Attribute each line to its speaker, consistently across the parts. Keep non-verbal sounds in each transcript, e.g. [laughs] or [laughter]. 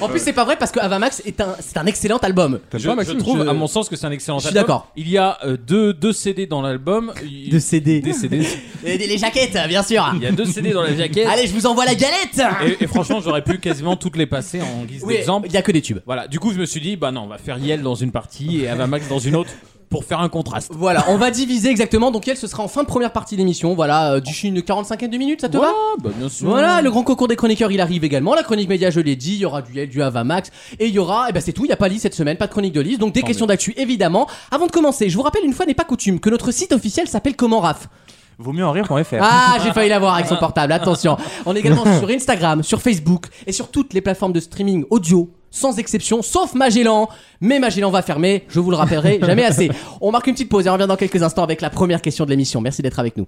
Speaker 1: En plus, c'est pas vrai parce que Avamax est un, c'est un excellent album.
Speaker 2: T'aimes
Speaker 3: Je,
Speaker 2: pas,
Speaker 3: je
Speaker 2: Maxime
Speaker 3: trouve,
Speaker 2: Je-
Speaker 3: à mon sens, que c'est un excellent
Speaker 1: Je suis
Speaker 3: album.
Speaker 1: d'accord.
Speaker 3: Il y a euh, deux, deux CD dans l'album. Il-
Speaker 1: CD.
Speaker 3: Des CD.
Speaker 1: Et les jaquettes, bien sûr.
Speaker 3: Il y a deux CD dans la jaquette.
Speaker 1: Allez, je vous envoie la galette
Speaker 3: Et, et franchement, j'aurais pu quasiment toutes les passer en guise
Speaker 1: Oui,
Speaker 3: d'exemple.
Speaker 1: il y a que des tubes.
Speaker 3: Voilà. Du coup, je me suis dit, bah non, on va faire Yel dans une partie et Avamax dans une autre pour faire un contraste.
Speaker 1: Voilà, on va diviser exactement. Donc, elle, ce sera en fin de première partie d'émission. Voilà, euh, d'ici une 45 de minutes, ça te va
Speaker 3: bah, bien sûr.
Speaker 1: Voilà, le grand concours des chroniqueurs, il arrive également. La chronique média, je l'ai dit, il y aura du Yel, du Avamax, et il y aura, et ben c'est tout, il n'y a pas de liste cette semaine, pas de chronique de liste, donc des questions d'actu évidemment. Avant de commencer, je vous rappelle une fois n'est pas coutume que notre site officiel s'appelle comment Raph
Speaker 4: Vaut mieux en rire.fr.
Speaker 1: Ah, j'ai failli l'avoir avec son portable, attention. On est également sur Instagram, sur Facebook et sur toutes les plateformes de streaming audio. Sans exception, sauf Magellan. Mais Magellan va fermer, je vous le rappellerai jamais assez. On marque une petite pause et on revient dans quelques instants avec la première question de l'émission. Merci d'être avec nous.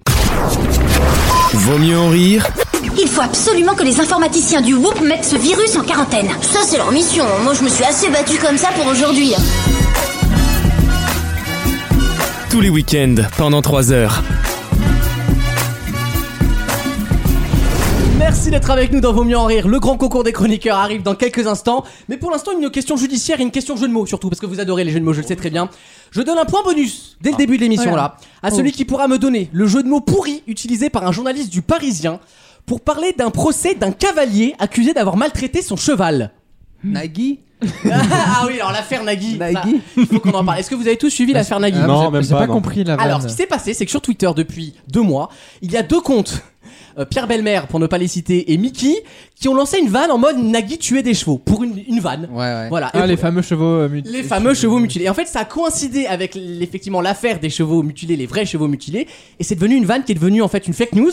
Speaker 5: Vaut mieux en rire
Speaker 6: Il faut absolument que les informaticiens du WOOP mettent ce virus en quarantaine. Ça, c'est leur mission. Moi, je me suis assez battue comme ça pour aujourd'hui.
Speaker 5: tous les week-ends pendant 3 heures.
Speaker 1: Merci d'être avec nous dans Vaut mieux en rire. Le grand concours des chroniqueurs arrive dans quelques instants. Mais pour l'instant, une question judiciaire et une question jeu de mots, surtout parce que vous adorez les jeux de mots, je le sais très bien. Je donne un point bonus dès le début de l'émission
Speaker 7: Voilà.
Speaker 1: Ah. Oh là à celui qui pourra me donner le jeu de mots pourri utilisé par un journaliste du Parisien pour parler d'un procès d'un cavalier accusé d'avoir maltraité son cheval.
Speaker 8: Nagui [laughs]
Speaker 1: ah oui, alors l'affaire Nagui. ça,
Speaker 8: Nagui
Speaker 1: Il faut qu'on en parle. Est-ce que vous avez tous suivi l'affaire Nagui
Speaker 2: Non,
Speaker 9: Ah, j'ai-
Speaker 2: même
Speaker 9: j'ai
Speaker 2: pas,
Speaker 9: pas
Speaker 2: non.
Speaker 9: compris la vanne.
Speaker 1: Alors, ce qui s'est passé, c'est que sur Twitter, depuis deux mois, il y a deux comptes, euh, Pierre Belmer, pour ne pas les citer, et Mickey, qui ont lancé une vanne en mode Nagui tuait des chevaux, pour une, une vanne.
Speaker 8: Ouais,
Speaker 1: [laughs]
Speaker 8: ouais.
Speaker 1: Voilà. Et
Speaker 9: Ah, les
Speaker 1: pour-
Speaker 9: fameux chevaux euh, mut-
Speaker 1: les fameux chevaux mutilés. Et en fait, ça a coïncidé avec l- effectivement l'affaire des chevaux mutilés, les vrais chevaux mutilés, et c'est devenu une vanne qui est devenue en fait une fake news.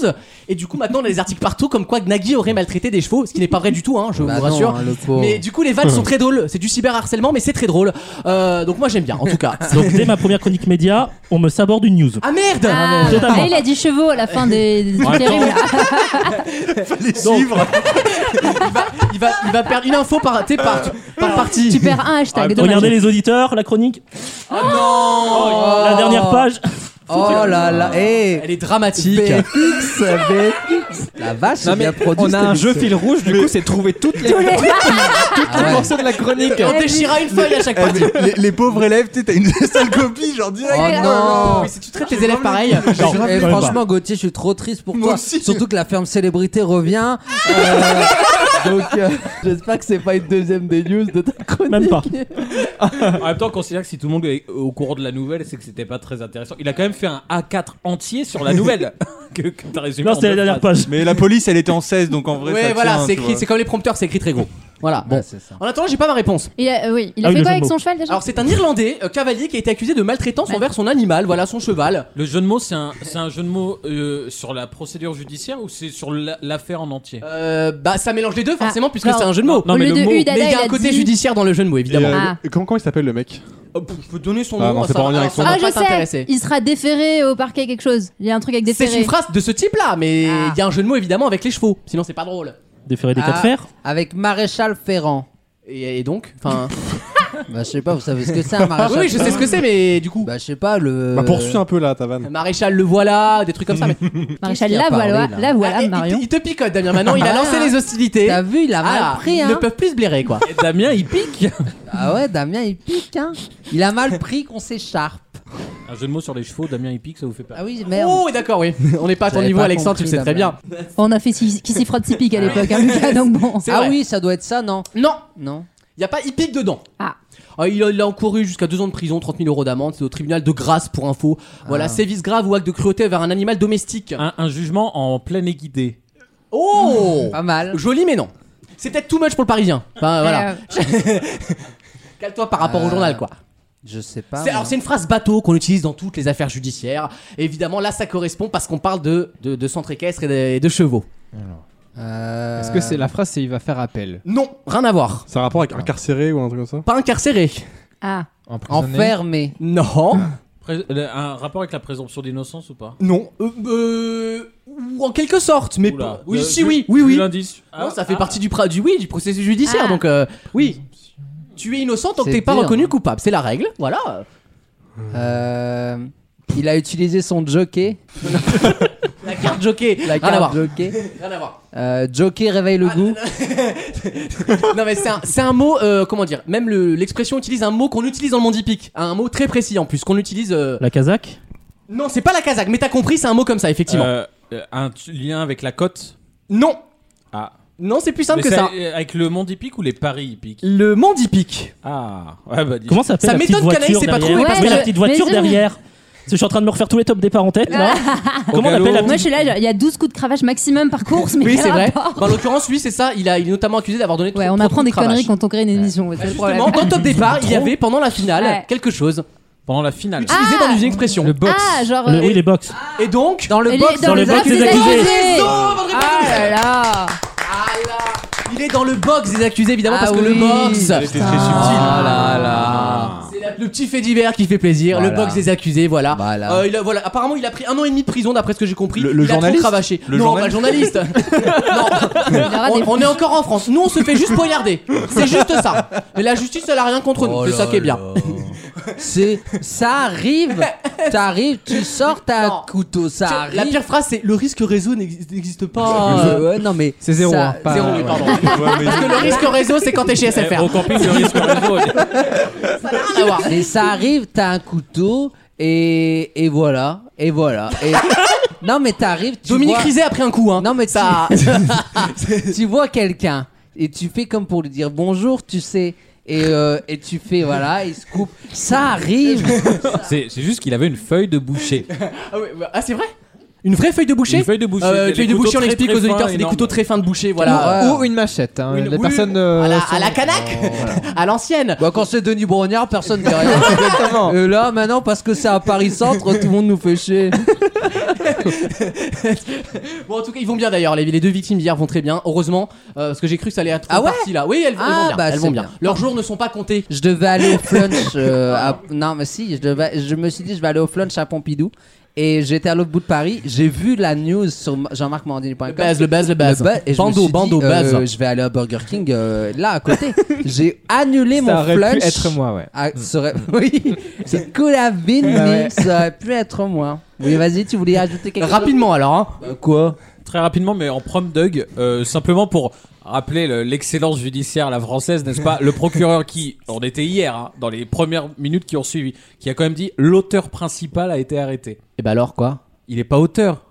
Speaker 1: Et du coup, maintenant, on a des articles partout comme quoi Nagui aurait maltraité des chevaux, ce qui n'est pas vrai du tout, hein, je
Speaker 8: Bah
Speaker 1: vous
Speaker 8: non,
Speaker 1: rassure.
Speaker 8: hein, le pauvre.
Speaker 1: Mais du coup, les
Speaker 8: [laughs]
Speaker 1: vannes sont très drôles. C'est du cyberharcèlement, mais c'est très drôle. Euh, donc moi, j'aime bien, en tout
Speaker 8: [laughs]
Speaker 1: cas.
Speaker 10: [laughs] Donc dès ma première chronique média, on me saborde une news.
Speaker 1: Ah merde
Speaker 7: Ah,
Speaker 10: Totalement.
Speaker 7: ah, il a dit chevaux à la fin des, des trucs [laughs] terribles.
Speaker 8: [laughs]
Speaker 1: il, va, il va perdre une info par, tu sais, par, par partie.
Speaker 7: Tu perds un hashtag. dommage.
Speaker 10: Ah, Regardez les auditeurs, la chronique.
Speaker 8: Oh,
Speaker 10: La dernière page.
Speaker 8: Ah Oh là là, hé
Speaker 1: Elle est dramatique.
Speaker 10: hein.
Speaker 8: BFX, BFX La vache,
Speaker 9: Non,
Speaker 8: c'est bien
Speaker 9: mais
Speaker 8: produit.
Speaker 9: on a un
Speaker 8: cette
Speaker 9: jeu
Speaker 8: émission.
Speaker 9: fil rouge, du coup, c'est trouver toutes les
Speaker 8: Ah ouais.
Speaker 9: morceaux de la chronique.
Speaker 1: On déchira une feuille à chaque partie.
Speaker 4: Eh, les, les pauvres élèves, tu sais, t'as une sale copie, genre direct.
Speaker 8: Oh non
Speaker 1: Oui, si tu traites tes élèves pareil. eh,
Speaker 10: Genre,
Speaker 7: eh,
Speaker 8: Et
Speaker 10: quand même
Speaker 8: eh, franchement, Gauthier, je suis trop triste pour
Speaker 4: Moi
Speaker 8: toi.
Speaker 4: aussi.
Speaker 8: Surtout que la ferme célébrité revient. Euh, donc, euh, j'espère que c'est pas une deuxième des news de ta chronique.
Speaker 10: Même pas.
Speaker 3: En même temps, considère que si tout le monde est au courant de la nouvelle, c'est que c'était pas très intéressant. Il a quand même fait un A4 entier sur la
Speaker 1: [laughs]
Speaker 3: nouvelle que, que t'as résumé.
Speaker 10: Non,
Speaker 3: en
Speaker 10: c'était la
Speaker 3: deux
Speaker 10: dernière
Speaker 3: phrases.
Speaker 10: page.
Speaker 4: Mais la police, elle était en 16, donc en vrai,
Speaker 1: Ouais,
Speaker 4: ça
Speaker 1: voilà,
Speaker 4: tient,
Speaker 1: c'est
Speaker 4: tu
Speaker 1: écrit,
Speaker 4: vois.
Speaker 1: c'est comme les prompteurs, c'est écrit très gros. Voilà, bon.
Speaker 8: Ouais, c'est ça.
Speaker 1: En attendant, j'ai pas ma réponse.
Speaker 7: Il a, euh, oui, il
Speaker 10: Ah
Speaker 7: a
Speaker 10: oui,
Speaker 7: fait
Speaker 10: le jeu
Speaker 7: quoi avec
Speaker 10: de
Speaker 7: son cheval déjà
Speaker 1: Alors, c'est un Irlandais, euh, cavalier, qui a été accusé de maltraitance envers son animal, voilà, son cheval.
Speaker 3: Le jeu de mots, c'est un, c'est un jeu de mots euh, sur la procédure judiciaire ou c'est sur la- l'affaire en entier
Speaker 1: Euh, bah, ça mélange les deux, forcément,
Speaker 7: Ah,
Speaker 1: puisque
Speaker 7: alors,
Speaker 1: c'est un jeu de mots.
Speaker 7: Au lieu de U,
Speaker 1: mais
Speaker 7: Dada,
Speaker 1: il y
Speaker 7: il
Speaker 1: a un côté
Speaker 7: dit-
Speaker 1: judiciaire dans le jeu de mots,
Speaker 2: Et, euh,
Speaker 1: évidemment.
Speaker 7: Ah.
Speaker 2: le- comment, comment il s'appelle le mec
Speaker 1: Oh, pff, je peux donner son
Speaker 2: Ah,
Speaker 1: nom.
Speaker 2: non, c'est
Speaker 1: ça
Speaker 2: pas en
Speaker 1: va-
Speaker 2: lien avec
Speaker 1: ça
Speaker 2: son
Speaker 1: va
Speaker 7: Ah,
Speaker 1: pas
Speaker 7: je sais.
Speaker 1: t'intéresser.
Speaker 7: Il sera déféré au parquet quelque chose. Il y a un truc avec
Speaker 1: C'est
Speaker 7: déféré.
Speaker 1: une phrase de ce type-là, mais il
Speaker 7: Ah.
Speaker 1: y a un jeu de mots évidemment avec les chevaux, sinon c'est pas drôle.
Speaker 10: Déférer des
Speaker 8: Ah.
Speaker 10: cas de fer.
Speaker 8: Avec Maréchal Ferrand.
Speaker 1: Et, et donc,
Speaker 8: [laughs]
Speaker 1: enfin,
Speaker 8: Bah, je sais pas, vous savez ce que c'est un
Speaker 1: Ah
Speaker 8: maréchal
Speaker 1: oui, oui, je sais ce que c'est, mais du coup,
Speaker 8: Bah, je sais pas, le.
Speaker 2: Bah, poursuis un peu là, ta vanne.
Speaker 1: maréchal le voilà, des trucs comme ça. Mais...
Speaker 7: Maréchal,
Speaker 8: Qu'est-ce
Speaker 7: là
Speaker 8: qu'il a
Speaker 7: voilà,
Speaker 8: parlé, là
Speaker 7: là
Speaker 1: [laughs] Ah, et-
Speaker 7: voilà,
Speaker 1: il,
Speaker 7: Marion.
Speaker 1: te- il te picote, Damien. Maintenant, il a lancé les hostilités.
Speaker 8: Ah. T'as vu, il a mal
Speaker 1: Ah,
Speaker 8: pris,
Speaker 1: ils ne
Speaker 8: hein.
Speaker 1: peuvent plus se blairer,
Speaker 8: [laughs]
Speaker 1: quoi.
Speaker 3: Et Damien, il pique
Speaker 8: Ah ouais, Damien, il pique, hein. Il a mal pris qu'on s'écharpe.
Speaker 3: Un jeu de mots sur les chevaux, Damien, il pique, ça vous fait pas.
Speaker 8: Ah oui, merde.
Speaker 1: Oh, oui, d'accord, oui. [laughs] On n'est pas à ton
Speaker 8: J'avais
Speaker 1: niveau,
Speaker 8: pas
Speaker 1: Alexandre, tu le sais
Speaker 8: compris,
Speaker 1: très bien.
Speaker 7: On a fait six- qui s'y frotte s'y pique à l'époque, hein, Lucas, donc bon.
Speaker 1: C'est
Speaker 8: ah
Speaker 1: vrai.
Speaker 8: oui, ça doit être ça, non
Speaker 1: Non,
Speaker 8: Non.
Speaker 1: il n'y a pas hippique dedans.
Speaker 7: Ah.
Speaker 1: Ah, il, a, il a encouru jusqu'à 2 ans de prison, 30 000 euros d'amende. C'est au tribunal de grâce pour info.
Speaker 8: Ah.
Speaker 1: Voilà, sévice grave ou acte de cruauté vers un animal domestique.
Speaker 3: Un, un jugement en pleine équidé.
Speaker 1: Oh
Speaker 8: Pas mal.
Speaker 1: Joli, mais non. C'est peut-être too much pour le parisien. Enfin, voilà.
Speaker 7: Euh,
Speaker 1: [laughs] Calme-toi par rapport au
Speaker 8: Euh,
Speaker 1: journal, quoi.
Speaker 8: Je sais pas.
Speaker 1: C'est-
Speaker 8: moi.
Speaker 1: alors, c'est une phrase bateau qu'on utilise dans toutes les affaires judiciaires. Évidemment, là, ça correspond parce qu'on parle de, de, de centre équestre et de, et de chevaux.
Speaker 8: Euh,
Speaker 9: Est-ce que c'est la phrase, c'est il va faire appel
Speaker 1: Non, rien à voir.
Speaker 2: C'est un rapport avec incarcéré ou un truc comme ça
Speaker 1: Pas incarcéré.
Speaker 7: Ah,
Speaker 8: Enfermé.
Speaker 1: Non.
Speaker 3: Pré- le- un rapport avec la présomption d'innocence ou pas
Speaker 1: Non. Euh, euh, ou en quelque sorte, mais
Speaker 3: Oula.
Speaker 1: pas- oui,
Speaker 3: Euh,
Speaker 1: si,
Speaker 3: vu-
Speaker 1: oui, oui,
Speaker 3: vu
Speaker 1: oui.
Speaker 3: l'indice.
Speaker 1: Non,
Speaker 3: Ah,
Speaker 1: ça fait
Speaker 3: ah,
Speaker 1: partie du, pra- du oui, du processus judiciaire,
Speaker 7: Ah.
Speaker 1: donc euh, oui. Tu es innocent tant que
Speaker 8: C'est
Speaker 1: t'es pas
Speaker 8: dur,
Speaker 1: reconnu
Speaker 8: hein.
Speaker 1: coupable, c'est la règle, voilà.
Speaker 8: Euh, il a utilisé son jockey.
Speaker 1: [laughs] La carte jockey,
Speaker 8: La
Speaker 1: rien à voir.
Speaker 8: carte jockey.
Speaker 1: [laughs] Rien à voir. Ah,
Speaker 8: Euh, jockey réveille le goût.
Speaker 1: [laughs] non mais c'est un, c'est un mot, euh, comment dire, même le- l'expression utilise un mot qu'on utilise dans le monde hippique, un mot très précis en plus, qu'on utilise... euh,
Speaker 10: La Kazakh.
Speaker 1: Non, c'est pas la Kazakh, mais t'as compris, c'est un mot comme ça, effectivement.
Speaker 3: euh, euh, un t- lien avec la cote
Speaker 1: Non,
Speaker 3: Ah.
Speaker 1: non, c'est plus simple
Speaker 3: Mais
Speaker 1: que
Speaker 3: c'est
Speaker 1: ça.
Speaker 3: a- Avec le monde hippique ou les paris hippiques
Speaker 1: Le monde hippique.
Speaker 3: Ah, ouais, bah, dis-
Speaker 10: Comment ça s'appelle
Speaker 1: Ça
Speaker 10: la petite
Speaker 1: m'étonne qu'Anaïs
Speaker 10: voiture
Speaker 1: ait pas
Speaker 10: derrière
Speaker 1: trouvé,
Speaker 7: parce
Speaker 10: Mais
Speaker 7: que-
Speaker 10: la petite voiture
Speaker 7: mais je-
Speaker 10: derrière. Parce que Je suis en train de me refaire tous les top départ en
Speaker 1: Ah,
Speaker 10: tête là. Comment on appelle la
Speaker 7: moi
Speaker 10: petite
Speaker 7: je suis là, genre, il y a 12 coups de cravache maximum par course, mais
Speaker 1: Oui,
Speaker 7: quel
Speaker 1: c'est vrai.
Speaker 7: rapport
Speaker 1: Bah, en l'occurrence, lui, c'est ça. Il, a, il est notamment accusé d'avoir donné.
Speaker 7: Ouais,
Speaker 1: trop-
Speaker 7: on
Speaker 1: trop
Speaker 7: apprend
Speaker 1: de
Speaker 7: des
Speaker 1: cravache.
Speaker 7: conneries quand on crée une émission, c'est le problème.
Speaker 1: Bah, Justement, dans Top Départ, il y avait pendant la finale
Speaker 7: Ouais.
Speaker 1: quelque chose
Speaker 3: Pendant la finale.
Speaker 1: utilisé dans une expression.
Speaker 9: Le box.
Speaker 7: Ah, genre.
Speaker 10: Le-
Speaker 7: euh,
Speaker 10: Oui, les box.
Speaker 1: Et donc,
Speaker 8: Dans
Speaker 7: les-
Speaker 8: le box.
Speaker 10: dans le
Speaker 7: les
Speaker 10: box des
Speaker 7: accusés.
Speaker 10: accusés.
Speaker 1: Oh, bonne réponse.
Speaker 7: Ah là là
Speaker 1: il est dans le box des accusés évidemment
Speaker 8: Ah
Speaker 1: parce que le
Speaker 8: oui.
Speaker 1: box. Ah
Speaker 4: Elle était très
Speaker 8: Oh
Speaker 4: subtile.
Speaker 8: là là.
Speaker 1: C'est la- le petit fait divers qui fait plaisir, Ah, le
Speaker 8: Voilà.
Speaker 1: box des accusés, voilà.
Speaker 8: Voilà.
Speaker 1: Euh, il a- voilà. Apparemment, il a pris un an et demi de prison, d'après ce que j'ai compris.
Speaker 4: Le- le
Speaker 1: il a trop
Speaker 4: journaliste
Speaker 1: cravaché.
Speaker 4: Le
Speaker 1: non, pas le
Speaker 8: [laughs]
Speaker 1: journaliste. non.
Speaker 7: Il aura
Speaker 1: On,
Speaker 7: des-
Speaker 1: on est encore en France. Nous, on se fait juste poignarder. C'est juste ça. Mais la justice, elle a rien contre nous.
Speaker 8: Oh
Speaker 1: c'est ça
Speaker 8: là
Speaker 1: qui est bien.
Speaker 7: [laughs]
Speaker 8: C'est ça arrive. T'arrives, tu sors
Speaker 1: Non.
Speaker 8: ta couteau, ça
Speaker 1: Tiens,
Speaker 8: arrive.
Speaker 1: La pire phrase, c'est le risque réseau n'exi- n'existe pas.
Speaker 8: Euh,
Speaker 1: euh,
Speaker 8: ouais, non mais
Speaker 9: C'est zéro,
Speaker 8: ça-
Speaker 9: hein, pas-
Speaker 1: zéro, oui,
Speaker 9: ouais.
Speaker 1: pardon.
Speaker 4: Ouais, mais-
Speaker 1: Parce que le risque réseau, c'est quand t'es chez
Speaker 3: Eh,
Speaker 1: SFR.
Speaker 3: Au camping, le risque réseau.
Speaker 1: Rien à voir.
Speaker 8: Mais ça arrive, t'as un couteau et, et voilà, et voilà.
Speaker 1: [laughs]
Speaker 8: Et... non mais t'arrives, tu
Speaker 1: Dominique
Speaker 8: vois,
Speaker 1: Rizet a pris un
Speaker 8: [laughs]
Speaker 1: coup, hein.
Speaker 8: Non, mais tu-
Speaker 1: ça.
Speaker 8: tu vois quelqu'un et tu fais comme pour lui dire bonjour, tu sais. et, euh, et tu fais, voilà, il se coupe. Ça arrive
Speaker 1: [laughs]
Speaker 3: C'est c'est juste qu'il avait une feuille de boucher.
Speaker 1: Ah, ouais, bah, ah, c'est vrai Une vraie feuille de boucher
Speaker 3: Une feuille de boucher.
Speaker 1: Euh,
Speaker 3: Des
Speaker 1: feuille de
Speaker 3: couteaux
Speaker 1: boucher, on
Speaker 3: très,
Speaker 1: explique
Speaker 3: très
Speaker 1: aux auditeurs,
Speaker 3: fins,
Speaker 1: c'est des
Speaker 3: énormes.
Speaker 1: couteaux très fins euh, de boucher, voilà.
Speaker 9: Ou une machette. hein.
Speaker 1: Une-
Speaker 9: Les
Speaker 1: oui,
Speaker 9: personnes. euh,
Speaker 1: à la,
Speaker 9: sont-
Speaker 1: à la canaque À l'ancienne
Speaker 8: Bah, quand c'est Denis Brognard, personne ne dit
Speaker 1: [laughs]
Speaker 8: rien. Et là, maintenant, parce que c'est à Paris-Centre, tout le monde nous fait chier.
Speaker 1: Bon, en tout cas, ils vont bien d'ailleurs. Les, les deux victimes d'hier vont très bien, heureusement, euh, parce que j'ai cru que ça allait être
Speaker 8: Ah ouais
Speaker 1: parti là. Oui, elles, elles
Speaker 8: Ah,
Speaker 1: vont bien.
Speaker 8: bah,
Speaker 1: elles vont
Speaker 8: c'est
Speaker 1: bien.
Speaker 8: bien.
Speaker 1: Leurs jours ne sont pas comptés.
Speaker 8: Je devais
Speaker 1: [laughs]
Speaker 8: aller au flunch. euh, à- Non, mais si, je, devais- je me suis dit, je vais aller au flunch à Pompidou. Et j'étais à l'autre bout de Paris. J'ai vu la news sur jean-marc
Speaker 1: Le base, le base, le base.
Speaker 8: Le ba- et je me
Speaker 1: bandeau,
Speaker 8: suis dit,
Speaker 1: bandeau,
Speaker 8: euh,
Speaker 1: base.
Speaker 8: Je vais aller à Burger King euh, là
Speaker 1: [laughs]
Speaker 8: à côté. J'ai annulé mon
Speaker 9: Ça aurait
Speaker 8: flunch.
Speaker 9: pu être moi, ouais.
Speaker 1: Mm.
Speaker 8: Ah, ça aurait- [laughs]
Speaker 1: [laughs]
Speaker 8: Oui, c'est cool à
Speaker 1: Ah
Speaker 9: Ouais, ouais.
Speaker 8: ça aurait pu être moi. Oui, vas-y, tu voulais ajouter quelque
Speaker 1: Rapidement alors, hein.
Speaker 8: chose Quoi
Speaker 3: Très rapidement, mais en prom Doug, euh, simplement pour rappeler le- l'excellence judiciaire à la française, n'est-ce pas Le procureur qui, on était hier, hein, dans les premières minutes qui ont suivi, qui a quand même dit l'auteur principal a été arrêté.
Speaker 1: Et bah alors quoi
Speaker 3: Il n'est pas auteur,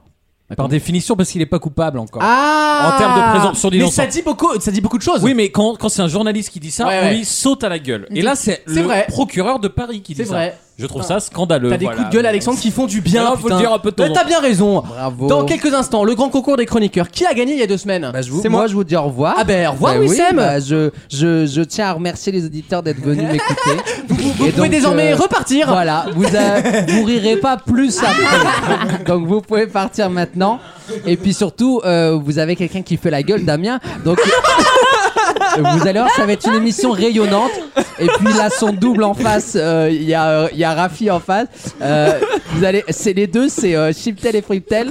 Speaker 3: par définition, parce qu'il n'est pas coupable encore.
Speaker 1: Ah
Speaker 3: En termes de présomption
Speaker 1: Mais
Speaker 3: d'innocence.
Speaker 1: ça dit beaucoup, ça dit beaucoup de choses.
Speaker 3: Oui, mais quand, quand c'est un journaliste qui dit ça,
Speaker 1: Ouais,
Speaker 3: on
Speaker 1: ouais.
Speaker 3: lui saute à la gueule. Et là, c'est
Speaker 1: C'est
Speaker 3: le
Speaker 1: vrai.
Speaker 3: procureur de Paris qui dit
Speaker 1: c'est
Speaker 3: ça.
Speaker 1: vrai. Ah.
Speaker 3: Je trouve ça scandaleux.
Speaker 1: T'as des
Speaker 3: voilà.
Speaker 1: coups de gueule, Alexandre, qui font du bien.
Speaker 3: Bah, Non, faut
Speaker 1: putain.
Speaker 3: le dire un peu de temps
Speaker 1: Mais
Speaker 3: en
Speaker 1: T'as bien raison.
Speaker 8: Bravo.
Speaker 1: Dans quelques instants, le grand concours des chroniqueurs. Qui a gagné il y a deux semaines
Speaker 8: Bah, je vous-
Speaker 9: C'est
Speaker 8: moi.
Speaker 9: moi.
Speaker 8: je vous dis au revoir.
Speaker 1: Ah ben, au revoir,
Speaker 8: Bah oui,
Speaker 1: Wissem.
Speaker 8: bah, je, je, je tiens à remercier les auditeurs d'être venus m'écouter.
Speaker 1: [laughs]
Speaker 8: euh,
Speaker 1: Vous pouvez désormais repartir.
Speaker 8: Voilà, vous, euh, vous rirez pas plus
Speaker 1: [laughs]
Speaker 8: après. Donc vous pouvez partir maintenant. Et puis surtout, euh, vous avez quelqu'un qui fait la gueule, Damien. Donc [laughs] vous allez voir, ça va être une émission rayonnante. Et puis là, son double en face, euh, il y, a, euh, il y a Rafi en face. Euh, vous allez, c'est les deux, c'est euh, Chiptel et Friptel.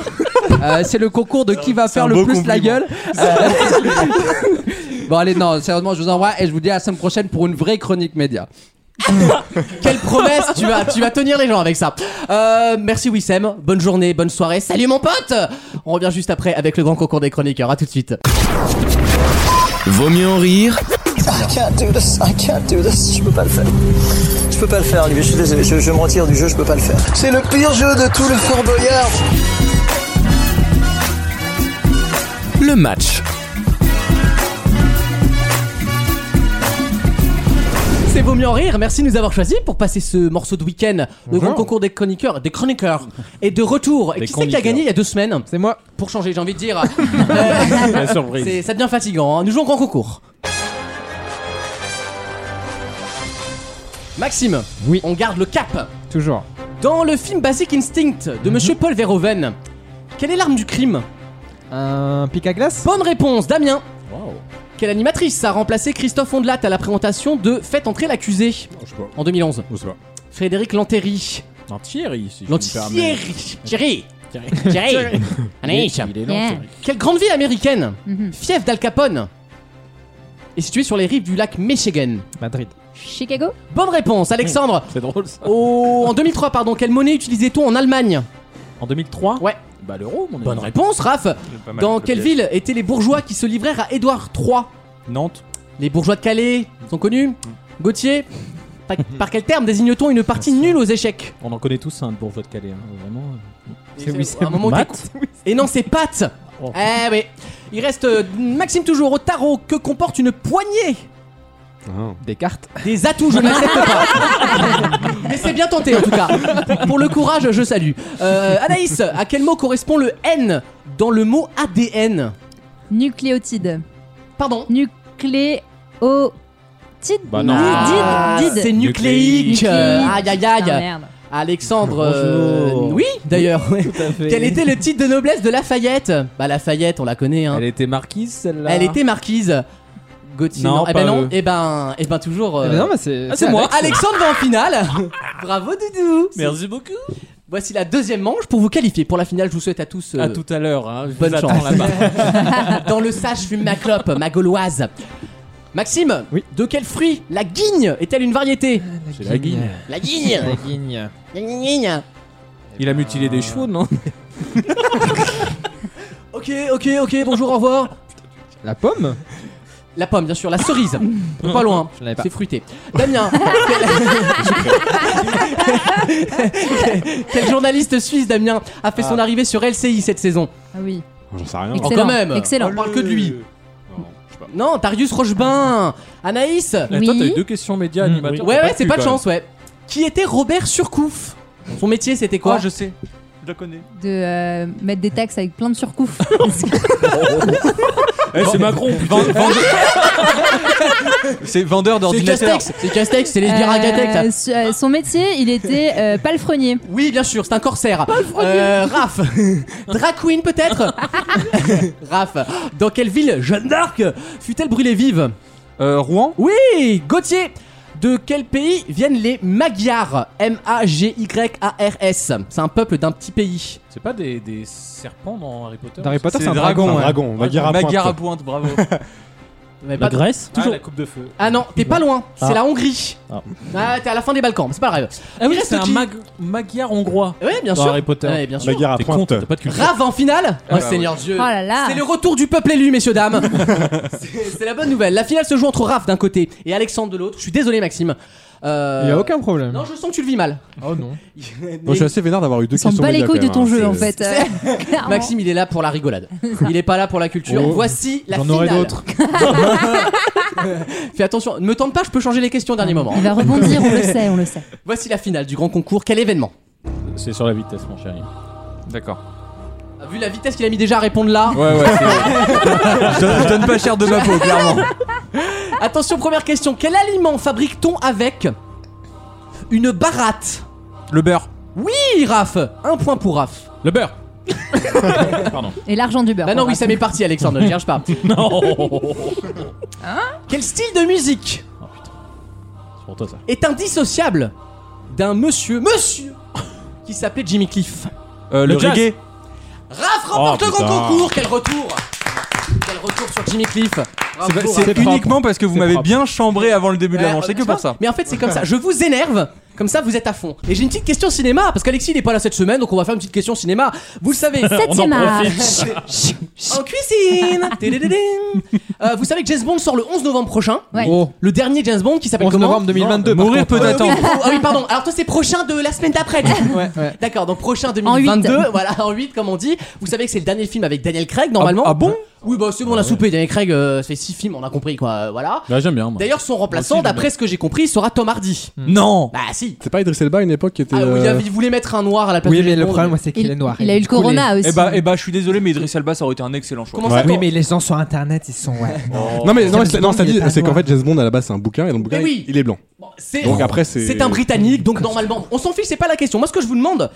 Speaker 8: Euh, c'est le concours de qui va faire le plus la gueule. Euh, bon allez, non, sérieusement, je vous envoie et je vous dis à la semaine prochaine pour une vraie chronique média.
Speaker 1: [laughs] Quelle promesse tu vas, tu vas tenir les gens avec ça. Euh, merci Wissem, bonne journée, bonne soirée. Salut mon pote. On revient juste après avec le grand concours des chroniqueurs. À tout de suite.
Speaker 5: Vaut mieux en rire
Speaker 11: I can't do this, [laughs] I can't do this, je peux pas le faire. Je peux pas le faire, lui, je suis désolé, je, je me retire du jeu, je peux pas le faire. C'est le pire jeu de tout le Fort Boyard.
Speaker 5: le match.
Speaker 1: C'est Vaut mieux en rire, merci de nous avoir choisis pour passer ce morceau de week-end, le grand concours des chroniqueurs, des chroniqueurs, et de retour. Et
Speaker 3: Des
Speaker 1: qui c'est qui a gagné il y a deux semaines
Speaker 9: C'est moi.
Speaker 1: Pour changer, j'ai envie de dire. Euh, [laughs]
Speaker 3: La surprise.
Speaker 1: C'est- ça devient fatigant. hein. Nous jouons au grand concours. Maxime,
Speaker 9: Oui.
Speaker 1: on garde le cap.
Speaker 9: Toujours. Mhm.
Speaker 1: Dans le film Basic Instinct de Monsieur Paul Verhoeven, quelle est l'arme du crime
Speaker 9: Un pic à glace
Speaker 1: Bonne réponse, Damien. Quelle animatrice a remplacé Christophe Ondelat à la présentation de Faites entrer l'accusé
Speaker 3: Je sais pas.
Speaker 1: en 2011
Speaker 3: Je sais pas.
Speaker 1: Frédéric Lantéry.
Speaker 3: Non, Thierry, si je puis me permettre.
Speaker 1: Lantieri. Thierry. Thierry. Anaïs.
Speaker 3: Il est lent,
Speaker 7: Yeah.
Speaker 3: Thierry.
Speaker 1: Quelle grande ville américaine,
Speaker 7: Mhm.
Speaker 1: fief d'Al Capone, est située sur les rives du lac Michigan
Speaker 9: Madrid.
Speaker 7: Chicago
Speaker 1: Bonne réponse, Alexandre.
Speaker 3: Mm. C'est drôle ça.
Speaker 1: Oh, en 2003, pardon, quelle monnaie utilisait-on en Allemagne
Speaker 3: En 2003
Speaker 1: Ouais.
Speaker 3: Bah l'euro, mon ami.
Speaker 1: Bonne réponse, Raph. Dans quelle ville étaient les bourgeois qui se livrèrent à Édouard III
Speaker 3: Nantes. Mm.
Speaker 1: Les bourgeois de Calais sont connus Gauthier par, par quel terme désigne-t-on une partie nulle aux échecs
Speaker 3: On en connaît tous un de bourgeois de Calais, hein. vraiment.
Speaker 1: C'est un moment où
Speaker 9: Matt
Speaker 1: Et non, c'est Pat
Speaker 3: Oh.
Speaker 1: Eh oui Il reste euh, Maxime toujours au tarot. Que comporte une poignée
Speaker 9: Des cartes.
Speaker 1: Des atouts, je n'accepte [laughs] pas. Mais c'est bien tenté en tout cas. Pour le courage, je salue. Euh, Anaïs, à quel mot correspond le N dans le mot ADN
Speaker 7: Nucléotide.
Speaker 1: Pardon
Speaker 7: Nucléotide
Speaker 3: Bah non.
Speaker 1: Ah,
Speaker 7: Did, did.
Speaker 1: C'est nucléique.
Speaker 3: Nucléique.
Speaker 1: Euh, Aïe aïe
Speaker 7: Ah,
Speaker 1: aïe.
Speaker 7: merde.
Speaker 1: Alexandre. euh,
Speaker 9: Bonjour.
Speaker 1: oui, d'ailleurs. ouais.
Speaker 9: Tout à fait.
Speaker 1: Quel était le titre de noblesse de Lafayette Bah Lafayette, on la connaît. Hein.
Speaker 3: Elle était marquise celle-là.
Speaker 1: Elle était marquise. Gauthier.
Speaker 3: Non,
Speaker 1: eh
Speaker 3: pas
Speaker 1: ben non.
Speaker 3: eux.
Speaker 1: Eh ben, eh ben toujours. euh,
Speaker 9: Mais non, mais c'est.
Speaker 1: ah, c'est moi. Alexandre va en finale. [laughs] Bravo Doudou.
Speaker 3: Merci beaucoup.
Speaker 1: Voici la deuxième manche pour vous qualifier. Pour la finale, je vous souhaite à tous euh,
Speaker 3: À tout à l'heure, hein. je
Speaker 1: bonne
Speaker 3: vous attends
Speaker 1: chance. [laughs]
Speaker 3: là-bas.
Speaker 1: dans le sage fume ma clope, ma gauloise. Maxime,
Speaker 9: Oui.
Speaker 1: de quel fruit la guigne est-elle une variété
Speaker 3: C'est la guigne.
Speaker 1: La guigne [laughs]
Speaker 9: La guigne.
Speaker 1: Guigne, guigne, guigne.
Speaker 3: Il a mutilé
Speaker 4: Euh,
Speaker 3: des chevaux, non
Speaker 1: [laughs] Ok, ok, ok, bonjour, au revoir.
Speaker 9: La pomme
Speaker 1: La pomme, bien sûr, la cerise. pas loin,
Speaker 9: Je l'avais pas.
Speaker 1: c'est fruité. Damien, [laughs] quel... [laughs] quel journaliste suisse, Damien, a fait
Speaker 3: Ah.
Speaker 1: son arrivée sur LCI cette saison
Speaker 7: Ah oui.
Speaker 2: J'en sais rien.
Speaker 7: Excellent.
Speaker 1: même.
Speaker 7: Excellent.
Speaker 1: On parle que de lui. Non, Darius Rochebin Anaïs
Speaker 3: Et Eh, toi, t'as eu deux questions médias animateurs.
Speaker 1: Mm, Ouais,
Speaker 3: t'as
Speaker 1: ouais, c'est
Speaker 3: pu,
Speaker 1: pas de
Speaker 3: quand même.
Speaker 1: chance, ouais. Qui était Robert Surcouf Son métier, c'était quoi
Speaker 4: Ah, je sais. Je la connais.
Speaker 7: de euh, mettre des taxes avec plein de surcouf.
Speaker 3: Eh, c'est Macron, putain.
Speaker 4: [laughs] C'est vendeur
Speaker 1: [laughs] C'est
Speaker 4: d'ordinateurs.
Speaker 1: Castex C'est Castex, c'est les
Speaker 7: Euh,
Speaker 1: Biragatex, ça.
Speaker 7: su- euh, son métier, il était euh, palefrenier.
Speaker 1: Oui, bien sûr, c'est un corsaire. Euh, Raph. [laughs] Drag Queen, peut-être Raph. Dans quelle ville Jeanne d'Arc fut-elle brûlée vive
Speaker 4: Euh, Rouen
Speaker 1: Oui, Gauthier. De quel pays viennent les Magyars M-A-G-Y-A-R-S. C'est un peuple d'un petit pays.
Speaker 3: C'est pas des, des serpents dans Harry Potter
Speaker 2: Dans Harry Potter,
Speaker 4: C'est
Speaker 2: c'est un
Speaker 4: dragon,
Speaker 2: dragon.
Speaker 3: hein.
Speaker 4: ouais.
Speaker 2: Un dragon. On va dire à
Speaker 4: Bagarre à
Speaker 2: pointe.
Speaker 4: pointe,
Speaker 3: [laughs]
Speaker 4: bravo.
Speaker 1: Mais
Speaker 10: La
Speaker 1: pas-
Speaker 10: Grèce
Speaker 3: Ah,
Speaker 10: Toujours.
Speaker 3: la coupe de feu.
Speaker 1: Ah non, t'es pas loin, c'est
Speaker 10: Ah.
Speaker 1: la Hongrie.
Speaker 10: Ah.
Speaker 1: Ah, t'es à la fin des Balkans, mais c'est pas grave.
Speaker 3: Ah oui,
Speaker 1: reste
Speaker 3: c'est un
Speaker 1: qui
Speaker 3: mag- magyar hongrois.
Speaker 1: Ouais, bien
Speaker 3: Dans
Speaker 1: sûr.
Speaker 3: Harry Potter.
Speaker 1: Ouais, bien sûr.
Speaker 2: Bagarre à
Speaker 3: T'es con,
Speaker 2: pointe.
Speaker 3: t'as pas de culture.
Speaker 1: Rave en finale
Speaker 2: Ah
Speaker 1: Oh,
Speaker 4: bah
Speaker 1: Seigneur Dieu
Speaker 7: Oh là là.
Speaker 1: C'est le retour du peuple élu, messieurs,
Speaker 2: [laughs]
Speaker 1: dames C'est c'est la bonne nouvelle. La finale se joue entre Raph d'un côté et Alexandre de l'autre. Je suis désolé, Maxime. Euh,
Speaker 9: Il y a aucun problème.
Speaker 1: Non, je sens que tu le vis mal.
Speaker 9: Oh
Speaker 1: [laughs]
Speaker 9: non.
Speaker 2: Bon, je suis assez vénère d'avoir eu deux
Speaker 7: On s'en
Speaker 2: questions
Speaker 7: bat les
Speaker 2: médias,
Speaker 7: couilles de
Speaker 2: quand
Speaker 7: ton
Speaker 2: même, hein.
Speaker 7: jeu en
Speaker 2: C'est-
Speaker 7: fait. euh, [laughs] clairement.
Speaker 1: Maxime, il est là pour
Speaker 7: [laughs]
Speaker 1: la rigolade. Il est pas là pour la culture.
Speaker 2: Oh,
Speaker 1: Voici la
Speaker 2: J'en
Speaker 1: finale.
Speaker 2: aurai d'autres.
Speaker 1: [laughs] Fais attention, ne me tente pas, je peux changer les questions au dernier moment. hein.
Speaker 7: Il va rebondir, on le
Speaker 1: [laughs]
Speaker 7: sait, on le sait.
Speaker 1: Voici la finale du grand concours. Quel événement
Speaker 3: C'est sur la vitesse, mon chéri. D'accord.
Speaker 1: Vu la vitesse qu'il a mis déjà à répondre là.
Speaker 4: Ouais, ouais. c'est- je, donne, je donne pas cher de ma peau, clairement.
Speaker 1: Attention, première question. Quel aliment fabrique-t-on avec une baratte
Speaker 4: Le beurre.
Speaker 1: Oui, Raph Un point pour Raph.
Speaker 3: Le beurre. Pardon.
Speaker 7: Et l'argent du beurre.
Speaker 1: Bah non,
Speaker 7: pour
Speaker 1: oui, ça m'est parti, Alexandre, ne cherche
Speaker 4: [laughs]
Speaker 1: pas.
Speaker 3: Non.
Speaker 1: [laughs]
Speaker 7: hein
Speaker 1: Quel style de musique
Speaker 3: C'est pour toi ça.
Speaker 1: est indissociable d'un monsieur, monsieur, qui s'appelait Jimmy Cliff
Speaker 4: Euh, le
Speaker 3: Le jazz.
Speaker 4: reggae.
Speaker 1: Raph remporte
Speaker 3: Oh,
Speaker 1: le grand
Speaker 3: putain.
Speaker 1: concours Quel retour Quel retour sur Jimmy Cliff Bravo,
Speaker 4: C'est pas-
Speaker 1: Raph.
Speaker 4: C'est uniquement parce que vous
Speaker 9: C'est
Speaker 4: m'avez
Speaker 9: propre.
Speaker 4: bien chambré avant le début de la manche. C'est que
Speaker 1: euh, Tu
Speaker 4: pour
Speaker 1: vois
Speaker 4: ça.
Speaker 1: Mais en fait, c'est comme ça. Je vous énerve. Comme ça, vous êtes à fond. Et j'ai une petite question cinéma, parce qu'Alexis n'est pas là cette semaine, donc on va faire une petite question cinéma. Vous le savez.
Speaker 7: Septième art.
Speaker 1: [laughs] en cuisine Tédédédé. Euh, Vous savez que James Bond sort le 11 novembre prochain.
Speaker 7: Ouais.
Speaker 9: Oh.
Speaker 1: Le dernier James Bond qui s'appelle
Speaker 9: 11
Speaker 1: comment
Speaker 9: novembre 2022. par
Speaker 4: Mourir
Speaker 9: contre.
Speaker 4: peut
Speaker 1: Euh, oui,
Speaker 4: attendre.
Speaker 1: pro- ah oui, pardon. Alors toi, c'est prochain de la semaine d'après. du coup.
Speaker 9: Ouais, ouais.
Speaker 1: D'accord, donc prochain
Speaker 7: En huit.
Speaker 1: 2022, voilà, en 8 comme on dit. Vous savez que c'est le dernier film avec Daniel Craig normalement.
Speaker 4: Ah bon
Speaker 1: Oui, bah c'est bon, on a soupé. Daniel Craig, euh, ça fait 6 films, on a compris quoi, euh, voilà.
Speaker 3: Bah, j'aime bien, moi.
Speaker 1: D'ailleurs, son remplaçant,
Speaker 3: Moi aussi, j'aime
Speaker 1: d'après ce que j'ai compris, sera Tom Hardy.
Speaker 4: Non.
Speaker 1: Bah si.
Speaker 2: C'est pas Idriss Elba à une époque qui était.
Speaker 1: Ah, oui, il
Speaker 2: euh,
Speaker 1: avait- il voulait mettre un noir à la place
Speaker 9: Oui,
Speaker 1: de
Speaker 9: mais le
Speaker 1: James Bond,
Speaker 9: problème, moi, c'est qu'il
Speaker 7: Il,
Speaker 9: est noir.
Speaker 7: il a eu le
Speaker 9: coulé.
Speaker 7: corona aussi.
Speaker 4: Eh bah, eh bah, je suis désolé, mais Idriss Elba, ça aurait été un excellent choix.
Speaker 1: [laughs] Comment ça Oh.
Speaker 9: Oui,
Speaker 1: attends
Speaker 9: mais les gens sur internet, ils sont.
Speaker 1: [laughs]
Speaker 9: Ouais.
Speaker 2: Non, mais non,
Speaker 9: Oh. James
Speaker 2: c'est-
Speaker 9: Bond,
Speaker 2: non, ça
Speaker 9: il
Speaker 2: dit,
Speaker 9: est pas
Speaker 2: c'est qu'en
Speaker 9: noir.
Speaker 2: fait, James Bond à la base, c'est un bouquin et dans le bouquin,
Speaker 1: Mais oui.
Speaker 2: il est blanc.
Speaker 1: Bon, c'est-
Speaker 2: Donc après, c'est-
Speaker 1: C'est un Britannique, donc normalement, on s'en fiche, c'est pas la question. Moi, ce que je vous demande,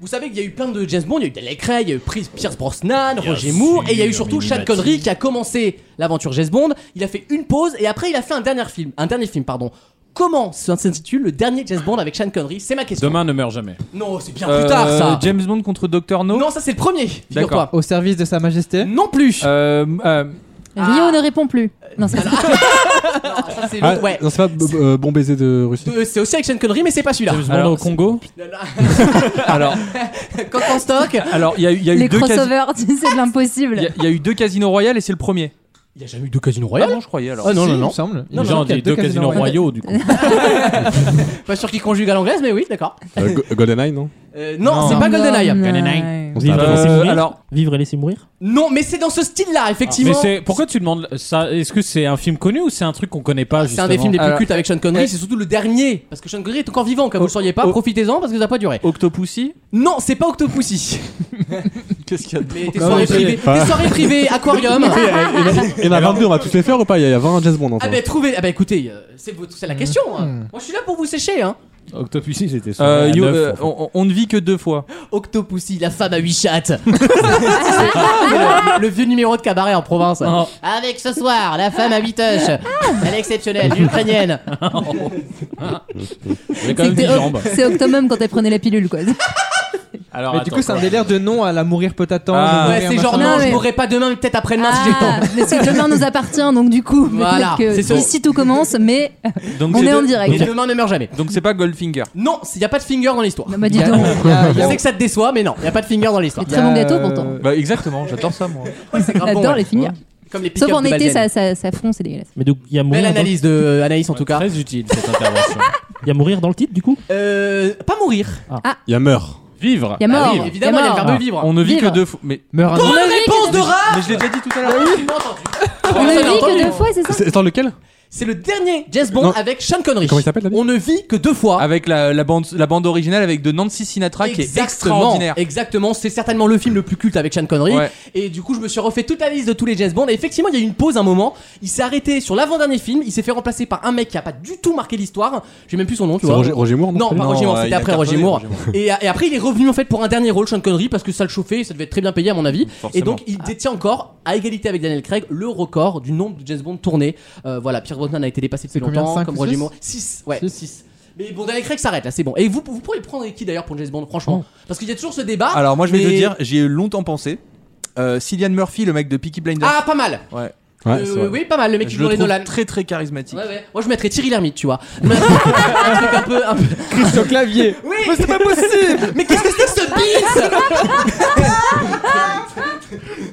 Speaker 1: vous savez qu'il y a eu plein de James Bond, il y a eu Daniel Craig, il y a eu Pri- Pierce Brosnan, Roger Moore, et il y a eu surtout Chad Connery qui a commencé l'aventure James Bond. Il a fait une pause et après, il a fait un dernier film, un dernier film, pardon. Comment s'intitule le dernier James Bond avec Sean Connery C'est ma question.
Speaker 3: Demain ne meurt jamais.
Speaker 1: Non, c'est bien plus tard ça.
Speaker 4: Euh, James Bond contre Dr. No.
Speaker 1: Non, ça c'est le premier. Figure-toi.
Speaker 9: Au service de Sa Majesté.
Speaker 1: Non plus.
Speaker 4: Euh, euh,
Speaker 7: Rio ne répond plus. Non, c'est pas
Speaker 1: Ah, ça, c'est
Speaker 2: Ah,
Speaker 1: l'autre, ouais.
Speaker 2: Non, c'est pas b- euh, Bon baiser de Russie.
Speaker 1: Euh, C'est aussi avec Sean Connery, mais c'est pas celui-là.
Speaker 3: James Bond
Speaker 4: Alors,
Speaker 3: au Congo
Speaker 4: [laughs] alors,
Speaker 1: [laughs] Coq en stock.
Speaker 4: alors, il y a eu, il y a eu
Speaker 7: les
Speaker 4: deux casi-
Speaker 7: crossovers, [laughs] tu sais, c'est de l'impossible.
Speaker 4: il y a- il y a eu deux casinos royales et c'est le premier.
Speaker 1: Il y a jamais eu de Casino
Speaker 4: Ah
Speaker 1: Royale.
Speaker 4: non, je croyais alors.
Speaker 1: Ah non,
Speaker 9: Si,
Speaker 1: non,
Speaker 9: Il
Speaker 1: non.
Speaker 9: me semble.
Speaker 3: Les gens ont des deux casinos royaux, du coup.
Speaker 1: [laughs] Pas sûr qu'il conjugue à l'anglaise, mais oui, d'accord.
Speaker 2: Euh, Go- GoldenEye,
Speaker 1: [laughs]
Speaker 2: non
Speaker 1: Euh, non,
Speaker 4: Non.
Speaker 1: c'est pas GoldenEye.
Speaker 2: On
Speaker 10: Vivre
Speaker 2: s'arrête
Speaker 10: et laisser
Speaker 2: avant.
Speaker 4: Euh,
Speaker 10: mourir.
Speaker 4: alors-
Speaker 10: Vivre et laisser mourir.
Speaker 1: Non, mais c'est dans ce style-là,
Speaker 3: Ah, Mais
Speaker 1: effectivement.
Speaker 3: c'est pourquoi tu demandes ça Est-ce que c'est un film connu ou c'est un truc qu'on connaît pas
Speaker 1: C'est un des films des plus
Speaker 4: Alors- eh,
Speaker 1: cultes avec Sean Connery,
Speaker 2: euh,
Speaker 4: Ouais.
Speaker 1: c'est surtout le dernier. Parce que Sean Connery est encore vivant, comme vous le sauriez pas,
Speaker 4: oh.
Speaker 1: profitez-en parce que ça n'a pas duré.
Speaker 4: Octopussy.
Speaker 1: Non, c'est pas Octopussy. [laughs]
Speaker 4: Qu'est-ce qu'il y a
Speaker 1: Mais tes
Speaker 2: Non,
Speaker 1: soirées
Speaker 2: mais c'est- Ah.
Speaker 1: privées, tes soirées privées,
Speaker 2: [laughs] Il
Speaker 1: aquarium.
Speaker 2: y en a- il y en a 22, on va tous les faire ou pas Il y a- il y a 20 James Bond en
Speaker 1: Ah
Speaker 2: tout.
Speaker 1: bah trouvez, ah bah écoutez, euh, c'est votre-
Speaker 3: Mm.
Speaker 1: c'est la question. hein. Moi je suis là pour vous sécher. Hein.
Speaker 3: Octopussy, c'était ça.
Speaker 4: Euh, yo- euh, on, on ne vit que deux fois.
Speaker 1: Octopussy, la femme à huit chattes.
Speaker 7: [laughs]
Speaker 1: C'est le, le vieux numéro de cabaret en province. Avec ce soir, la femme à huit touches.
Speaker 7: Ah.
Speaker 1: Elle est exceptionnelle, ukrainienne.
Speaker 4: Ah.
Speaker 1: Oh.
Speaker 3: J'ai quand même
Speaker 7: C'est
Speaker 3: des
Speaker 7: que-
Speaker 3: jambes.
Speaker 7: C'est Octomum quand elle prenait la pilule, quoi.
Speaker 3: Alors,
Speaker 9: Mais du coup, c'est un délire de non à la mourir peut attendre.
Speaker 4: Ah.
Speaker 9: mourir,
Speaker 1: Ouais, c'est
Speaker 9: machin.
Speaker 1: genre
Speaker 7: Non,
Speaker 1: non, je
Speaker 7: mais-
Speaker 1: mourrai pas demain, mais peut-être après-demain si j'ai le temps.
Speaker 7: Ah, mais c'est que demain nous appartient, donc du coup,
Speaker 1: Voilà,
Speaker 7: peut-être
Speaker 1: c'est
Speaker 7: que
Speaker 1: ça.
Speaker 7: ici tout commence, mais
Speaker 4: Donc
Speaker 7: on
Speaker 4: c'est
Speaker 7: est en
Speaker 4: deux-
Speaker 7: direct.
Speaker 1: Et demain ne meurt jamais.
Speaker 4: Donc c'est pas Goldfinger.
Speaker 1: Non, il n'y a pas de finger dans l'histoire.
Speaker 7: Non, bah,
Speaker 9: Il
Speaker 7: dis
Speaker 9: y a-
Speaker 7: donc.
Speaker 9: il y a- il
Speaker 1: Je
Speaker 9: y a-
Speaker 1: sais que ça te déçoit, mais non, il n'y a pas de finger dans l'histoire.
Speaker 7: C'est très bon gâteau pourtant.
Speaker 4: Bah exactement, j'adore ça moi.
Speaker 1: C'est grave
Speaker 7: On
Speaker 1: bon,
Speaker 7: adore
Speaker 1: ouais.
Speaker 7: les fingers.
Speaker 1: Comme les pick-up
Speaker 7: Sauf en
Speaker 1: de
Speaker 7: été,
Speaker 1: Balzen.
Speaker 7: ça, ça, ça fronce, c'est dégueulasse.
Speaker 10: Mais donc, il y a
Speaker 1: Belle
Speaker 10: mourir. dans-
Speaker 1: analyse de Anaïs en tout cas.
Speaker 3: Très utile cette intervention.
Speaker 10: [laughs] Il y a mourir dans le titre, du coup.
Speaker 1: Euh, pas mourir.
Speaker 2: Il y a Meurt.
Speaker 3: Vivre.
Speaker 7: Il y a mort.
Speaker 1: Ah oui, évidemment, il y a le verbe
Speaker 10: Ah.
Speaker 1: vivre.
Speaker 4: On ne vit
Speaker 7: Vivre.
Speaker 4: que deux fois. Mais,
Speaker 9: Meurt un
Speaker 1: Bonne réponse de Raph
Speaker 4: mais je l'ai déjà dit tout à l'heure.
Speaker 1: Ah oui, j'ai pas entendu.
Speaker 7: On ne vit que deux fois, c'est ça
Speaker 2: C'est dans lequel
Speaker 1: C'est le dernier James Bond
Speaker 2: Non.
Speaker 1: avec Sean Connery.
Speaker 2: Comment il s'appelle
Speaker 1: On ne vit que deux fois.
Speaker 4: Avec la, la bande, la bande originale avec de Nancy Sinatra qui est
Speaker 1: Exactement,
Speaker 4: extraordinaire.
Speaker 1: exactement, c'est certainement le film le plus culte avec Sean Connery.
Speaker 4: Ouais.
Speaker 1: Et du coup, je me suis refait toute la liste de tous les James Bond. Et effectivement, il y a eu une pause un moment. Il s'est arrêté sur l'avant-dernier film. Il s'est fait remplacer par un mec qui a pas du tout marqué l'histoire. J'ai même plus son nom, tu
Speaker 2: C'est
Speaker 1: vois.
Speaker 2: Roger- Roger Moore, non
Speaker 1: Non, pas
Speaker 2: Non,
Speaker 1: Roger Moore,
Speaker 2: euh, il
Speaker 1: c'était
Speaker 2: a
Speaker 1: après
Speaker 2: cartonné,
Speaker 1: Roger Moore.
Speaker 2: Roger
Speaker 1: Et, et après, il est revenu en fait pour un dernier rôle, Sean Connery, parce que ça le chauffait. Ça devait être très bien payé, à mon avis. Et
Speaker 4: Forcément.
Speaker 1: donc, il détient encore, à égalité avec Daniel Craig, le record du nombre de James Bond tournés. Euh, voilà, Pierre Brosnan a été dépassé depuis
Speaker 9: combien,
Speaker 1: longtemps,
Speaker 9: cinq
Speaker 1: comme
Speaker 9: ou
Speaker 1: Roger
Speaker 9: six
Speaker 1: Moore. 6, ouais, 6. Mais bon, Daniel Craig s'arrête là, c'est bon. Et vous, vous pourriez prendre qui d'ailleurs pour James Bond, franchement Parce qu'il y a toujours ce débat.
Speaker 4: Alors moi je vais
Speaker 1: Ah, mais-
Speaker 4: te dire, j'y ai longtemps pensé. Euh, Cillian Murphy, le mec de Peaky Blinders.
Speaker 1: Ah, pas mal
Speaker 4: ouais.
Speaker 1: Euh, Oui, pas mal, le mec qui
Speaker 4: je
Speaker 1: joue
Speaker 4: le
Speaker 1: dans les
Speaker 4: trouve
Speaker 1: Nolan.
Speaker 4: très très charismatique.
Speaker 1: Ouais, ouais. Moi, je mettrais Thierry Lhermitte, tu vois. [laughs] un truc un peu. Un peu...
Speaker 9: Christian Clavier.
Speaker 1: Oui
Speaker 9: Mais c'est pas possible
Speaker 1: [laughs] Mais qu'est-ce que
Speaker 7: Ah,
Speaker 1: c'est que ce bise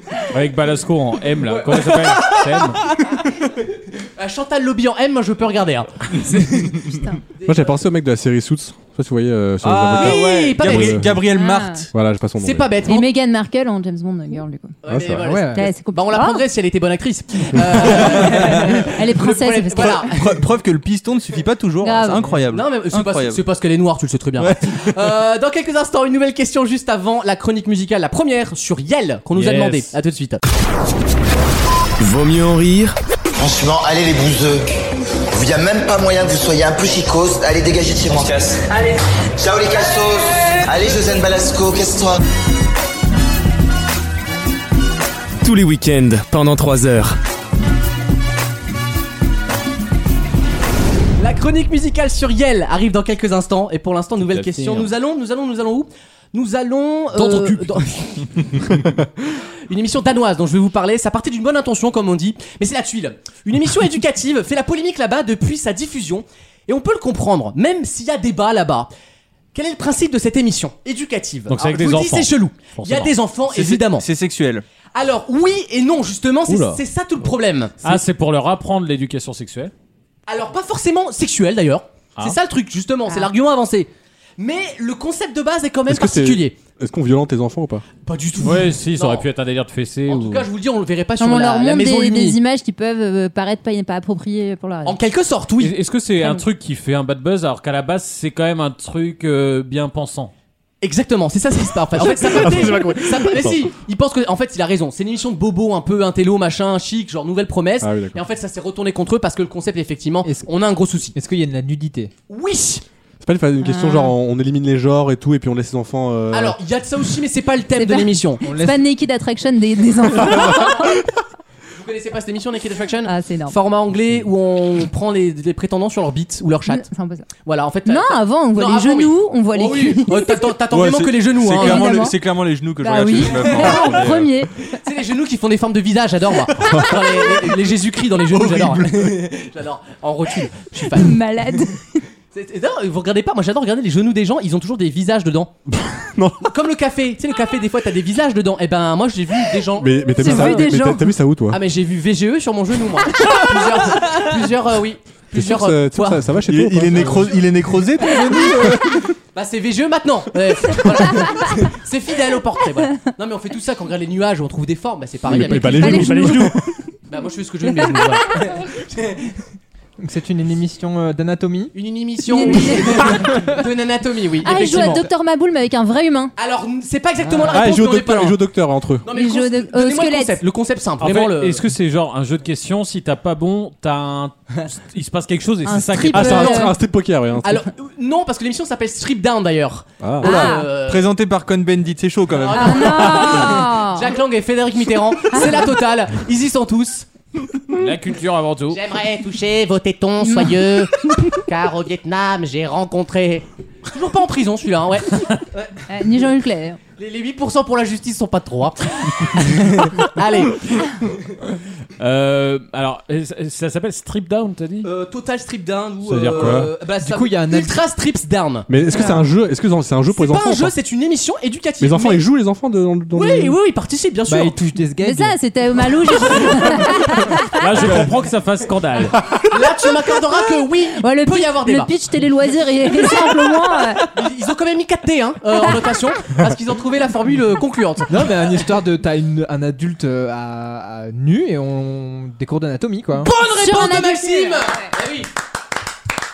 Speaker 8: [laughs]
Speaker 7: [laughs]
Speaker 3: Avec Balasco en M là. Comment ça s'appelle C'est M
Speaker 1: Ah, Chantal Lobby en M, moi, je peux regarder. hein.
Speaker 2: Moi j'avais pensé au mec de la série Suits. Je sais pas si vous voyez euh, sur les
Speaker 4: Ah
Speaker 2: avocats.
Speaker 1: Oui,
Speaker 4: ouais,
Speaker 1: pas
Speaker 4: Gabriel,
Speaker 2: bête.
Speaker 4: Gabriel
Speaker 7: Ah.
Speaker 4: Marthe.
Speaker 2: Voilà, j'ai pas son nom. Ah,
Speaker 1: C'est pas bête.
Speaker 7: Et
Speaker 1: On...
Speaker 7: Meghan Markle en James Bond Girl, du coup.
Speaker 1: Ouais, mais
Speaker 2: c'est vrai.
Speaker 1: voilà,
Speaker 8: Ouais.
Speaker 1: c'est-
Speaker 7: Ouais, c'est
Speaker 1: Bah, on la
Speaker 7: compliqué.
Speaker 1: prendrait si elle était bonne actrice. Euh,
Speaker 7: Ah, Elle est princesse,
Speaker 1: problème-
Speaker 7: c'est parce
Speaker 1: voilà. Ah
Speaker 7: que-
Speaker 4: Preu- Preuve que le piston ne suffit pas toujours. hein.
Speaker 7: Grave.
Speaker 4: C'est incroyable.
Speaker 1: Non, mais c'est parce,
Speaker 4: Incroyable.
Speaker 1: c'est parce qu'elle est noire, tu le sais très bien. Euh, dans quelques instants, une nouvelle question juste avant la chronique musicale, la première sur Yel qu'on nous a
Speaker 3: Yes.
Speaker 1: demandé. À tout de suite.
Speaker 5: Vaut mieux en rire
Speaker 11: Franchement, allez les bouseux. Il n'y a même pas moyen que vous soyez un peu chicos. Allez, dégagez de chez moi. Allez. Ciao les cassos. Allez, Josiane Balasco, casse-toi.
Speaker 5: [laughs] tous les week-ends pendant 3 heures.
Speaker 1: La chronique musicale sur Yel arrive dans quelques instants. Et pour l'instant, nouvelle
Speaker 3: à fait,
Speaker 1: question.
Speaker 3: hein.
Speaker 1: Nous allons, nous allons, nous allons où Nous allons. euh,
Speaker 3: Dans ton cul.
Speaker 1: dans- Une émission danoise dont je vais vous parler. Ça partait d'une bonne intention, comme on dit, mais c'est la tuile. Une
Speaker 3: [laughs]
Speaker 1: émission éducative fait la polémique là-bas depuis sa diffusion. Et on peut le comprendre, même s'il y a débat là-bas. Quel est le principe de cette émission éducative
Speaker 3: Donc c'est avec
Speaker 1: Alors, je
Speaker 3: des
Speaker 1: Ah, vous dis,
Speaker 3: enfants.
Speaker 1: C'est chelou. Il y a
Speaker 3: Forcément.
Speaker 1: des enfants,
Speaker 4: C'est-
Speaker 1: évidemment.
Speaker 4: C'est sexuel.
Speaker 1: Alors oui et non, justement, c'est
Speaker 3: Oula.
Speaker 1: c'est ça tout le problème.
Speaker 3: Ah, c'est pour leur apprendre l'éducation sexuelle.
Speaker 1: Alors pas forcément sexuel d'ailleurs.
Speaker 3: Ah.
Speaker 1: C'est ça le truc justement, c'est
Speaker 7: Ah.
Speaker 1: l'argument avancé. Mais le concept de base est quand même
Speaker 2: Est-ce que c'est-
Speaker 1: particulier.
Speaker 2: Est-ce qu'on violente tes enfants ou pas
Speaker 1: Pas du tout.
Speaker 3: Ouais, si, ça
Speaker 1: Non.
Speaker 3: aurait pu être un délire de fessée.
Speaker 1: En
Speaker 3: ou...
Speaker 1: tout cas, je vous le dis, on le verrait pas sur
Speaker 7: Non, mais on
Speaker 1: la,
Speaker 7: leur montre
Speaker 1: la maison
Speaker 7: des,
Speaker 1: Lumi.
Speaker 7: des images qui peuvent euh, paraître pas, pas appropriées pour leur
Speaker 1: En quelque sorte, oui.
Speaker 3: Est-ce que c'est un
Speaker 7: Crème.
Speaker 3: truc qui fait un bad buzz alors qu'à la base c'est quand même un truc euh, bien pensant
Speaker 1: Exactement, c'est ça, c'est ça. En fait, en fait ça peut être. ça peut- mais si, il pense que, en fait, il a raison. C'est une émission de bobo, un peu intello, machin, chic, genre nouvelle promesse.
Speaker 2: Ah oui,
Speaker 1: et
Speaker 2: d'accord.
Speaker 1: en fait, ça s'est retourné contre eux parce que le concept, effectivement,
Speaker 9: Est-ce-
Speaker 1: on a un gros souci.
Speaker 9: Est-ce qu'il y a de la nudité
Speaker 1: Oui.
Speaker 2: C'est pas une- une question
Speaker 7: Ah.
Speaker 2: genre on on élimine les genres et tout et puis on laisse les enfants. euh,
Speaker 1: Alors, il y a de ça aussi, mais c'est pas le thème
Speaker 7: C'est
Speaker 1: de
Speaker 7: pas-
Speaker 1: l'émission. Ah,
Speaker 9: On
Speaker 7: C'est
Speaker 9: laisse
Speaker 7: pas Naked Attraction des, des
Speaker 1: [laughs]
Speaker 7: enfants.
Speaker 1: Vous connaissez pas cette émission, Naked Attraction
Speaker 7: ah, c'est énorme.
Speaker 1: Format anglais où on prend les, les prétendants sur leur beat ou leur chat.
Speaker 7: C'est un peu ça.
Speaker 1: Voilà, en fait. t'as-
Speaker 7: Non, avant, on voit
Speaker 1: Non,
Speaker 7: les
Speaker 1: avant, oui.
Speaker 7: genoux, on voit les
Speaker 1: Oh oui.
Speaker 7: culs.
Speaker 1: Oh, T'attends t'attends
Speaker 4: Ouais,
Speaker 1: vraiment
Speaker 4: c'est-
Speaker 1: que les genoux,
Speaker 4: C'est
Speaker 1: hein.
Speaker 4: clairement,
Speaker 7: évidemment.
Speaker 4: les- c'est clairement les genoux que je
Speaker 7: Bah
Speaker 4: regarde
Speaker 7: oui,
Speaker 4: chez les meufs,
Speaker 7: [laughs]
Speaker 4: hein.
Speaker 1: [laughs]
Speaker 7: en premier.
Speaker 1: C'est les genoux qui font des formes de visage, j'adore moi. Genre les les- les Jésus-Christ dans les genoux, j'adore.
Speaker 4: [laughs]
Speaker 1: [laughs] j'adore. En rotule,
Speaker 2: [laughs]
Speaker 1: je suis fan.
Speaker 7: Malade.
Speaker 1: C'est- c'est- non, vous regardez pas, moi j'adore regarder les genoux des gens, ils ont toujours des visages dedans.
Speaker 2: [laughs] Non.
Speaker 1: Comme le café, tu sais, le café, des fois t'as des visages dedans. Et ben moi j'ai vu des gens.
Speaker 2: Mais, mais t'as
Speaker 7: J'ai
Speaker 2: vu, ça-
Speaker 7: vu des
Speaker 2: mais t'as-
Speaker 7: gens.
Speaker 2: t'as vu ça où toi
Speaker 1: Ah, mais j'ai vu VGE sur mon genou,
Speaker 2: [laughs]
Speaker 1: moi. plusieurs, plusieurs euh, oui.
Speaker 2: T'es sûr
Speaker 1: Plusieurs.
Speaker 2: que ça-
Speaker 1: euh,
Speaker 2: t'es sûr que
Speaker 1: fois.
Speaker 2: ça, ça va chez
Speaker 4: Il,
Speaker 2: toi
Speaker 4: est-
Speaker 2: ou pas
Speaker 4: il est nécro- il est nécrosé ton genou
Speaker 1: Bah c'est VGE maintenant. Ouais, voilà. C'est fidèle au portrait. voilà. Non mais on fait tout ça quand on regarde les nuages, on trouve des formes. Bah c'est pareil.
Speaker 2: Mais
Speaker 1: avec-
Speaker 2: pas les
Speaker 7: Pas les
Speaker 2: genoux.
Speaker 7: genoux.
Speaker 1: Bah moi je fais ce que je veux. de mes genoux, voilà.
Speaker 7: Euh,
Speaker 9: Donc c'est une émission euh, d'anatomie.
Speaker 1: Une émission
Speaker 7: Une-
Speaker 1: [laughs] de nanatomie, oui.
Speaker 7: Ah, il joue à
Speaker 1: effectivement.
Speaker 7: Docteur Maboul, mais avec un vrai humain.
Speaker 1: Alors n- c'est pas exactement la
Speaker 2: Ah, ils
Speaker 1: réponse.
Speaker 2: jouent
Speaker 1: mais
Speaker 2: au
Speaker 1: on est pas
Speaker 2: docteur, ils
Speaker 1: loin.
Speaker 2: jouent au docteur entre eux.
Speaker 1: Non, mais
Speaker 7: Il
Speaker 1: le,
Speaker 7: joue
Speaker 1: cons-
Speaker 7: au doc- au
Speaker 1: donnez-moi le
Speaker 7: squelette.
Speaker 1: concept. Le concept simple.
Speaker 3: En
Speaker 1: vraiment
Speaker 3: fait,
Speaker 1: le.
Speaker 3: Est-ce que c'est genre un jeu de questions Si t'as pas bon, t'as
Speaker 9: [laughs]
Speaker 3: un... il se passe quelque chose et
Speaker 7: Un
Speaker 3: c'est ça qui.
Speaker 7: strip.
Speaker 2: Ah, c'est un,
Speaker 7: Euh,
Speaker 2: un strip poker, ouais. un strip-
Speaker 1: Alors euh, non parce que l'émission s'appelle Strip Down d'ailleurs.
Speaker 2: Ah.
Speaker 7: Ah.
Speaker 1: Euh,
Speaker 4: Présenté par Con Bendit, c'est chaud quand même.
Speaker 1: Ah,
Speaker 7: Ah non
Speaker 1: Jacques Lang et Frédéric Mitterrand, c'est la totale. Ils y sont tous.
Speaker 3: [laughs] La culture avant tout. [laughs]
Speaker 1: J'aimerais toucher vos tétons soyeux, car au Vietnam j'ai rencontré. Toujours pas en prison celui-là, hein, ouais. [laughs]
Speaker 7: Euh, Ni Jean-Luc Clerc.
Speaker 1: Les, les 8% pour la justice sont pas
Speaker 2: [laughs]
Speaker 1: trop. hein.
Speaker 9: [laughs]
Speaker 1: Allez,
Speaker 3: Euh, alors, euh, ça, ça s'appelle Strip Down, t'as dit
Speaker 1: euh, total strip down ou.
Speaker 2: Ça veut dire
Speaker 1: euh, bah, ça-
Speaker 9: coup, il y a un ami-
Speaker 1: Ultra strips down.
Speaker 2: Mais est-ce que c'est un jeu Est-ce que c'est un jeu pour
Speaker 1: Ah.
Speaker 2: les
Speaker 1: C'est pas
Speaker 2: enfants
Speaker 1: un
Speaker 2: ou
Speaker 1: jeu,
Speaker 2: pas
Speaker 1: c'est une émission éducative.
Speaker 2: Les enfants,
Speaker 1: Mais-
Speaker 2: ils jouent les enfants de- dans, dans
Speaker 1: Oui,
Speaker 2: le-
Speaker 1: oui, oui, Bah, ils participent bien sûr.
Speaker 9: Bah, il touche des
Speaker 7: Mais
Speaker 9: gags.
Speaker 7: ça, c'était au Malou. j'ai-
Speaker 3: Là, je comprends que ça fasse scandale.
Speaker 1: [laughs] Là, tu m'accorderas que oui, il
Speaker 7: le
Speaker 1: peut
Speaker 7: pitch-
Speaker 1: y avoir
Speaker 7: le
Speaker 1: débat.
Speaker 7: pitch télé loisirs est, est simple au moins. euh,
Speaker 1: Ils ont quand même mis 4D hein, euh, en notation parce qu'ils ont trouvé la formule euh, concluante.
Speaker 9: Non, mais une histoire de. T'as une- un adulte euh, à, à nu et on. des cours d'anatomie, quoi.
Speaker 1: Bonne
Speaker 7: Sur
Speaker 1: réponse
Speaker 7: un adulte.
Speaker 1: de Maxime Eh oui.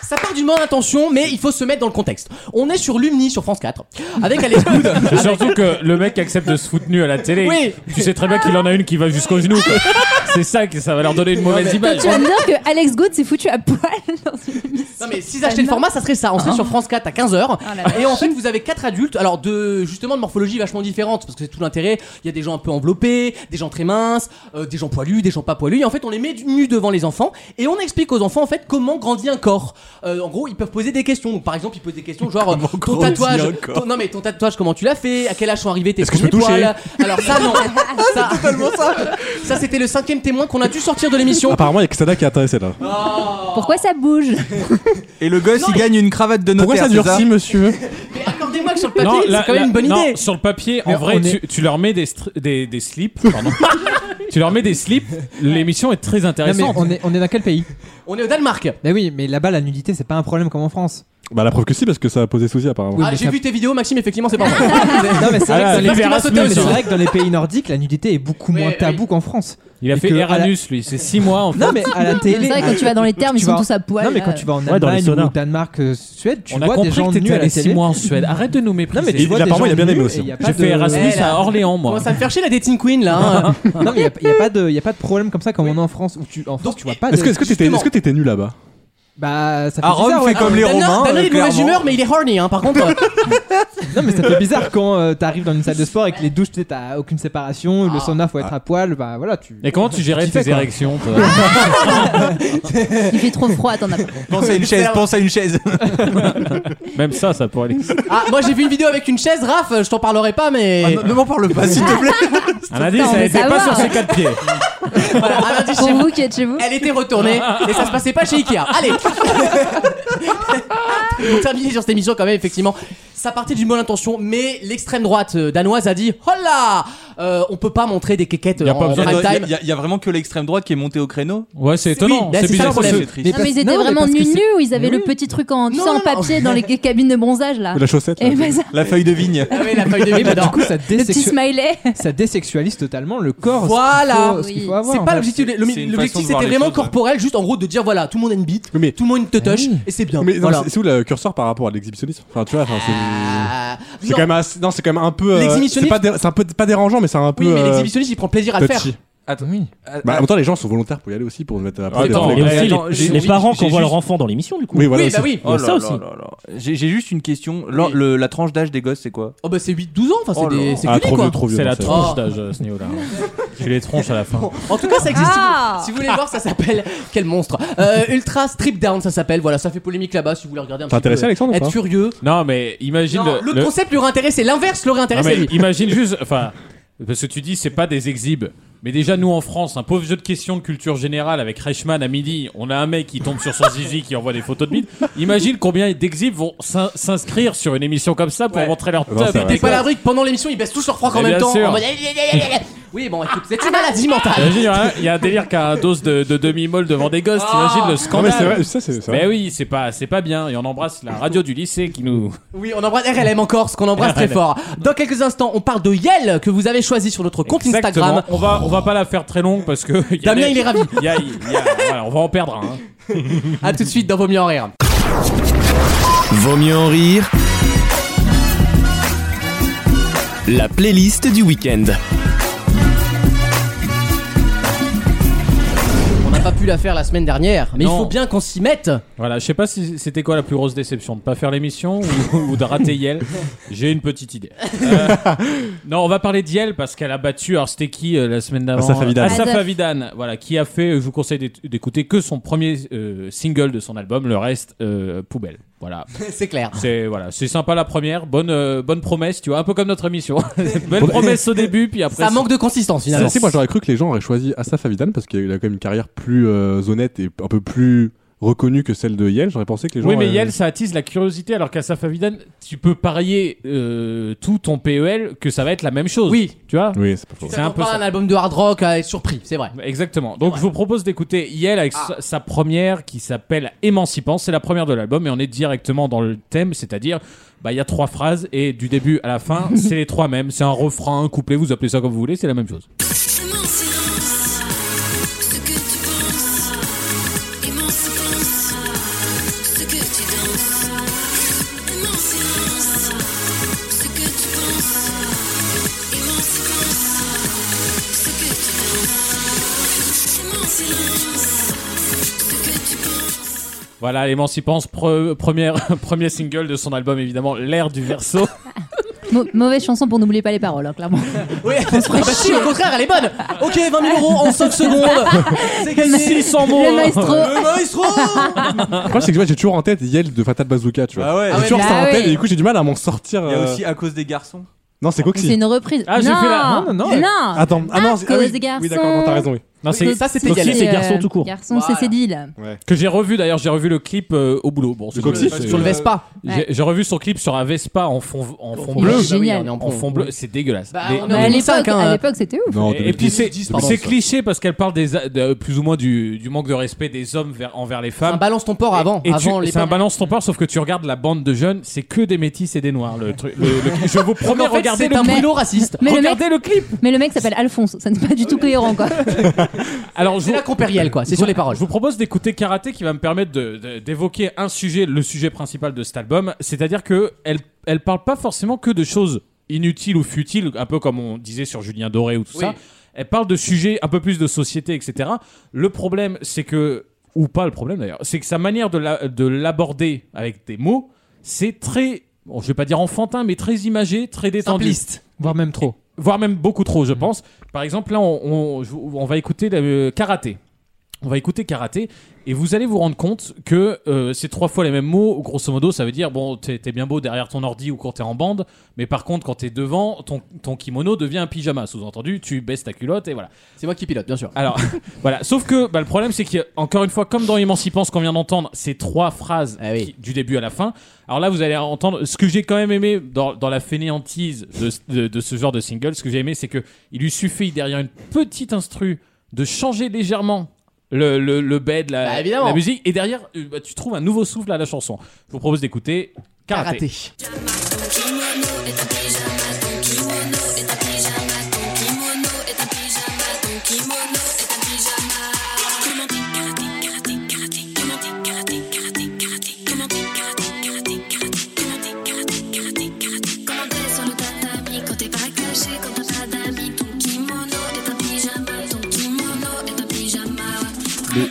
Speaker 1: Ça part d'une bonne intention, mais il faut se mettre dans le contexte. On est sur l'Umni, sur France 4, avec
Speaker 7: [laughs]
Speaker 1: Alex Good.
Speaker 3: Et surtout que le mec accepte de se foutre nu à la télé.
Speaker 1: Oui.
Speaker 3: Tu sais très bien qu'il en a une qui va jusqu'aux genoux.
Speaker 9: [laughs]
Speaker 3: quoi. C'est ça que ça va leur donner une mauvaise image.
Speaker 7: tu vas me dire que Alex Good s'est foutu à [laughs] poil dans une émission.
Speaker 1: Non mais s'ils achetaient le format, ça serait ça. On serait Ah, sur France 4 à 15h.
Speaker 7: Hein Ah, la vache.
Speaker 1: et en fait, vous avez quatre adultes, alors de justement de morphologie vachement différente, parce que c'est tout l'intérêt. Il y a des gens un peu enveloppés, des gens très minces, euh, des gens poilus, des gens pas poilus. Et en fait, on les met nus devant les enfants et on explique aux enfants en fait comment grandit un corps. Euh, en gros, ils peuvent poser des questions. Donc par exemple, ils posent des questions genre euh, ton
Speaker 2: grandit
Speaker 1: tatouage.
Speaker 2: un corps
Speaker 1: ton- non mais ton tatouage, comment tu l'as fait À quel âge sont arrivés tes
Speaker 2: Est-ce que je
Speaker 1: premiers
Speaker 2: peux toucher
Speaker 1: poils Alors ça non. ça, ça. c'était le cinquième témoin qu'on a dû sortir de l'émission.
Speaker 2: Apparemment, il y a que Sada qui est intéressé là.
Speaker 7: Pourquoi ça bouge
Speaker 4: Et le gosse,
Speaker 1: Non,
Speaker 4: il gagne une cravate de notaire.
Speaker 2: Pourquoi ça
Speaker 4: c'est
Speaker 2: dure si, monsieur
Speaker 1: Mais accordez-moi que sur le papier,
Speaker 3: la-
Speaker 1: c'est quand même
Speaker 3: la-
Speaker 1: une bonne
Speaker 3: non,
Speaker 1: idée.
Speaker 3: Sur le papier,
Speaker 9: Mais
Speaker 3: en vrai,
Speaker 9: on est-
Speaker 3: tu, tu leur mets des, str- des, des slips.
Speaker 1: [laughs]
Speaker 3: pardon. tu leur mets des slips. L'émission est très
Speaker 9: Non, mais
Speaker 3: intéressante.
Speaker 9: on est, on est dans quel pays
Speaker 1: On est au Danemark.
Speaker 9: Bah oui, mais là-bas, la nudité, c'est pas un problème comme en France.
Speaker 2: Bah, la preuve que si, parce que ça a posé souci apparemment.
Speaker 9: Oui,
Speaker 1: Ah,
Speaker 9: mais [laughs]
Speaker 1: j'ai
Speaker 9: ça-
Speaker 1: vu [laughs] tes vidéos, Maxime, effectivement, c'est pas vrai.
Speaker 9: [laughs] Non, mais c'est
Speaker 3: Ah,
Speaker 9: vrai, que dans les-
Speaker 3: c'est
Speaker 9: c'est
Speaker 3: Erasmus,
Speaker 9: vrai que
Speaker 3: hein.
Speaker 9: dans les pays nordiques, la nudité est beaucoup
Speaker 1: Oui,
Speaker 9: moins
Speaker 1: oui.
Speaker 9: tabou qu'en France.
Speaker 3: Il a
Speaker 9: Et
Speaker 3: fait
Speaker 9: que à la-
Speaker 3: Uranus, lui. C'est 6 mois en fait.
Speaker 9: Non, mais à la
Speaker 7: C'est
Speaker 9: télé.
Speaker 7: vrai que quand tu vas dans les termes,
Speaker 9: Tu
Speaker 7: ils sont
Speaker 9: vas-
Speaker 7: tous à poil. euh.
Speaker 9: non mais
Speaker 7: là.
Speaker 9: quand tu vas en
Speaker 10: Ouais, dans les
Speaker 9: Allemagne ou
Speaker 10: saunas.
Speaker 9: Danemark, euh, Suède, tu
Speaker 3: on a
Speaker 9: vois des
Speaker 3: compris
Speaker 9: gens
Speaker 3: que
Speaker 9: nus
Speaker 3: t'étais
Speaker 9: à la
Speaker 3: allé 6
Speaker 9: télé.
Speaker 3: mois en Suède. Arrête de nous mépriser.
Speaker 9: Non mais tu
Speaker 2: Il-
Speaker 9: vois
Speaker 2: il-
Speaker 9: des gens
Speaker 2: apparemment, il a bien
Speaker 9: nus
Speaker 2: aimé
Speaker 9: et
Speaker 2: aussi.
Speaker 9: y a pas
Speaker 3: J'ai
Speaker 9: de-
Speaker 3: fait Erasmus
Speaker 1: Elle,
Speaker 3: à Orléans, moi.
Speaker 1: Moi, ça me fait chier la dating queen là. hein.
Speaker 9: Non mais il y a, pas de, y a pas de problème comme ça comme on est en France où tu en France tu vois pas.
Speaker 2: Est-ce
Speaker 9: de-
Speaker 2: que est-ce que t'étais
Speaker 1: justement.
Speaker 2: est-ce que t'étais nu là-bas
Speaker 9: Bah
Speaker 3: Ah,
Speaker 9: ça fait
Speaker 4: À Rome,
Speaker 9: bizarre. ouais.
Speaker 4: fais comme les
Speaker 1: Dana-
Speaker 4: Romains.
Speaker 1: Dana,
Speaker 4: euh,
Speaker 1: il est de mauvaise
Speaker 4: clairement.
Speaker 1: humeur, mais il est horny, hein, par contre.
Speaker 9: Non mais ça fait bizarre quand euh, t'arrives dans une salle de sport et que les douches tu sais, t'as aucune séparation, le sauna faut être à poil, bah voilà tu.
Speaker 3: Ah. Et
Speaker 9: [laughs]
Speaker 3: comment tu gérais
Speaker 9: Tu fais
Speaker 3: tes
Speaker 9: quoi
Speaker 3: érections
Speaker 9: [laughs]
Speaker 3: toi
Speaker 7: Il fait trop froid, t'en as pas.
Speaker 4: Pense à une chaise, pense à une chaise.
Speaker 3: [laughs] Même ça, ça pourrait aller.
Speaker 1: ah, moi, j'ai vu une vidéo avec une chaise, Raph, je t'en parlerai pas,
Speaker 4: Ah,
Speaker 1: mais.
Speaker 4: ne ne m'en parle pas, s'il te plaît.
Speaker 3: Un indice,
Speaker 7: Putain, on
Speaker 3: elle
Speaker 7: veut
Speaker 3: était pas
Speaker 7: savoir.
Speaker 3: sur ses quatre pieds.
Speaker 1: Voilà, un indice
Speaker 7: Pour
Speaker 1: chez vous.
Speaker 7: vous qui êtes chez vous.
Speaker 1: Elle était retournée et ça se passait pas chez Ikea. Allez Pour terminer sur cette émission, quand même, effectivement, ça partait d'une bonne intention, mais l'extrême droite euh, danoise a dit Hola euh, On peut pas montrer des quéquettes
Speaker 3: Y a
Speaker 1: en
Speaker 3: pas besoin
Speaker 1: prime time.
Speaker 4: Il y, a- y a vraiment que l'extrême droite qui est montée au créneau.
Speaker 3: Ouais, c'est étonnant.
Speaker 1: Oui, là,
Speaker 3: c'est
Speaker 1: c'est ça le
Speaker 3: bizarre.
Speaker 1: problème.
Speaker 4: C'est triste.
Speaker 9: Mais
Speaker 7: Non mais
Speaker 9: parce-
Speaker 7: ils étaient
Speaker 9: non, mais
Speaker 7: vraiment
Speaker 9: parce que
Speaker 7: nus
Speaker 9: c'est-
Speaker 7: nus ou ils avaient
Speaker 9: Mais
Speaker 7: le petit truc en, tu
Speaker 1: Non,
Speaker 7: sais, en
Speaker 1: non, non.
Speaker 7: papier
Speaker 1: [laughs]
Speaker 7: dans les cabines de bronzage là.
Speaker 2: La chaussette là.
Speaker 7: Et ben ça,
Speaker 4: La feuille de vigne.
Speaker 1: Ah oui, la feuille de vie,
Speaker 9: Oui, bah, du
Speaker 1: j'adore.
Speaker 9: coup ça,
Speaker 7: le petit
Speaker 9: désexu-
Speaker 7: smiley.
Speaker 9: ça désexualise totalement le corps. ce qu'il
Speaker 1: Voilà.
Speaker 9: faut- ce qu'il faut
Speaker 7: Oui.
Speaker 9: avoir,
Speaker 1: C'est
Speaker 9: en
Speaker 1: pas
Speaker 9: fait.
Speaker 1: l'objectif.
Speaker 4: c'est une
Speaker 1: L'objectif
Speaker 4: façon de voir
Speaker 1: c'était
Speaker 4: les
Speaker 1: vraiment
Speaker 4: choses, ouais.
Speaker 1: corporel, juste en gros de dire voilà, tout le monde a une bite,
Speaker 2: Bah Oui, mais-
Speaker 1: tout le monde te touche et c'est bien.
Speaker 2: Mais non,
Speaker 1: voilà.
Speaker 2: c'est- c'est où le curseur par rapport à l'exhibitionnisme Enfin, tu vois, enfin, c'est.
Speaker 1: Ah,
Speaker 2: C'est
Speaker 1: non.
Speaker 2: quand même assez- non, c'est quand même un peu. euh,
Speaker 1: L'exhibitionnisme-
Speaker 2: c'est pas dé- c'est un peu pas dérangeant, mais c'est un peu.
Speaker 1: Oui, mais
Speaker 2: euh,
Speaker 1: l'exhibitionniste il prend plaisir à le faire.
Speaker 2: touchy.
Speaker 4: Attends.
Speaker 2: Bah, en même temps, les gens sont volontaires pour y aller aussi pour mettre un peu des
Speaker 3: Attends,
Speaker 10: Et
Speaker 2: réflexes.
Speaker 3: Ouais,
Speaker 10: aussi
Speaker 3: attends,
Speaker 10: les-
Speaker 3: j'ai-
Speaker 10: les,
Speaker 3: j'ai-
Speaker 10: parents qui
Speaker 3: j'ai
Speaker 10: envoient
Speaker 3: juste-
Speaker 10: leur enfant dans l'émission, du coup.
Speaker 2: Oui, voilà.
Speaker 1: Oui,
Speaker 2: aussi.
Speaker 1: bah oui.
Speaker 10: Il y a ça aussi.
Speaker 4: J'ai j'ai juste une question. L'en- le- la tranche d'âge des gosses, c'est quoi
Speaker 1: Oh bah c'est 8-12 ans, enfin c'est
Speaker 4: Oh là
Speaker 1: des.
Speaker 4: là.
Speaker 1: C'est
Speaker 2: Ah,
Speaker 1: cuné,
Speaker 2: trop
Speaker 1: quoi.
Speaker 2: vieux, trop vieux.
Speaker 3: C'est
Speaker 2: non,
Speaker 3: la
Speaker 2: ça.
Speaker 3: tronche
Speaker 1: Oh.
Speaker 3: d'âge à ce niveau-là.
Speaker 4: [laughs]
Speaker 3: J'ai les tronches à la fin.
Speaker 1: En tout cas, ça existe.
Speaker 7: Ah.
Speaker 1: Si vous voulez voir, ça s'appelle. Quel monstre Euh, Ultra Strip Down, ça s'appelle. Voilà, ça fait polémique là-bas si vous voulez regarder un
Speaker 2: T'es
Speaker 1: petit peu.
Speaker 2: intéressé, Alexandre, ou
Speaker 1: Être
Speaker 2: pas
Speaker 1: furieux.
Speaker 3: Non, mais imagine
Speaker 1: Non,
Speaker 3: le,
Speaker 1: L'autre
Speaker 3: le-
Speaker 1: concept lui aurait intéressé, l'inverse l'aurait
Speaker 3: Non,
Speaker 1: intéressé
Speaker 3: mais
Speaker 1: lui.
Speaker 3: imagine juste, enfin, parce que tu dis c'est pas des exhibes, mais déjà nous en France, un pauvre jeu de questions de culture générale avec Reichmann à midi, on a un mec qui tombe sur son zizi qui envoie des photos de bide. Imagine combien d'exhibes vont s'in- s'inscrire sur une émission comme Ah ça pour
Speaker 1: Ouais.
Speaker 3: montrer leur
Speaker 2: Non,
Speaker 3: teub.
Speaker 2: c'est vrai.
Speaker 1: T'es pas la rubrique pendant l'émission, ils baissent tous leur froc
Speaker 3: Mais
Speaker 1: en même
Speaker 3: bien
Speaker 1: temps.
Speaker 3: sûr.
Speaker 1: en mode- Oui, bon, écoute, c'est une maladie mentale.
Speaker 3: [laughs] Imagine, il y a un- il y a un délire qui a un dose de, de demi-molle devant des gosses, t'imagines le
Speaker 2: Non,
Speaker 3: scandale.
Speaker 2: mais c'est vrai, ça, c'est c'est
Speaker 3: Mais
Speaker 2: vrai.
Speaker 3: oui, c'est pas, c'est pas bien. Et on embrasse la radio du lycée qui [laughs] nous.
Speaker 1: Oui, on embrasse RLM encore, ce qu'on embrasse très
Speaker 3: RLM.
Speaker 1: fort. Dans quelques instants, on parle de Yel que vous avez choisi sur notre compte Instagram.
Speaker 3: On va, on va pas la faire très longue parce que. [laughs] y a
Speaker 1: Damien,
Speaker 3: des-
Speaker 1: il est ravi.
Speaker 3: y a- y a- voilà, on va en perdre un. hein.
Speaker 1: A tout de suite dans Vos mieux en rire.
Speaker 5: Vaut mieux en rire. La playlist du week-end.
Speaker 4: Eh
Speaker 1: On n'a pas pu la faire la semaine dernière, mais il
Speaker 3: Non.
Speaker 1: faut bien qu'on s'y mette.
Speaker 3: Voilà, je sais pas si c'était quoi la plus grosse déception, de pas faire l'émission ou, ou de rater
Speaker 1: [laughs]
Speaker 3: Yel. J'ai une petite idée. Euh, non, on va parler d'Yel parce qu'elle a battu, alors c'était qui euh, la semaine d'avant
Speaker 2: Asaf Avidan.
Speaker 3: Asaf
Speaker 7: Asaf.
Speaker 3: Avidan, voilà, qui a fait, euh, je vous conseille d'éc- d'écouter que son premier euh, single de son album, le reste, euh, poubelle. Voilà,
Speaker 1: [laughs] c'est clair.
Speaker 3: c'est voilà, c'est sympa la première, bonne, euh, bonne promesse, tu vois, un peu comme notre émission. [laughs] Belle promesse au début, puis après.
Speaker 1: Ça
Speaker 3: c'est-
Speaker 1: manque de consistance Oh, finalement.
Speaker 2: Si, si, moi j'aurais cru que les gens auraient choisi Asaf Avidan parce qu'il a quand même une carrière plus euh, honnête et un peu plus reconnue que celle de Yale, j'aurais pensé que les gens.
Speaker 3: Oui, mais
Speaker 2: euh,
Speaker 3: Yel, ça attise la curiosité, alors qu'à Safavidan, tu peux parier euh, tout ton PEL que ça va être la même chose. Oui. Tu vois
Speaker 2: Oui, c'est pas faux.
Speaker 3: C'est un peu
Speaker 1: pas
Speaker 3: ça.
Speaker 1: un album de hard rock à être surpris, c'est vrai. Ah.
Speaker 3: Exactement. Donc, je vous propose d'écouter Yel avec sa, sa première qui s'appelle Émancipant. C'est la première de l'album et on est directement dans le thème, c'est-à-dire, bah, il y a trois phrases et du début à la
Speaker 1: [laughs]
Speaker 3: fin, c'est les trois mêmes. C'est un refrain, un couplet, vous appelez ça comme vous voulez, c'est la même chose. Voilà, Émancipant, pre- première, [laughs] premier single de son album, évidemment, L'ère du verso.
Speaker 7: Mau- mauvaise chanson pour n'oublier pas les paroles, hein,
Speaker 1: [laughs]
Speaker 7: clairement.
Speaker 1: Oui, ah bah si, au contraire, elle est bonne. Ok, 20 000 euros en 5 secondes. C'est gagné.
Speaker 3: 600
Speaker 7: mots. Le maestro.
Speaker 1: Le
Speaker 4: ben
Speaker 1: maestro.
Speaker 2: Le problème, c'est que tu vois, j'ai toujours en tête Yel de Fatal Bazooka, tu vois.
Speaker 4: Ah ouais.
Speaker 2: J'ai
Speaker 4: Ah ouais,
Speaker 2: toujours
Speaker 4: bah
Speaker 2: ça en
Speaker 7: oui.
Speaker 2: tête et du coup, j'ai du mal à m'en sortir.
Speaker 4: Il y a
Speaker 2: euh,
Speaker 4: aussi à cause des garçons.
Speaker 2: Non, c'est
Speaker 7: C'est
Speaker 2: Coxy.
Speaker 7: une reprise.
Speaker 3: Ah, j'ai
Speaker 7: non.
Speaker 3: fait la-
Speaker 7: Non, non,
Speaker 2: Attends, ah non,
Speaker 7: À
Speaker 2: c'est- ah
Speaker 7: cause
Speaker 2: oui.
Speaker 7: des garçons.
Speaker 2: Oui, d'accord, non, t'as raison, oui.
Speaker 3: Non, c'est
Speaker 1: Ça, c'était
Speaker 3: Coxy,
Speaker 1: Yel.
Speaker 3: c'est
Speaker 7: euh,
Speaker 3: garçon tout court.
Speaker 7: Garçon,
Speaker 1: Voilà.
Speaker 7: c'est Cédille. là.
Speaker 3: Que j'ai revu d'ailleurs, j'ai revu le clip euh, au boulot. Bon, c'est
Speaker 2: Coxy,
Speaker 3: pas-
Speaker 2: c'est-
Speaker 1: Sur le Vespa.
Speaker 3: J'ai j'ai revu son clip sur un Vespa en fond, en fond
Speaker 7: fond
Speaker 3: bleu.
Speaker 7: bleu. Génial.
Speaker 1: Bah oui, on est
Speaker 3: En fond bleu, c'est dégueulasse.
Speaker 1: Bah,
Speaker 3: Les-
Speaker 1: on est
Speaker 7: Mais à
Speaker 1: en
Speaker 7: l'époque,
Speaker 1: 2005, hein.
Speaker 7: à l'époque, c'était ouf.
Speaker 2: Non,
Speaker 3: Et, et puis
Speaker 2: 2010,
Speaker 3: c'est
Speaker 2: 2010,
Speaker 3: c'est
Speaker 2: pardon, ça.
Speaker 3: cliché parce qu'elle parle des, de- plus ou moins du, du manque de respect des hommes vers- envers les
Speaker 1: Un
Speaker 3: femmes.
Speaker 1: balance ton port avant.
Speaker 3: Et- et tu-
Speaker 1: avant les
Speaker 3: c'est un balance ton port, sauf que tu regardes la bande de jeunes, c'est que des métis et des noirs. Le truc, le- le-
Speaker 1: [laughs]
Speaker 3: je vous
Speaker 1: Donc,
Speaker 3: promets,
Speaker 1: en fait,
Speaker 3: regardez
Speaker 1: c'est
Speaker 3: le
Speaker 1: un
Speaker 3: clip.
Speaker 1: brûlot raciste.
Speaker 7: Mais le mec-
Speaker 3: regardez le clip.
Speaker 7: Mais le mec s'appelle Alphonse. Ça n'est pas du tout cohérent, quoi.
Speaker 3: Alors je
Speaker 1: C'est
Speaker 3: vous,
Speaker 1: la compérielle, quoi. C'est sur les paroles.
Speaker 3: je vous propose d'écouter Karaté qui va me permettre de- de- d'évoquer un sujet, le sujet principal de cet album, c'est-à-dire que elle, elle parle pas forcément que de choses inutiles ou futiles, un peu comme on disait sur Julien Doré ou tout
Speaker 1: Oui.
Speaker 3: ça. Elle parle de sujets un peu plus de société, etc. Le problème, c'est que ou pas le problème d'ailleurs, c'est que sa manière de la- de l'aborder avec des mots, c'est très, bon, je vais pas dire enfantin, mais très imagé, très détendu
Speaker 1: Simpliste.
Speaker 9: voire même trop.
Speaker 3: voire même beaucoup trop, je pense. Par exemple, là, on, on- je- on va écouter le karaté. On va écouter karaté et vous allez vous rendre compte que euh, c'est trois fois les mêmes mots. Grosso modo, ça veut dire bon, t'es t'es bien beau derrière ton ordi ou quand t'es en bande, mais par contre, quand t'es devant, ton, ton kimono devient un pyjama. Sous-entendu, tu baisses ta culotte et voilà.
Speaker 1: C'est moi qui pilote, bien sûr.
Speaker 3: Alors [laughs] voilà. Sauf que bah, le problème, c'est qu'encore une fois, comme dans Émancipant, ce qu'on vient d'entendre, c'est trois phrases
Speaker 1: Ah oui.
Speaker 3: qui- du début à la fin. Alors là, vous allez entendre ce que j'ai quand même aimé dans, dans la fainéantise de, de- de ce genre de single. Ce que j'ai aimé, c'est que il lui suffit derrière une petite instru de changer légèrement. Le, le, le bed, la,
Speaker 1: Bah, évidemment.
Speaker 3: la musique, et derrière, euh, bah, tu trouves un nouveau souffle à la chanson. Je vous propose d'écouter Karaté.
Speaker 1: Karaté.
Speaker 2: Mais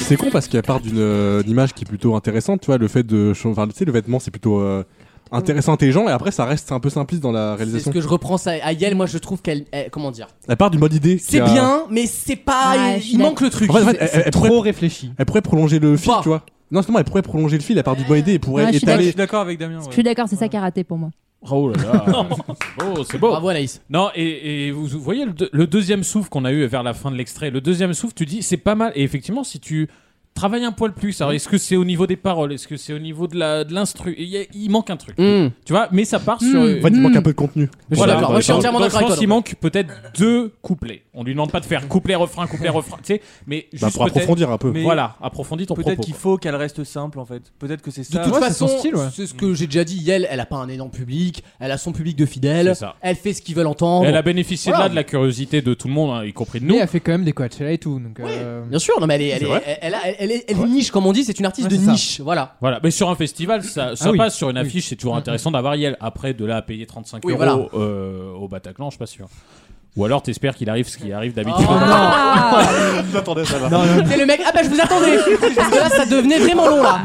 Speaker 2: C'est con parce qu'à part d'une euh, image qui est plutôt intéressante, tu vois, le fait de. ch- Enfin, tu sais, le vêtement, c'est plutôt euh, intéressant, intelligent, et après, ça reste un peu simpliste dans la
Speaker 1: C'est ce
Speaker 2: réalisation.
Speaker 1: que je reprends ça à Yel. Moi, je trouve qu'elle. eh, Comment dire
Speaker 2: À part d'une bonne idée. qui
Speaker 1: C'est
Speaker 2: a-
Speaker 1: bien, mais c'est pas.
Speaker 7: Ouais, je suis
Speaker 1: il manque le truc.
Speaker 2: En fait, en fait, elle, elle pourrait,
Speaker 9: Trop réfléchi.
Speaker 2: elle pourrait prolonger le fil,
Speaker 1: Pas.
Speaker 2: tu vois. Non, justement, elle pourrait prolonger le fil à part d'une bonne idée, elle pourrait
Speaker 7: Ouais, je suis
Speaker 4: Ouais, je
Speaker 2: étaler.
Speaker 4: suis d'accord avec Damien. ouais.
Speaker 7: Je suis d'accord, c'est ça karaté pour moi.
Speaker 3: Oh là là, c'est beau, Oh, c'est beau.
Speaker 1: Bravo Anaïs.
Speaker 3: Non, et, et vous vous voyez le, deux- le deuxième souffle qu'on a eu vers la fin de l'extrait. Le deuxième souffle, tu dis, c'est pas mal. Et effectivement, si tu travailles un poil plus,
Speaker 1: Mm.
Speaker 3: alors est-ce que c'est au niveau des paroles Est-ce que c'est au niveau de la- de l'instru Il y a- Il manque un truc.
Speaker 1: Mm.
Speaker 3: Tu vois, mais ça part sur.
Speaker 7: Mm.
Speaker 3: euh,
Speaker 2: En fait, il manque
Speaker 7: Hmm.
Speaker 2: un peu de contenu.
Speaker 1: Je suis
Speaker 3: voilà, dans
Speaker 1: d'accord, moi,
Speaker 3: les
Speaker 1: je suis
Speaker 3: paroles.
Speaker 1: entièrement
Speaker 3: Donc,
Speaker 1: d'accord
Speaker 3: Je pense
Speaker 1: avec toi,
Speaker 3: qu'il manque peut-être deux couplets. On lui demande pas de faire couplet, refrain, couplet, refrain, tu sais, mais
Speaker 2: Bah,
Speaker 3: juste
Speaker 2: pour
Speaker 3: peut-être-
Speaker 2: approfondir un peu.
Speaker 4: Mais-
Speaker 3: Voilà, approfondis ton propos.
Speaker 4: Peut-être qu'il faut qu'elle reste simple en fait. Peut-être que c'est
Speaker 1: De
Speaker 4: ça.
Speaker 1: toute
Speaker 9: ouais, c'est
Speaker 1: façon,
Speaker 9: son style, ouais.
Speaker 1: c'est ce que j'ai déjà dit. Yel, elle a pas un énorme public. Elle a son public de fidèles.
Speaker 3: C'est ça.
Speaker 1: Elle fait ce qu'ils veulent entendre.
Speaker 3: Elle a bénéficié
Speaker 1: Voilà.
Speaker 3: de là de la curiosité de tout le monde, hein, y compris de
Speaker 9: Mais
Speaker 3: nous.
Speaker 9: elle fait quand même des Coachella et tout. Donc, euh,
Speaker 1: Bien sûr, non mais elle est, elle,
Speaker 3: C'est
Speaker 1: est-
Speaker 3: vrai.
Speaker 1: elle- elle a- elle- elle est- elle est niche comme on dit. C'est une artiste
Speaker 9: Ouais,
Speaker 1: de
Speaker 9: c'est ça.
Speaker 1: niche. Voilà.
Speaker 3: Voilà, mais sur un festival,
Speaker 1: Ah
Speaker 3: ça, ça
Speaker 9: oui.
Speaker 3: passe. Sur une affiche, c'est toujours intéressant d'avoir Yel. Après, de là à payer 35
Speaker 1: Oui,
Speaker 3: euros
Speaker 1: voilà.
Speaker 3: euh, au Bataclan, je suis pas sûr. Ou alors, t'espères qu'il arrive ce qui arrive d'habitude.
Speaker 1: Oh
Speaker 7: Ah
Speaker 3: [laughs]
Speaker 4: [laughs]
Speaker 2: J'attendais ça
Speaker 1: C'est le mec. Ah bah je vous attendais. Parce que là, ça devenait vraiment long là.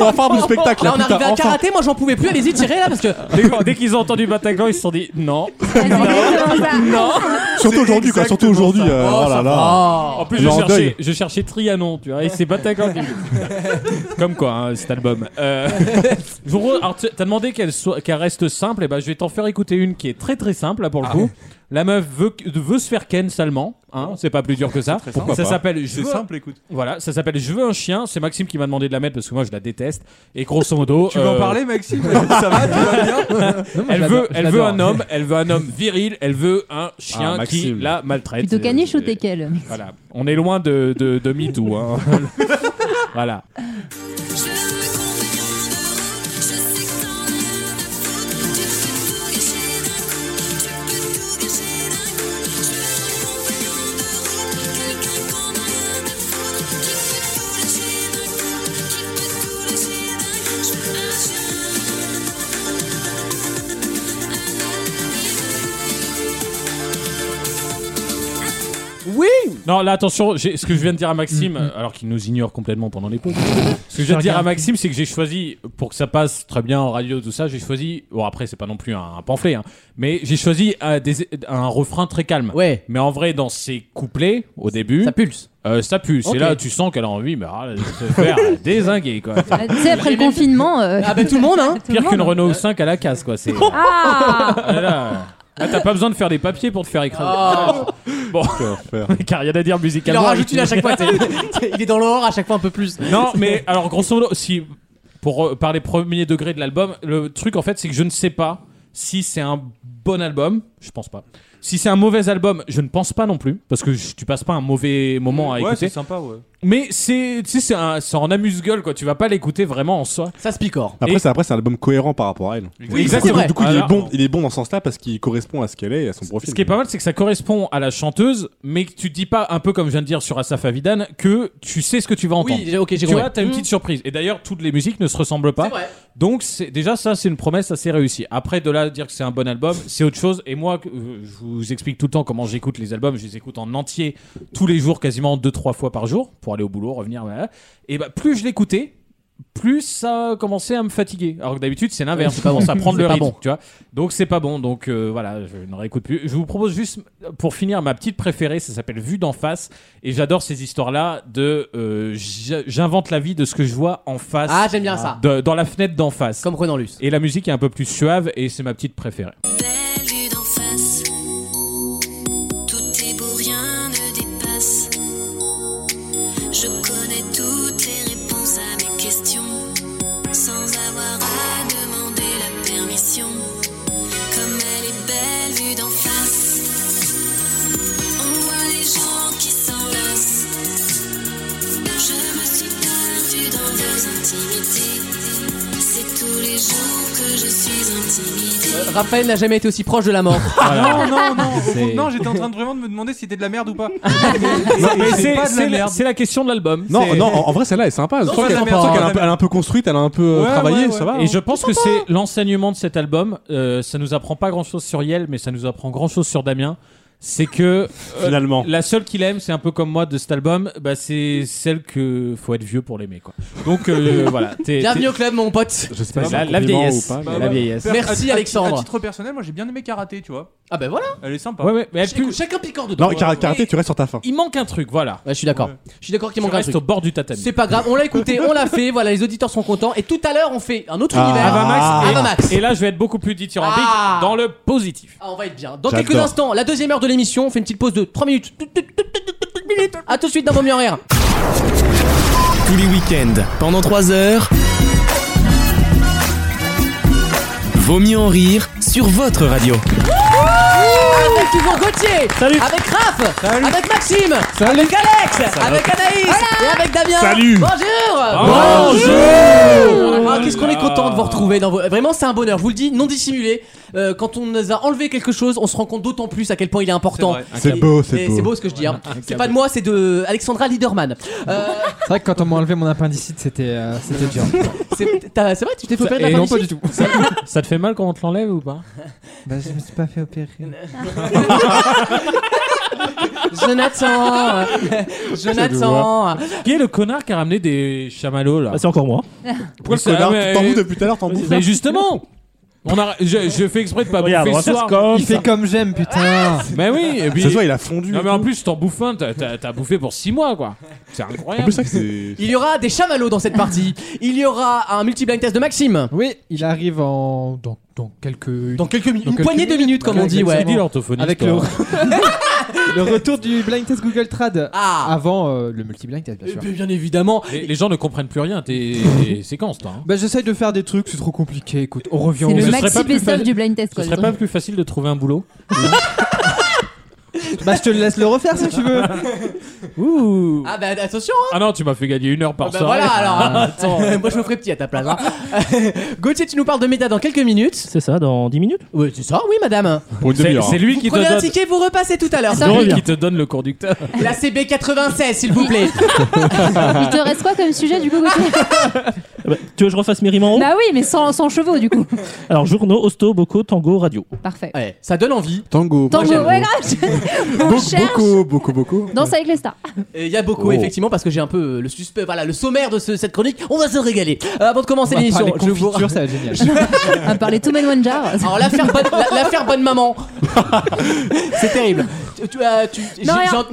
Speaker 2: Enfin, du spectacle.
Speaker 1: Là, on
Speaker 2: putain,
Speaker 1: arrivait à
Speaker 2: enfin.
Speaker 1: karaté. Moi, j'en pouvais plus. Allez-y, tirez là parce que.
Speaker 3: dès, dès qu'ils ont entendu Bataclan, ils se sont dit non.
Speaker 2: [laughs] Surtout aujourd'hui, quoi. Surtout aujourd'hui. euh, Oh là là.
Speaker 3: En plus, je
Speaker 2: Alors, en
Speaker 3: cherchais,
Speaker 2: deuil.
Speaker 3: je cherchais Trianon, tu vois, et c'est Bataclan. qui-
Speaker 4: [laughs]
Speaker 3: Comme quoi, hein, cet album. Euh, je vous re- alors, tu- t'as demandé qu'elle soit- qu'elle reste eh
Speaker 4: Ah.
Speaker 3: simple, et ben je vais t'en faire écouter une qui est très très simple là pour le coup. La meuf veut, veut se faire ken salement. Hein, c'est pas plus dur que ça.
Speaker 4: simple. Pourquoi
Speaker 3: ça
Speaker 4: pas
Speaker 3: s'appelle
Speaker 4: C'est
Speaker 3: Je veux un-
Speaker 4: simple, écoute.
Speaker 3: Voilà, ça s'appelle Je veux un chien. C'est Maxime qui m'a demandé de la mettre parce que moi je la déteste. Et grosso modo. euh,
Speaker 4: Tu veux en parler, Maxime Ça va, tu vas
Speaker 3: [laughs]
Speaker 4: bien Non, moi, je
Speaker 3: Elle
Speaker 4: l'adore,
Speaker 3: veut,
Speaker 4: je
Speaker 3: elle veut
Speaker 4: l'adore.
Speaker 3: un homme, elle veut un homme viril, elle veut un chien
Speaker 4: Ah,
Speaker 3: qui
Speaker 4: Maxime.
Speaker 3: la maltraite.
Speaker 7: Plutôt caniche ou teckel
Speaker 3: Voilà, on est loin [laughs] de, de, de MeToo. hein. voilà.
Speaker 1: Oui
Speaker 3: Non, là, attention, j'ai- ce que je viens de dire à Maxime, alors qu'il nous ignore complètement pendant les pauses, ce que je viens de dire à Maxime, c'est que j'ai choisi, pour que ça passe très bien en radio, tout ça, j'ai choisi, bon après, c'est pas non plus un, un pamphlet, hein, mais j'ai choisi euh, des- un refrain très calme.
Speaker 1: Ouais.
Speaker 3: Mais en vrai, dans ses couplets, au début. Ça
Speaker 1: pulse.
Speaker 3: ça pulse.
Speaker 1: Ok.
Speaker 3: Et là, tu sens qu'elle a envie, mais ah, de se faire euh, dézinguer, quoi.
Speaker 7: Ah, [laughs] Tu sais, après le confinement. euh,
Speaker 1: Ah, bah tout le
Speaker 7: [laughs]
Speaker 1: monde, hein
Speaker 3: Pire qu'une Renault 5 à la casse, quoi. C'est.
Speaker 7: Ah
Speaker 3: Ah, là, là. Ah, t'as pas besoin de faire des papiers pour te faire écraser.
Speaker 1: Oh.
Speaker 3: Bon, [laughs] car rien à dire
Speaker 1: Il
Speaker 3: musicalement.
Speaker 1: en rajoute une à chaque
Speaker 3: [laughs]
Speaker 1: fois. t'sais. Il est dans l'horreur à chaque fois un peu plus.
Speaker 3: Non, mais alors grosso modo, si pour euh, parler premier degré de l'album, le truc en fait, c'est que je ne sais pas si c'est un bon album. Je pense pas. Si c'est un mauvais album, je ne pense pas non plus, parce que je- tu passes pas un mauvais moment à
Speaker 4: Ouais,
Speaker 3: écouter.
Speaker 4: c'est sympa, ouais.
Speaker 3: Mais c'est, tu sais, c'est un- c'est en amuse-gueule quoi. Tu vas pas l'écouter vraiment en soi.
Speaker 1: Ça se picore.
Speaker 2: Après, c'est- après, c'est un album cohérent par rapport à elle.
Speaker 3: Oui,
Speaker 2: Du coup,
Speaker 3: exactement.
Speaker 2: Du coup, il, est
Speaker 3: Alors-
Speaker 2: bon, il est bon dans ce sens-là parce qu'il correspond à ce qu'elle est et à son profil.
Speaker 3: Ce qui est pas mal, c'est que ça correspond à la chanteuse, mais que tu te dis pas, un peu comme je viens de dire sur Asaf Avidan, que tu sais ce que tu vas entendre.
Speaker 1: j'ai- ok, j'ai
Speaker 3: tu
Speaker 1: compris. Mmh.
Speaker 3: vois, t'as une petite surprise. Et d'ailleurs, toutes les musiques ne se ressemblent pas. Donc, c'est- déjà, ça, c'est une promesse assez réussie. Après, de là, à dire que c'est un bon album, c'est autre chose. Et moi, que- euh, je vous explique tout le temps comment j'écoute les albums. Je les écoute en entier tous les jours, quasiment deux, trois fois par jour, pour aller au boulot, revenir. voilà. Et bah, plus je l'écoutais, plus ça commençait à me fatiguer. Alors que d'habitude, c'est l'inverse.
Speaker 1: [laughs] C'est pas bon.
Speaker 3: Ça prend
Speaker 1: C'est
Speaker 3: le
Speaker 1: pas
Speaker 3: rythme,
Speaker 1: bon.
Speaker 3: tu vois. Donc c'est pas bon. Donc euh, voilà, je ne réécoute plus. Je vous propose juste pour finir ma petite préférée. Ça s'appelle Vue d'en face. Et j'adore ces histoires-là de euh, j- j'invente la vie de ce que je vois en face.
Speaker 1: Ah, j'aime bien ça.
Speaker 3: De- dans la fenêtre d'en face.
Speaker 1: Comme Renan Luce.
Speaker 3: Et la musique est un peu plus suave et c'est ma petite préférée.
Speaker 12: Belle vue d'en face, tout est beau, rien ne dépasse. Je connais toutes les réponses à mes questions, sans avoir à demander la permission. Comme elle est belle vue d'en face, on voit les gens qui s'enlacent. Je me suis perdue dans leurs intimités, c'est tous les jours que je suis intimidée.
Speaker 1: Raphaël n'a jamais été aussi proche de
Speaker 3: [laughs]
Speaker 1: la mort.
Speaker 4: Non, non, non. au fond-
Speaker 1: C'est-
Speaker 4: Non, j'étais en train de vraiment de me demander si c'était de la merde ou pas. [laughs]
Speaker 3: mais c'est-
Speaker 4: pas de
Speaker 3: c'est
Speaker 4: la
Speaker 3: la-
Speaker 4: merde.
Speaker 3: c'est la question de l'album.
Speaker 2: Non,
Speaker 3: C'est-
Speaker 2: non, en en vrai, celle-là est sympa. Je
Speaker 4: Non,
Speaker 2: trouve
Speaker 4: c'est
Speaker 2: qu'elle
Speaker 4: la
Speaker 2: je
Speaker 4: merde,
Speaker 2: trouve
Speaker 4: c'est
Speaker 2: qu'elle est
Speaker 4: la
Speaker 2: un peu- elle est un peu construite, elle a un peu euh,
Speaker 4: Ouais,
Speaker 2: travaillé,
Speaker 4: ouais,
Speaker 2: ça
Speaker 4: ouais.
Speaker 2: va.
Speaker 3: Et
Speaker 2: hein.
Speaker 3: je pense que c'est l'enseignement de cet album. Euh, ça nous apprend pas grand chose sur Yel, mais ça nous apprend grand chose sur Damien. C'est que euh,
Speaker 2: Finalement.
Speaker 3: la seule qu'il aime, c'est un peu comme moi de cet album, bah, c'est celle que faut être vieux pour l'aimer. quoi. Donc euh, voilà. t'es-
Speaker 1: Bienvenue
Speaker 3: t'es-
Speaker 1: au club, mon pote.
Speaker 2: Je sais
Speaker 3: pas si c'est un
Speaker 1: la
Speaker 3: compliment
Speaker 1: vieillesse.
Speaker 3: ou pas, mais-
Speaker 1: La
Speaker 3: Bah, bah,
Speaker 1: vieillesse.
Speaker 4: Per- à-
Speaker 1: Merci
Speaker 4: à-
Speaker 1: Alexandre.
Speaker 4: À titre personnel, moi j'ai bien aimé karaté, tu vois.
Speaker 1: Ah ben voilà.
Speaker 4: Elle est sympa.
Speaker 3: Ouais, ouais, mais elle
Speaker 1: Écoute,
Speaker 3: pue-
Speaker 1: Chacun picore de
Speaker 2: Non,
Speaker 4: hein.
Speaker 2: kara- karaté, tu restes sur ta fin.
Speaker 3: Il manque un truc, voilà.
Speaker 1: je suis d'accord. Je suis d'accord qu'il manque un
Speaker 3: reste
Speaker 1: truc.
Speaker 3: au bord du tatami.
Speaker 1: C'est pas grave, on l'a écouté, on l'a fait, voilà, les auditeurs sont contents. Et tout à l'heure, on fait un autre
Speaker 3: Ah.
Speaker 1: univers.
Speaker 3: Avamax et-
Speaker 1: Avamax.
Speaker 3: Et là, je vais être beaucoup plus dithyrambique
Speaker 1: Ah.
Speaker 3: dans le positif.
Speaker 1: Ah, on va être bien. Dans
Speaker 3: J'adore.
Speaker 1: quelques instants, la deuxième heure de l'émission, on fait une petite pause de 3 minutes. A tout de suite dans Vos mieux en rire.
Speaker 5: Tous les week-ends, pendant 3 heures. Vaut mieux en rire sur votre radio.
Speaker 1: Avec toujours Gauthier. Salut. Avec Raph. Avec Maxime. Avec Alex. Avec Anaïs. Et avec Damien.
Speaker 5: Salut.
Speaker 1: Bonjour.
Speaker 3: Bonjour.
Speaker 1: Ah, Qu'est-ce qu'on est content de vous retrouver. Dans vos- Vraiment, c'est un bonheur. Je vous le dis, non dissimulé. Euh, quand on nous a enlevé quelque chose, on se rend compte d'autant plus à quel point il est important.
Speaker 2: C'est vrai. C'est beau, c'est
Speaker 1: Et
Speaker 2: beau.
Speaker 1: C'est beau ce que je dis. hein. C'est pas de moi, c'est de Alexandra Liederman. Euh, [laughs]
Speaker 9: C'est vrai que quand on m'a enlevé mon appendicite, c'était euh, c'était dur.
Speaker 1: c'est t'as- c'est vrai, tu t'es fait
Speaker 9: Ça-
Speaker 1: opérer de
Speaker 9: et
Speaker 1: la
Speaker 9: non,
Speaker 1: fin
Speaker 9: pas du tout. Ça-
Speaker 3: [laughs] Ça te fait mal quand on te l'enlève ou pas
Speaker 9: Bah, je me suis pas fait
Speaker 1: [laughs]
Speaker 9: opérer.
Speaker 1: Jonathan. euh, Jonathan.
Speaker 3: Qui est le connard qui a ramené des chamallows là
Speaker 2: Ah,
Speaker 10: C'est encore moi.
Speaker 2: Pourquoi
Speaker 3: C'est-
Speaker 2: le connard
Speaker 3: ah, mais-
Speaker 2: Tu T'en bouffes depuis tout à l'heure, t'en bouffes.
Speaker 3: Mais justement on a, je, je fais exprès de pas
Speaker 10: Regarde, on
Speaker 3: bouffer
Speaker 10: va
Speaker 3: ce
Speaker 10: faire
Speaker 3: soir.
Speaker 10: comme
Speaker 9: Il fait comme j'aime,
Speaker 1: Ah,
Speaker 9: putain.
Speaker 3: Mais Eh oui, et puis.
Speaker 2: Ce soir, il a fondu.
Speaker 3: Non, mais en plus, t'en bouffes un, t'as- t'as t'as bouffé pour 6 mois quoi. C'est
Speaker 2: En
Speaker 3: incroyable.
Speaker 2: plus, c'est vrai que c'est.
Speaker 1: hein. Il y aura des chamallows dans cette partie. Il y aura un multi-blind test de Maxime.
Speaker 9: Oui, il arrive en dans Dans quelques.
Speaker 1: Dans quelques minutes.
Speaker 9: Dans
Speaker 1: Une
Speaker 9: quelques
Speaker 1: poignée de minutes, comme on dit, ouais.
Speaker 9: exactement.
Speaker 3: l'orthophoniste,
Speaker 9: Avec le...
Speaker 3: toi.
Speaker 9: [laughs] le retour du blind test Google Trad
Speaker 1: Ah.
Speaker 9: avant euh, le multi-blind test, bien sûr.
Speaker 1: Bien évidemment.
Speaker 3: Les, les gens ne comprennent plus rien à tes
Speaker 1: [laughs]
Speaker 3: tes séquences, toi. hein.
Speaker 9: Bah, j'essaye de faire des trucs, c'est trop compliqué. Écoute, on
Speaker 3: C'est
Speaker 9: revient au
Speaker 3: le
Speaker 9: même.
Speaker 3: maxi Ce serait pas plus best-of fa-
Speaker 7: du blind test,
Speaker 3: Ce
Speaker 7: quoi.
Speaker 3: serait
Speaker 7: le
Speaker 3: pas
Speaker 7: truc.
Speaker 3: plus facile de trouver un boulot
Speaker 9: Bah, je te laisse le refaire si tu veux. Ouh.
Speaker 1: Ah bah attention hein
Speaker 3: Ah non, tu m'as fait gagner une heure par
Speaker 1: Bah
Speaker 3: soirée.
Speaker 1: voilà alors
Speaker 3: Ah,
Speaker 1: Attends, [laughs] moi je me ferai petit à ta place. hein. [laughs] Gauthier, tu nous parles de méta dans quelques minutes. C'est
Speaker 10: ça, dans 10 minutes
Speaker 1: Oui, c'est ça, oui, madame.
Speaker 3: Pour une C'est- demi-heure, hein. c'est lui
Speaker 1: Vous
Speaker 3: qui te
Speaker 1: prenez un
Speaker 3: donne-
Speaker 1: ticket, vous repassez tout à l'heure.
Speaker 3: C'est lui qui te donne
Speaker 10: [laughs]
Speaker 3: le conducteur.
Speaker 1: La CB96, s'il vous plaît.
Speaker 7: Il te reste quoi comme sujet, du coup, Gauthier
Speaker 10: Tu veux que je refasse mes rimes en haut
Speaker 7: Bah oui, mais sans, sans chevaux, du coup.
Speaker 10: Alors, journaux, hosto, boco, tango, radio.
Speaker 7: Parfait.
Speaker 1: ça donne envie.
Speaker 2: Tango.
Speaker 7: Tango, ouais, grave. On cherche.
Speaker 2: Beaucoup, beaucoup, beaucoup.
Speaker 7: Danse avec les stars.
Speaker 1: Et Il Euh, y a beaucoup,
Speaker 2: Oh.
Speaker 1: effectivement, parce que j'ai un peu euh, le suspect, voilà, le sommaire de ce- cette chronique. On va se régaler. Euh, avant de commencer
Speaker 9: On va
Speaker 1: l'émission,
Speaker 9: parler
Speaker 1: je vous.
Speaker 9: confiture, ça va être génial.
Speaker 7: On va parler tout men one jar.
Speaker 1: Alors, l'affaire [laughs] bonne, la- l'affaire bonne maman. [laughs] C'est terrible. Tu, tu, euh, tu- j'ai-
Speaker 7: rien.
Speaker 1: j'entends-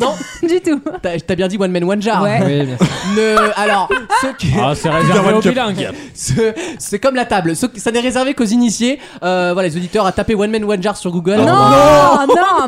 Speaker 7: [laughs]
Speaker 1: non
Speaker 7: du tout.
Speaker 1: T'as t'as bien dit One Man One Jar.
Speaker 7: Ouais.
Speaker 9: Oui, bien sûr.
Speaker 1: Ne- alors, ceux qui-
Speaker 3: Ah, c'est réservé aux bilingues.
Speaker 1: Ce- C'est comme la table. Ce- ça n'est réservé qu'aux initiés. Euh, voilà, les auditeurs à taper One Man One Jar sur Google.
Speaker 7: Non, non,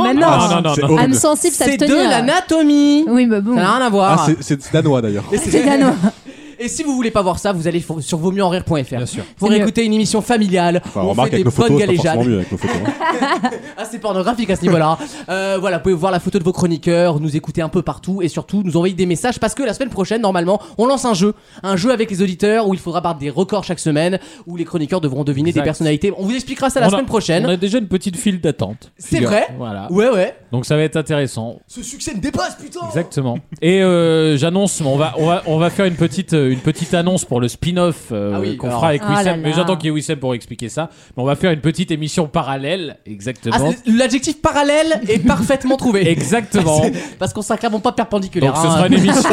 Speaker 7: mais non.
Speaker 2: Ah, non, non, C'est non. horrible.
Speaker 7: Âme sensible,
Speaker 1: C'est
Speaker 7: s'abstenir.
Speaker 1: de l'anatomie.
Speaker 7: Oui, mais bon.
Speaker 1: Ça n'a rien à voir.
Speaker 2: Ah, c'est- c'est danois d'ailleurs.
Speaker 1: Et c'est-
Speaker 7: C'est danois.
Speaker 1: [laughs] Et si vous voulez pas voir ça, vous allez fo- sur vaumieuxenrire.fr. Bien
Speaker 3: sûr.
Speaker 1: Pour écouter une émission familiale.
Speaker 2: Enfin,
Speaker 1: où on fait
Speaker 2: remarque,
Speaker 1: des
Speaker 2: avec nos
Speaker 1: bonnes
Speaker 2: photos, c'est pas
Speaker 1: galéjades.
Speaker 2: forcément mieux avec nos photos. hein.
Speaker 1: [laughs] Ah, c'est pornographique à ce niveau-là. Euh, voilà, vous pouvez voir la photo de vos chroniqueurs, nous écouter un peu partout et surtout nous envoyer des messages parce que la semaine prochaine, normalement, on lance un jeu. Un jeu avec les auditeurs où il faudra battre des records chaque semaine, où les chroniqueurs devront deviner
Speaker 3: Exact.
Speaker 1: des personnalités. On vous expliquera ça la
Speaker 3: On a-
Speaker 1: semaine
Speaker 3: On
Speaker 1: prochaine.
Speaker 3: a déjà une petite file d'attente.
Speaker 1: C'est
Speaker 3: Figure.
Speaker 1: vrai
Speaker 3: Voilà.
Speaker 1: Ouais, ouais.
Speaker 3: Donc ça va être intéressant.
Speaker 1: Ce succès me dépasse, putain
Speaker 3: Exactement. Et euh, j'annonce, on va, on, va, on va faire une petite, euh, une petite annonce pour le spin-off euh,
Speaker 1: Ah oui,
Speaker 3: qu'on
Speaker 1: alors.
Speaker 3: fera avec
Speaker 1: Ah
Speaker 3: Wissem.
Speaker 1: là
Speaker 3: mais
Speaker 1: là.
Speaker 3: j'attends qu'il y ait Wissem pour expliquer ça. Mais on va faire une petite émission parallèle. Exactement.
Speaker 1: Ah, c'est- L'adjectif parallèle est parfaitement trouvé. [laughs]
Speaker 3: Exactement.
Speaker 1: Parce- Parce qu'on sera clairement pas perpendiculaire.
Speaker 3: Donc ce
Speaker 1: hein.
Speaker 3: sera une
Speaker 1: [laughs]
Speaker 3: émission.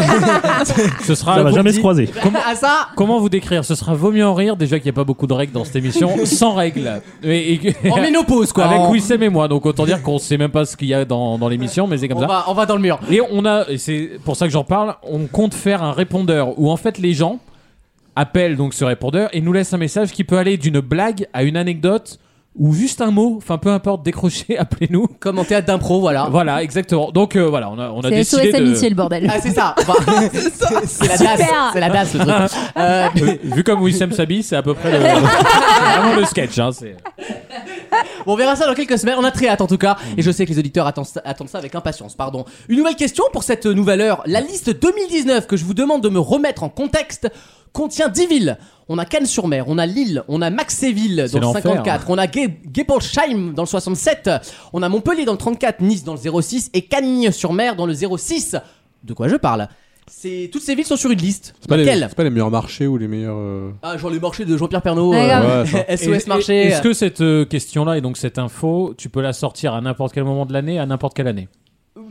Speaker 3: ce sera.
Speaker 10: Ça va jamais se croiser.
Speaker 3: Comment,
Speaker 1: Ah, ça
Speaker 3: comment vous décrire Ce sera vaut mieux en rire. Déjà qu'il n'y a pas beaucoup de règles dans cette
Speaker 7: [laughs]
Speaker 3: émission. sans règles. Et- et-
Speaker 1: En ménopause, quoi.
Speaker 3: Avec
Speaker 1: En-
Speaker 3: Wissem et moi. Donc autant dire qu'on sait même pas ce qu'il y a dans, dans l'émission, mais c'est comme
Speaker 1: on
Speaker 3: ça.
Speaker 1: va, on va dans le mur.
Speaker 3: Et on a, et c'est pour ça que j'en parle, on compte faire un répondeur où en fait les gens appellent donc ce répondeur et nous laissent un message qui peut aller d'une blague à une anecdote ou juste un mot, enfin peu importe, décrochez, [laughs] appelez-nous.
Speaker 1: Comme en théâtre d'impro, voilà.
Speaker 3: Voilà, exactement. Donc euh, voilà, on a, on a
Speaker 7: C'est
Speaker 3: décidé
Speaker 7: SOS Amitié,
Speaker 3: de...
Speaker 7: le bordel.
Speaker 1: Ah, c'est ça. on va- [laughs] c'est c'est la
Speaker 7: Super.
Speaker 1: DAS. C'est la DAS, le [laughs] truc. Euh,
Speaker 3: Vu- Vu comme Wissem s'habille, c'est à peu
Speaker 1: [laughs]
Speaker 3: près le, c'est vraiment le sketch. Hein, c'est-
Speaker 1: Bon, on verra ça dans quelques semaines. On a très hâte en tout cas. Et je sais que les auditeurs attendent ça, attendent ça avec impatience. Pardon. Une nouvelle question pour cette nouvelle heure. La liste 2019 que je vous demande de me remettre en contexte contient 10 villes. On a Cannes-sur-Mer, on a Lille, on a Maxéville
Speaker 3: C'est
Speaker 1: dans le
Speaker 2: hein.
Speaker 3: l'enfer.
Speaker 1: 54, on a Ge- Geppolsheim dans le 67, on a Montpellier dans le 34, Nice dans le 06 et Cagnes-sur-Mer dans le 06. De quoi je parle C'est Toutes ces villes sont sur une liste.
Speaker 2: C'est pas, les-
Speaker 1: Laquelle
Speaker 2: c'est pas les meilleurs marchés ou les meilleurs. euh,
Speaker 1: Ah, genre le marché de Jean-Pierre Pernaud. euh.
Speaker 7: Ouais,
Speaker 2: grave. Ouais,
Speaker 3: Et-
Speaker 1: SOS
Speaker 3: et-
Speaker 1: Marché.
Speaker 3: Est-ce que cette euh, question-là et donc cette info, tu peux la sortir à n'importe quel moment de l'année, à n'importe quelle année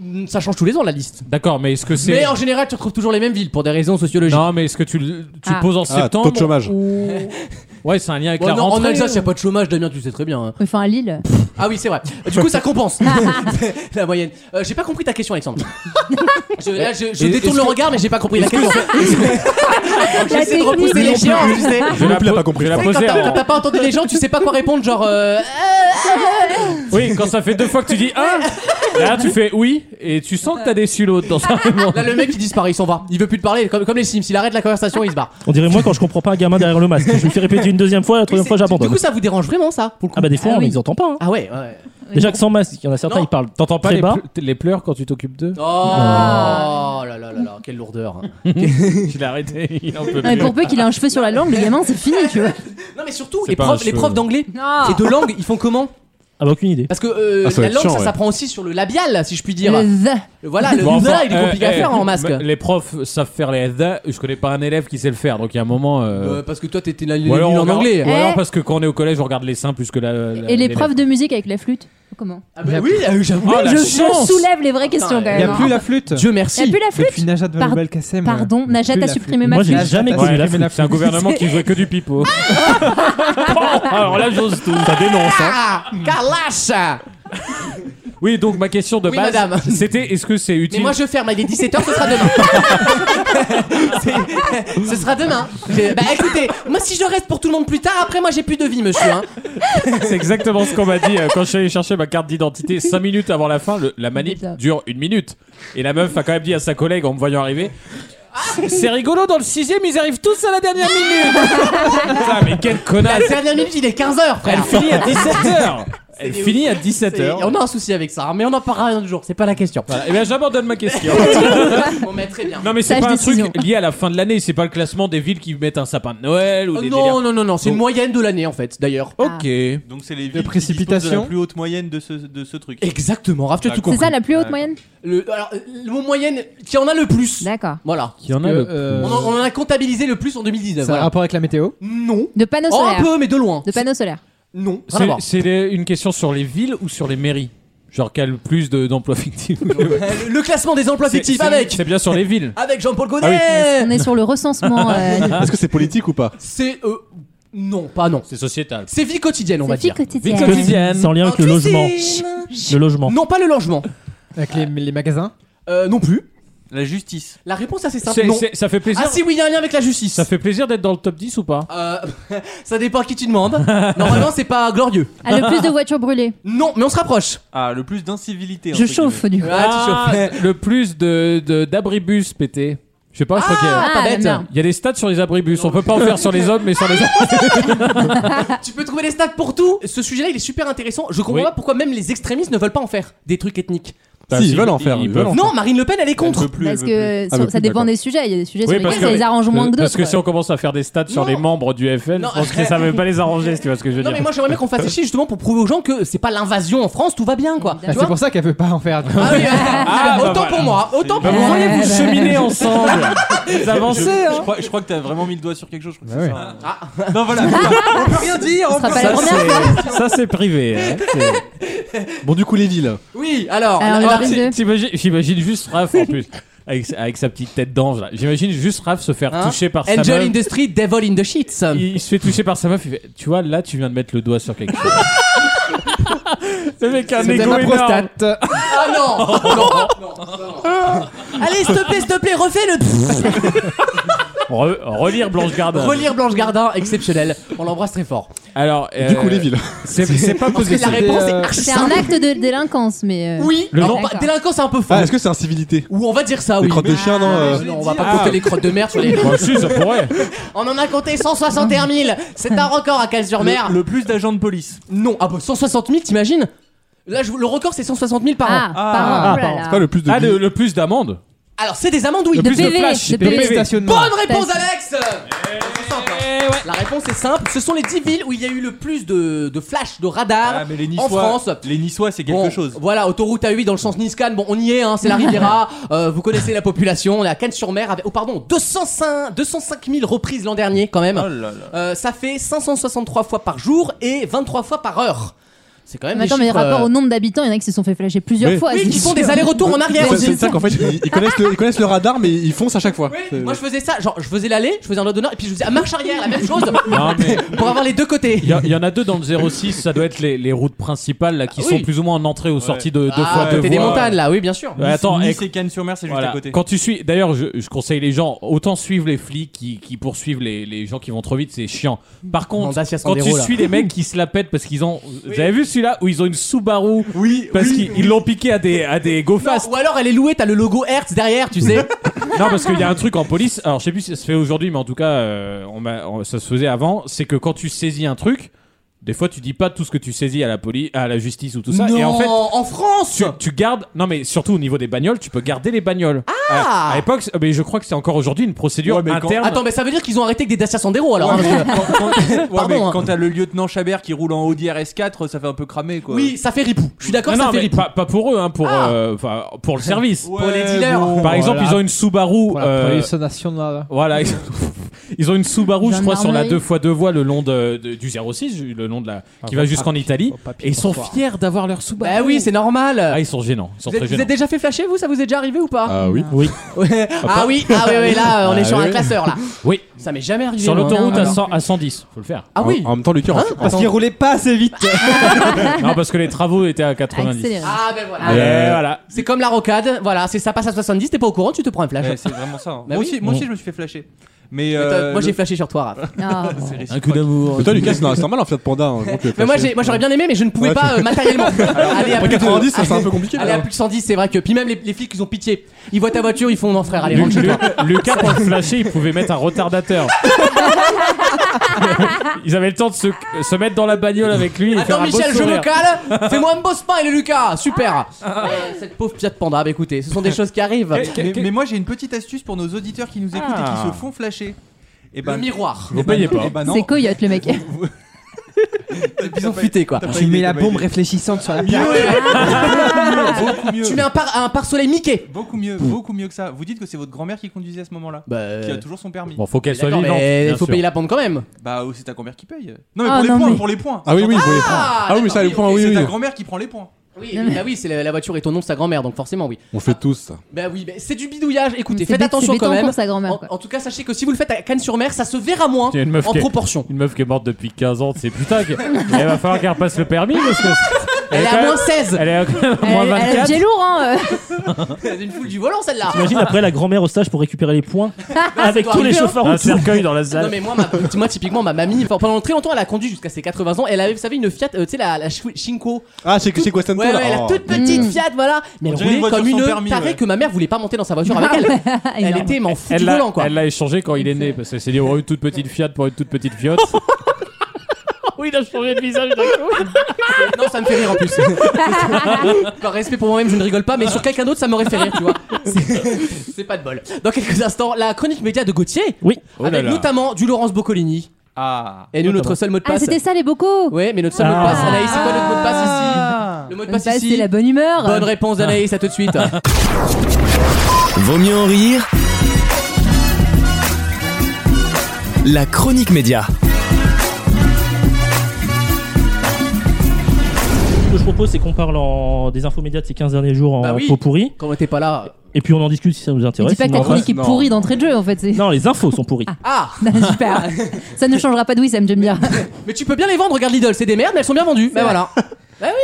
Speaker 1: Mm, Ça change tous les ans la liste.
Speaker 3: D'accord, mais est-ce que c'est...
Speaker 1: Mais en général, tu retrouves toujours les mêmes villes pour des raisons sociologiques.
Speaker 3: Non, mais est-ce que tu, le- tu
Speaker 7: Ah.
Speaker 3: le poses en
Speaker 2: Ah,
Speaker 3: septembre
Speaker 2: taux de chômage.
Speaker 1: [laughs]
Speaker 3: ou- Ouais, c'est un lien avec
Speaker 1: Bon,
Speaker 3: la
Speaker 1: non, en
Speaker 3: rentrée.
Speaker 1: Alsace, il a pas de chômage, Damien, tu sais très bien. hein.
Speaker 7: Enfin, à Lille.
Speaker 1: Ah oui, c'est vrai. Du coup, ça compense.
Speaker 7: Ah.
Speaker 1: C'est [laughs] la moyenne. Euh, j'ai pas compris ta question, Alexandre. [laughs] Je, là, je, je
Speaker 3: Et-
Speaker 1: détourne
Speaker 3: est-ce
Speaker 1: le
Speaker 3: que-
Speaker 1: regard, mais j'ai pas compris la question. [laughs] J'essaie de
Speaker 7: technique.
Speaker 1: repousser les chiens, tu sais.
Speaker 3: Je l'ai pas compris. Je vais la
Speaker 1: Quand
Speaker 3: poser
Speaker 1: t'as quand
Speaker 3: avant.
Speaker 1: t'as pas entendu les gens, tu sais pas quoi répondre, genre. euh,
Speaker 3: Oui, quand ça fait deux fois que tu dis ah,
Speaker 1: [laughs]
Speaker 3: là tu fais oui et tu sens que t'as déçu l'autre dans un moment.
Speaker 1: Là, le mec il disparaît, il s'en va. Il veut plus te parler, comme, comme les Sims. Il arrête la conversation, il se
Speaker 3: Ah,
Speaker 1: barre.
Speaker 10: On dirait moi quand je comprends pas un gamin derrière le masque. Je me fais répéter une deuxième fois, la troisième fois
Speaker 1: Du
Speaker 3: bah,
Speaker 10: j'abandonne.
Speaker 1: coup, ça vous dérange vraiment, ça pour le coup
Speaker 10: Ah bah des fois,
Speaker 7: Ah
Speaker 10: on
Speaker 7: oui.
Speaker 10: les entend pas. hein.
Speaker 1: Ah ouais, ouais.
Speaker 10: Déjà que sans masque, il y en a certains,
Speaker 1: Non.
Speaker 10: ils parlent
Speaker 3: T'entends pas
Speaker 10: Très
Speaker 3: les,
Speaker 10: bas.
Speaker 3: ple- les pleurs quand tu t'occupes d'eux
Speaker 1: Oh là là là là, quelle lourdeur.
Speaker 3: [laughs]
Speaker 1: hein.
Speaker 3: Il a arrêté, Ah. il en peut
Speaker 7: Ouais,
Speaker 3: plus.
Speaker 7: pour peu qu'il ait un cheveu sur la langue, le gamin, c'est fini, tu vois.
Speaker 1: Non, mais surtout,
Speaker 3: C'est
Speaker 1: les
Speaker 3: pas un
Speaker 1: profs, les
Speaker 3: cheveu.
Speaker 1: profs d'anglais
Speaker 7: Non.
Speaker 1: et de langue, ils font comment
Speaker 10: Ah bah aucune idée.
Speaker 1: Parce que euh,
Speaker 2: Ah, ça va
Speaker 1: la
Speaker 2: être
Speaker 1: langue,
Speaker 2: chiant,
Speaker 1: ça
Speaker 2: ouais.
Speaker 1: s'apprend aussi sur le labial, si je puis dire.
Speaker 7: Le the.
Speaker 1: Voilà, Ah, le
Speaker 3: Bon, enfin,
Speaker 1: là, il est
Speaker 3: euh,
Speaker 1: compliqué à
Speaker 3: euh,
Speaker 1: faire en masque.
Speaker 3: Les profs savent faire les SD. Je connais pas un élève qui sait le faire, donc il y a un moment. euh,
Speaker 1: Euh, parce que toi, t'étais la
Speaker 3: Ou alors, on
Speaker 1: en
Speaker 3: regarde-
Speaker 1: anglais.
Speaker 3: ou alors
Speaker 7: Eh.
Speaker 3: parce que quand on est au collège, on regarde les seins plus que la. la-
Speaker 7: Et les
Speaker 3: l'élève.
Speaker 7: profs de musique avec la flûte Comment
Speaker 1: Ah bah oui, euh, j'avoue.
Speaker 3: Oh, la
Speaker 7: je, je
Speaker 3: chance
Speaker 7: soulève les vraies questions quand
Speaker 9: Il n'y
Speaker 7: même.
Speaker 9: a
Speaker 7: hein.
Speaker 9: plus la flûte.
Speaker 1: Dieu
Speaker 7: Y a
Speaker 1: merci.
Speaker 7: plus la flûte
Speaker 9: Depuis Najat
Speaker 7: Pardon.
Speaker 9: Vallaud-Belkacem.
Speaker 7: Pardon,
Speaker 9: il y a
Speaker 7: Najat
Speaker 9: plus
Speaker 7: a
Speaker 9: la
Speaker 7: supprimé ma
Speaker 10: Moi j'ai
Speaker 7: flûte.
Speaker 10: jamais
Speaker 3: Ouais,
Speaker 10: connu la flûte.
Speaker 3: c'est un gouvernement qui jouait que du
Speaker 1: [laughs]
Speaker 3: pipeau.
Speaker 1: hein.
Speaker 3: alors là, j'ose tout. Ça dénonce.
Speaker 1: Ah, Kalash
Speaker 3: Oui, donc ma question de
Speaker 1: Oui,
Speaker 3: base,
Speaker 1: madame.
Speaker 3: c'était est-ce que c'est utile
Speaker 1: Mais moi je ferme, il est 17h, ce sera demain.
Speaker 3: [laughs]
Speaker 1: C'est- ce sera demain. J'ai- Bah écoutez, moi si je reste pour tout le monde plus tard, après moi j'ai plus de vie, monsieur. hein.
Speaker 3: [laughs] C'est exactement ce qu'on m'a dit euh, quand je suis allé chercher ma carte d'identité 5 minutes avant la fin. le- la manip dure une minute. Et la meuf a quand même dit à sa collègue en me voyant arriver. C'est rigolo, dans le sixième, ils arrivent tous à la dernière
Speaker 1: [laughs]
Speaker 3: minute. Putain, mais quelle
Speaker 1: La
Speaker 3: connasse
Speaker 1: dernière Bah, minute, il est 15h, frère.
Speaker 3: Elle finit à
Speaker 1: [laughs]
Speaker 3: 17h. Elle
Speaker 1: C'est
Speaker 3: finit à
Speaker 1: ouf. C'est-
Speaker 3: 17h.
Speaker 1: On a un souci avec ça, hein, mais on en parlera un autre jour, c'est pas la question. [laughs]
Speaker 3: Et Eh bien j'abandonne ma question.
Speaker 1: Bon, mais très bien.
Speaker 3: Non mais c'est
Speaker 1: Sage
Speaker 3: pas un
Speaker 1: décision.
Speaker 3: truc lié à la fin de l'année, c'est pas le classement des villes qui mettent un sapin de Noël ou
Speaker 1: Oh,
Speaker 3: des
Speaker 1: non,
Speaker 3: délires.
Speaker 1: non, non, non, c'est une
Speaker 3: Donc-
Speaker 1: moyenne de l'année en fait, d'ailleurs.
Speaker 3: Ok.
Speaker 4: Donc c'est les villes
Speaker 1: De
Speaker 4: qui disposent de
Speaker 1: précipitation.
Speaker 4: la plus haute moyenne de ce, de ce truc.
Speaker 1: Exactement, Raph, tu as tout compris.
Speaker 7: C'est ça la plus haute
Speaker 4: D'accord.
Speaker 7: moyenne
Speaker 1: Le, alors, euh, le mot moyenne qui en a le plus.
Speaker 7: D'accord.
Speaker 1: Voilà.
Speaker 3: Qui en a
Speaker 9: Parce
Speaker 3: le
Speaker 9: que, euh,
Speaker 1: On en, on en a comptabilisé le plus en
Speaker 9: Ça a
Speaker 1: 2019.
Speaker 9: un
Speaker 1: voilà.
Speaker 9: rapport avec la météo
Speaker 1: Non.
Speaker 7: De panneaux
Speaker 1: Oh,
Speaker 7: solaires.
Speaker 1: un peu, mais de loin.
Speaker 7: De panneaux solaires.
Speaker 1: Non, rien à
Speaker 3: C'est-
Speaker 1: voir.
Speaker 3: C'est les- une question sur les villes ou sur les mairies Genre quel plus de- d'emplois
Speaker 1: [laughs]
Speaker 3: fictifs
Speaker 1: Euh, Le, le classement des emplois
Speaker 3: C'est-
Speaker 1: fictifs
Speaker 3: c'est-
Speaker 1: avec Ah,
Speaker 3: C'est Ah bien sur les villes.
Speaker 1: avec Jean-Paul Godet.
Speaker 7: On est sur le recensement. euh,
Speaker 1: [laughs]
Speaker 4: [laughs]
Speaker 2: Est-ce que c'est politique ou pas
Speaker 1: C'est euh, non, pas non.
Speaker 3: C'est sociétal.
Speaker 1: C'est vie quotidienne, on va
Speaker 7: vie
Speaker 1: dire.
Speaker 7: quotidienne.
Speaker 10: Sans lien avec
Speaker 1: En
Speaker 10: le logement.
Speaker 1: cuisine.
Speaker 10: Le logement.
Speaker 1: Non, pas le logement.
Speaker 9: Avec les, les magasins
Speaker 1: Euh, non plus.
Speaker 4: La justice.
Speaker 1: La réponse est assez simple.
Speaker 3: C'est-
Speaker 1: Non.
Speaker 3: c'est- Ça fait plaisir.
Speaker 1: Ah si oui, il y a un lien avec la justice.
Speaker 3: Ça fait plaisir d'être dans le top 10 ou pas
Speaker 1: Euh, [laughs] ça dépend à qui tu demandes. Normalement, c'est pas glorieux.
Speaker 7: Ah, le plus de voitures brûlées.
Speaker 1: Non, mais on se rapproche.
Speaker 4: Ah, le plus d'incivilité.
Speaker 7: Je
Speaker 4: entre
Speaker 7: chauffe
Speaker 4: guillemets.
Speaker 7: du coup.
Speaker 1: Ah, tu
Speaker 3: Le plus de de- d'abribus pété. Je sais pas, je crois qu'il y a-
Speaker 7: Ah,
Speaker 1: pas bête.
Speaker 7: merde.
Speaker 3: il y a des stats sur les abribus. On peut pas en faire sur les hommes, mais
Speaker 7: [laughs]
Speaker 3: sur les hommes.
Speaker 1: [laughs] Tu peux trouver les stats pour tout. Ce sujet-là, il est super intéressant. Je comprends
Speaker 3: Oui.
Speaker 1: pas pourquoi même les extrémistes ne veulent pas en faire des trucs ethniques.
Speaker 3: Bah,
Speaker 2: Si,
Speaker 3: si,
Speaker 2: ils veulent en
Speaker 3: ils-
Speaker 2: faire.
Speaker 3: ils
Speaker 2: Ils veulent en
Speaker 1: Non, Marine Le Pen, elle est
Speaker 4: Elle
Speaker 1: contre.
Speaker 4: veut plus, elle
Speaker 7: Parce
Speaker 4: veut
Speaker 7: que
Speaker 2: Ah,
Speaker 7: sur-
Speaker 2: le
Speaker 7: ça
Speaker 2: plus,
Speaker 7: dépend
Speaker 2: d'accord.
Speaker 7: des sujets. Il y a des sujets
Speaker 3: Oui,
Speaker 7: sur lesquels
Speaker 3: parce
Speaker 7: ça
Speaker 3: que-
Speaker 7: les arrange moins que
Speaker 3: Parce que
Speaker 7: d'autres.
Speaker 3: si on commence à faire des stats sur
Speaker 1: Non.
Speaker 3: les membres du FN,
Speaker 1: Non.
Speaker 3: je pense que ça va pas les arranger, si tu vois ce que je veux
Speaker 1: Non, mais
Speaker 3: dire.
Speaker 1: moi j'aimerais bien qu'on fasse des chiffres justement pour prouver aux gens que c'est pas l'invasion en France, tout va bien quoi.
Speaker 9: Ah,
Speaker 1: Tu
Speaker 9: C'est
Speaker 1: vois
Speaker 9: pour ça qu'elle veut pas en faire.
Speaker 1: Ah
Speaker 9: [laughs]
Speaker 1: oui,
Speaker 3: Ah, bah
Speaker 1: autant
Speaker 3: voilà.
Speaker 1: pour moi, autant
Speaker 3: Bah,
Speaker 1: pour
Speaker 3: vous
Speaker 1: moi.
Speaker 3: voyez, vous cheminez ensemble. [laughs] Vous
Speaker 4: Je,
Speaker 3: avancez,
Speaker 4: je
Speaker 3: hein.
Speaker 4: crois, je crois que t'as vraiment mis le doigt sur quelque chose. Je crois que
Speaker 9: Bah
Speaker 4: c'est
Speaker 9: ouais.
Speaker 4: ça. Non,
Speaker 3: [laughs]
Speaker 4: voilà. on peut rien dire.
Speaker 7: Ce
Speaker 4: on
Speaker 7: sera
Speaker 4: peut-
Speaker 7: pas la
Speaker 3: Ça,
Speaker 7: première.
Speaker 3: c'est- Ça, c'est privé. hein.
Speaker 1: [laughs]
Speaker 3: C'est-
Speaker 2: Bon, du coup, les villes.
Speaker 1: Oui, alors,
Speaker 7: Alors,
Speaker 1: on
Speaker 7: le
Speaker 1: a-
Speaker 7: baril-
Speaker 3: T'im- t'imagines- J'imagine juste Raph en plus. Avec, sa- avec sa petite tête d'ange là. J'imagine juste Raph se faire
Speaker 1: Hein
Speaker 3: toucher par sa
Speaker 1: Angel
Speaker 3: meuf.
Speaker 1: in the street, devil in the sheets.
Speaker 3: Il, il se fait toucher par sa meuf. Il fait, tu vois, là, tu viens de mettre le doigt sur quelque
Speaker 1: [laughs]
Speaker 3: chose. [laughs] Le mec a un
Speaker 9: C'était
Speaker 3: égo
Speaker 9: ma
Speaker 3: énorme.
Speaker 9: prostate.
Speaker 1: Ah non, non, non, non. Allez, s'il te plaît, s'il te plaît, refais le.
Speaker 3: [laughs] Re- relire Blanche Gardin.
Speaker 1: Relire Blanche Gardin, exceptionnel. On l'embrasse très fort.
Speaker 3: Alors, euh,
Speaker 2: Du coup, les villes.
Speaker 3: C'est c'est pas
Speaker 1: Parce que
Speaker 3: possible.
Speaker 1: la réponse
Speaker 9: euh,
Speaker 1: est archi
Speaker 7: C'est un
Speaker 1: simple.
Speaker 7: acte de délinquance, mais. euh,
Speaker 1: Oui,
Speaker 3: Le
Speaker 1: non,
Speaker 3: nom-
Speaker 1: bah, délinquant, c'est un peu faux.
Speaker 2: Ah, est-ce que c'est incivilité
Speaker 1: Ou on va dire ça,
Speaker 2: Les
Speaker 1: oui.
Speaker 2: crottes de chien, non euh,
Speaker 1: Non, on va pas
Speaker 3: Ah.
Speaker 1: compter les crottes de mer sur les.
Speaker 3: Bah, si, ça pourrait.
Speaker 1: On en a compté 161 000. C'est un record à Cale-sur-Mer.
Speaker 4: Le, le plus d'agents de police.
Speaker 1: Non, ah bah 160 000, t'imagines Là, je- le record, c'est 160 000 par
Speaker 7: Ah,
Speaker 1: an.
Speaker 7: par an. Oh là là.
Speaker 2: C'est pas le plus de.
Speaker 3: Ah, le,
Speaker 2: villes.
Speaker 3: le plus d'amende.
Speaker 1: Alors, c'est des amendes, oui.
Speaker 3: Le plus
Speaker 7: PV,
Speaker 3: de flash.
Speaker 7: de
Speaker 3: PV.
Speaker 7: PV.
Speaker 9: Stationnement.
Speaker 1: Bonne réponse,
Speaker 7: T'as-
Speaker 1: Alex C'est simple, hein.
Speaker 4: Eh
Speaker 1: La réponse est simple. Ce sont les 10 villes où il y a eu le plus de, de flash, de radar
Speaker 4: Ah, mais les
Speaker 1: en
Speaker 4: Niçois.
Speaker 1: France.
Speaker 4: Les Niçois, c'est quelque
Speaker 1: Bon,
Speaker 4: chose.
Speaker 1: Voilà, autoroute A8 dans le sens Nice-Cannes. Bon, on y est,
Speaker 7: [laughs]
Speaker 1: hein, c'est la Riviera. Euh, vous connaissez la population. On est à Cannes-sur-Mer. Avec, oh, pardon, 205, 205 000 reprises l'an dernier, quand même.
Speaker 4: Oh là là.
Speaker 1: Euh, ça fait 563 fois par jour et 23 fois par heure. C'est quand même
Speaker 7: Ah, Mais
Speaker 1: des
Speaker 7: attends, mais
Speaker 1: chiffres,
Speaker 7: rapport
Speaker 1: euh,
Speaker 7: au nombre d'habitants, il y en a qui se sont fait flasher plusieurs
Speaker 2: Oui.
Speaker 7: fois.
Speaker 1: Oui,
Speaker 7: c'est
Speaker 1: qui
Speaker 7: sûr.
Speaker 1: font des allers-retours en arrière
Speaker 2: C'est-
Speaker 1: aussi.
Speaker 2: C'est ça qu'en fait, ils, ils connaissent le, ils connaissent le radar, mais ils foncent à chaque fois. C'est-
Speaker 1: Moi je faisais ça, genre je faisais l'aller, je faisais un doigt d'honneur et puis je faisais à marche arrière
Speaker 7: [laughs]
Speaker 1: la même chose
Speaker 3: Non, mais-
Speaker 1: pour avoir les deux côtés.
Speaker 3: Il y, a- il y en a deux dans le 06, ça doit être les, les routes principales là qui
Speaker 1: Ah,
Speaker 3: sont
Speaker 1: oui.
Speaker 3: plus ou moins en entrée ou sortie de deux
Speaker 1: Ah,
Speaker 3: fois deux
Speaker 1: t'es des
Speaker 3: voies.
Speaker 1: montagnes là, oui bien sûr.
Speaker 3: Ouais, attends,
Speaker 4: Nice
Speaker 3: écoute,
Speaker 4: et Cannes-sur-Mer, c'est juste
Speaker 3: voilà.
Speaker 4: à côté.
Speaker 3: quand tu suis, d'ailleurs, je, je conseille les gens autant suivre les flics qui, qui poursuivent les, les gens qui vont trop vite, c'est chiant. Par contre,
Speaker 1: Mandat 600
Speaker 3: quand tu
Speaker 1: euros, là.
Speaker 3: suis les mecs qui se la pètent parce qu'ils
Speaker 1: [laughs]
Speaker 3: ont, vous avez vu celui-là où ils ont une Subaru
Speaker 4: Oui,
Speaker 3: parce
Speaker 4: oui,
Speaker 3: qu'ils ils l'ont piqué à des à des go
Speaker 1: Non,
Speaker 3: fast.
Speaker 1: ou alors elle est louée, t'as le logo Hertz derrière, tu sais.
Speaker 3: [laughs] Non, parce qu'il y a un truc en police, alors je sais plus si ça se fait aujourd'hui, mais en tout cas, euh, on m'a- on- ça se faisait avant, c'est que quand tu saisis un truc, des fois tu dis pas tout ce que tu saisis à la police, à la justice ou tout ça, et en fait,
Speaker 1: en France
Speaker 3: tu, tu gardes, non mais surtout au niveau des bagnoles, tu peux garder les bagnoles. À, à l'époque, c'est- mais je crois que c'est encore aujourd'hui une procédure
Speaker 4: Ouais, mais quand-
Speaker 3: interne.
Speaker 1: Attends, Ah mais ça veut dire qu'ils ont arrêté que des Dacia Sandero alors. hein,
Speaker 4: Ouais,
Speaker 1: parce que-
Speaker 4: mais quand- quand- ouais,
Speaker 1: Pardon,
Speaker 4: mais
Speaker 1: hein.
Speaker 4: quand t'as le lieutenant Chabert qui roule en Audi RS4, ça fait un peu cramer quoi.
Speaker 1: Oui, ça fait ripou. Je suis d'accord,
Speaker 3: Non,
Speaker 1: ça
Speaker 3: non,
Speaker 1: fait
Speaker 3: mais
Speaker 1: ripou.
Speaker 3: pas, pas pour eux, hein, pour,
Speaker 1: Ah.
Speaker 3: euh, enfin, pour le service.
Speaker 4: Ouais,
Speaker 1: Pour les dealers. Oh
Speaker 4: bon.
Speaker 3: Par exemple,
Speaker 9: Voilà.
Speaker 3: ils ont une Subaru.
Speaker 9: Pour la
Speaker 3: euh,
Speaker 9: police nationale.
Speaker 3: voilà, ex- Ils ont [laughs] une Subaru, je crois, sur la
Speaker 13: Gendarmerie.
Speaker 3: 2x2 voies le long de, de- du 06, le long de la, qui va
Speaker 1: Ah, pas
Speaker 3: jusqu'en
Speaker 1: papier,
Speaker 3: Italie.
Speaker 1: pas papier
Speaker 3: Et ils sont
Speaker 1: pour toi.
Speaker 3: fiers d'avoir leur Subaru.
Speaker 1: Bah oui, c'est normal.
Speaker 3: Ah, ils sont gênants. Ils sont
Speaker 1: Vous êtes,
Speaker 3: très
Speaker 1: vous
Speaker 3: gênants.
Speaker 1: êtes déjà fait flasher, vous Ça vous est déjà arrivé ou pas
Speaker 3: Ah oui.
Speaker 1: Ouais. Ah oui, ah oui, oui, là, on
Speaker 3: Ah
Speaker 1: est sur
Speaker 3: oui.
Speaker 1: un classeur, là.
Speaker 3: Oui.
Speaker 1: Ça m'est jamais arrivé.
Speaker 3: Sur
Speaker 1: moi.
Speaker 3: l'autoroute à,
Speaker 1: Ah, Alors.
Speaker 3: 100 à 110, faut le faire.
Speaker 1: Ah oui.
Speaker 2: En même temps, Lucas, en-
Speaker 9: Parce qu'il roulait pas assez vite.
Speaker 3: [laughs] non, parce que les travaux étaient à 90.
Speaker 1: Ah ben voilà.
Speaker 3: Et voilà.
Speaker 1: C'est comme la rocade, voilà, c'est ça passe à 70, t'es pas au courant, tu te prends un flash.
Speaker 4: Ouais, c'est vraiment ça. hein.
Speaker 1: Bah
Speaker 4: moi,
Speaker 1: oui.
Speaker 4: aussi, moi aussi,
Speaker 1: Bon.
Speaker 4: je me suis fait flasher. Mais
Speaker 1: Mais
Speaker 4: euh,
Speaker 1: toi- moi j'ai
Speaker 4: le-
Speaker 1: flashé sur toi, Raph.
Speaker 4: [laughs] C'est réciproque.
Speaker 3: Un coup d'amour.
Speaker 2: Mais toi, Lucas, c'est normal- c'est normal en Fiat Panda. hein, donc,
Speaker 1: Mais moi,
Speaker 2: flasher.
Speaker 1: j'ai- moi, j'aurais bien aimé, mais je ne pouvais
Speaker 2: Ouais,
Speaker 1: pas
Speaker 2: tu-
Speaker 1: euh, matériellement. Aller à
Speaker 2: Après
Speaker 1: plus de-
Speaker 2: 90, ça, c'est un peu compliqué,
Speaker 1: Aller
Speaker 2: là.
Speaker 1: à plus de 110, c'est vrai que. Puis même les, les flics, ils ont pitié. Ils voient ta voiture, ils font non frère, allez
Speaker 3: Lu-
Speaker 1: rentre chez
Speaker 3: Lu-
Speaker 1: toi.
Speaker 3: Lucas, pour le flasher, il pouvait mettre un
Speaker 1: [laughs]
Speaker 3: retardateur. Ils avaient le temps de se, se mettre dans la bagnole avec lui. Et faire
Speaker 1: Attends
Speaker 3: un beau
Speaker 1: Michel, je me
Speaker 3: sourire.
Speaker 1: cale. Fais-moi un boss pas et le Lucas, super. Euh, Cette pauvre Fiat Panda, bah écoutez, ce sont des choses qui arrivent.
Speaker 4: Mais, mais moi, j'ai une petite astuce pour nos auditeurs qui nous écoutent
Speaker 1: Eh, Ah.
Speaker 4: et qui se font flasher. Eh ben, Et [laughs]
Speaker 1: Le miroir.
Speaker 4: Vous
Speaker 1: payez pas.
Speaker 7: C'est coyote le mec.
Speaker 1: Ils ont fuité quoi.
Speaker 9: Tu mets la bombe réfléchissante sur la pierre.
Speaker 4: Beaucoup mieux.
Speaker 1: Tu mets un par un pare-soleil Mickey.
Speaker 4: Beaucoup mieux, beaucoup mieux que ça. Vous dites que c'est votre grand-mère qui conduisait à ce moment-là.
Speaker 1: Bah,
Speaker 4: Qui a toujours son permis.
Speaker 3: Bon, faut qu'elle soit
Speaker 1: D'accord,
Speaker 3: vivante.
Speaker 1: mais
Speaker 3: bien
Speaker 1: il faut
Speaker 3: sûr.
Speaker 1: payer la pente quand même.
Speaker 4: Bah, oh, c'est ta grand-mère qui paye. Non, mais
Speaker 1: Ah,
Speaker 4: pour les
Speaker 1: non,
Speaker 4: points,
Speaker 1: mais-
Speaker 4: pour les points.
Speaker 2: Ah oui, oui, pour les points.
Speaker 1: Ah,
Speaker 2: Ah oui, ça, les
Speaker 1: d'accord,
Speaker 2: points,
Speaker 1: ok,
Speaker 2: oui,
Speaker 4: C'est
Speaker 2: oui.
Speaker 4: ta grand-mère qui prend les points.
Speaker 1: Oui, bah oui, c'est la, la voiture est au nom de sa grand-mère, donc forcément oui.
Speaker 2: On fait tous ça.
Speaker 1: Bah oui, bah c'est du bidouillage. Écoutez,
Speaker 7: C'est
Speaker 1: faites
Speaker 7: bête-
Speaker 1: attention
Speaker 7: c'est
Speaker 1: quand
Speaker 7: béton
Speaker 1: même.
Speaker 7: pour sa grand-mère,
Speaker 1: en, en tout cas, sachez que si vous le faites à Cannes-sur-Mer, ça se verra moins
Speaker 3: Il y a une meuf
Speaker 1: en
Speaker 3: qui est-
Speaker 1: proportion.
Speaker 3: Une meuf qui est morte depuis 15 ans, c'est putain.
Speaker 1: [laughs]
Speaker 3: que- Il va falloir qu'elle repasse le permis parce que.
Speaker 1: Elle est
Speaker 3: quand
Speaker 1: à
Speaker 3: même-
Speaker 1: moins 16.
Speaker 3: Elle est à quand même à
Speaker 7: Elle,
Speaker 3: moins
Speaker 7: elle a le
Speaker 3: 24.
Speaker 7: pied lourd hein.
Speaker 1: [laughs] Elle est une foule du volant celle-là.
Speaker 10: T'imagines après la grand-mère au stage pour récupérer les
Speaker 1: [laughs]
Speaker 10: points
Speaker 1: Ça
Speaker 10: avec
Speaker 1: doit
Speaker 10: tous les
Speaker 1: arriver, hein.
Speaker 10: chauffeurs
Speaker 3: Un
Speaker 10: autour.
Speaker 3: cercueil dans la
Speaker 1: Non
Speaker 3: salle.
Speaker 1: mais moi, ma- moi, typiquement ma mamie enfin, pendant très longtemps elle a conduit jusqu'à ses 80 ans elle avait vous savez une Fiat euh, tu sais la, la Shu- Shinko
Speaker 2: Ah, c'est chez Quastanto
Speaker 1: ouais,
Speaker 2: là.
Speaker 1: ouais, la
Speaker 2: Oh.
Speaker 1: toute petite Fiat voilà mais
Speaker 4: On
Speaker 1: elle
Speaker 4: dirait une
Speaker 1: roulait
Speaker 4: voiture
Speaker 1: comme
Speaker 4: sans
Speaker 1: une
Speaker 4: permis,
Speaker 1: tarée
Speaker 4: ouais.
Speaker 1: que ma mère voulait pas monter dans sa voiture avec elle elle était m'en fout
Speaker 3: Elle
Speaker 1: du
Speaker 3: l'a-
Speaker 1: volant quoi
Speaker 3: elle l'a échangé quand il est né parce qu'elle s'est dit oh, une toute petite Fiat pour une toute petite Fiat.
Speaker 1: [laughs]
Speaker 3: [laughs]
Speaker 1: Oh,
Speaker 3: oui, il a changé de visage d'un coup.
Speaker 1: [laughs] non ça me fait rire
Speaker 3: [laughs]
Speaker 1: en plus par respect pour moi-même je ne rigole pas mais sur quelqu'un d'autre ça m'aurait fait rire tu vois C'est- c'est pas de bol dans quelques instants la chronique média de Gauthier
Speaker 10: Oui.
Speaker 3: Oh là
Speaker 1: avec
Speaker 3: là.
Speaker 1: notamment du Laurence Boccolini
Speaker 4: Ah.
Speaker 1: et nous notre seul mot de
Speaker 7: Ah
Speaker 1: passe
Speaker 7: c'était ça les bocaux.
Speaker 1: ouais mais notre seul mot de
Speaker 10: Ah.
Speaker 1: passe Anaïs c'est quoi notre mot de passe ici le mot de
Speaker 7: Bah,
Speaker 1: passe
Speaker 7: c'est
Speaker 1: ici
Speaker 7: la bonne humeur.
Speaker 1: Bonne réponse d'Anaïs, à tout de
Speaker 7: [laughs]
Speaker 1: suite.
Speaker 5: Vaut mieux en rire. La chronique média.
Speaker 10: Ce que je propose, c'est qu'on parle en... des infos médias de ces 15 derniers jours en
Speaker 1: Bah oui.
Speaker 10: pot pourri.
Speaker 1: Quand on était pas là.
Speaker 10: Et puis on en discute si ça vous
Speaker 7: Mais
Speaker 10: intéresse.
Speaker 7: dis pas que
Speaker 10: Sinon,
Speaker 7: ta
Speaker 10: on va-
Speaker 7: chronique est pourrie d'entrée de jeu en fait. c'est-
Speaker 10: Non, les infos sont pourries.
Speaker 1: Ah
Speaker 7: Super. Ça ne changera pas de Wissam, j'aime bien.
Speaker 1: Mais tu peux bien les vendre, regarde Lidl, c'est des merdes, mais elles sont bien vendues. Ben voilà.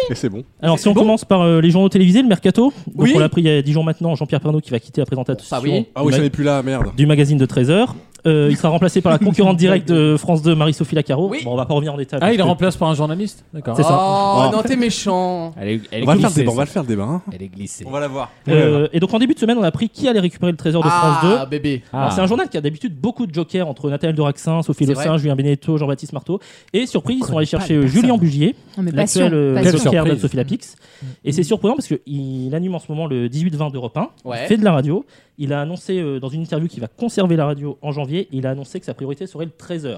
Speaker 2: Et c'est bon.
Speaker 10: Alors si on commence par euh, les journaux télévisés, le mercato, donc
Speaker 1: Oui.
Speaker 10: on l'a pris il y a 10 jours maintenant, Jean-Pierre Pernaud qui va quitter la présentation
Speaker 1: Ça, oui.
Speaker 2: Ah oui,
Speaker 10: du,
Speaker 2: j'en
Speaker 10: ma-
Speaker 2: ai plus là, merde.
Speaker 10: du magazine de 13h. Euh, il sera remplacé par la
Speaker 1: [laughs]
Speaker 10: concurrente directe de France 2, Marie-Sophie Lacaro.
Speaker 1: Oui.
Speaker 10: Bon, on va pas revenir en détail.
Speaker 3: Ah, il le
Speaker 10: parce que-
Speaker 3: remplace par un journaliste D'accord.
Speaker 10: C'est ça.
Speaker 1: Oh,
Speaker 2: Oh.
Speaker 1: non, t'es méchant.
Speaker 3: Elle est, elle est
Speaker 2: On va le faire le
Speaker 3: glissée,
Speaker 2: débat, on va le faire le débat. hein.
Speaker 3: Elle est glissée.
Speaker 4: On va la voir.
Speaker 10: Euh, et donc en début de semaine, on a appris qui allait récupérer le trésor de
Speaker 1: ah,
Speaker 10: France 2.
Speaker 1: bébé.
Speaker 3: Ah.
Speaker 10: Alors, C'est un journal qui a d'habitude beaucoup de jokers entre Nathalie Doraxin, Sophie
Speaker 1: C'est
Speaker 10: Lossin,
Speaker 1: vrai.
Speaker 10: Julien Beneteau, Jean-Baptiste Marteau. Et surprise, ils sont allés chercher
Speaker 3: les
Speaker 10: euh, Julien Bugier,
Speaker 7: Non mais passion.
Speaker 10: l'actuel euh,
Speaker 7: passion.
Speaker 3: Quelle
Speaker 10: joker de
Speaker 3: surprise.
Speaker 10: Sophie Lapix. Et c'est surprenant parce qu'il anime en ce moment le 18-20 d'Europe 1.
Speaker 1: Ouais.
Speaker 10: Il fait de la radio. Il a annoncé euh, dans une interview qu'il va conserver la radio en janvier. Il a annoncé que sa priorité serait le 13h.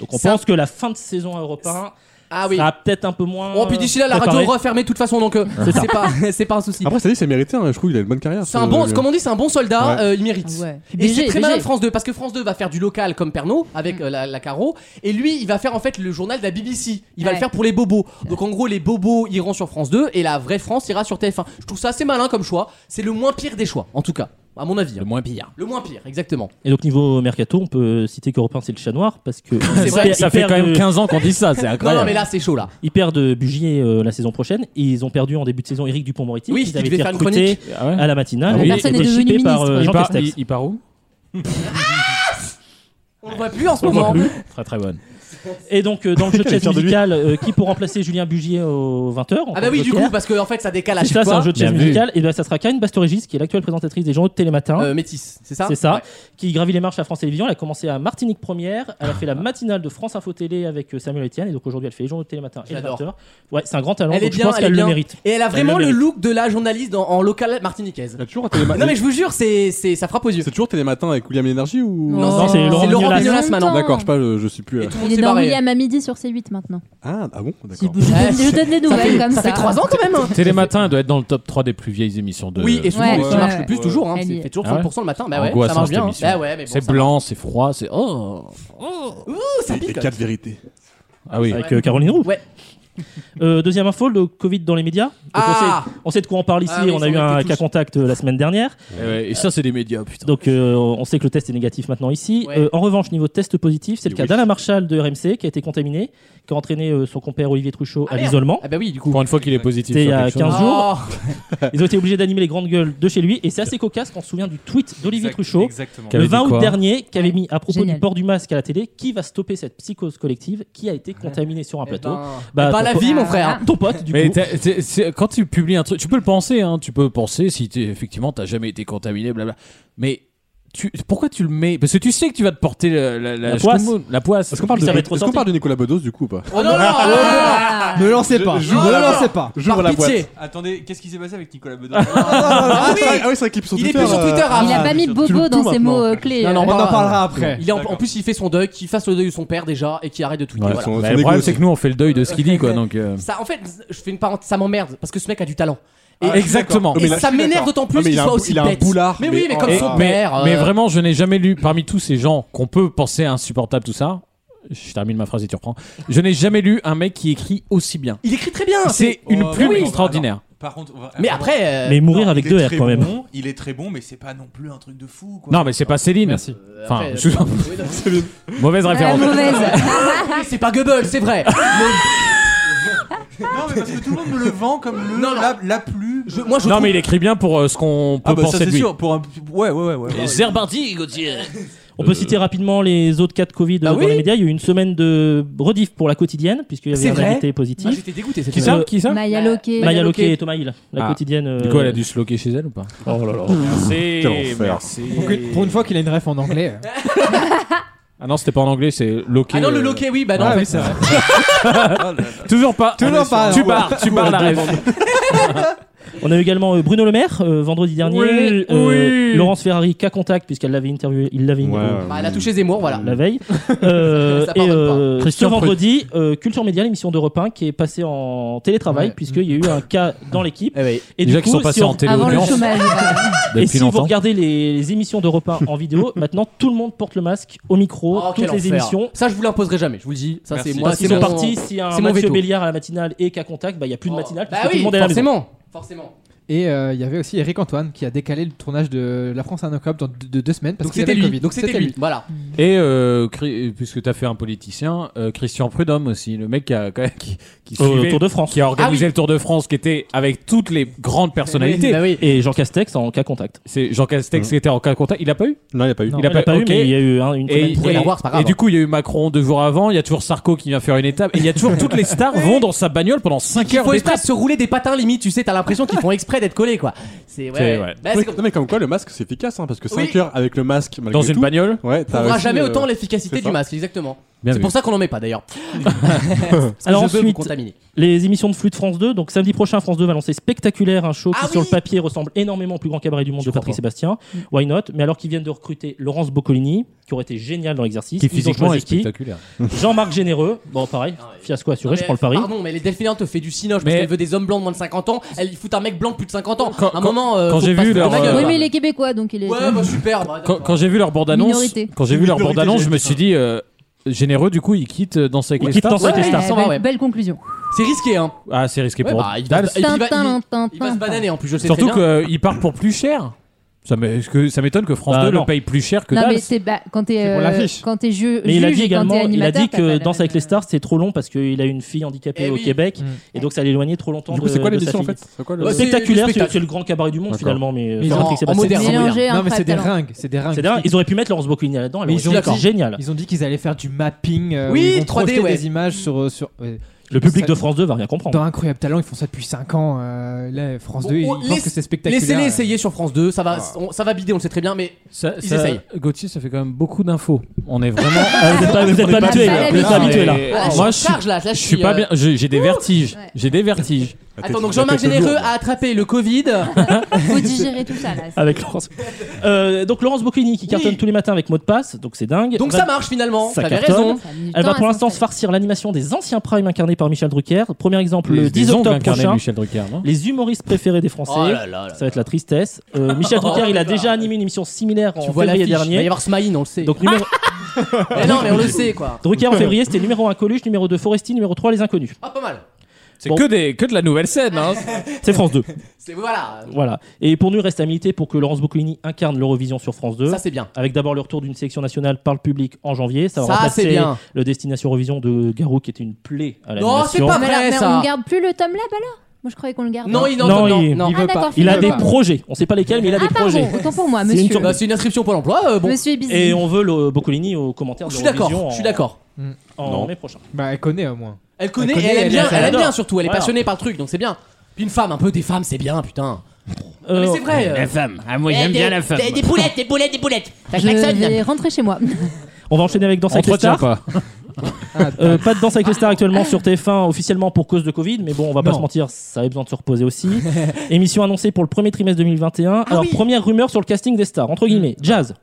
Speaker 10: Donc on
Speaker 1: Ça-
Speaker 10: pense que la fin de saison à Europe 1
Speaker 1: Ah oui.
Speaker 10: ça a peut-être un peu moins.
Speaker 1: Oh, puis d'ici là, la
Speaker 10: préparé.
Speaker 1: radio refermée de toute façon, donc euh,
Speaker 3: [laughs]
Speaker 10: C'est ça.
Speaker 1: c'est pas, c'est pas un souci.
Speaker 2: Après, ça dit, c'est mérité. hein, Je trouve qu'il a une bonne carrière.
Speaker 1: C'est
Speaker 2: ce-
Speaker 1: un bon,
Speaker 3: Euh,
Speaker 2: le-
Speaker 1: comme on dit, c'est un bon soldat,
Speaker 2: Ouais.
Speaker 1: euh, il mérite.
Speaker 7: Ah Ouais. Puis
Speaker 1: Et
Speaker 7: BG,
Speaker 1: c'est très
Speaker 7: BG.
Speaker 1: malin de France 2 parce que France 2 va faire du local comme Pernaud
Speaker 7: Mm.
Speaker 1: avec euh, la, la Caro et lui il va faire en fait le journal de la BBC. Il va
Speaker 7: Ouais.
Speaker 1: le faire pour les bobos. Donc en gros les bobos iront sur France 2 et la vraie France ira sur TF1. Je trouve ça assez malin comme choix. C'est le moins pire des choix en tout cas à mon avis. hein.
Speaker 3: Le moins pire.
Speaker 1: Le moins pire exactement.
Speaker 10: Et donc niveau mercato, on peut citer qu'Europe 1 c'est le chat noir parce
Speaker 3: [laughs]
Speaker 10: que
Speaker 1: C'est
Speaker 3: [laughs]
Speaker 1: vrai,
Speaker 3: Ça fait quand même 15 ans qu'on dit ça, c'est
Speaker 1: Non, non
Speaker 3: incroyable.
Speaker 1: mais là c'est chaud là.
Speaker 10: Ils perdent Bugier euh, la saison prochaine. Et ils ont perdu en début de saison Eric Dupont-Moretti.
Speaker 1: Oui,
Speaker 10: qui
Speaker 1: qui
Speaker 10: avait
Speaker 1: devait
Speaker 10: été
Speaker 1: faire une
Speaker 10: recruté
Speaker 1: chronique.
Speaker 3: Ah ouais
Speaker 10: à la matinale.
Speaker 3: Ah oui.
Speaker 10: et
Speaker 3: La
Speaker 7: personne
Speaker 10: était
Speaker 7: est devenue
Speaker 10: chippé par,
Speaker 7: ministre.
Speaker 10: euh,
Speaker 3: il,
Speaker 10: Jean
Speaker 3: part,
Speaker 10: Castex.
Speaker 3: il- il part où
Speaker 1: Ah, On le voit plus en ce
Speaker 3: On voit
Speaker 1: moment.
Speaker 3: plus. Très très bonne.
Speaker 10: Et donc euh, dans
Speaker 3: [laughs]
Speaker 10: le jeu de
Speaker 3: Quel
Speaker 10: chat
Speaker 3: acteur de lui.
Speaker 10: musical, euh, qui pour remplacer Julien Bugier aux 20h
Speaker 1: Ah bah oui du coup parce que en fait ça décale à
Speaker 10: c'est ça,
Speaker 1: chaque
Speaker 10: c'est un
Speaker 1: fois.
Speaker 10: jeu de
Speaker 3: Bien
Speaker 10: chat
Speaker 3: vu.
Speaker 10: musical. Et bien, ça sera Karine Bastorégis, qui est l'actuelle présentatrice des journaux de Télématin.
Speaker 1: Euh, métis, c'est ça
Speaker 10: c'est ça,
Speaker 1: Ouais.
Speaker 10: qui gravit les marches à France Télévisions. Elle a commencé à Martinique Première. Elle a fait la matinale de France Info Télé avec euh, Samuel Etienne. Et donc aujourd'hui, elle fait les journaux de Télématin et le
Speaker 1: J'adore.
Speaker 10: 20h. Ouais, c'est un grand talent.
Speaker 1: Elle est
Speaker 10: donc je
Speaker 1: bien,
Speaker 10: pense
Speaker 1: elle est
Speaker 10: qu'elle le
Speaker 1: bien.
Speaker 10: mérite.
Speaker 1: Et elle a vraiment
Speaker 10: Elle le
Speaker 1: le,
Speaker 10: mérite.
Speaker 1: look de la journaliste en, en local martiniquaise.
Speaker 2: Il y a toujours un téléma-
Speaker 1: Non mais je vous jure, c'est c'est- ça frappe aux yeux.
Speaker 2: C'est toujours Télématin avec William Lénergie ou.
Speaker 10: Non, c'est Laurent
Speaker 1: C'est Laurent
Speaker 10: Mignolas.
Speaker 1: Mignolas maintenant.
Speaker 2: D'accord, je sais pas, je, je suis plus.
Speaker 1: Et
Speaker 2: euh,
Speaker 1: tout le monde
Speaker 7: Il est
Speaker 1: t'es
Speaker 13: Non,
Speaker 1: barré.
Speaker 13: William à midi sur C8 maintenant.
Speaker 2: Ah, ah bon D'accord.
Speaker 13: Je, donne, je donne les nouvelles comme ça.
Speaker 3: Télématin elle doit être dans le top 3 des plus vieilles émissions de.
Speaker 1: ben Oui, et souvent,
Speaker 13: Ouais.
Speaker 1: c'est ce qui marche le plus
Speaker 13: Ouais.
Speaker 1: toujours. Hein,
Speaker 13: Elle
Speaker 1: c'est-
Speaker 13: y est.
Speaker 1: fait toujours
Speaker 3: Ah ouais
Speaker 1: 30% le matin. Bah ouais, ça
Speaker 3: Angoissante,
Speaker 1: marche bien.
Speaker 3: cette émission.
Speaker 1: Bah ouais, mais bon,
Speaker 3: c'est
Speaker 1: ça
Speaker 3: blanc, c'est froid, c'est. Oh
Speaker 1: Ouh, ça pique.
Speaker 2: vérités.
Speaker 3: Ah oui.
Speaker 10: Avec euh, Caroline Roux.
Speaker 1: Ouais.
Speaker 10: Euh, deuxième info, le Covid dans les médias. Donc, on,
Speaker 3: Ah
Speaker 10: sait, on sait de quoi on parle ici.
Speaker 3: Ah oui,
Speaker 10: on a
Speaker 3: ils
Speaker 10: eu
Speaker 3: ont
Speaker 10: un
Speaker 3: été
Speaker 10: cas
Speaker 3: tous.
Speaker 10: contact euh, la semaine dernière.
Speaker 3: Et, ouais, et ça, c'est des médias, putain.
Speaker 10: Donc euh, on sait que le test est négatif maintenant ici.
Speaker 3: Ouais.
Speaker 10: Euh, en revanche, niveau test positif, c'est le cas d'Alain Marchal de RMC qui a été contaminé, qui a entraîné euh, son compère Olivier Truchot à l'isolement.
Speaker 1: Ah bah oui, du coup. Oh.
Speaker 3: Pour une fois qu'il est positif.
Speaker 10: C'était il y
Speaker 3: sur
Speaker 10: a
Speaker 3: quelque
Speaker 10: 15
Speaker 3: chose.
Speaker 10: jours. [laughs] Ils ont été obligés d'animer les grandes gueules de chez lui. Et c'est assez cocasse qu'on se souvient du tweet d'Olivier
Speaker 3: Exact-
Speaker 10: Truchot
Speaker 3: exactement.
Speaker 10: le
Speaker 3: Qui avait
Speaker 10: 20
Speaker 3: dit
Speaker 10: août
Speaker 3: quoi
Speaker 10: dernier qui avait mis à propos
Speaker 13: Génial.
Speaker 10: du port du masque à la télé qui va stopper cette psychose collective qui a été contaminée sur un
Speaker 1: Eh
Speaker 10: plateau. Bah,
Speaker 1: ben, eh ben,
Speaker 10: ton
Speaker 1: la
Speaker 10: pote-
Speaker 1: vie, mon frère.
Speaker 10: ah. Ton pote, du
Speaker 3: Mais
Speaker 10: coup.
Speaker 3: t'as- t'es- c'est- quand tu publies un truc, tu peux le penser, hein, tu peux penser si t'es- effectivement t'as jamais été contaminé, blabla. Mais tu, pourquoi tu le mets Parce que tu sais que tu vas te porter la, la, la,
Speaker 2: La poisse.
Speaker 3: choumoune, la poisse.
Speaker 2: Est-ce qu'on parle, de... est-ce qu'on parle de Nicolas Bedos du coup ou pas
Speaker 3: Oh non, non, Ah, non, ah,
Speaker 9: non. Ne lancez pas.
Speaker 2: J'ouvre
Speaker 9: Ne
Speaker 2: la boîte.
Speaker 9: lancez pas.
Speaker 2: J'ouvre
Speaker 9: Par
Speaker 2: la
Speaker 9: pitié.
Speaker 2: boîte.
Speaker 4: Attendez, qu'est-ce qui s'est passé avec Nicolas Bedos
Speaker 2: Ah oui, ah oui, c'est vrai qu'il est plus sur
Speaker 4: Il est
Speaker 2: Twitter.
Speaker 4: plus sur
Speaker 2: euh,
Speaker 4: Twitter,
Speaker 2: ah,
Speaker 13: Il a pas mis
Speaker 2: tu
Speaker 13: Bobo
Speaker 2: loupes
Speaker 13: dans
Speaker 2: tout
Speaker 13: ses
Speaker 2: maintenant.
Speaker 13: mots euh, clés.
Speaker 1: Non, non,
Speaker 13: euh,
Speaker 1: on en
Speaker 9: parlera après.
Speaker 1: Il est en, en plus, il fait son deuil, qu'il fasse le deuil de son père déjà, et qu'il arrête de tweeter.
Speaker 3: Ouais,
Speaker 1: voilà.
Speaker 3: son- Bah, le problème, c'est que nous on fait le deuil de ce qu'il dit, quoi. Donc, euh,
Speaker 1: Ça, en fait, je fais une parenthèse, ça m'emmerde parce que ce mec a du talent.
Speaker 3: Ah, je suis Exactement. d'accord.
Speaker 1: Et
Speaker 3: Mais là,
Speaker 1: ça
Speaker 3: je suis
Speaker 1: m'énerve
Speaker 3: d'accord.
Speaker 1: d'autant
Speaker 3: Ah,
Speaker 1: plus
Speaker 3: mais
Speaker 1: qu'il
Speaker 3: il a
Speaker 1: soit
Speaker 3: un bou-
Speaker 1: aussi
Speaker 3: il a un
Speaker 1: bête.
Speaker 3: boulard,
Speaker 1: Mais oui, mais comme
Speaker 3: Et-
Speaker 1: son
Speaker 3: mais-
Speaker 1: père.
Speaker 3: Mais
Speaker 1: euh,
Speaker 3: vraiment, je n'ai jamais lu parmi tous ces gens qu'on peut penser insupportables, tout ça. Je termine ma phrase et tu reprends. Je n'ai jamais lu un mec qui écrit aussi bien.
Speaker 1: Il écrit très bien.
Speaker 3: C'est
Speaker 4: Oh,
Speaker 3: une
Speaker 4: mais
Speaker 3: plume
Speaker 4: oui.
Speaker 3: extraordinaire.
Speaker 4: Alors, par contre, on va-
Speaker 1: Mais
Speaker 4: on va-
Speaker 1: après, euh,
Speaker 10: Mais mourir avec
Speaker 4: il
Speaker 10: deux
Speaker 4: est
Speaker 10: R,
Speaker 4: très
Speaker 10: quand même.
Speaker 4: bon, il est très bon, mais c'est pas non plus un truc de fou. Quoi.
Speaker 3: Non, mais c'est pas Céline.
Speaker 4: Merci.
Speaker 3: Enfin,
Speaker 4: après,
Speaker 3: je-
Speaker 4: euh, oui, non. Céline.
Speaker 3: mauvaise
Speaker 4: Ouais,
Speaker 3: référence.
Speaker 1: Oui, c'est pas Goebbels,
Speaker 4: [laughs]
Speaker 1: c'est vrai.
Speaker 4: Non, mais parce que tout le monde me le vend comme le, La, la plus.
Speaker 3: non, mais il écrit bien pour euh, ce
Speaker 10: [laughs]
Speaker 3: qu'on peut
Speaker 4: Ah, bah, ça,
Speaker 3: penser de
Speaker 4: c'est
Speaker 3: lui.
Speaker 4: sûr. Pour un... Ouais, ouais, ouais. ouais.
Speaker 3: Et Zerbardi, Gauthier.
Speaker 10: On
Speaker 3: Euh,
Speaker 10: peut citer rapidement les autres cas de Covid
Speaker 1: Bah
Speaker 10: euh, dans les médias. Il y a eu une semaine de rediff pour la quotidienne, puisqu'il y avait
Speaker 1: C'est
Speaker 10: un
Speaker 1: vrai
Speaker 10: invité positif.
Speaker 1: Ah, j'étais dégoûté, cette
Speaker 10: Qui
Speaker 1: semaine.
Speaker 10: ça Qui ça
Speaker 13: Maya Loquet.
Speaker 10: Maya Loquet et Thomas Hill, la
Speaker 3: Ah.
Speaker 10: quotidienne. euh,
Speaker 3: Du coup, elle a dû se loquer chez elle ou pas
Speaker 10: Oh là là.
Speaker 3: Merci,
Speaker 10: Quel enfer.
Speaker 3: Eh, merci.
Speaker 9: Pour une- Pour une fois qu'il a une ref en anglais. euh.
Speaker 3: Ah non, c'était pas en anglais, c'est euh, loqué.
Speaker 1: Ah non, le loquet, oui, bah non.
Speaker 9: Ah
Speaker 1: en fait.
Speaker 9: oui, c'est vrai.
Speaker 3: [laughs] Toujours pas.
Speaker 9: Toujours pas,
Speaker 3: Tu
Speaker 9: non.
Speaker 3: pars, tu pars la rêve.
Speaker 10: [laughs] On a eu également euh, Bruno Le Maire euh, vendredi dernier.
Speaker 1: Oui,
Speaker 10: Euh,
Speaker 1: oui.
Speaker 10: Laurence Ferrari, cas contact, puisqu'elle l'avait interviewé. Il l'avait euh,
Speaker 1: Bah, elle a touché Zemmour, voilà.
Speaker 10: la
Speaker 1: [laughs]
Speaker 10: veille. Euh,
Speaker 1: Ça
Speaker 10: et
Speaker 1: pardonne
Speaker 10: euh,
Speaker 1: pas.
Speaker 10: ce
Speaker 1: Christian Prud.
Speaker 10: vendredi, euh, Culture Média, l'émission d'Europe 1, qui est passée en télétravail, puisqu'il y a eu un cas dans l'équipe.
Speaker 1: Eh
Speaker 10: Et du
Speaker 3: Déjà qu'ils
Speaker 10: coup,
Speaker 3: sont passés
Speaker 10: si on-
Speaker 3: en télé Avant le audience. chômage.
Speaker 10: Et
Speaker 3: [laughs] Depuis
Speaker 10: si vous
Speaker 3: longtemps.
Speaker 10: regardez les, les émissions d'Europe 1 en
Speaker 1: [laughs]
Speaker 10: vidéo, maintenant tout le monde porte le masque au micro,
Speaker 1: Oh,
Speaker 10: toutes
Speaker 1: quel
Speaker 10: les
Speaker 1: enfer.
Speaker 10: émissions.
Speaker 1: Ça, je vous l'imposerai jamais, je vous le dis. Ça, c'est moi.
Speaker 10: Parce que
Speaker 1: c'est
Speaker 10: c'est
Speaker 1: mon-
Speaker 10: parti, s'il y a un
Speaker 1: c'est mon
Speaker 10: Mathieu
Speaker 1: veto.
Speaker 10: Béliard à la matinale et qu'à contact, bah, il n'y a plus de matinale.
Speaker 1: Bah
Speaker 10: puisque tout
Speaker 1: oui,
Speaker 10: le monde est à la maison.
Speaker 1: forcément. Forcément.
Speaker 9: Et euh, il y avait aussi Eric Antoine qui a décalé le tournage de La France à octobre dans de, de deux semaines parce
Speaker 1: Donc
Speaker 9: qu'il
Speaker 1: c'était
Speaker 9: avait le
Speaker 1: lui.
Speaker 9: Covid.
Speaker 1: Donc c'était lui. Voilà.
Speaker 3: Et euh, Cri- puisque t'as fait un politicien, euh, Christian Prudhomme aussi, le mec qui a, quand même- qui, qui
Speaker 10: Au
Speaker 3: suivait-
Speaker 10: Tour de France.
Speaker 3: qui a
Speaker 10: Ah
Speaker 3: organisé
Speaker 10: oui.
Speaker 3: le Tour de France, qui était avec toutes les grandes personnalités.
Speaker 10: Bah oui. Et Jean Castex en cas contact.
Speaker 3: C'est Jean Castex qui était en cas de contact. Il a pas eu
Speaker 2: Mmh. Non, il a pas eu.
Speaker 10: Non, il a pas eu,
Speaker 3: ok.
Speaker 10: mais il y a eu, hein, une
Speaker 3: Et-
Speaker 10: semaine
Speaker 3: et-
Speaker 10: pour
Speaker 3: et-
Speaker 10: l'avoir, c'est pas grave.
Speaker 3: Et du coup, il y a eu Macron deux jours avant. Il y a toujours Sarko qui vient faire une étape. Et il y a toujours toutes les stars vont dans sa bagnole pendant 5
Speaker 1: Il
Speaker 3: heures
Speaker 1: faut exprès
Speaker 3: d'étape.
Speaker 1: se rouler des patins limite, tu sais, t'as l'impression qu'ils font exprès d'être collés quoi. C'est ouais. ouais. Bah, c'est
Speaker 2: Oui,
Speaker 1: comme-
Speaker 2: Non mais comme quoi le masque c'est efficace hein, parce que 5 heures avec le masque malgré
Speaker 3: Dans une
Speaker 2: tout,
Speaker 3: bagnole
Speaker 2: ouais,
Speaker 1: On
Speaker 2: t'as
Speaker 1: verra
Speaker 2: aussi,
Speaker 1: jamais
Speaker 2: euh,
Speaker 1: autant l'efficacité
Speaker 2: c'est
Speaker 1: du
Speaker 2: ça.
Speaker 1: masque, exactement.
Speaker 2: Bien
Speaker 1: C'est
Speaker 2: vu.
Speaker 1: pour ça qu'on en met pas
Speaker 10: [laughs]
Speaker 1: [laughs] d'ailleurs.
Speaker 10: Alors
Speaker 1: je veux vous
Speaker 10: ensuite,
Speaker 1: contaminer.
Speaker 10: les émissions de flux de France 2. Donc samedi prochain, France 2 va lancer Spectaculaire, un
Speaker 1: Ah
Speaker 10: show qui sur le papier ressemble énormément au plus grand cabaret du monde de Patrick Sébastien.
Speaker 1: Mm.
Speaker 10: Why not Mais alors qu'ils viennent de recruter Laurence Boccolini, qui aurait été génial dans l'exercice.
Speaker 3: Qui
Speaker 10: ils ont
Speaker 3: physiquement
Speaker 10: choisi
Speaker 3: est
Speaker 10: qui
Speaker 3: spectaculaire.
Speaker 10: Jean-Marc Généreux. Bon, pareil, fiasco assuré, je prends le pari.
Speaker 1: Pardon, Ah mais les Delphiniens te fait du cinoche parce
Speaker 10: Mais-
Speaker 1: qu'elle veut des hommes blancs de moins de 50 ans. Elle fout un mec blanc de plus de 50 ans. à un
Speaker 3: quand-
Speaker 1: moment, euh,
Speaker 3: quand
Speaker 1: faut
Speaker 3: j'ai
Speaker 1: pas
Speaker 3: vu
Speaker 1: se foutre
Speaker 3: leur,
Speaker 1: de ma gueule.
Speaker 3: euh,
Speaker 13: Oui, mais il est québécois, donc il est.
Speaker 1: Ouais, bah super. bah,
Speaker 3: Quand, quand j'ai vu leur bande annonce,
Speaker 13: Minorité.
Speaker 3: quand j'ai vu leur
Speaker 13: Minorité,
Speaker 3: bande annonce, je
Speaker 13: j'ai
Speaker 3: me suis dit euh, généreux. Du coup, il quitte dans avec
Speaker 10: Il
Speaker 3: les
Speaker 10: quitte
Speaker 3: stars.
Speaker 10: Danse avec les
Speaker 13: Ouais,
Speaker 10: stars.
Speaker 13: belle-
Speaker 1: s'en va, ouais.
Speaker 13: Belle conclusion.
Speaker 1: C'est risqué, hein.
Speaker 3: Ah, c'est risqué
Speaker 1: Ouais,
Speaker 3: pour.
Speaker 1: bah, il va-
Speaker 3: Dallas.
Speaker 1: il va- il va-
Speaker 13: Tintin, tintin,
Speaker 1: il va se bananer en plus, je sais
Speaker 3: Surtout
Speaker 1: très bien.
Speaker 3: qu'il part pour plus cher. Ça m'é- est-ce que- ça m'étonne que France
Speaker 10: Bah,
Speaker 3: 2
Speaker 10: non.
Speaker 3: le paye plus cher que
Speaker 13: Non,
Speaker 3: dalle.
Speaker 13: mais c'est bah, quand t'es
Speaker 10: C'est pour
Speaker 13: euh,
Speaker 10: l'affiche.
Speaker 13: quand t'es ju-
Speaker 10: Mais il a
Speaker 13: juge
Speaker 10: dit
Speaker 13: et quand t'es
Speaker 10: également, il a
Speaker 13: animateur.
Speaker 10: dit
Speaker 13: t'as pas
Speaker 10: que
Speaker 13: la
Speaker 10: Danse
Speaker 13: même- euh,
Speaker 10: avec les stars c'est trop long parce qu'il a une fille handicapée
Speaker 13: Eh
Speaker 10: au
Speaker 13: oui.
Speaker 10: Québec et donc ça l'éloignait trop longtemps.
Speaker 3: Mm. Du coup,
Speaker 10: de-
Speaker 3: c'est quoi
Speaker 10: de sa
Speaker 3: l'émission, en
Speaker 10: fille.
Speaker 3: fait C'est quoi le-
Speaker 10: Euh,
Speaker 3: Ouais, c'est-
Speaker 10: Spectaculaire,
Speaker 3: du
Speaker 10: c'est
Speaker 3: spectacle.
Speaker 10: c'est le grand cabaret du monde
Speaker 3: D'accord.
Speaker 10: finalement, mais euh,
Speaker 3: Mais
Speaker 10: sur
Speaker 3: en-
Speaker 10: Patrick
Speaker 3: en
Speaker 10: Sébastien.
Speaker 3: moderne, Mélangé, moderne.
Speaker 9: Non mais c'est des ringues, c'est des ringues.
Speaker 10: C'est dingue, ils auraient pu mettre Laurence Boccolini là-dedans, elle
Speaker 9: Mais
Speaker 10: aurait
Speaker 9: ils ont
Speaker 10: été
Speaker 9: dit-
Speaker 10: génial.
Speaker 9: Ils ont dit qu'ils allaient faire du mapping. euh,
Speaker 10: Oui,
Speaker 9: où ils vont
Speaker 10: 3D,
Speaker 9: projeter
Speaker 10: ouais.
Speaker 9: des images sur euh, sur. ouais.
Speaker 10: Le public
Speaker 9: Ça-
Speaker 10: de France 2 va rien comprendre.
Speaker 9: Dans Incroyable Talent, ils font ça depuis 5 ans. euh, là, France 2,
Speaker 1: Oh,
Speaker 9: ils pensent
Speaker 1: laisse-
Speaker 9: que c'est spectaculaire.
Speaker 1: Laissez-les essayer sur France 2, ça va, on- ça va bider, on le sait très bien, mais ils
Speaker 3: Ça-
Speaker 1: essayent.
Speaker 3: Gauthier, ça fait quand même beaucoup d'infos. On est
Speaker 1: [laughs]
Speaker 3: vraiment.
Speaker 10: Ah, vous êtes pas- vous êtes
Speaker 3: On est
Speaker 10: pas habitués,
Speaker 3: habitués,
Speaker 10: là. Vous êtes pas
Speaker 3: Non,
Speaker 10: habitués, là.
Speaker 3: mais-
Speaker 1: Ah, là, je
Speaker 3: Moi,
Speaker 1: suis en charge, là, là,
Speaker 3: je
Speaker 1: je
Speaker 3: suis
Speaker 1: suis,
Speaker 3: pas
Speaker 1: euh,
Speaker 3: bien. J'ai j'ai des vertiges. J'ai des vertiges.
Speaker 1: Attends, donc Jean-Marc Généreux a attrapé le Covid.
Speaker 13: Faut digérer tout ça là.
Speaker 10: Avec Laurence. Euh, donc Laurence Boccolini qui cartonne tous les matins avec mot de passe, donc c'est dingue.
Speaker 1: Donc
Speaker 10: Va-
Speaker 1: ça marche, finalement.
Speaker 10: Ça
Speaker 1: T'avais
Speaker 10: cartonne.
Speaker 1: raison. Ça a mis du
Speaker 10: Elle
Speaker 1: temps
Speaker 10: va
Speaker 1: à
Speaker 10: pour l'instant se farcir l'animation des anciens primes incarnés par Michel Drucker. Premier exemple,
Speaker 3: Les-
Speaker 10: le 10
Speaker 3: des ongles
Speaker 10: octobre
Speaker 3: incarnés de
Speaker 10: prochain.
Speaker 3: Michel Drucker, non
Speaker 10: les humoristes préférés des Français.
Speaker 1: Oh là là là Oh
Speaker 10: ça va être la tristesse.
Speaker 1: [laughs]
Speaker 10: Euh, Michel Drucker, il a déjà animé une émission similaire en
Speaker 1: Tu vois
Speaker 10: février
Speaker 1: l'affiche.
Speaker 10: dernier.
Speaker 1: Il va y avoir Smaïn, on le sait.
Speaker 10: Donc numéro.
Speaker 1: [laughs] Mais non, mais on le sait, quoi.
Speaker 3: [laughs]
Speaker 10: Drucker en février, c'était numéro 1 Coluche, numéro 2 Foresti, numéro 3 Les Inconnus.
Speaker 1: Ah, pas mal.
Speaker 10: C'est que, des, que de la nouvelle scène.
Speaker 3: hein.
Speaker 10: C'est France 2.
Speaker 1: C'est voilà.
Speaker 10: Voilà. Et pour nous, il reste à militer pour que Laurence Boccolini incarne l'Eurovision sur France 2.
Speaker 1: Ça, c'est bien.
Speaker 10: Avec d'abord le retour d'une sélection nationale par le public en janvier. Ça va
Speaker 1: Ça,
Speaker 10: remplacer
Speaker 1: c'est bien.
Speaker 10: le Destination Eurovision de Garou qui était une plaie à
Speaker 13: mais
Speaker 10: la
Speaker 13: alors, mais on garde plus le tome là-bas là Moi je croyais qu'on le garde.
Speaker 10: il,
Speaker 13: Ah, d'accord,
Speaker 10: il a
Speaker 13: Philippe.
Speaker 10: des projets. On sait pas lesquels, mais il a
Speaker 13: Ah,
Speaker 10: des
Speaker 13: pardon,
Speaker 10: projets.
Speaker 13: autant pour moi,
Speaker 10: C'est une
Speaker 13: monsieur.
Speaker 10: surprise.
Speaker 13: Bah, c'est
Speaker 1: une inscription pour l'emploi. euh, bon.
Speaker 13: Monsieur est busy.
Speaker 10: Et on veut le Boccolini au commentaire de
Speaker 1: Je suis d'accord,
Speaker 10: l'Eurovision
Speaker 1: je suis
Speaker 10: en-
Speaker 1: d'accord.
Speaker 10: En
Speaker 1: Non.
Speaker 10: mai prochain.
Speaker 9: Bah, elle connaît au moins.
Speaker 1: Elle connaît, et elle aime bien, elle aime bien surtout, elle est
Speaker 10: Voilà.
Speaker 1: passionnée par le truc, donc c'est bien. Puis une femme, un peu des femmes, c'est bien, putain. Non, mais c'est vrai.
Speaker 10: la
Speaker 1: femme.
Speaker 10: Ah, moi, j'aime bien la femme.
Speaker 1: Des, des poulettes, des poulettes, des poulettes. Ça
Speaker 13: Je
Speaker 1: klaxonne.
Speaker 13: vais rentrer chez moi.
Speaker 10: On va enchaîner avec Danse avec les
Speaker 3: Entretien,
Speaker 10: stars. [laughs] Euh, pas de danse avec les stars actuellement sur TF1 officiellement pour cause de Covid, mais bon, on va pas
Speaker 3: Non.
Speaker 10: se mentir, ça avait besoin de se reposer aussi. [laughs] Émission annoncée pour le premier trimestre 2021.
Speaker 1: Ah
Speaker 10: Alors, première rumeur sur le casting des stars, entre guillemets, jazz.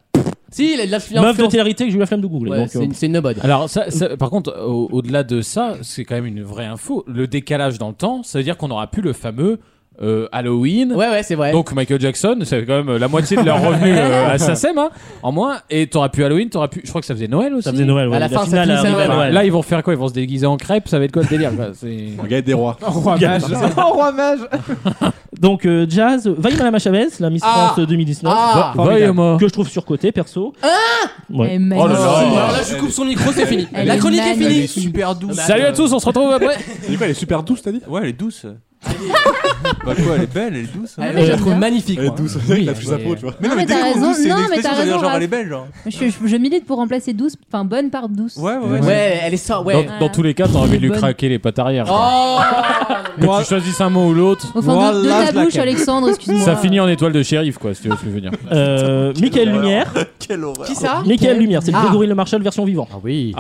Speaker 1: Si, il a de la
Speaker 10: Meuf de télérité que j'ai eu la flemme de googler.
Speaker 1: Mm. Ouais,
Speaker 10: donc,
Speaker 1: c'est
Speaker 10: euh,
Speaker 1: une- c'est une bonne.
Speaker 3: [laughs] Alors, ça, ça- par contre, au- au-delà de ça, c'est quand même une vraie info. Le décalage dans le temps, ça veut dire qu'on n'aura plus le fameux euh, Halloween.
Speaker 1: Ouais, ouais, c'est vrai.
Speaker 3: Donc, Michael Jackson, c'est quand même la moitié de leur revenu euh, à SACEM, hein, en moins. Et t'auras pu Halloween, t'auras pu. Je crois que ça faisait Noël aussi.
Speaker 10: Ça faisait Noël, ouais. À la La fin, ça finale finissait arrive à Noël. Noël.
Speaker 3: Là, ils vont faire quoi Ils vont se déguiser en crêpes, ça va être quoi le délire quoi
Speaker 2: On gagne des rois.
Speaker 10: roi mage.
Speaker 9: [laughs] Oh, roi mage
Speaker 10: donc euh, jazz, Vaille Madame Chavez, la Miss
Speaker 9: Ah.
Speaker 10: France 2019,
Speaker 9: Ah.
Speaker 10: Formidable.
Speaker 3: Vaille, moi.
Speaker 10: que je trouve surcotée perso.
Speaker 1: Ah,
Speaker 10: Ouais.
Speaker 1: Oh là là. Alors là, je coupe son micro, c'est fini.
Speaker 10: Elle
Speaker 1: La
Speaker 10: est
Speaker 1: chronique est
Speaker 10: magnifique.
Speaker 1: finie.
Speaker 10: Elle est super
Speaker 1: douce.
Speaker 3: Salut à tous, on se retrouve après.
Speaker 2: Du coup, elle est super douce, t'as dit
Speaker 4: Ouais, elle est [laughs] douce. bah quoi, elle est belle, elle est douce.
Speaker 1: Ah, mais je la trouve magnifique.
Speaker 2: Elle est
Speaker 1: moi.
Speaker 2: douce, elle a plus sa peau, tu vois.
Speaker 4: Mais non, mais
Speaker 13: t'as
Speaker 4: t'es con,
Speaker 13: raison,
Speaker 4: c'est une
Speaker 13: non, mais
Speaker 4: expression,
Speaker 13: t'as
Speaker 4: ça veut dire
Speaker 13: raison. hein.
Speaker 4: genre,
Speaker 13: Raph.
Speaker 4: elle est belle, genre.
Speaker 13: Je, je- je milite pour remplacer douce, enfin bonne par douce.
Speaker 4: Ouais,
Speaker 3: ouais.
Speaker 1: Ouais, elle est ça, ouais.
Speaker 3: Dans, dans tous les cas, t'as envie de lui
Speaker 13: Bonne.
Speaker 3: craquer les pattes arrière. quoi.
Speaker 1: Oh
Speaker 3: Que tu choisisses un mot ou l'autre.
Speaker 13: Enfin, de- de, ta bouche, Alexandre, excuse-moi.
Speaker 3: Ça finit en étoile de shérif, quoi, si tu veux ce que je veux dire.
Speaker 10: Euh, Michael Lumière.
Speaker 4: Quelle horreur.
Speaker 1: Qui ça
Speaker 10: Michael Lumière, c'est
Speaker 1: Ah.
Speaker 10: le Grégory Le Marchal version vivant. Ah
Speaker 1: oui.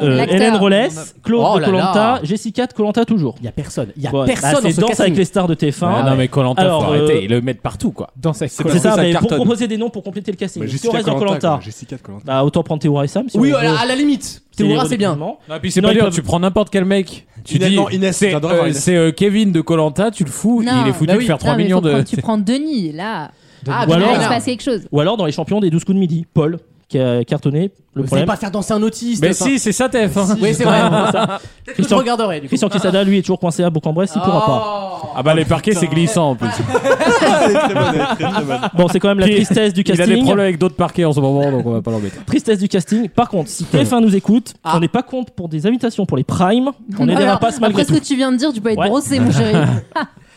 Speaker 13: L'acteur.
Speaker 10: Hélène Rollès, Claude
Speaker 1: Oh
Speaker 10: de
Speaker 1: là là.
Speaker 10: Colanta, Jessica de Colanta toujours. Il
Speaker 1: y a personne. Il y a
Speaker 10: Ouais,
Speaker 1: personne
Speaker 10: bah,
Speaker 1: dans
Speaker 10: c'est
Speaker 1: ce
Speaker 10: Danse
Speaker 1: casting.
Speaker 10: avec les stars de TF1.
Speaker 3: Ah, non, mais Colanta, faut
Speaker 10: Alors, euh,
Speaker 3: arrêter. Ils le mettent partout, quoi.
Speaker 9: Dans sa
Speaker 10: C'est ça, mais pour proposer des noms pour compléter le casting.
Speaker 3: Mais
Speaker 10: Si
Speaker 3: Jessica
Speaker 10: on reste dans
Speaker 3: Koh-Lanta,
Speaker 10: Colanta,
Speaker 3: quoi. Jessica Koh-Lanta.
Speaker 10: bah, autant prendre Théoura et Sam. si
Speaker 1: Oui,
Speaker 10: on
Speaker 1: à la-
Speaker 10: veut.
Speaker 1: à la limite.
Speaker 10: C'est
Speaker 1: Théoura, c'est bien.
Speaker 10: ironifiquement.
Speaker 3: Non, puis c'est
Speaker 10: Sinon,
Speaker 3: pas
Speaker 10: ils
Speaker 3: dur,
Speaker 10: peuvent-
Speaker 3: tu prends n'importe quel mec. Bah, Tu
Speaker 10: Inès-
Speaker 3: dis,
Speaker 10: non, Inès,
Speaker 3: c'est
Speaker 10: j'adore avoir
Speaker 3: euh,
Speaker 10: Inès.
Speaker 3: c'est, euh, Kevin de Colanta, tu le fous,
Speaker 13: Non.
Speaker 3: il est foutu
Speaker 13: Bah
Speaker 3: de
Speaker 13: oui.
Speaker 3: faire 3
Speaker 13: Non, mais
Speaker 3: millions
Speaker 13: faut
Speaker 3: de.
Speaker 13: prendre- Tu
Speaker 3: [laughs]
Speaker 13: prends Denis, là.
Speaker 10: Ah,
Speaker 13: Ou
Speaker 10: Denis,
Speaker 13: alors, il se
Speaker 10: là.
Speaker 13: passe quelque chose.
Speaker 10: Ou alors dans les champions des 12 coups de midi, Paul, qui a cartonné. Le
Speaker 1: Vous savez
Speaker 10: problème.
Speaker 1: pas faire hein. danser un autiste.
Speaker 10: Mais
Speaker 1: enfin.
Speaker 10: si, c'est ça,
Speaker 3: hein.
Speaker 10: TF1.
Speaker 1: Oui, c'est vrai.
Speaker 10: C'est ça.
Speaker 1: [laughs] Peut-être que je regarderai. du coup. Oh.
Speaker 10: Christian Quesada, lui, est toujours coincé à Bourg-en-Bresse, il pourra pas.
Speaker 3: Ah bah les parquets, c'est glissant en
Speaker 1: [laughs]
Speaker 3: plus. [laughs]
Speaker 10: Bon, c'est quand même la
Speaker 3: Qui-
Speaker 10: tristesse du
Speaker 3: Il a
Speaker 10: casting.
Speaker 3: des problèmes avec d'autres parquets en ce moment, donc on va pas
Speaker 10: [laughs]
Speaker 3: l'embêter.
Speaker 10: Tristesse du casting. Par contre,
Speaker 1: [laughs]
Speaker 10: si TF1 nous écoute,
Speaker 1: Ah.
Speaker 10: on n'est pas contre pour des invitations pour les primes.
Speaker 13: [laughs]
Speaker 10: On est des
Speaker 13: Alors,
Speaker 10: rapaces malgré
Speaker 13: Après ce
Speaker 10: tout.
Speaker 13: que tu viens de dire, tu peux être
Speaker 10: Ouais.
Speaker 13: brossé, mon chéri.
Speaker 1: [laughs]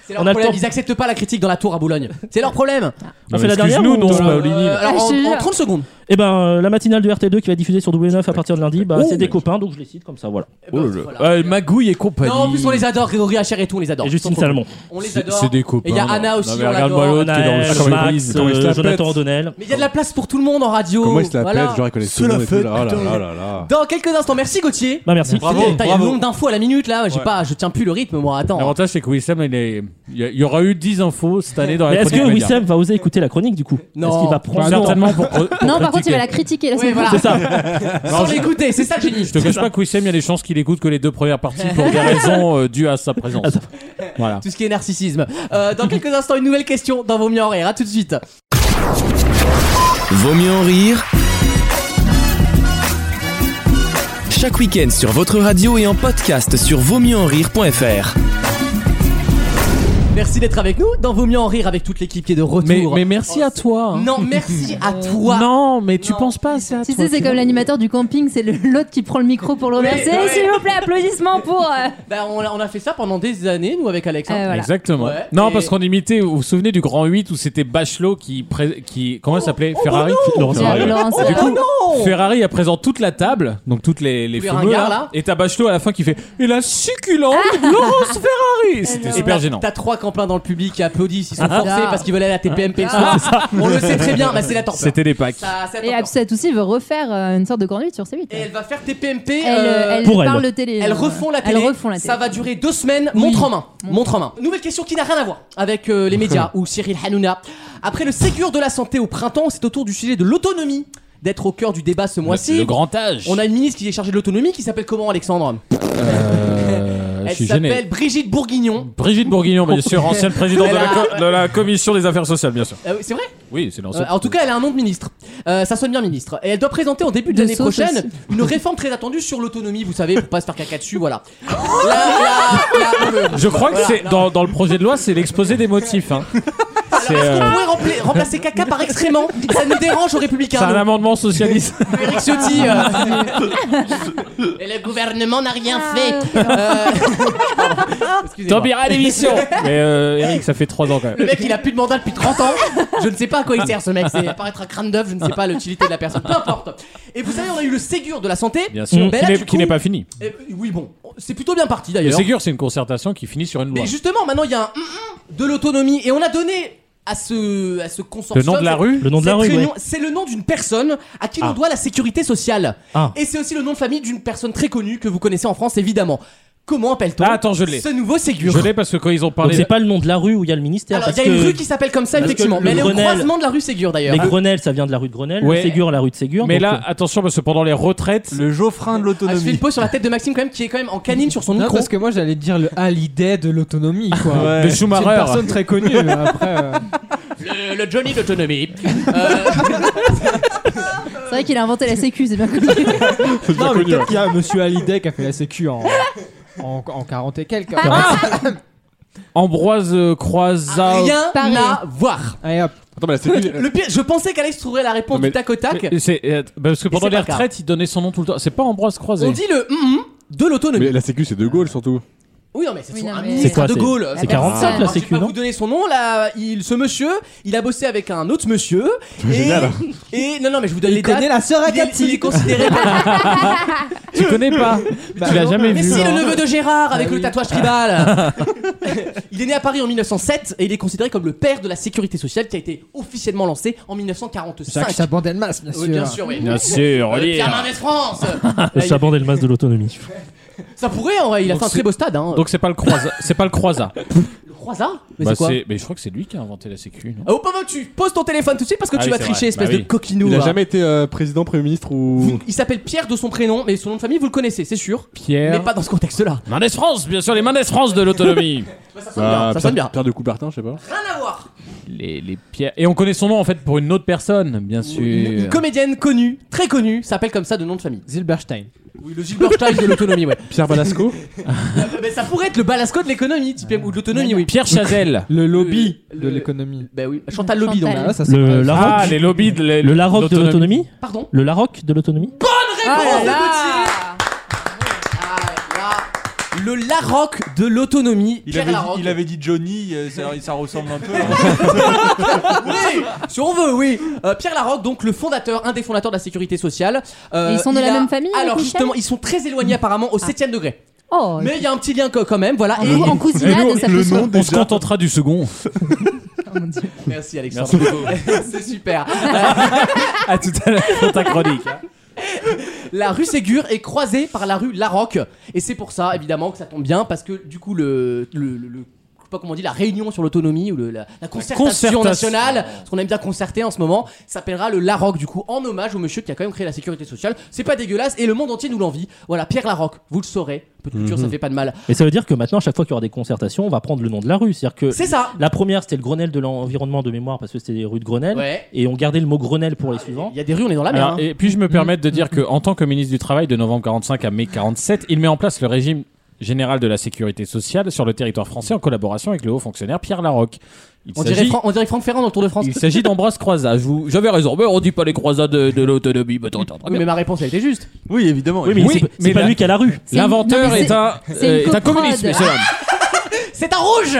Speaker 1: C'est leur
Speaker 10: On a le
Speaker 1: problème.
Speaker 10: temps.
Speaker 1: Ils acceptent pas la critique dans la tour à Boulogne. C'est leur problème.
Speaker 10: On fait la dernière
Speaker 3: Euh, Excuse-nous,
Speaker 10: ou-
Speaker 3: non, Paolini.
Speaker 1: Euh, alors, en- en 30 secondes.
Speaker 10: Eh ben, euh, la matinale de RT2 qui va diffuser sur W9 à partir de lundi, bah,
Speaker 1: Oh,
Speaker 10: c'est des
Speaker 1: mais-
Speaker 10: copains, donc je les cite comme ça, voilà.
Speaker 3: Oh là là. Euh, Magouille et compagnie.
Speaker 1: Non, en plus, on les adore. Grégory HR et tout, on les adore.
Speaker 10: Et Justine
Speaker 1: Ils sont trop
Speaker 10: Salmon.
Speaker 1: cool. On les
Speaker 3: C'est-
Speaker 1: adore.
Speaker 3: c'est des copains,
Speaker 1: Et il y a
Speaker 3: non.
Speaker 1: Anna aussi,
Speaker 3: Non, mais
Speaker 1: on
Speaker 3: regarde-moi
Speaker 1: l'adore.
Speaker 3: l'autre qui est dans le
Speaker 10: Naël,
Speaker 3: champ de
Speaker 10: Max,
Speaker 3: brise, comment il se
Speaker 10: euh,
Speaker 3: la
Speaker 10: Jonathan
Speaker 3: pète.
Speaker 10: O'Donnell.
Speaker 1: Mais il y a de la place pour tout le monde en radio.
Speaker 2: Comment il se
Speaker 1: Voilà.
Speaker 2: l'appelle J'aurais connaissé le nom et tout. là, oh là là là là.
Speaker 1: Dans quelques instants, merci Gauthier.
Speaker 10: Bah, merci.
Speaker 3: Bravo,
Speaker 1: Putain, Il y a le
Speaker 3: bravo.
Speaker 1: nombre d'infos à la minute là. J'ai
Speaker 3: Ouais.
Speaker 1: pas, je tiens plus le rythme moi. Attends.
Speaker 3: L'avantage, c'est que Wissam, il, est- il y a- il y aura eu 10 infos cette année dans
Speaker 10: Mais
Speaker 3: la
Speaker 10: est-ce
Speaker 3: chronique
Speaker 10: que
Speaker 3: média.
Speaker 10: Wissem va oser écouter la chronique du coup
Speaker 1: Non.
Speaker 10: Est-ce qu'il va prendre
Speaker 3: Bah,
Speaker 10: le temps
Speaker 3: certainement pour- pour- pour
Speaker 13: Non, par contre, tu
Speaker 3: critiquer.
Speaker 13: vas la critiquer la
Speaker 1: Oui,
Speaker 13: semaine
Speaker 1: voilà.
Speaker 13: prochaine.
Speaker 3: [laughs]
Speaker 1: Sans l'écouter, c'est ça le génie.
Speaker 3: Je te cache pas que Wissem, il y a des chances qu'il écoute que les deux premières parties pour des raisons euh, dues à sa présence. Voilà.
Speaker 1: hein. Tout ce qui est narcissisme. Euh, dans quelques instants, une nouvelle question dans Vos mieux en rire. À tout de suite.
Speaker 5: Vaut mieux en rire. Chaque week-end sur votre radio et en podcast sur vaumieuxenrire.fr.
Speaker 1: Merci d'être avec nous dans Vaut mieux en rire avec toute l'équipe qui est de retour.
Speaker 3: mais merci hein.
Speaker 1: à toi. Non, [laughs] merci à toi.
Speaker 3: Non, mais tu penses pas assez à
Speaker 13: Tu sais, c'est comme l'animateur du camping, c'est le- l'autre qui prend le micro pour le remercier.
Speaker 1: ouais.
Speaker 13: S'il vous plaît, applaudissements pour. euh,
Speaker 1: Bah, on, a- on a fait ça pendant des années, nous, avec Alex. hein.
Speaker 13: Euh, voilà.
Speaker 3: Exactement.
Speaker 1: Ouais,
Speaker 3: non,
Speaker 1: et-
Speaker 3: parce qu'on imitait, vous vous souvenez du Grand 8 où c'était Bachelot qui. pré- qui comment elle s'appelait
Speaker 1: Oh,
Speaker 3: Ferrari Laurence
Speaker 13: Tiens,
Speaker 3: Ferrari.
Speaker 13: Laurence,
Speaker 3: Du
Speaker 13: euh,
Speaker 3: coup,
Speaker 1: non
Speaker 3: Ferrari a présent toute la table, donc toutes les, les
Speaker 1: Tous les
Speaker 3: fameux,
Speaker 1: ringards,
Speaker 3: là,
Speaker 1: là. Ah.
Speaker 3: Ah Et t'as Bachelot à la fin qui fait Et la succulente Oh, Laurence Ferrari C'était
Speaker 1: Et
Speaker 3: super
Speaker 1: t'as-
Speaker 3: gênant.
Speaker 1: T'as trois tremplin dans le public qui applaudit, ils sont
Speaker 3: Ah.
Speaker 1: forcés parce qu'ils veulent aller à la TPMP le soir.
Speaker 3: Ah.
Speaker 1: On le sait très bien, bah, c'est la torpeur.
Speaker 3: C'était des packs.
Speaker 1: Ça- ça-
Speaker 13: Et Upset aussi veut refaire euh, une sorte de grande lutte sur hein. C8.
Speaker 1: elle va faire TPMP.
Speaker 13: Elle, euh, elle Pour parle elle. télé,
Speaker 1: Elles
Speaker 13: euh,
Speaker 1: refont la
Speaker 13: elles
Speaker 1: télé.
Speaker 13: refont la
Speaker 1: Ça va durer deux semaines, montre en main. Montre en main. Nouvelle question qui n'a rien à voir avec euh, les médias ou Cyril Hanouna. Après le Ségur de la santé au printemps, c'est au tour du sujet de l'autonomie d'être au cœur du débat ce mois-ci.
Speaker 3: le grand âge.
Speaker 1: On a une ministre qui est chargée de l'autonomie qui s'appelle comment, Alexandre
Speaker 3: Euh, je
Speaker 1: Elle
Speaker 3: suis gêné.
Speaker 1: s'appelle Brigitte Bourguignon.
Speaker 3: Brigitte Bourguignon, bien sûr, ancienne présidente de la,
Speaker 1: Elle a-
Speaker 3: co- de la commission des affaires sociales, bien sûr.
Speaker 1: Euh, c'est vrai
Speaker 3: Oui, c'est l'ancienne.
Speaker 1: Euh, en tout cas, elle a un nom de ministre. Euh, ça sonne bien ministre. Et elle doit présenter en début de,
Speaker 3: De
Speaker 1: l'année
Speaker 3: sauce
Speaker 1: prochaine
Speaker 3: aussi.
Speaker 1: une réforme très attendue sur l'autonomie, vous savez, pour pas se faire caca
Speaker 3: [laughs]
Speaker 1: dessus, voilà. Là, là, là,
Speaker 3: Je crois que
Speaker 1: voilà.
Speaker 3: c'est dans, dans le projet de loi, c'est l'exposé des motifs. Hein. C'est
Speaker 1: Est-ce qu'on
Speaker 3: euh,
Speaker 1: pourrait rempla- remplacer caca par excrément Ça nous dérange aux
Speaker 3: c'est
Speaker 1: républicains.
Speaker 3: un
Speaker 1: nous.
Speaker 3: amendement
Speaker 1: [laughs]
Speaker 3: socialiste.
Speaker 1: Eric Ciotti.
Speaker 3: [laughs]
Speaker 1: euh, Et le gouvernement n'a rien
Speaker 3: Ah.
Speaker 1: fait.
Speaker 3: T'en à
Speaker 1: [laughs]
Speaker 3: l'émission. Mais euh, Eric, ça fait 3 ans quand
Speaker 1: Le
Speaker 3: même.
Speaker 1: mec, il a plus de mandat depuis 30 ans. Je ne sais pas à quoi il sert ce mec. C'est apparaître un crâne d'œuf, je ne sais pas l'utilité de la personne. Peu importe. Et vous savez, on a eu le Ségur de la santé.
Speaker 3: Bien sûr,
Speaker 1: Ben
Speaker 3: qui
Speaker 1: là,
Speaker 3: n'est-
Speaker 1: du
Speaker 3: qui n'est
Speaker 1: coup,
Speaker 3: pas fini.
Speaker 1: euh, oui, bon, c'est plutôt bien parti
Speaker 3: Le
Speaker 1: d'ailleurs.
Speaker 3: Ségur, c'est une concertation qui finit sur une loi.
Speaker 1: Mais justement, maintenant, il y a un hum, hum de l'autonomie et on a donné à ce, à ce consortium.
Speaker 3: Le nom de la rue Le nom de la
Speaker 1: cette
Speaker 3: rue,
Speaker 1: réunion-
Speaker 3: ouais.
Speaker 1: C'est le nom d'une personne à qui l'on
Speaker 3: Ah.
Speaker 1: doit la sécurité sociale.
Speaker 3: Ah.
Speaker 1: Et c'est aussi le nom de famille d'une personne très connue que vous connaissez en France, évidemment. Comment appelle-t-on
Speaker 3: Ah, attends, je l'ai.
Speaker 1: ce nouveau Ségur
Speaker 3: Je l'ai parce que quand ils ont parlé.
Speaker 10: Donc c'est pas le nom de la rue où il y a le ministère.
Speaker 1: Alors, il y a
Speaker 10: parce
Speaker 1: une
Speaker 10: que-
Speaker 1: rue qui s'appelle comme ça,
Speaker 10: parce que
Speaker 1: effectivement.
Speaker 10: le
Speaker 1: Mais elle est au
Speaker 10: Grenelle-
Speaker 1: croisement de la rue Ségur d'ailleurs. Ah,
Speaker 10: Les Grenelles, ça vient de la rue de Grenelle.
Speaker 3: Ouais.
Speaker 10: Le Ségur, la rue de Ségur.
Speaker 3: Mais
Speaker 10: donc,
Speaker 3: là, attention, parce que pendant les retraites. Le Geoffrin de
Speaker 1: Ah, je fais une pause sur la tête de Maxime quand même qui est quand même en canine sur son
Speaker 9: Non,
Speaker 1: micro.
Speaker 9: parce que moi j'allais dire le Hallyday de l'autonomie, quoi.
Speaker 3: Ouais. De
Speaker 9: C'est
Speaker 3: Schumacher.
Speaker 9: une personne très connue, mais après. euh,
Speaker 1: Le, le
Speaker 9: [laughs]
Speaker 1: Johnny d'autonomie.
Speaker 13: C'est vrai qu'il a inventé la sécu, c'est bien connu.
Speaker 9: Non, mais peut-être qu'il y a un monsieur Hallyday qui a fait la sécu en, en, en 40 et quelques.
Speaker 3: Ambroise euh,
Speaker 9: Ah,
Speaker 3: Croizat.
Speaker 1: Rien
Speaker 9: Pareil.
Speaker 1: à voir.
Speaker 3: Attends, mais
Speaker 1: Le pire, je pensais qu'Alex trouverait la réponse
Speaker 3: Non, mais-
Speaker 1: du tac au tac.
Speaker 3: mais c'est- euh, parce que
Speaker 1: Mais
Speaker 3: pendant
Speaker 1: c'est
Speaker 3: les
Speaker 1: pas grave.
Speaker 3: retraites, il donnait son nom tout le temps. C'est pas Ambroise Croizat.
Speaker 1: On dit le hum, hum de l'autonomie.
Speaker 2: Mais la Sécu, c'est De Gaulle surtout.
Speaker 1: Oui, non, mais c'est son-
Speaker 13: non,
Speaker 1: un
Speaker 13: mais-
Speaker 1: ministre
Speaker 2: C'est quoi,
Speaker 1: de
Speaker 2: c'est-
Speaker 1: Gaulle.
Speaker 2: c'est 45,
Speaker 1: Alors,
Speaker 2: la
Speaker 1: Je vais
Speaker 2: sécu,
Speaker 1: pas
Speaker 2: non
Speaker 1: vous donner son nom, là. Il, ce monsieur, il a bossé avec un autre monsieur. Et,
Speaker 2: Génial.
Speaker 1: et non, non, mais je vous donne les dates.
Speaker 9: connaît la sœur
Speaker 1: Il est-
Speaker 9: Agathe.
Speaker 1: Il est considéré comme-
Speaker 3: Tu connais pas
Speaker 9: Bah
Speaker 3: Tu l'as jamais
Speaker 1: Mais
Speaker 3: vu.
Speaker 1: si,
Speaker 3: hein.
Speaker 1: le neveu de Gérard avec
Speaker 3: Ah
Speaker 1: le
Speaker 3: oui.
Speaker 1: tatouage tribal. il est né à Paris en 1907 et il est considéré comme le père de la sécurité sociale qui a été officiellement lancé en 1945.
Speaker 9: Jacques Chaban-Delmas, bien
Speaker 1: Oui,
Speaker 9: sûr.
Speaker 1: bien sûr, oui.
Speaker 3: Bien sûr,
Speaker 1: Euh,
Speaker 3: allez.
Speaker 1: Pierre Mendès [laughs] France.
Speaker 10: Le Chaban le de l'autonomie.
Speaker 1: Ça pourrait, en vrai, il a
Speaker 3: Donc
Speaker 1: fait un
Speaker 3: c'est-
Speaker 1: très beau stade. Hein.
Speaker 3: Donc c'est pas le Croizat. C'est pas le
Speaker 1: [laughs]
Speaker 3: Croizat.
Speaker 1: le Croisard Mais
Speaker 3: Bah,
Speaker 1: c'est quoi
Speaker 3: c'est- Mais je crois que c'est lui qui a inventé la Sécu. non
Speaker 1: Ah, Au moment où tu poses ton téléphone tout de suite parce que
Speaker 3: Ah
Speaker 1: tu
Speaker 3: oui,
Speaker 1: vas
Speaker 3: c'est
Speaker 1: tricher,
Speaker 3: vrai.
Speaker 1: espèce
Speaker 3: Bah
Speaker 1: de
Speaker 3: oui.
Speaker 1: coquinou.
Speaker 2: Il a
Speaker 1: va.
Speaker 2: jamais été euh, président, premier ministre ou.
Speaker 1: Il s'appelle Pierre de son prénom, mais son nom de famille, vous le connaissez, c'est sûr.
Speaker 3: Pierre.
Speaker 1: Mais pas dans ce contexte-là.
Speaker 3: Mendes France, bien sûr, les Mendes France de
Speaker 1: [laughs]
Speaker 3: l'autonomie.
Speaker 1: ça sonne bien, ça sonne bien.
Speaker 2: Bah, Pierre de Coubertin, je sais pas.
Speaker 1: Rien à voir.
Speaker 3: Les, les pierres. Et on connaît son nom en fait pour une autre personne, bien
Speaker 1: Une
Speaker 3: sûr.
Speaker 1: comédienne connue, très connue, s'appelle comme ça de nom de famille.
Speaker 9: Zilberstein.
Speaker 1: Oui, le Zilberstein de
Speaker 3: [laughs]
Speaker 1: l'autonomie, ouais.
Speaker 2: Pierre
Speaker 1: [laughs]
Speaker 2: Balasco
Speaker 1: Mais ça pourrait être le Balasco de l'économie, type, ou de l'autonomie, oui.
Speaker 3: Pierre Chazelle. Ben
Speaker 9: Le lobby de l'économie.
Speaker 1: Bah oui, [laughs] Chantal Lobby, donc.
Speaker 9: Ah, là, ça, c'est
Speaker 10: Le
Speaker 9: pas-
Speaker 10: Laroc.
Speaker 3: Ah, les lobbies de l'é-
Speaker 10: Le Laroc de l'autonomie.
Speaker 1: Pardon
Speaker 10: Le Laroc de l'autonomie.
Speaker 1: Réponse de Gauthier. Le Larocque de l'autonomie,
Speaker 4: Il
Speaker 1: Pierre
Speaker 4: avait, dit,
Speaker 1: Larocque.
Speaker 4: il avait dit Johnny, euh, ça, ça ressemble un peu. hein.
Speaker 1: Oui, hein. si on veut, oui. Euh, Pierre Larocque, donc le fondateur, un des fondateurs de la sécurité sociale. Euh,
Speaker 13: Et ils sont de
Speaker 1: il
Speaker 13: la même famille,
Speaker 1: Alors
Speaker 13: Michel Ah.
Speaker 1: justement, ils sont très éloignés apparemment au 7ème degré.
Speaker 13: Oh,
Speaker 1: Mais il y a un petit lien co- quand même, voilà.
Speaker 13: En cou- en cousinade, Et nous, ça peut le se- nom
Speaker 3: On se contentera du second.
Speaker 1: Merci Alexandre.
Speaker 3: Merci beaucoup.
Speaker 1: [laughs] C'est super.
Speaker 3: [laughs] à tout à l'heure pour ta chronique. hein.
Speaker 1: La rue Ségur est croisée par la rue Larocque. Et c'est pour ça, évidemment, que ça tombe bien, parce que du coup, le. le, le- le- je sais pas comment on dit, la réunion sur l'autonomie ou le- la, la concertation,
Speaker 3: concertation.
Speaker 1: nationale, ce qu'on aime bien concerter en ce moment, s'appellera le Larocque, du coup, en hommage au monsieur qui a quand même créé la sécurité sociale. C'est pas dégueulasse et le monde entier nous l'envie. Voilà, Pierre Larocque, vous le saurez. Un peu de culture,
Speaker 10: Mhm.
Speaker 1: ça fait pas de mal.
Speaker 10: Mais ça veut dire que maintenant, à chaque fois qu'il y aura des concertations, on va prendre le nom de la rue. C'est-à-dire que
Speaker 1: C'est ça.
Speaker 10: la première, c'était le Grenelle de l'environnement de mémoire parce que c'était les rues de Grenelle.
Speaker 1: Ouais. Ah,
Speaker 10: Et on gardait le mot Grenelle pour les suivants.
Speaker 1: Il y a des rues, on est dans la merde. hein.
Speaker 3: Alors, et puis je
Speaker 1: Mm.
Speaker 3: me permets de dire que en tant que ministre du travail de novembre 45 à mai 47, il met en place le régime général de la sécurité sociale sur le territoire français en collaboration avec le haut fonctionnaire Pierre Larocque. Il
Speaker 1: On dirait,
Speaker 3: s'agit-
Speaker 1: Fran- on dirait Franck Ferrand dans le Tour de France.
Speaker 3: Il s'agit d'Ambroise Croizat. Je vous- J'avais raison. Mais on dit pas les Croizats de, de l'autonomie. Mais t'entends très
Speaker 1: Oui,
Speaker 3: bien.
Speaker 1: Ah, mais ma réponse, elle était juste.
Speaker 4: Oui, évidemment.
Speaker 3: Oui, mais c'est- c'est pas lui qui a la rue. C'est une- L'inventeur non, mais est c'est- un- c'est une euh, est [laughs] un coprode. communiste, messieurs, dames.
Speaker 1: C'est un rouge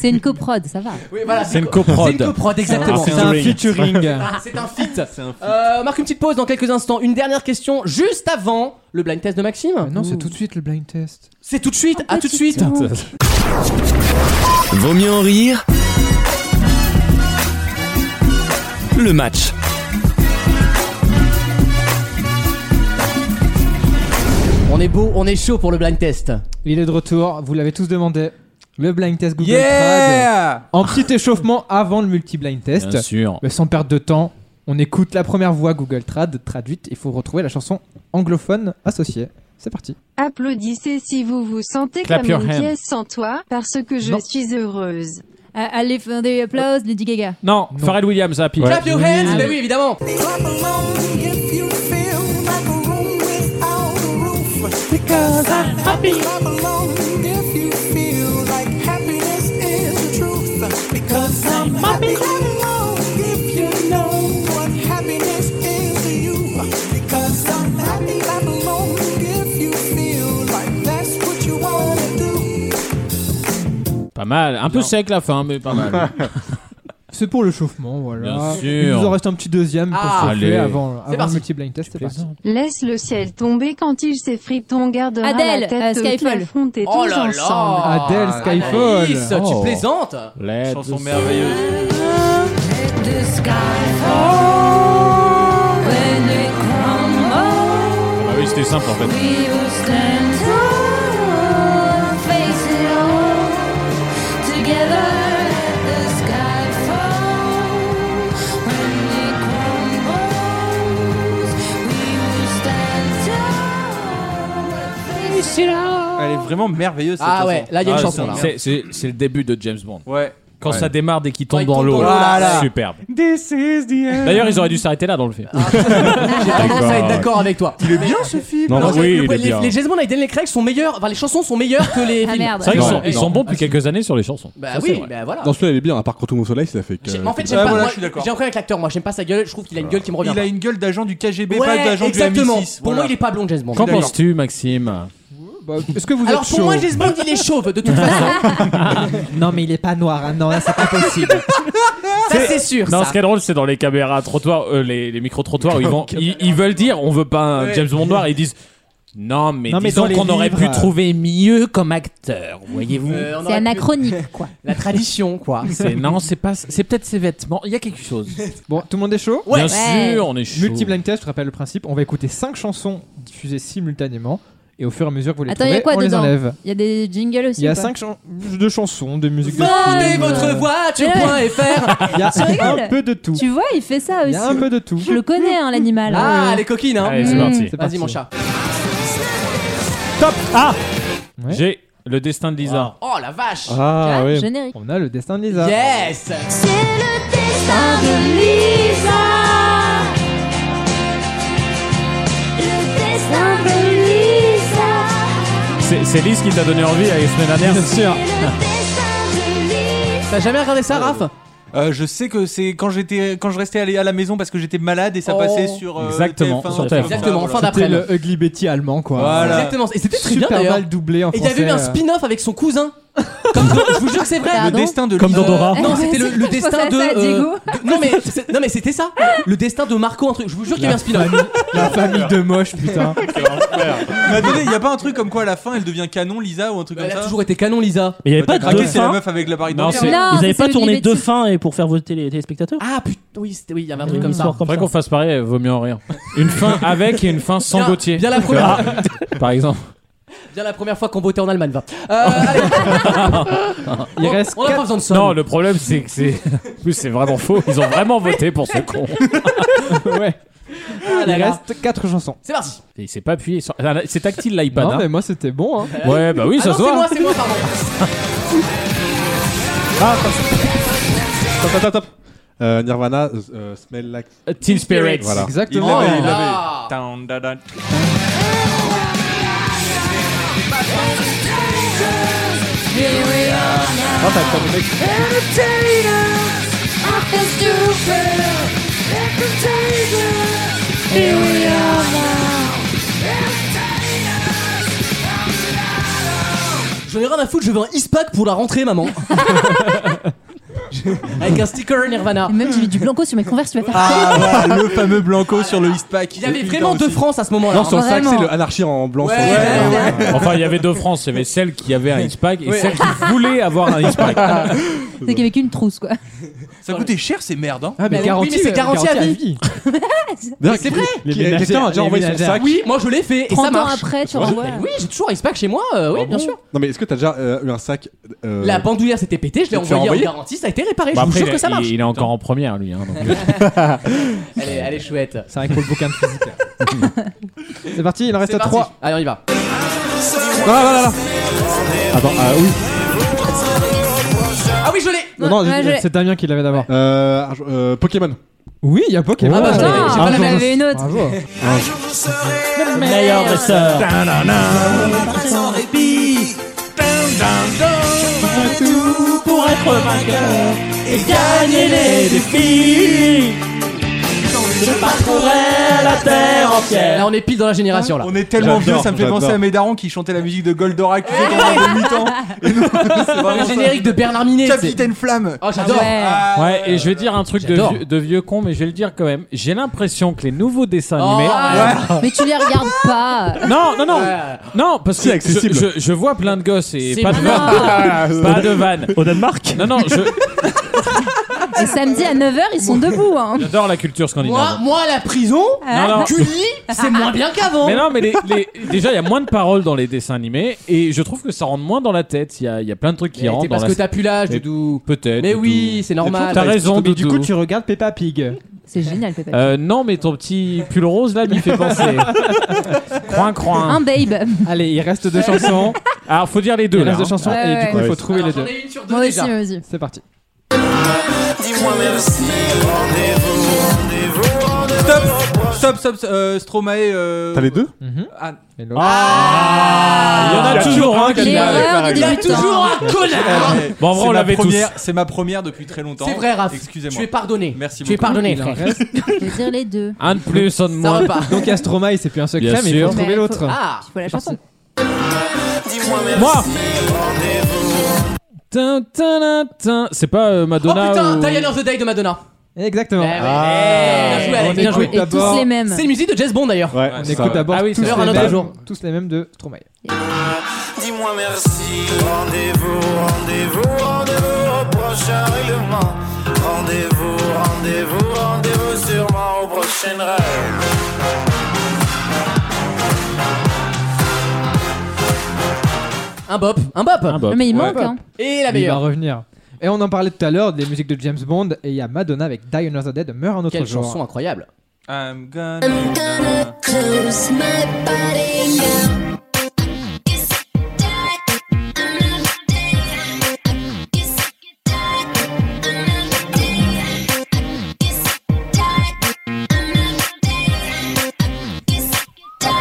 Speaker 13: C'est une coprode, ça va.
Speaker 1: Oui, voilà,
Speaker 3: C'est une coprode.
Speaker 1: Ah, C'est une coprode, exactement.
Speaker 3: C'est un featuring.
Speaker 1: Ah, c'est un feat. Euh, on marque une petite pause dans quelques instants. Une dernière question juste avant le blind test de Maxime.
Speaker 3: Ah,
Speaker 9: Non, c'est tout de suite le blind test.
Speaker 1: C'est tout de suite. à tout de suite.
Speaker 9: temps.
Speaker 5: Vaut mieux en rire. Le match.
Speaker 1: On est beau, on est chaud pour le blind test.
Speaker 9: Il est de retour, vous l'avez tous demandé. Le blind test Google
Speaker 4: Yeah
Speaker 9: Trad. En petit échauffement avant le multi-blind test.
Speaker 3: Bien sûr.
Speaker 9: Mais sans perdre de temps, on écoute la première voix Google Trad traduite. Il faut retrouver la chanson anglophone associée. C'est parti.
Speaker 14: Applaudissez si vous vous sentez
Speaker 9: Clap your
Speaker 14: comme une
Speaker 9: hands.
Speaker 14: pièce sans toit, parce que je
Speaker 9: Non.
Speaker 14: suis heureuse.
Speaker 13: Allez, fin des applauses, Lady Gaga.
Speaker 3: Non, Pharrell Williams, hein, Happy.
Speaker 1: Clap your hands, mais oui, évidemment.
Speaker 12: Because I'm happy. Because I'm happy. Because I'm happy, clap along if you feel like that's what you wanna do.
Speaker 3: Pas mal. Un peu sec la fin, mais pas mal.
Speaker 9: C'est pour le chauffement, voilà.
Speaker 3: Bien sûr.
Speaker 9: Il nous en reste un petit deuxième pour
Speaker 3: Ah,
Speaker 9: chauffer
Speaker 3: allez.
Speaker 9: avant,
Speaker 3: C'est
Speaker 9: avant le
Speaker 3: parti.
Speaker 9: multi-blind test. C'est parti.
Speaker 14: Laisse le ciel tomber quand il s'effrite, on gardera
Speaker 13: Adèle,
Speaker 14: la tête
Speaker 13: euh, Skyfall.
Speaker 14: affrontée
Speaker 13: Oh
Speaker 14: tous
Speaker 13: là là.
Speaker 14: ensemble. Oh.
Speaker 9: Adèle Skyfall.
Speaker 1: Anaïs, tu
Speaker 3: Oh.
Speaker 1: plaisantes
Speaker 3: Chanson merveilleuse.
Speaker 12: The sky fall when it crumbles.
Speaker 3: Ah oui, c'était simple en fait.
Speaker 12: We will stand tall and face it all together. Let the sky fall when it crumbles. We will stand tall and face it all.
Speaker 4: Elle est vraiment merveilleuse cette
Speaker 1: Ah
Speaker 4: chanson.
Speaker 1: ouais, là, il y a une chanson, là.
Speaker 3: C'est, c'est- c'est le début de James Bond.
Speaker 4: Ouais.
Speaker 3: Quand
Speaker 4: Ouais.
Speaker 3: ça démarre dès qu'il tombe
Speaker 4: il
Speaker 3: dans
Speaker 4: tombe
Speaker 3: l'eau.
Speaker 4: dans l'eau,
Speaker 1: Ah
Speaker 4: là. Voilà.
Speaker 3: Superbe.
Speaker 4: This is the end.
Speaker 3: D'ailleurs, ils auraient dû s'arrêter là dans le film.
Speaker 1: Ah.
Speaker 3: [laughs]
Speaker 1: J'ai pas tendance à être d'accord avec toi.
Speaker 4: Il est bien ce film.
Speaker 3: Non,
Speaker 1: Non,
Speaker 3: oui,
Speaker 1: le-
Speaker 3: il est
Speaker 1: les,
Speaker 3: Ah, bien.
Speaker 1: les James Bond avec Daniel Craig sont meilleurs, enfin les chansons sont meilleures que les
Speaker 13: Ah,
Speaker 1: films.
Speaker 13: merde.
Speaker 3: C'est vrai qu'ils sont,
Speaker 2: Non,
Speaker 3: ils
Speaker 2: non. Ah,
Speaker 3: sont bons depuis quelques années sur les chansons.
Speaker 1: Bah
Speaker 3: Ça, c'est
Speaker 1: oui,
Speaker 3: vrai.
Speaker 1: bah voilà.
Speaker 2: Dans celui-là, il est bien, à part quand tout au soleil, ça fait que.
Speaker 1: Mais en fait, j'aime
Speaker 2: Ouais,
Speaker 1: pas.
Speaker 2: voilà,
Speaker 1: moi,
Speaker 2: je suis
Speaker 1: j'ai un
Speaker 2: d'accord.
Speaker 1: problème avec l'acteur. Moi, j'aime pas sa gueule. Je trouve qu'il a une gueule qui me revient.
Speaker 4: Il a une gueule d'agent du KGB,
Speaker 1: Ouais,
Speaker 4: pas d'agent du M6.
Speaker 1: exactement. Pour moi, il est pas blond, James Bond.
Speaker 3: Qu'en penses-tu, Maxime
Speaker 9: Bah, Est-ce que vous
Speaker 1: Alors
Speaker 9: êtes
Speaker 1: pour
Speaker 9: chaud
Speaker 1: moi, James Bond, il est chauve de toute façon.
Speaker 9: Ah. Non, mais il est pas noir. hein. Non, là, c'est pas possible.
Speaker 1: Ça c'est sûr.
Speaker 3: Non,
Speaker 1: ça.
Speaker 3: ce qui est drôle, c'est dans les caméras trottoirs, euh, les, les micro-trottoirs, où ils, vont, ils, ils veulent dire on veut pas un
Speaker 9: Ouais.
Speaker 3: James Bond noir, et ils disent non, mais
Speaker 9: Non, mais
Speaker 3: disons
Speaker 9: dans les
Speaker 3: qu'on aurait pu
Speaker 9: livres, euh,
Speaker 3: trouver mieux comme acteur, voyez-vous.
Speaker 1: Euh, on
Speaker 13: C'est
Speaker 1: aurait pu-
Speaker 13: anachronique,
Speaker 12: [laughs]
Speaker 13: quoi.
Speaker 1: [laughs] La tradition, quoi.
Speaker 3: C'est- non, c'est pas, c'est peut-être ses vêtements, il y a quelque chose.
Speaker 9: Bon, tout le monde est chaud
Speaker 3: Bien
Speaker 13: Ouais.
Speaker 3: sûr, on est chaud.
Speaker 9: Multi-blind test, je te rappelle le principe. On va écouter 5 chansons diffusées simultanément. Et au fur et à mesure que vous les
Speaker 13: Attends, il y
Speaker 9: trouvez,
Speaker 13: a quoi
Speaker 9: on les
Speaker 13: dedans
Speaker 9: enlève.
Speaker 13: Il y a des jingles aussi.
Speaker 9: Il y
Speaker 13: ou
Speaker 9: a
Speaker 13: pas
Speaker 9: 5 de chansons, de musique de
Speaker 1: Vendez
Speaker 9: film,
Speaker 1: votre
Speaker 9: euh,
Speaker 1: voiture.fr.
Speaker 9: [laughs] Il y
Speaker 13: Tu rigoles
Speaker 9: a un peu de tout.
Speaker 13: Ah, Tu vois, il fait ça
Speaker 9: Il
Speaker 13: aussi.
Speaker 9: y a un peu de tout.
Speaker 13: Je le connais, hein, l'animal.
Speaker 1: Ah, les coquines, hein.
Speaker 3: Allez, c'est parti.
Speaker 9: C'est
Speaker 1: Vas-y,
Speaker 9: parti.
Speaker 1: mon chat.
Speaker 3: Top Ah
Speaker 9: Ouais.
Speaker 3: J'ai le destin de Lisa.
Speaker 1: Oh la vache.
Speaker 9: Ah
Speaker 13: ouais.
Speaker 9: oui.
Speaker 13: générique.
Speaker 9: On a le destin de Lisa.
Speaker 1: Yes.
Speaker 12: C'est le destin de Lisa. Le destin de Lisa.
Speaker 3: C'est, c'est Lise qui t'a donné envie la semaine
Speaker 9: [laughs]
Speaker 3: dernière. Bien sûr.
Speaker 1: T'as jamais regardé ça, Raph
Speaker 4: Euh, je sais que c'est quand j'étais quand je restais allé à la maison parce que j'étais malade et ça
Speaker 1: Oh.
Speaker 4: passait sur euh,
Speaker 3: Exactement,
Speaker 4: TF1,
Speaker 3: sur
Speaker 4: un truc comme ça,
Speaker 1: Exactement,
Speaker 4: voilà.
Speaker 1: fin
Speaker 9: C'était
Speaker 4: [laughs]
Speaker 1: d'après.
Speaker 9: le Ugly Betty allemand, quoi.
Speaker 4: Voilà.
Speaker 1: Exactement. Et c'était très bien
Speaker 9: Super
Speaker 1: d'ailleurs.
Speaker 9: mal doublé en
Speaker 1: Et il y
Speaker 9: français.
Speaker 1: avait eu un
Speaker 9: euh.
Speaker 1: spin-off avec son cousin. Comme dans- je vous jure que c'est vrai.
Speaker 4: Le
Speaker 13: Pardon
Speaker 4: destin de
Speaker 3: Comme
Speaker 4: Lisa.
Speaker 3: dans Dora.
Speaker 1: Non, c'était le, le
Speaker 13: Je pensais
Speaker 1: destin
Speaker 13: à
Speaker 1: de,
Speaker 13: ça,
Speaker 1: euh,
Speaker 13: Diego.
Speaker 1: de- Non mais c'est- non mais c'était ça. Le destin de Marco un truc. Je vous jure qu'il y a eu un spin-off.
Speaker 9: [laughs] La famille de moche,
Speaker 1: [laughs]
Speaker 9: putain.
Speaker 4: Mais attendez, il y a pas un truc comme quoi à la fin elle devient canon Lisa ou un truc
Speaker 1: Bah, Elle
Speaker 4: comme
Speaker 1: a
Speaker 4: ça Bah,
Speaker 1: toujours été canon Lisa.
Speaker 10: Mais il n'y avait
Speaker 4: T'as
Speaker 10: pas
Speaker 4: craqué,
Speaker 10: deux
Speaker 4: c'est la
Speaker 10: fins.
Speaker 4: meuf avec l'appareil
Speaker 3: Non,
Speaker 4: dentaire.
Speaker 3: c'est.
Speaker 13: Non,
Speaker 10: Ils
Speaker 13: c'est
Speaker 10: n'avaient pas
Speaker 13: celui
Speaker 10: tourné
Speaker 13: des
Speaker 10: deux
Speaker 13: bêtises.
Speaker 10: fins et pour faire voter les téléspectateurs.
Speaker 1: Ah putain, oui, c'était- oui, il y avait un
Speaker 10: Une
Speaker 1: truc comme ça.
Speaker 10: histoire comme
Speaker 3: Faudrait
Speaker 10: ça.
Speaker 3: qu'on fasse pareil, euh, vaut mieux en rire. Une fin avec et une fin sans
Speaker 1: Bien-
Speaker 3: Gauthier.
Speaker 1: bien la première.
Speaker 3: Ah, par exemple.
Speaker 1: Bien la première fois qu'on votait en Allemagne va. Euh, allez.
Speaker 9: Il
Speaker 1: On-
Speaker 9: reste
Speaker 1: on a pas besoin de ça.
Speaker 3: Non, le problème c'est que c'est. [laughs] En plus, c'est vraiment faux. Ils ont vraiment voté pour ce
Speaker 1: [laughs]
Speaker 3: con.
Speaker 9: ouais.
Speaker 1: Ah
Speaker 9: Il
Speaker 1: là là.
Speaker 9: reste 4 chansons.
Speaker 1: C'est parti.
Speaker 3: Et il s'est pas appuyé sur. Ah, là, C'est tactile l'iPad.
Speaker 9: Non,
Speaker 3: hein.
Speaker 9: mais moi c'était bon. Hein.
Speaker 3: Ouais, bah oui,
Speaker 1: Ah
Speaker 3: ça
Speaker 1: non,
Speaker 3: se
Speaker 1: c'est moi,
Speaker 3: voit.
Speaker 1: c'est moi, pardon.
Speaker 2: Top, top, top, top. Euh, Nirvana, euh, Smell Like.
Speaker 3: Teen Spirit.
Speaker 2: Voilà.
Speaker 4: Il
Speaker 9: Exactement.
Speaker 4: l'avait, il
Speaker 1: là.
Speaker 4: l'avait. Down, down,
Speaker 1: Ah.
Speaker 4: down.
Speaker 1: J'en ai rien à foutre, je veux un ISPAC pour la rentrée, maman. Avec un sticker Nirvana.
Speaker 13: Même j'ai mis du blanco sur mes converses, tu vas faire
Speaker 4: Ah,
Speaker 13: quoi
Speaker 4: voilà, le fameux Blanco sur le Eastpack.
Speaker 1: Il y avait vraiment deux France à ce moment-là.
Speaker 2: Non, sur le sac,
Speaker 1: Vraiment.
Speaker 2: c'est le anarchie en blanc. sur le-
Speaker 3: Enfin, il y avait deux France. Il y avait celle qui avait un X-Pack et
Speaker 4: Ouais.
Speaker 3: celle qui voulait avoir un X-Pack.
Speaker 1: [laughs]
Speaker 13: C'est qu'il y avait qu'une trousse, quoi.
Speaker 4: Ça coûtait cher ces merdes, hein.
Speaker 13: Ah, mais Bah oui, garantie, mais c'est euh, garantie à garantie à vie.
Speaker 1: Mais c'est vrai
Speaker 4: Les Qui- ménagères, quelqu'un a déjà les envoyé son ménagères. sac
Speaker 1: Oui, moi je l'ai fait et
Speaker 13: 30
Speaker 1: ça
Speaker 13: ans
Speaker 1: marche.
Speaker 13: après, tu
Speaker 1: Oui,
Speaker 13: renvoies.
Speaker 1: Oui, j'ai toujours Icepack chez moi, euh, oui,
Speaker 2: Ah
Speaker 1: bien
Speaker 2: bon
Speaker 1: sûr.
Speaker 2: Non, mais est-ce que t'as déjà euh, eu un sac euh,
Speaker 1: La bandoulière s'était pétée, je l'ai
Speaker 2: Tu l'as
Speaker 1: envoyée en
Speaker 2: envoyé
Speaker 1: garantie, ça a été réparé.
Speaker 2: Bah
Speaker 1: je vous
Speaker 2: après,
Speaker 1: jure
Speaker 2: il
Speaker 1: que ça
Speaker 2: a-
Speaker 1: marche.
Speaker 3: Il est encore en première, lui. hein, donc-
Speaker 1: Elle est, elle est chouette.
Speaker 9: C'est vrai que pour le bouquin de physique. C'est parti, il en reste
Speaker 1: [laughs] C'est parti.
Speaker 9: 3.
Speaker 1: Allez, on y va.
Speaker 9: Ah, Voilà, voilà, voilà.
Speaker 2: Attends, ah oui.
Speaker 1: Ah oui, je l'ai
Speaker 9: Non, non, c'est Damien qui l'avait d'abord.
Speaker 2: Euh, Arge- euh, Pokémon.
Speaker 9: Oui, il y a Pokémon.
Speaker 2: Ah bah,
Speaker 9: Ouais.
Speaker 2: je l'avais- j'ai pas
Speaker 9: Un
Speaker 2: la
Speaker 9: jour,
Speaker 2: même,
Speaker 9: je-
Speaker 2: j'avais une
Speaker 13: autre.
Speaker 9: Bravo.
Speaker 2: Ah.
Speaker 12: Le
Speaker 9: meilleur
Speaker 12: meilleur
Speaker 9: dresseur.
Speaker 12: Sans répit. Je ferai tout pour être vainqueur et gagner les défis. Je parcourrai la terre entière.
Speaker 1: Là, on est pile dans la génération là.
Speaker 4: On est tellement vieux, ça me fait penser à mes darons qui chantaient la musique de Goldorak tu sais, quand on avait 8 ans. Et nous, [laughs] c'est vraiment
Speaker 1: Le
Speaker 4: ça.
Speaker 1: générique de Bernard Minet.
Speaker 4: Capitaine Flamme. Ah
Speaker 1: Oh, j'adore.
Speaker 3: Ouais, et je vais dire un truc de
Speaker 1: J'adore.
Speaker 3: vieux, de vieux con, mais je vais le dire quand même. J'ai l'impression que les nouveaux dessins animés.
Speaker 1: Oh.
Speaker 9: Oh.
Speaker 13: Ah, Mais tu les regardes pas.
Speaker 3: Non, non, non, non, parce
Speaker 2: C'est
Speaker 3: que
Speaker 2: accessible.
Speaker 3: Je, je- je vois plein de gosses et
Speaker 13: C'est
Speaker 3: pas de
Speaker 9: Ah,
Speaker 3: vanne. pas de vanne. Au Danemark Non, non, je-
Speaker 13: Et samedi à 9h, ils sont debout. Hein. Ah.
Speaker 3: j'adore la culture
Speaker 1: Moi,
Speaker 3: scandinave.
Speaker 1: moi, à la prison,
Speaker 3: Non, non.
Speaker 1: tu lis, c'est moins bien qu'avant.
Speaker 3: Mais non, mais les- les- déjà, il y a moins de paroles dans les dessins animés et je trouve que ça rentre moins dans la tête. Il y a, il y a plein de trucs qui
Speaker 1: Mais
Speaker 3: rentrent
Speaker 1: c'est
Speaker 3: dans
Speaker 1: parce
Speaker 3: la
Speaker 1: que t'as plus l'âge,
Speaker 3: Mais
Speaker 1: Doudou.
Speaker 3: Peut-être.
Speaker 1: Mais oui,
Speaker 3: Doudou.
Speaker 1: c'est normal.
Speaker 3: T'as raison,
Speaker 9: Mais du
Speaker 3: Doudou.
Speaker 9: coup, tu regardes Peppa Pig.
Speaker 13: C'est génial, Peppa. Pig.
Speaker 3: Euh, non, mais ton petit pull rose là m'y fait penser. croin,
Speaker 13: Un
Speaker 3: croin.
Speaker 13: babe.
Speaker 9: Allez, il reste [laughs]
Speaker 3: [laughs]
Speaker 9: deux chansons.
Speaker 3: Alors, faut dire les deux.
Speaker 9: Il
Speaker 3: là,
Speaker 9: reste deux
Speaker 3: hein.
Speaker 9: chansons
Speaker 13: Ouais,
Speaker 9: et
Speaker 13: ouais.
Speaker 9: du coup, il
Speaker 3: Ouais.
Speaker 9: faut trouver les deux.
Speaker 13: Moi aussi, moi aussi.
Speaker 9: C'est parti.
Speaker 12: Dis-moi merci.
Speaker 4: Stop, stop, stop, euh, Stromae. euh,
Speaker 2: T'as les deux
Speaker 4: Ah,
Speaker 3: Il y en a toujours un qui l'a.
Speaker 4: Il y en a
Speaker 1: toujours un connard.
Speaker 3: Bon, en vrai,
Speaker 4: Eh, C'est
Speaker 3: on
Speaker 4: ma
Speaker 3: l'avait tous.
Speaker 4: première- C'est ma première depuis très longtemps.
Speaker 1: C'est vrai, Raph.
Speaker 4: Excusez-moi.
Speaker 1: Tu es pardonné.
Speaker 4: Merci
Speaker 1: Tu es
Speaker 4: beaucoup.
Speaker 1: pardonné,
Speaker 4: Il en
Speaker 1: frère.
Speaker 4: reste-
Speaker 13: Je vais dire les deux.
Speaker 3: Un de plus, un de
Speaker 1: Ça
Speaker 3: moins.
Speaker 1: repart.
Speaker 9: Donc, Astromae, c'est plus un secret,
Speaker 3: Bien
Speaker 9: mais il
Speaker 3: sûr.
Speaker 9: faut trouver
Speaker 13: Mais
Speaker 9: l'autre.
Speaker 13: faut-
Speaker 1: Ah,
Speaker 13: Il faut la chanson.
Speaker 3: Moi Tin, tin, tin, tin. C'est pas euh,
Speaker 1: Oh
Speaker 3: Madonna
Speaker 1: putain,
Speaker 3: ou-
Speaker 1: Diane of the Day de Madonna.
Speaker 9: Exactement.
Speaker 1: Eh ouais.
Speaker 3: Ah.
Speaker 1: Bien joué, Alex.
Speaker 9: On
Speaker 3: Bien joué.
Speaker 9: écoute
Speaker 13: Et tous
Speaker 9: d'abord.
Speaker 13: les mêmes.
Speaker 1: C'est une musique de Jazz Bond d'ailleurs.
Speaker 2: Ouais,
Speaker 9: On
Speaker 2: c'est ça,
Speaker 9: écoute
Speaker 2: ouais.
Speaker 9: d'abord
Speaker 3: Ah oui,
Speaker 9: tous,
Speaker 3: c'est
Speaker 1: vrai.
Speaker 9: les
Speaker 1: Un autre
Speaker 9: mêmes-
Speaker 1: jour.
Speaker 9: tous les mêmes de Stromae.
Speaker 12: Ah, Dis-moi merci. Rendez-vous, rendez-vous, rendez-vous au prochain règlement. Rendez-vous, rendez-vous, rendez-vous sûrement au prochain rêve.
Speaker 1: Un bop, un bop.
Speaker 3: Un
Speaker 7: Ah,
Speaker 3: bop.
Speaker 13: Mais il
Speaker 3: Ouais.
Speaker 13: manque, hein.
Speaker 9: Mais
Speaker 1: Et la
Speaker 9: Il va
Speaker 1: meilleure.
Speaker 9: revenir. Et on en parlait tout à l'heure des musiques de James Bond et il y a Madonna avec Die Another Day de Meurt un autre
Speaker 1: Quelle
Speaker 9: jour.
Speaker 1: chanson incroyable.
Speaker 4: I'm gonna-
Speaker 12: Close my body now.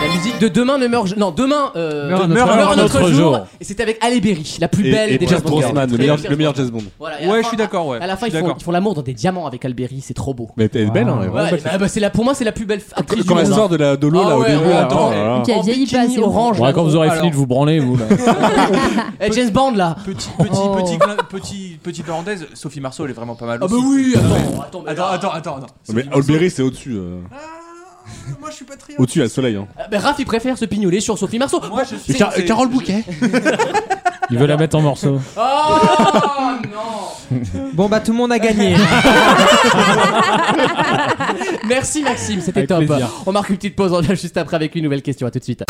Speaker 1: La musique de Demain ne meurt. Non, Demain. euh,
Speaker 9: Meurt un autre
Speaker 1: Meurt
Speaker 9: jour.
Speaker 1: un autre
Speaker 3: Meurt un autre
Speaker 1: jour.
Speaker 3: jour.
Speaker 1: Et c'était avec Halle Berry, la plus
Speaker 2: Et-
Speaker 1: belle
Speaker 2: et
Speaker 1: des
Speaker 2: Pierce
Speaker 1: Jazz Bond.
Speaker 2: Brosnan, le meilleur- le meilleur Jazz Bond.
Speaker 1: Voilà, et à la
Speaker 4: Ouais, je
Speaker 1: fin-
Speaker 4: suis d'accord, ouais.
Speaker 1: À la fin,
Speaker 4: Je
Speaker 1: ils
Speaker 4: suis
Speaker 1: font,
Speaker 4: d'accord.
Speaker 1: ils font l'amour dans des diamants avec Alberi, c'est trop beau.
Speaker 2: Mais t'es belle, hein,
Speaker 9: Wow.
Speaker 2: ouais.
Speaker 1: Ouais, bah, bah, c'est la, pour moi, c'est la plus belle f- actrice du
Speaker 2: Quand elle
Speaker 1: monde,
Speaker 2: sort de la de l'eau
Speaker 1: Ah
Speaker 2: là au
Speaker 1: ouais,
Speaker 2: début.
Speaker 1: ouais,
Speaker 2: là,
Speaker 1: attends.
Speaker 2: oh là là.
Speaker 13: Puis elle
Speaker 1: En
Speaker 13: vieillit pas
Speaker 1: bikini
Speaker 13: assez.
Speaker 1: orange.
Speaker 3: Ouais, quand vous aurez
Speaker 4: Alors.
Speaker 3: fini de vous branler,
Speaker 9: [laughs]
Speaker 3: vous
Speaker 9: Bah.
Speaker 3: là.
Speaker 1: hein. Eh, James Bond là.
Speaker 4: Petit, petit,
Speaker 13: Oh.
Speaker 4: petit, clin- petit, petite parenthèse, Sophie Marceau, elle est vraiment pas mal
Speaker 1: Ah
Speaker 4: aussi.
Speaker 1: bah oui, attends, attends, mais
Speaker 4: Attends,
Speaker 1: là-
Speaker 4: attends, attends, attends.
Speaker 2: Mais Olberry, c'est au-dessus. euh,
Speaker 4: Moi, je suis pas très.
Speaker 2: Au-dessus, il y a le soleil. hein.
Speaker 1: Ah, bah, Raph, il préfère se pignoler sur Sophie Marceau.
Speaker 4: Moi, je suis.
Speaker 2: Et Car-
Speaker 4: c'est-
Speaker 2: Carole Bouquet
Speaker 3: Il veut la mettre en morceaux.
Speaker 1: Oh [laughs] non
Speaker 9: [laughs] Bon bah tout le monde a
Speaker 1: [laughs]
Speaker 9: gagné.
Speaker 1: Merci Maxime, c'était
Speaker 3: Avec
Speaker 1: top.
Speaker 3: plaisir.
Speaker 1: On marque une petite pause, on revient juste après avec une nouvelle question. À tout de suite.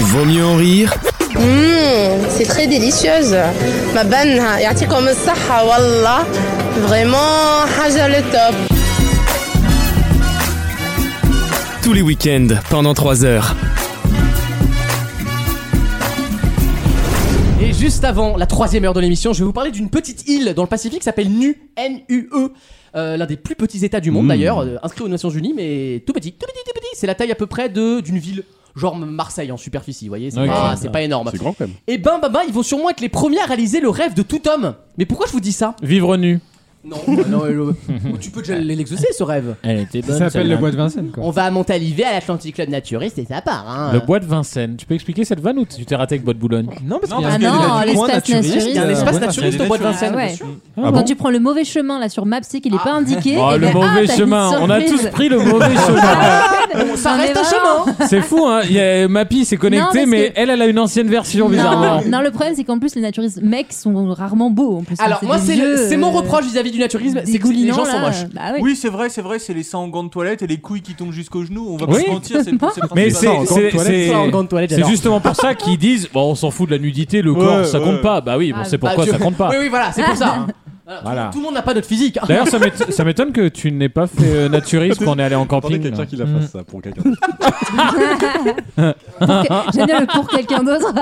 Speaker 5: Vaut mieux en rire
Speaker 15: Mmh, c'est très délicieuse. Ma Ben, banne, yati comme ça, wallah. Vraiment, haja le top.
Speaker 5: tous les week-ends pendant 3 heures.
Speaker 1: Et juste avant la troisième heure de l'émission, je vais vous parler d'une petite île dans le Pacifique qui s'appelle Nu, N-U-E. euh, L'un des plus petits états du monde
Speaker 3: Mmh.
Speaker 2: Mm.
Speaker 1: d'ailleurs, euh, inscrit aux Nations Unies, mais tout petit, tout petit, tout petit. C'est la taille à peu près de- d'une ville, genre Marseille en superficie, vous voyez, c'est
Speaker 3: Ok.
Speaker 1: pas, c'est pas énorme. Eh
Speaker 2: C'est grand quand même.
Speaker 1: Et ben, ben, ben, ils vont sûrement être les premiers à réaliser le rêve de tout homme. Mais pourquoi je vous dis ça
Speaker 3: Vivre nu.
Speaker 1: Non, [laughs] bah non, euh, tu peux déjà l'exaucer ce rêve.
Speaker 3: Elle était bonne.
Speaker 9: Ça s'appelle
Speaker 3: celle-là.
Speaker 9: le bois de Vincennes,
Speaker 1: On va à Montalivet à l'Atlantic Club Naturiste et ça part. Hein.
Speaker 3: Le bois de Vincennes. Tu peux expliquer cette vanne ou tu t'es raté avec Bois de Boulogne
Speaker 9: Non,
Speaker 1: parce qu'il y a- Ah non, l'espace naturiste, il y a un
Speaker 3: euh,
Speaker 1: espace
Speaker 3: bois de
Speaker 1: naturiste au
Speaker 3: Vincennes.
Speaker 1: bois de Vincennes.
Speaker 7: ouais.
Speaker 1: dessus.
Speaker 3: Ah
Speaker 7: Quand
Speaker 3: bon
Speaker 7: tu prends le mauvais chemin là sur Mapsy qu'il n'est pas indiqué.
Speaker 3: Oh,
Speaker 7: eh
Speaker 3: le
Speaker 7: ben, ah,
Speaker 3: mauvais
Speaker 7: t'as une
Speaker 3: chemin. On a
Speaker 7: surprise.
Speaker 3: tous pris le
Speaker 7: [laughs]
Speaker 1: [laughs]
Speaker 3: mauvais chemin.
Speaker 7: On
Speaker 1: Ça
Speaker 7: en
Speaker 1: reste
Speaker 7: est
Speaker 1: un
Speaker 7: vraiment-
Speaker 3: C'est fou, hein. Il y a- Mappy s'est connecté,
Speaker 7: parce
Speaker 3: mais
Speaker 7: que-
Speaker 3: elle, elle a une ancienne version, bizarrement.
Speaker 7: Non, non, le problème c'est qu'en plus les naturistes mecs sont rarement beaux. En plus,
Speaker 1: Alors,
Speaker 7: des
Speaker 1: moi, c'est le-
Speaker 7: vieux, [laughs]
Speaker 1: c'est mon
Speaker 7: euh,
Speaker 1: reproche vis-à-vis du naturisme,
Speaker 7: des
Speaker 1: c'est que les
Speaker 7: goulinants,
Speaker 1: gens sont
Speaker 7: là,
Speaker 1: moches.
Speaker 7: bah oui.
Speaker 4: Oui, c'est vrai, c'est vrai, c'est les sangs en gants de toilette et les couilles qui tombent jusqu'aux genoux. On va pas
Speaker 3: Oui.
Speaker 4: se mentir,
Speaker 3: [laughs]
Speaker 1: [laughs]
Speaker 4: c'est le c'est le
Speaker 3: Mais
Speaker 4: principal.
Speaker 3: c'est c'est- c'est- c'est justement pour ça qu'ils disent bon, on s'en fout de la nudité, le
Speaker 4: Ouais,
Speaker 3: corps, ça compte
Speaker 4: ouais.
Speaker 3: pas. Bah oui, bon,
Speaker 1: Ah,
Speaker 3: c'est
Speaker 1: bah,
Speaker 3: pourquoi
Speaker 1: tu-
Speaker 3: ça compte pas.
Speaker 1: [laughs] Oui, oui, voilà, c'est pour ça. hein.
Speaker 3: Voilà.
Speaker 1: Tout le monde n'a pas notre physique. hein.
Speaker 3: D'ailleurs, ça m'étonne- ça m'étonne que tu n'aies pas fait euh,
Speaker 4: [laughs]
Speaker 3: naturiste quand on est allé en
Speaker 2: Attendez
Speaker 3: camping.
Speaker 2: quelqu'un qui la
Speaker 3: Mm.
Speaker 2: fasse ça pour quelqu'un.
Speaker 7: pour que- J'aime bien le pour quelqu'un d'autre.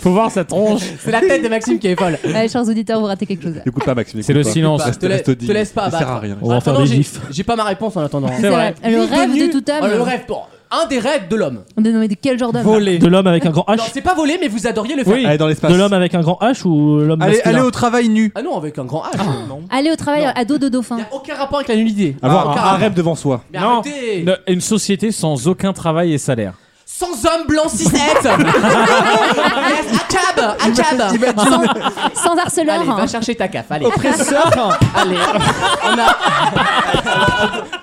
Speaker 3: Faut voir sa tronche.
Speaker 1: [laughs] C'est la tête de Maxime qui est folle.
Speaker 7: Allez, chers auditeurs, vous ratez quelque chose. là.
Speaker 2: Écoute pas, Maxime.
Speaker 3: C'est
Speaker 2: écoute
Speaker 3: le
Speaker 2: pas.
Speaker 3: silence.
Speaker 2: Reste-
Speaker 1: te, la-
Speaker 2: reste
Speaker 1: te
Speaker 2: digne.
Speaker 1: laisse pas.
Speaker 2: Ça sert
Speaker 1: abattre.
Speaker 2: à rien.
Speaker 3: On va en faire
Speaker 1: Attends,
Speaker 3: des
Speaker 1: j'ai-
Speaker 3: gifs.
Speaker 1: [laughs] J'ai pas ma réponse en attendant.
Speaker 3: C'est vrai.
Speaker 7: Le rêve de tout homme.
Speaker 1: Oh, le rêve pour- Un des rêves de l'homme.
Speaker 7: On est nommé de quel genre d'homme
Speaker 10: De l'homme avec un grand
Speaker 1: Non,
Speaker 10: H.
Speaker 1: c'est pas volé, mais vous adoriez le faire.
Speaker 10: Oui.
Speaker 2: Allez, dans l'espace.
Speaker 10: De l'homme avec un grand H ou l'homme
Speaker 4: Allez,
Speaker 10: masculin
Speaker 4: allez au travail nu.
Speaker 1: Ah non, avec un grand H. Non. Ah,
Speaker 7: Allez au travail à dos de dauphin.
Speaker 1: Aucun rapport avec la nudité.
Speaker 2: [laughs]
Speaker 7: Ah,
Speaker 2: Avoir
Speaker 1: Aucun
Speaker 2: un- un
Speaker 1: rapport.
Speaker 2: rêve devant soi.
Speaker 1: Mais
Speaker 3: Non.
Speaker 1: arrêtez
Speaker 3: Ne- Une société sans aucun travail et salaire.
Speaker 1: Sans homme blanc cisette Achab
Speaker 9: [laughs]
Speaker 1: Achab
Speaker 7: Sans harceleur.
Speaker 1: Allez, va
Speaker 7: hein.
Speaker 1: chercher ta CAF, allez. Allez, on a...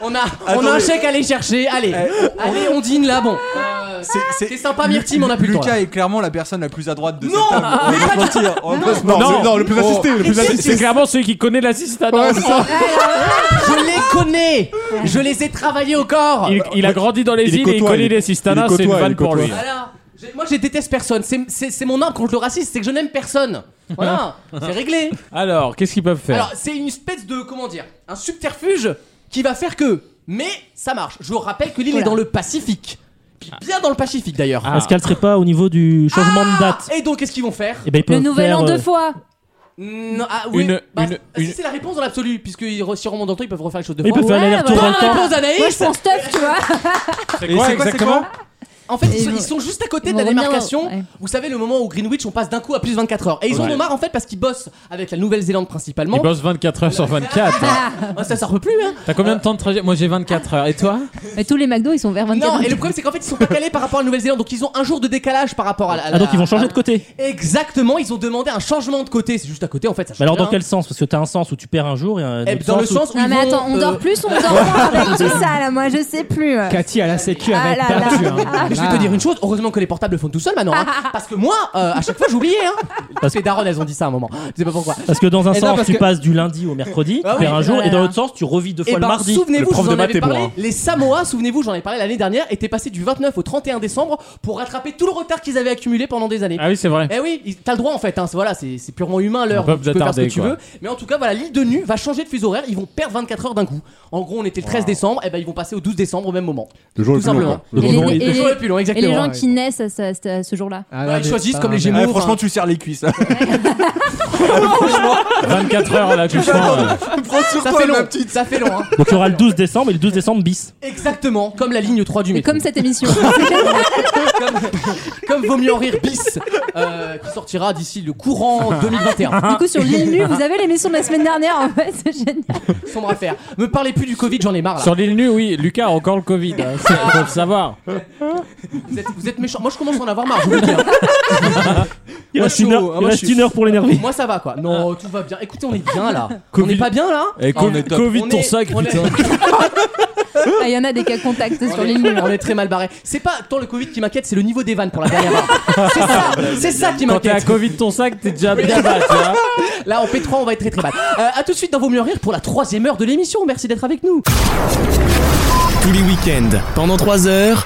Speaker 1: On a, on a un
Speaker 4: Attendez.
Speaker 1: chèque à aller chercher, allez. Allez, on dîne là, bon. Euh,
Speaker 4: C'est-
Speaker 1: T'es sympa Myrtille, mais on a plus le temps.
Speaker 4: Lucas
Speaker 1: là.
Speaker 4: est clairement la personne la plus à droite de
Speaker 1: Non,
Speaker 4: cette table. On va
Speaker 1: mais
Speaker 4: pas
Speaker 1: pas
Speaker 4: se mentir, on va pas se
Speaker 2: Non,
Speaker 4: mentir. Oh.
Speaker 2: c'est- non, le plus assisté, le plus
Speaker 3: C'est- C'est
Speaker 2: assisté.
Speaker 3: clairement celui qui connaît
Speaker 1: Ah
Speaker 3: l'assistant.
Speaker 2: Ouais, c'est ça.
Speaker 1: Je les connais Je les ai travaillés au corps
Speaker 3: Il, il a grandi dans les
Speaker 2: Il les
Speaker 3: îles et il
Speaker 2: côtoie, il
Speaker 3: connaît
Speaker 2: les-
Speaker 3: les sistanas,
Speaker 2: il les
Speaker 3: c'est une
Speaker 2: côtoie, il
Speaker 3: vanne
Speaker 2: les
Speaker 3: pour
Speaker 2: côtoie.
Speaker 3: lui.
Speaker 1: Voilà. J'ai- Moi, je déteste personne. C'est- C'est c'est mon arme contre le racisme, c'est que je n'aime personne. Voilà, c'est réglé.
Speaker 3: Alors, qu'est-ce qu'ils peuvent faire
Speaker 1: Alors, c'est une espèce de, comment dire, un subterfuge qui va faire que. Mais ça marche. Je vous rappelle que l'île est dans le Pacifique. Puis bien dans le Pacifique d'ailleurs.
Speaker 10: Ah. Est-ce qu'elle serait pas au niveau du changement
Speaker 1: Ah
Speaker 10: de date
Speaker 1: Et donc, qu'est-ce qu'ils vont faire
Speaker 10: Eh ben, ils
Speaker 7: Le
Speaker 10: peuvent
Speaker 7: nouvel
Speaker 10: faire,
Speaker 7: an
Speaker 10: euh,
Speaker 7: deux fois.
Speaker 1: Non, ah oui.
Speaker 3: Une-
Speaker 1: bah,
Speaker 3: une-
Speaker 1: si
Speaker 3: une-
Speaker 1: C'est la réponse dans l'absolu, puisque ils re- si on remonte dans le temps, ils peuvent refaire les choses de
Speaker 10: Ils
Speaker 1: fois.
Speaker 10: peuvent faire
Speaker 7: Ouais,
Speaker 10: l'aller-retour
Speaker 7: bah,
Speaker 10: dans le
Speaker 1: Bonne
Speaker 10: temps.
Speaker 1: réponse, Anaïs.
Speaker 7: Moi je pense stuff, tu vois.
Speaker 3: C'est
Speaker 4: Et c'est quoi, c'est quoi
Speaker 1: En fait, ils
Speaker 7: Et
Speaker 1: sont,
Speaker 7: ils-
Speaker 1: ils sont juste à côté
Speaker 7: ils
Speaker 1: de la
Speaker 7: vont revenir,
Speaker 1: démarcation.
Speaker 7: ouais.
Speaker 1: Vous savez, le moment où Greenwich, on passe d'un coup à plus 24 heures. Et ils en
Speaker 3: Ouais.
Speaker 1: ont marre en fait parce qu'ils bossent avec la Nouvelle-Zélande principalement.
Speaker 3: Il bosse 24 heures sur 24. hein.
Speaker 1: Ah, ça sort plus, hein.
Speaker 3: T'as combien de temps de trajet Moi j'ai 24 heures. Et toi
Speaker 7: Mais tous les McDo ils sont vers 24
Speaker 1: Non, et le problème c'est qu'en fait ils sont pas calés par rapport à la Nouvelle-Zélande, donc ils ont un jour de décalage par rapport à la. à
Speaker 10: Ah donc
Speaker 1: la-
Speaker 10: ils vont changer de côté.
Speaker 1: Exactement, ils ont demandé un changement de côté. C'est juste à côté en fait. Ça
Speaker 10: Mais alors dans
Speaker 1: change rien.
Speaker 10: quel sens Parce que t'as un sens où tu perds un jour et un
Speaker 1: Eh,
Speaker 10: autre
Speaker 1: Dans le
Speaker 10: sens où-
Speaker 1: sens où.
Speaker 7: Non
Speaker 1: ils
Speaker 7: mais
Speaker 1: vont,
Speaker 7: attends, on
Speaker 1: euh,
Speaker 7: dort plus, on [laughs] dort moins avec tout ça là, moi je sais plus.
Speaker 9: Cathy à la sécu
Speaker 7: Ah
Speaker 9: avec
Speaker 7: là
Speaker 9: perdu.
Speaker 7: là.
Speaker 9: hein.
Speaker 7: Ah.
Speaker 1: Mais je vais
Speaker 9: Ah.
Speaker 1: te dire une chose, heureusement que les portables font tout seul maintenant. hein. parce que moi, euh, à chaque fois, j'oubliais. Hein. Parce que Daron, elles ont dit ça à un moment. Je sais pas pourquoi. Eh
Speaker 10: Parce que dans un
Speaker 9: Et non,
Speaker 10: sens
Speaker 9: parce
Speaker 10: tu
Speaker 9: que-
Speaker 10: passes du lundi au mercredi,
Speaker 1: Ah
Speaker 10: tu perds
Speaker 1: oui.
Speaker 10: un jour,
Speaker 7: Voilà.
Speaker 10: et dans l'autre sens tu revis deux fois
Speaker 1: Et
Speaker 10: le
Speaker 1: ben,
Speaker 10: mardi.
Speaker 1: souvenez-vous,
Speaker 3: Le
Speaker 1: je
Speaker 3: prof
Speaker 1: vous en
Speaker 3: de maths
Speaker 1: avais
Speaker 3: est
Speaker 1: parlé.
Speaker 3: bon, hein.
Speaker 1: Les Samoa, souvenez-vous, j'en ai parlé l'année dernière, étaient passés du 29 au 31 décembre pour rattraper tout le retard qu'ils avaient accumulé pendant des années.
Speaker 3: Ah oui, c'est vrai.
Speaker 1: Eh oui, il- t'as le droit en fait, hein, c'est- voilà, c'est c'est purement humain l'heure,
Speaker 3: On peut
Speaker 1: donc tu peux faire ce que
Speaker 3: tarder,
Speaker 1: tu
Speaker 3: quoi.
Speaker 1: veux. Mais en tout cas, voilà, l'île de Nu va changer de fuseau horaire, ils vont perdre 24 heures d'un coup. En gros, on était le 13 décembre, et ben ils vont passer au 12 décembre au même moment.
Speaker 2: Le jour le
Speaker 1: Tout
Speaker 2: plus long.
Speaker 1: simplement.
Speaker 2: quoi. Le
Speaker 7: Et
Speaker 2: jour-
Speaker 7: les-
Speaker 1: Le
Speaker 7: et les-
Speaker 1: jour le plus long,
Speaker 7: Et les
Speaker 2: [laughs]
Speaker 1: exactement.
Speaker 7: gens qui naissent à ce, à ce- à ce jour-là.
Speaker 9: Ah,
Speaker 1: Ouais,
Speaker 9: là,
Speaker 1: ils
Speaker 9: des-
Speaker 1: choisissent
Speaker 9: pas
Speaker 1: comme les
Speaker 9: mal.
Speaker 1: Gémeaux.
Speaker 4: Eh,
Speaker 1: Mauve,
Speaker 4: franchement,
Speaker 1: hein.
Speaker 4: tu serres les cuisses.
Speaker 10: hein.
Speaker 3: 24 heures à la touche.
Speaker 4: Prends sur
Speaker 1: Ça
Speaker 4: toi,
Speaker 1: fait
Speaker 4: ma
Speaker 1: long,
Speaker 4: petite.
Speaker 1: ça fait long. hein.
Speaker 10: euh. Donc il y aura le 12 décembre et le 12 décembre bis.
Speaker 1: Exactement, comme la ligne 3 du
Speaker 7: Mais
Speaker 1: métro.
Speaker 7: comme cette émission.
Speaker 1: [laughs] Comme Vaut mieux en rire bis, euh, qui sortira d'ici le
Speaker 10: Ah.
Speaker 1: courant 2021.
Speaker 7: du coup sur l'île nue, vous avez l'émission de la semaine dernière en fait, c'est génial.
Speaker 1: Sombre affaire. Me parlez plus du Covid, j'en ai marre là.
Speaker 3: Sur l'île nue, oui, Lucas a encore le Covid. hein, c'est- Faut le savoir.
Speaker 1: Vous êtes, vous êtes méchants. Moi je commence à en avoir marre, je vous le dis, hein.
Speaker 10: Il
Speaker 1: Moi,
Speaker 10: reste
Speaker 1: je suis
Speaker 10: une
Speaker 1: au-
Speaker 10: heure-
Speaker 1: ah,
Speaker 10: il
Speaker 1: moi,
Speaker 10: reste
Speaker 1: je suis-
Speaker 10: une heure pour l'énerver. Ah.
Speaker 1: Moi ça va quoi. Non, tout va bien. Écoutez, on est bien là.
Speaker 3: Covid.
Speaker 1: On est pas bien là
Speaker 3: Et
Speaker 4: Ah,
Speaker 1: Non, on
Speaker 3: Covid,
Speaker 1: est top.
Speaker 3: Covid
Speaker 1: On
Speaker 3: ton
Speaker 1: est-
Speaker 3: sac,
Speaker 1: on est-
Speaker 3: putain.
Speaker 7: Ah, Il y en a des cas contacts
Speaker 1: On
Speaker 7: sur
Speaker 1: est,
Speaker 7: l'île nue.
Speaker 1: on est très mal barré. C'est pas tant le Covid qui m'inquiète, c'est le niveau des vannes pour la dernière
Speaker 10: [laughs]
Speaker 1: heure. C'est ça, c'est ça qui
Speaker 3: Quand t'es à
Speaker 1: m'inquiète.
Speaker 3: Covid ton sac, t'es déjà bien bas, tu vois.
Speaker 1: Là, en P3, on va être très très mal. Euh, à tout de suite dans Vaut mieux en rire pour la troisième heure de l'émission. Merci d'être avec nous.
Speaker 16: Tous les week-ends, pendant 3 heures.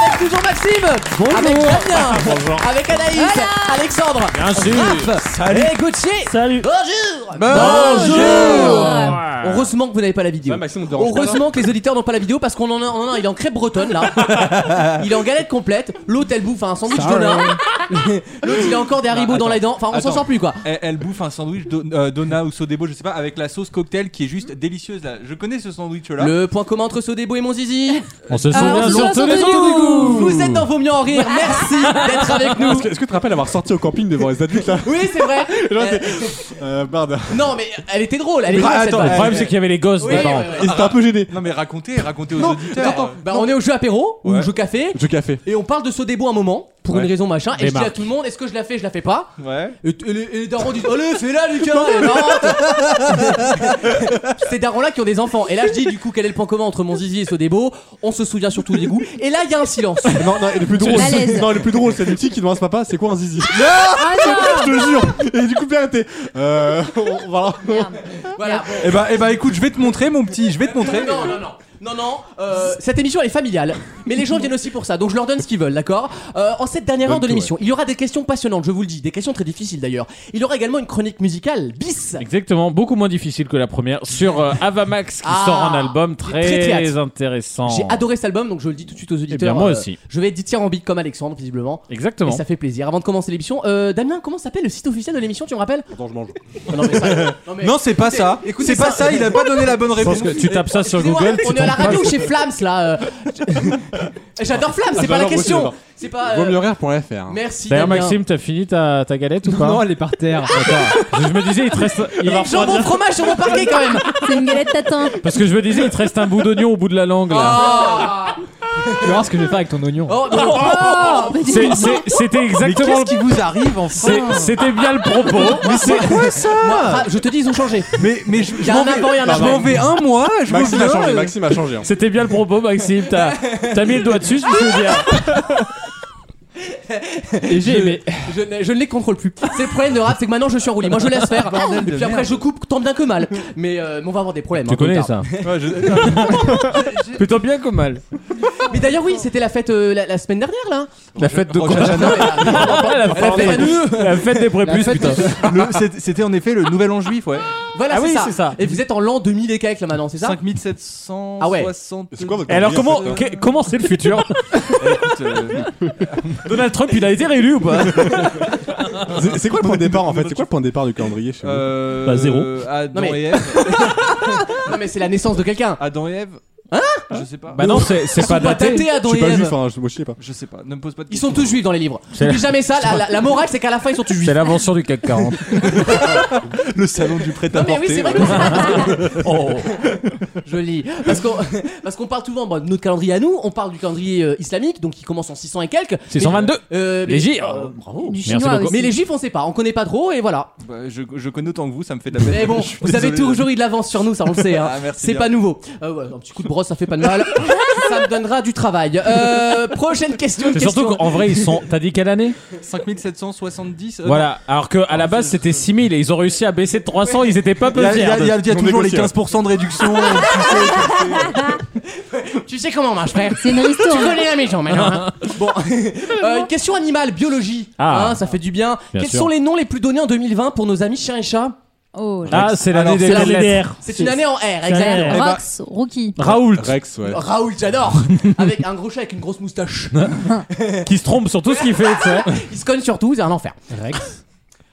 Speaker 1: toujours Maxime, avec Damien, avec Anaïs, Alexandre,
Speaker 3: Bien sûr.
Speaker 1: Raph et Gauthier.
Speaker 10: Salut
Speaker 1: Bonjour Heureusement que vous n'avez pas la vidéo.
Speaker 2: Ouais, Maxime, on te dérange pas, hein.
Speaker 1: Heureusement que les auditeurs n'ont pas la vidéo parce qu'on en a, on en a- il est en crêpe bretonne
Speaker 2: [laughs]
Speaker 1: là. il est en galette complète. L'autre elle bouffe un sandwich de nain. L'autre il a encore des haribots
Speaker 4: Non,
Speaker 1: dans
Speaker 4: Bah, attends.
Speaker 1: les dents. Enfin on s'en
Speaker 4: Attends.
Speaker 1: sort plus quoi.
Speaker 4: Elle, elle bouffe un sandwich do- euh, Donna ou Sodebo, je sais pas, avec la sauce cocktail qui est juste délicieuse là. Je connais ce sandwich là.
Speaker 1: Le point commun entre Sodebo et mon zizi.
Speaker 3: On se
Speaker 7: Ah, on
Speaker 3: souvient
Speaker 7: se souvient
Speaker 3: surtout
Speaker 7: surtout
Speaker 3: des
Speaker 7: de
Speaker 3: autres
Speaker 7: nous.
Speaker 3: du goût.
Speaker 1: Vous êtes dans vos mieux en rire. Merci d'être avec nous.
Speaker 2: Est-ce que, est-ce que tu te rappelles avoir sorti au camping devant les adultes là
Speaker 1: Oui, c'est
Speaker 2: [laughs]
Speaker 1: vrai.
Speaker 2: Genre,
Speaker 1: Euh,
Speaker 2: c'est- euh, barde.
Speaker 1: non, mais elle était drôle. Oh, Elle était
Speaker 2: Mais
Speaker 1: drôle,
Speaker 2: attends, le
Speaker 1: cette blague.
Speaker 2: problème, c'est qu'il y avait les gosses
Speaker 1: Oui,
Speaker 2: dedans.
Speaker 1: oui, oui. Ah,
Speaker 2: Ils étaient un peu gênés.
Speaker 4: Non, mais racontez, racontez aux
Speaker 1: Non,
Speaker 4: auditeurs.
Speaker 1: attends, bah, on est au jeu apéro ou au jeu café
Speaker 2: Du café.
Speaker 1: et on parle de Sodebo un moment pour
Speaker 2: Ouais.
Speaker 1: une raison machin et
Speaker 2: Des
Speaker 1: je dis à
Speaker 2: marques.
Speaker 1: tout le monde est-ce que je la fais je la fais pas
Speaker 4: Ouais.
Speaker 1: et, et les, et les darons disent allez fais-la Lucas Et non, t'as- [laughs] ces darons là qui ont des enfants et là je dis du coup quel est le point commun entre mon zizi et Sodebo on se souvient surtout des goûts et là il y a un silence
Speaker 2: Non, non, et le plus drôle,
Speaker 1: Malaise.
Speaker 2: non, le plus drôle, c'est le petit qui demande à son papa, c'est quoi un zizi
Speaker 1: Ah non
Speaker 2: Je te jure. Et du coup, Pierre était, euh, on- voilà.
Speaker 1: voilà bon.
Speaker 4: Eh bah, eh bah, écoute, je vais te montrer, mon petit, je vais te montrer.
Speaker 1: Non, non, non. Non, non, euh, cette émission elle est familiale, mais
Speaker 3: [laughs]
Speaker 1: les gens viennent aussi pour ça, donc je leur donne ce qu'ils veulent, d'accord Euh, En cette dernière heure de l'émission, il y aura des questions passionnantes, je vous le dis, des questions très difficiles d'ailleurs. Il y aura également une chronique musicale bis.
Speaker 3: Exactement, beaucoup moins difficile que la première. Sur euh, Avamax qui
Speaker 1: Ah.
Speaker 3: sort un album très,
Speaker 1: Très, très hâte.
Speaker 3: intéressant.
Speaker 1: J'ai adoré cet album, donc je le dis tout de suite aux
Speaker 3: Eh
Speaker 1: auditeurs.
Speaker 3: bien, moi
Speaker 1: euh,
Speaker 3: aussi.
Speaker 1: je vais être dithyrambique comme Alexandre, visiblement.
Speaker 3: Exactement.
Speaker 1: Et ça fait plaisir. Avant de commencer l'émission, euh, Damien, comment s'appelle le site officiel de l'émission Tu me rappelles Ah
Speaker 2: Attends, je mange.
Speaker 1: Non, mais
Speaker 2: [laughs]
Speaker 1: ça- mais-
Speaker 4: Non, c'est pas
Speaker 1: écoutez-
Speaker 4: ça.
Speaker 1: écoutez
Speaker 4: C'est pas ça, il a pas donné la bonne
Speaker 3: Je pense
Speaker 4: réponse.
Speaker 3: que tu tapes ça sur
Speaker 1: Excusez-moi,
Speaker 3: Google. tu
Speaker 1: on est à la
Speaker 3: tombes pas
Speaker 1: radio
Speaker 3: sur-
Speaker 1: chez Flams là. euh,
Speaker 2: [laughs]
Speaker 1: je- J'adore Flams, c'est pas
Speaker 2: Ah,
Speaker 1: la
Speaker 2: J'adore aussi,
Speaker 1: question.
Speaker 2: j'adore.
Speaker 1: C'est pas. euh,
Speaker 2: Vaut mieux
Speaker 4: hein.
Speaker 2: rire.fr.
Speaker 1: Merci.
Speaker 3: D'ailleurs,
Speaker 1: Damien.
Speaker 3: Maxime, t'as fini ta, ta galette ou pas
Speaker 9: Non, elle est par terre.
Speaker 3: Attends, je, je me disais, il te reste.
Speaker 1: Il y a
Speaker 3: va
Speaker 1: du jambon
Speaker 3: refroidir.
Speaker 1: fromage sur mon parquet quand même.
Speaker 13: C'est une galette tatin.
Speaker 3: Parce que je me disais, il te reste un bout d'oignon au bout de la langue là.
Speaker 1: Ah.
Speaker 9: Tu vas voir ce que je vais faire avec ton oignon.
Speaker 1: Oh, non. Oh.
Speaker 3: C'est- c'est- C'était exactement.
Speaker 4: Qu'est-ce qui vous arrive enfin
Speaker 3: c'est- C'était bien le propos.
Speaker 4: Mais c'est quoi
Speaker 1: Moi,
Speaker 4: ça
Speaker 1: ah, je te dis, ils ont changé.
Speaker 4: Mais, mais je,
Speaker 1: Il y
Speaker 4: je
Speaker 1: a
Speaker 4: m'en
Speaker 1: un avant et un
Speaker 4: vais, je
Speaker 1: avant.
Speaker 4: m'en vais un mois, je m'en
Speaker 2: Maxime a
Speaker 4: vais
Speaker 2: changé, Maxime a changé. hein.
Speaker 3: C'était bien le propos, Maxime. T'as t'as mis le doigt dessus, je veux dire.
Speaker 9: Et j'ai aimé.
Speaker 1: Je, n'ai- je ne les contrôle plus. C'est le problème de rap, c'est que maintenant je suis enroulé. Moi je laisse faire.
Speaker 4: Bordel
Speaker 1: Et
Speaker 4: de
Speaker 1: puis après
Speaker 4: merde.
Speaker 1: je coupe tant bien que mal. Mais, euh, mais on va avoir des problèmes. hein,
Speaker 3: Tu connais
Speaker 1: plus tard.
Speaker 3: ça Plutôt bien comme mal.
Speaker 1: hein. Mais d'ailleurs, oui, c'était la fête euh, la, la semaine dernière là.
Speaker 3: La fête de quoi
Speaker 1: La fête à nous.
Speaker 3: La fête des prépuces, putain.
Speaker 4: Le- c'était- C'était en effet le nouvel an juif, ouais.
Speaker 1: Voilà,
Speaker 3: Ah
Speaker 1: c'est
Speaker 3: oui,
Speaker 1: ça.
Speaker 3: c'est ça.
Speaker 1: Et vous êtes en l'an 2000 et quelques là maintenant, c'est ça
Speaker 4: 5760.
Speaker 1: Ah ouais.
Speaker 2: C'est quoi votre
Speaker 3: Et alors
Speaker 2: délire,
Speaker 3: comment
Speaker 2: cette- Eh,
Speaker 3: que- comment c'est le
Speaker 2: [laughs]
Speaker 3: futur
Speaker 4: Écoute, euh,
Speaker 3: Donald Trump il a été réélu ou
Speaker 2: [laughs]
Speaker 3: pas
Speaker 2: C'est- C'est quoi le point de départ en fait C'est quoi le point de départ du calendrier chez vous
Speaker 4: euh,
Speaker 3: Bah, zéro.
Speaker 4: Adam
Speaker 2: ah,
Speaker 1: Non, mais-
Speaker 4: et Ève.
Speaker 1: [laughs] Non, mais c'est la naissance de quelqu'un.
Speaker 4: Adam et Ève Hein Je sais pas.
Speaker 3: Bah non c'est c'est pas
Speaker 1: Ils sont pas
Speaker 3: daté.
Speaker 1: datés, Adam
Speaker 2: Je suis
Speaker 1: et
Speaker 2: pas
Speaker 1: Ève.
Speaker 2: juif, hein, je- moi je sais pas.
Speaker 4: Je sais pas, ne me pose pas de
Speaker 1: Ils
Speaker 4: questions.
Speaker 1: sont tous juifs dans les livres.
Speaker 3: C'est la-
Speaker 1: N'oublie jamais ça. La, la- la morale, c'est qu'à la fin, ils sont tous
Speaker 3: [laughs]
Speaker 1: juifs.
Speaker 3: C'est l'invention du CAC 40.
Speaker 4: [laughs] Le salon du
Speaker 1: Non mais oui,
Speaker 4: prêt-à-porter.
Speaker 1: c'est vrai
Speaker 4: ouais.
Speaker 1: que
Speaker 4: [laughs]
Speaker 3: Oh.
Speaker 1: Joli. Parce qu'on [laughs] parce qu'on parle souvent bon, de notre calendrier à nous, on parle du calendrier euh, islamique, donc qui commence en 600 et quelques.
Speaker 3: 622.
Speaker 1: Mais, euh, mais-
Speaker 3: Les J. oh,
Speaker 1: euh,
Speaker 4: Oh,
Speaker 3: Bravo.
Speaker 13: du
Speaker 3: Merci
Speaker 13: chinois
Speaker 3: beaucoup.
Speaker 13: aussi.
Speaker 1: mais les juifs, on sait pas, on connaît pas trop,
Speaker 3: [laughs]
Speaker 1: et voilà.
Speaker 4: Bah, je, je connais autant que vous, ça me fait de la peine.
Speaker 1: Mais bon,
Speaker 4: Je suis
Speaker 1: vous avez
Speaker 4: désolé.
Speaker 1: toujours eu de l'avance sur nous, ça on le sait. hein.
Speaker 4: [laughs] Ah, merci
Speaker 1: C'est
Speaker 4: bien.
Speaker 1: pas nouveau. Euh, ouais, un petit coup de brosse, ça fait pas
Speaker 4: [laughs]
Speaker 1: de mal. ça me donnera du travail. Euh, prochaine question.
Speaker 3: C'est
Speaker 1: question.
Speaker 3: surtout qu'en vrai ils sont. T'as dit quelle année
Speaker 4: 5770. euh,
Speaker 3: Voilà. Alors que
Speaker 1: Ah,
Speaker 3: à la base c'était 6000 et ils ont réussi à baisser de 300. Ils étaient pas
Speaker 4: Il
Speaker 3: peu
Speaker 4: y a, il y a-
Speaker 3: fiers.
Speaker 4: il y a- il y a
Speaker 2: Non,
Speaker 4: toujours les
Speaker 2: négociable.
Speaker 4: 15% de réduction.
Speaker 1: Tu sais comment on marche, frère.
Speaker 13: C'est une
Speaker 1: Tu
Speaker 13: ristourne.
Speaker 1: connais la maison maintenant. hein. [laughs] bon, Euh, une question animale, biologie.
Speaker 3: Ah.
Speaker 1: Hein, ça fait du bien.
Speaker 3: Bien
Speaker 1: Quels
Speaker 3: sûr.
Speaker 1: sont les noms les plus donnés en 2020 pour nos amis chiens et chats
Speaker 13: Oh, là.
Speaker 3: Ah c'est l'année
Speaker 4: Alors,
Speaker 3: des
Speaker 1: c'est la
Speaker 3: quelles lettres
Speaker 10: DR.
Speaker 1: C'est une année en R,
Speaker 10: année
Speaker 1: exactement.
Speaker 4: bah-
Speaker 13: Rox, Rookie.
Speaker 3: Raoult
Speaker 2: Rex, ouais.
Speaker 1: Raoul,
Speaker 3: [laughs]
Speaker 1: j'adore. avec un gros chat avec une grosse moustache. [laughs]
Speaker 3: qui se trompe sur tout ce qu'il fait. tu sais.
Speaker 1: Il se cogne sur tout, c'est un enfer.
Speaker 3: Rex.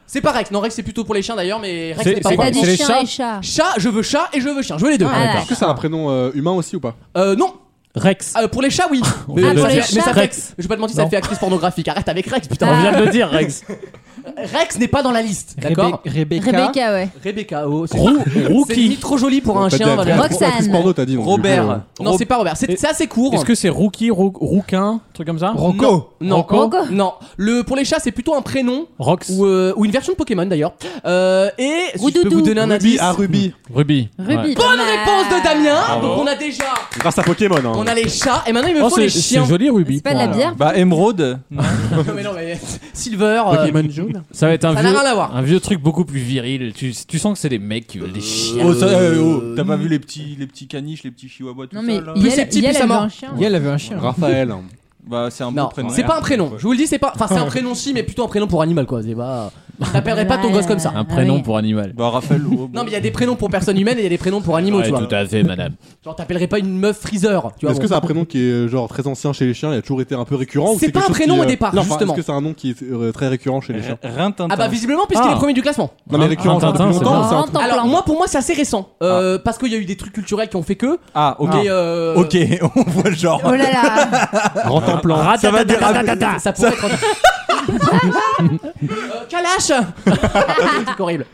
Speaker 1: C'est pas Rex, non Rex c'est plutôt pour les chiens d'ailleurs, mais Rex
Speaker 3: C'est-
Speaker 1: c'est pas
Speaker 13: T'as
Speaker 3: c'est quoi
Speaker 1: Rex.
Speaker 13: dit
Speaker 3: les
Speaker 13: chien
Speaker 3: chats
Speaker 13: et chat.
Speaker 1: Chat, je veux chat et je veux chien, je veux les deux.
Speaker 13: Ah,
Speaker 2: Est-ce que c'est un prénom euh, humain aussi ou pas
Speaker 1: Euh, non,
Speaker 3: Rex.
Speaker 1: Euh, pour les chats
Speaker 3: [laughs]
Speaker 1: oui. mais,
Speaker 13: vient de
Speaker 1: ça
Speaker 13: le
Speaker 1: fait-
Speaker 13: dire.
Speaker 1: mais ça fait-
Speaker 3: Rex.
Speaker 1: Je vais pas demander si ça
Speaker 3: Non.
Speaker 1: fait actrice pornographique. Arrête avec Rex, putain.
Speaker 3: On vient de le dire Rex.
Speaker 1: [laughs] Rex n'est pas dans la liste, d'accord
Speaker 9: Rebe- Rebecca.
Speaker 13: Rebecca, ouais.
Speaker 1: Rebecca, oh, c'est
Speaker 3: Rou-
Speaker 1: c'est
Speaker 3: Rookie.
Speaker 1: limite trop joli pour un
Speaker 2: Pas de
Speaker 1: chien.
Speaker 2: date.
Speaker 1: voilà.
Speaker 13: Rox- Roxane.
Speaker 2: Actrice porno, t'as dit. donc, du coup, euh,
Speaker 4: Robert.
Speaker 1: Non, c'est pas Robert, c'est c'est assez court.
Speaker 3: Est-ce que c'est Rookie, Rou- Rouquin, truc comme ça
Speaker 1: Rocco Non,
Speaker 3: Rocco
Speaker 13: Rocco
Speaker 1: non. Le, pour les chats, c'est plutôt un prénom
Speaker 3: Rox.
Speaker 1: ou, euh, ou une version de Pokémon d'ailleurs. Euh, et si je peux
Speaker 13: Roudoudou.
Speaker 1: vous donner un
Speaker 2: Ruby
Speaker 1: indice.
Speaker 2: à Ruby.
Speaker 3: Ruby.
Speaker 13: Ruby.
Speaker 3: Ouais.
Speaker 13: pas
Speaker 1: Bonne
Speaker 13: mal.
Speaker 1: réponse de Damien. Donc on a déjà,
Speaker 2: Grâce à Pokémon. hein.
Speaker 1: on a les chats et maintenant il me
Speaker 3: Oh,
Speaker 1: faut
Speaker 3: c'est
Speaker 1: les
Speaker 3: c'est
Speaker 1: chiens.
Speaker 3: joli Ruby.
Speaker 13: C'est pas de la bière.
Speaker 4: Bah, émeraude.
Speaker 1: Non, mais non, mais- [laughs] Silver. euh,
Speaker 9: Jaune.
Speaker 3: Ça va être un
Speaker 1: Ça n'a
Speaker 3: vieux,
Speaker 1: rien à voir.
Speaker 3: un vieux truc beaucoup plus viril. Tu, tu sens que c'est des mecs qui veulent des chiens.
Speaker 4: Oh, ça, euh, oh, T'as pas vu les petits, les petits caniches, les petits chihuahuas, tout
Speaker 13: Non,
Speaker 4: ça
Speaker 13: mais
Speaker 4: là
Speaker 1: Plus c'est
Speaker 13: Yael,
Speaker 1: petit,
Speaker 13: Yael,
Speaker 1: plus ça
Speaker 13: elle veut
Speaker 1: mort.
Speaker 13: un chien.
Speaker 9: Yael avait un chien.
Speaker 2: Raphaël.
Speaker 4: hein. Bah, c'est un beau
Speaker 1: Non,
Speaker 4: prénom.
Speaker 2: Ah.
Speaker 1: c'est pas un prénom. Je vous le dis, c'est pas. Enfin, c'est un prénom si, mais plutôt un prénom pour animal, quoi. C'est pas. T'appellerais pas ton gosse comme ça. Ah
Speaker 3: Un prénom pour animal.
Speaker 4: Bah, Raphaël ou.
Speaker 1: Non, mais il y a des prénoms pour personnes humaines et il y a des prénoms pour animaux, tu vois.
Speaker 3: tout à fait,
Speaker 2: [laughs]
Speaker 3: madame.
Speaker 1: Genre, t'appellerais pas une meuf freezer, tu vois.
Speaker 2: Est-ce que
Speaker 1: bon.
Speaker 2: c'est un prénom qui est euh, genre très ancien chez les chiens Il a toujours été un peu récurrent ou
Speaker 1: C'est
Speaker 2: quelque
Speaker 1: pas un
Speaker 2: chose
Speaker 1: prénom
Speaker 2: qui,
Speaker 1: au départ,
Speaker 2: non, enfin,
Speaker 1: justement.
Speaker 2: Est-ce que c'est un nom qui est euh, très récurrent chez les chiens
Speaker 1: Ah bah visiblement puisqu'il
Speaker 2: Ah.
Speaker 1: est premier du classement.
Speaker 2: Non, mais récurrent
Speaker 3: Rintintin,
Speaker 2: depuis
Speaker 3: c'est
Speaker 2: longtemps
Speaker 3: bon.
Speaker 2: ou c'est un truc-
Speaker 1: Alors moi pour moi c'est assez récent
Speaker 3: Ah.
Speaker 1: euh, parce qu'il y a eu des trucs culturels qui ont fait que.
Speaker 4: Ah, ok.
Speaker 1: Mais, euh,
Speaker 4: Ok, on voit le genre.
Speaker 7: Oh là là
Speaker 1: [laughs]
Speaker 4: plan. Ça va déraper.
Speaker 1: Ça, ça pourrait être. Euh, Kalash [laughs] Un truc horrible.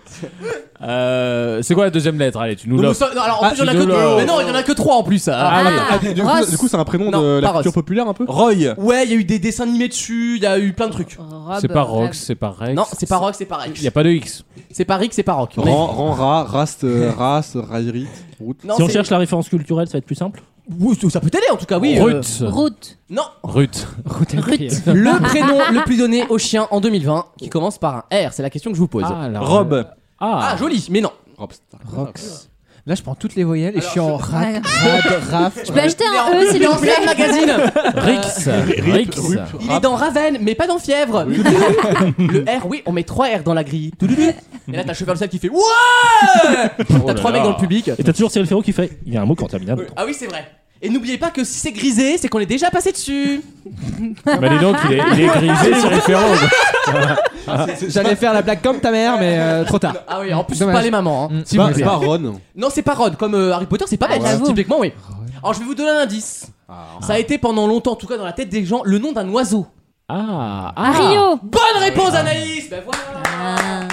Speaker 3: Euh, c'est quoi la deuxième lettre Allez, tu nous
Speaker 1: Donc, nous
Speaker 3: l'offres.
Speaker 1: sommes- non, alors en
Speaker 3: Ah,
Speaker 1: plus, il y en a
Speaker 3: tu
Speaker 1: que
Speaker 3: nous
Speaker 1: deux.
Speaker 3: l'offres.
Speaker 1: Mais non, il y en a que trois en plus.
Speaker 2: Ah, ouais. Ah, du coup- du coup, c'est un prénom
Speaker 1: Non, Ah.
Speaker 2: de euh, la
Speaker 1: pas
Speaker 2: culture
Speaker 1: Ross.
Speaker 2: populaire un peu
Speaker 4: Roy.
Speaker 1: Ouais, il y a eu des dessins animés dessus, il y a eu plein de trucs.
Speaker 3: C'est pas Rox, c'est pas Rex.
Speaker 1: Non, c'est pas Rock, c'est pas Rex.
Speaker 3: Il n'y a pas de X.
Speaker 1: C'est pas Rick, c'est pas Rock. On est-
Speaker 2: Ran, ran, ra, race, euh, race, raillerie, route.
Speaker 1: Non,
Speaker 10: si on
Speaker 1: c'est-
Speaker 10: cherche la référence culturelle, ça va être plus simple.
Speaker 1: Oui, ça peut t'aider en tout cas, oui.
Speaker 3: Ruth.
Speaker 1: euh,
Speaker 7: Route.
Speaker 4: hein.
Speaker 1: Non,
Speaker 3: Ruth. Ah.
Speaker 1: le prénom le plus donné au chien en 2020 qui commence par un R, c'est la question que je vous pose.
Speaker 3: Ah, la-
Speaker 4: Rob.
Speaker 3: Ah,
Speaker 1: Ah, joli, mais non.
Speaker 9: Rox. Là, je prends toutes les voyelles et je suis en rac, rad, raf.
Speaker 7: Je peux acheter un
Speaker 1: Mais
Speaker 7: E
Speaker 1: en-
Speaker 7: s'il
Speaker 1: mais en
Speaker 7: vous plaît
Speaker 9: [laughs]
Speaker 1: plein magazine.
Speaker 3: Rix. Rix.
Speaker 1: Il est dans Raven, mais pas dans Fièvre. le R, oui, on met 3 R dans la grille.
Speaker 3: [laughs]
Speaker 1: Toudoudou. Et là, t'as Cheval Sal qui fait Ouais
Speaker 3: Oh là
Speaker 1: T'as 3
Speaker 3: là.
Speaker 1: mecs dans le public.
Speaker 10: Et t'as toujours Cyril Ferro qui fait il y a un mot contaminable.
Speaker 1: Ah oui, c'est vrai. Et n'oubliez pas que si c'est grisé, c'est qu'on est déjà passé dessus.
Speaker 3: [laughs] Bah, dis donc, il est, il est grisé sur les ferrons.
Speaker 9: Ah, [laughs] J'allais faire la blague comme ta mère, mais euh, trop tard.
Speaker 1: Ah oui, en plus,
Speaker 9: Dommage.
Speaker 1: pas les mamans. hein.
Speaker 9: Mm.
Speaker 2: C'est
Speaker 1: vous
Speaker 2: pas,
Speaker 1: voulez.
Speaker 2: Bah, c'est pas Ron.
Speaker 1: Non, c'est pas Rod, comme euh, Harry Potter, c'est pas bête.
Speaker 7: j'avoue.
Speaker 1: Typiquement, oui. Alors, je vais vous donner un indice. Ça a été pendant longtemps, en tout cas dans la tête des gens, le nom d'un oiseau.
Speaker 3: Ah,
Speaker 7: Ah, Rio
Speaker 1: Bonne réponse,
Speaker 4: Ah.
Speaker 1: Anaïs Ben voilà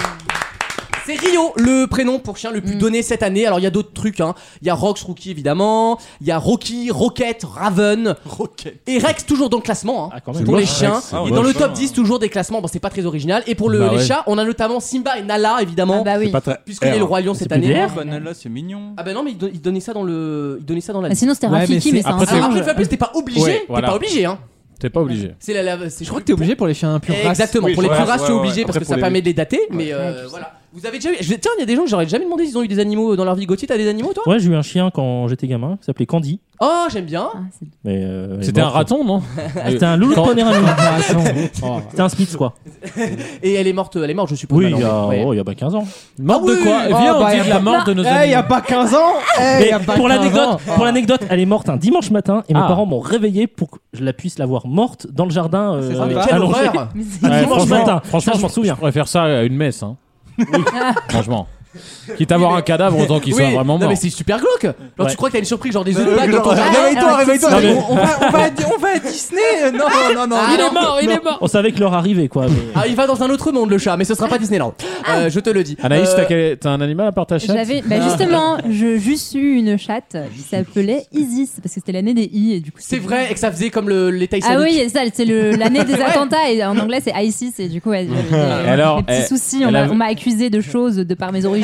Speaker 1: C'est Rio, le prénom pour chien le
Speaker 7: Mm.
Speaker 1: plus donné cette année. Alors il y a d'autres trucs, hein. Il y a Rox Rookie évidemment, il y a Rocky, Rocket, Raven
Speaker 4: Rocket.
Speaker 1: et Rex toujours dans le classement. hein,
Speaker 10: Ah, quand
Speaker 2: C'est
Speaker 10: même.
Speaker 1: Pour
Speaker 2: moche,
Speaker 1: les chiens,
Speaker 2: Rex, c'est
Speaker 1: et dans le
Speaker 4: moche.
Speaker 1: top 10 toujours des classements, bon c'est pas très original. Et pour le,
Speaker 3: Bah
Speaker 1: les
Speaker 3: ouais.
Speaker 1: chats, on a notamment Simba et Nala évidemment,
Speaker 7: Ah bah oui.
Speaker 2: Pas très.
Speaker 1: puisqu'il est
Speaker 2: R.
Speaker 1: le roi lion cette
Speaker 10: plus des
Speaker 1: année.
Speaker 10: R.
Speaker 4: Banana, c'est mignon.
Speaker 1: Ah bah non mais il, don- il donnait ça dans le, il donnait ça dans la.
Speaker 7: Ah, Sinon, c'était
Speaker 9: Ouais, mais
Speaker 7: Rafiki,
Speaker 9: c'est-
Speaker 7: mais c'est un
Speaker 3: après, c'est
Speaker 7: singe.
Speaker 1: Alors je le fais plus, t'es pas obligé,
Speaker 3: Ouais,
Speaker 1: t'es
Speaker 3: voilà.
Speaker 1: pas obligé hein.
Speaker 3: T'es pas obligé.
Speaker 1: C'est la, la- c'est-
Speaker 9: Je crois que t'es obligé pour les chiens pur race.
Speaker 1: Exactement.
Speaker 4: Oui,
Speaker 1: pour les
Speaker 4: pour
Speaker 1: plus
Speaker 4: les
Speaker 1: races,
Speaker 4: races,
Speaker 1: c'est
Speaker 4: ouais,
Speaker 1: obligé
Speaker 4: ouais.
Speaker 1: parce
Speaker 4: Après,
Speaker 1: que
Speaker 4: pour
Speaker 1: ça
Speaker 4: les-
Speaker 1: permet de les dater. Mais euh, voilà. Vous avez déjà eu. je- Tiens, il y a des gens, j'aurais jamais demandé s'ils ont eu des animaux dans leur vie. Gauthier, t'as des animaux toi
Speaker 10: Ouais, j'ai eu un chien quand j'étais gamin qui s'appelait Candy.
Speaker 1: Oh, j'aime bien.
Speaker 7: Ah, c'est-
Speaker 10: Mais euh, elle est
Speaker 3: C'était un
Speaker 10: morte.
Speaker 3: raton, non
Speaker 10: Ah, C'était un loulou de [laughs] Pomeranian. C'était un Smith, quoi.
Speaker 1: [laughs] Et elle est morte, elle est morte, je suppose.
Speaker 10: Oui, il
Speaker 1: maintenant.
Speaker 10: y a,
Speaker 1: Ouais.
Speaker 10: oh, il y a pas 15 ans.
Speaker 3: Morte
Speaker 1: Ah oui,
Speaker 3: de
Speaker 10: Eh
Speaker 3: quoi
Speaker 1: oh,
Speaker 3: Viens, on
Speaker 9: bah,
Speaker 3: dit
Speaker 9: y a
Speaker 3: de la
Speaker 9: pas-
Speaker 3: mort de nos
Speaker 9: Eh,
Speaker 3: amis.
Speaker 9: y a pas 15 ans Eh, y a pas
Speaker 10: pour
Speaker 9: 15
Speaker 10: l'anecdote,
Speaker 9: ans.
Speaker 10: pour l'anecdote, elle est morte un dimanche matin et mes
Speaker 3: Ah.
Speaker 10: parents m'ont réveillé pour que je la puisse la voir morte dans le jardin euh,
Speaker 9: C'est sympa. Ah,
Speaker 10: allongée.
Speaker 9: Mais
Speaker 1: Quelle horreur
Speaker 7: mais c'est-
Speaker 10: Un
Speaker 3: Ouais,
Speaker 10: dimanche
Speaker 3: franchement,
Speaker 10: matin.
Speaker 3: franchement,
Speaker 10: Ça, je m'en souviens.
Speaker 3: Je préfère ça à une messe. Hein. [laughs] franchement. Quitte à avoir un cadavre, autant qu'il soit
Speaker 1: Oui,
Speaker 3: vraiment
Speaker 1: Non,
Speaker 3: mort.
Speaker 1: mais c'est super
Speaker 3: [laughs]
Speaker 1: glauque. Genre, tu
Speaker 10: Ouais.
Speaker 1: crois que t'as une surprise, genre des œufs de Pâques dans ton jardin.
Speaker 4: Réveille-toi, réveille-toi.
Speaker 3: Non, mais-
Speaker 4: On on va- on va à
Speaker 1: [laughs]
Speaker 4: Di- on va à Disney. [laughs] Non, non, non, non.
Speaker 1: Ah, non.
Speaker 3: mort,
Speaker 10: Non, On savait que leur arrivée, quoi. mais-
Speaker 1: Ah, il va dans un autre monde, le chat, mais ce
Speaker 7: Ah.
Speaker 1: sera pas Disneyland. Euh, je te le dis.
Speaker 3: Anaïs,
Speaker 1: Euh,
Speaker 3: t'as quel- t'as un animal à part ta chatte
Speaker 7: J'avais, bah justement, je juste eu une chatte
Speaker 1: Ah,
Speaker 7: qui s'appelait Isis parce que c'était l'année des i et du coup.
Speaker 1: C'est vrai, et que ça faisait comme le, les Thaïs
Speaker 7: Ah oui, et ça, c'est le- l'année des attentats et en anglais c'est ISIS et du coup ouais,
Speaker 1: Ah.
Speaker 7: j'avais des-
Speaker 3: alors,
Speaker 7: des petits
Speaker 3: elle-
Speaker 7: soucis, on
Speaker 3: elle
Speaker 7: m'a
Speaker 3: a-
Speaker 7: on m'a accusé de choses de par mes origines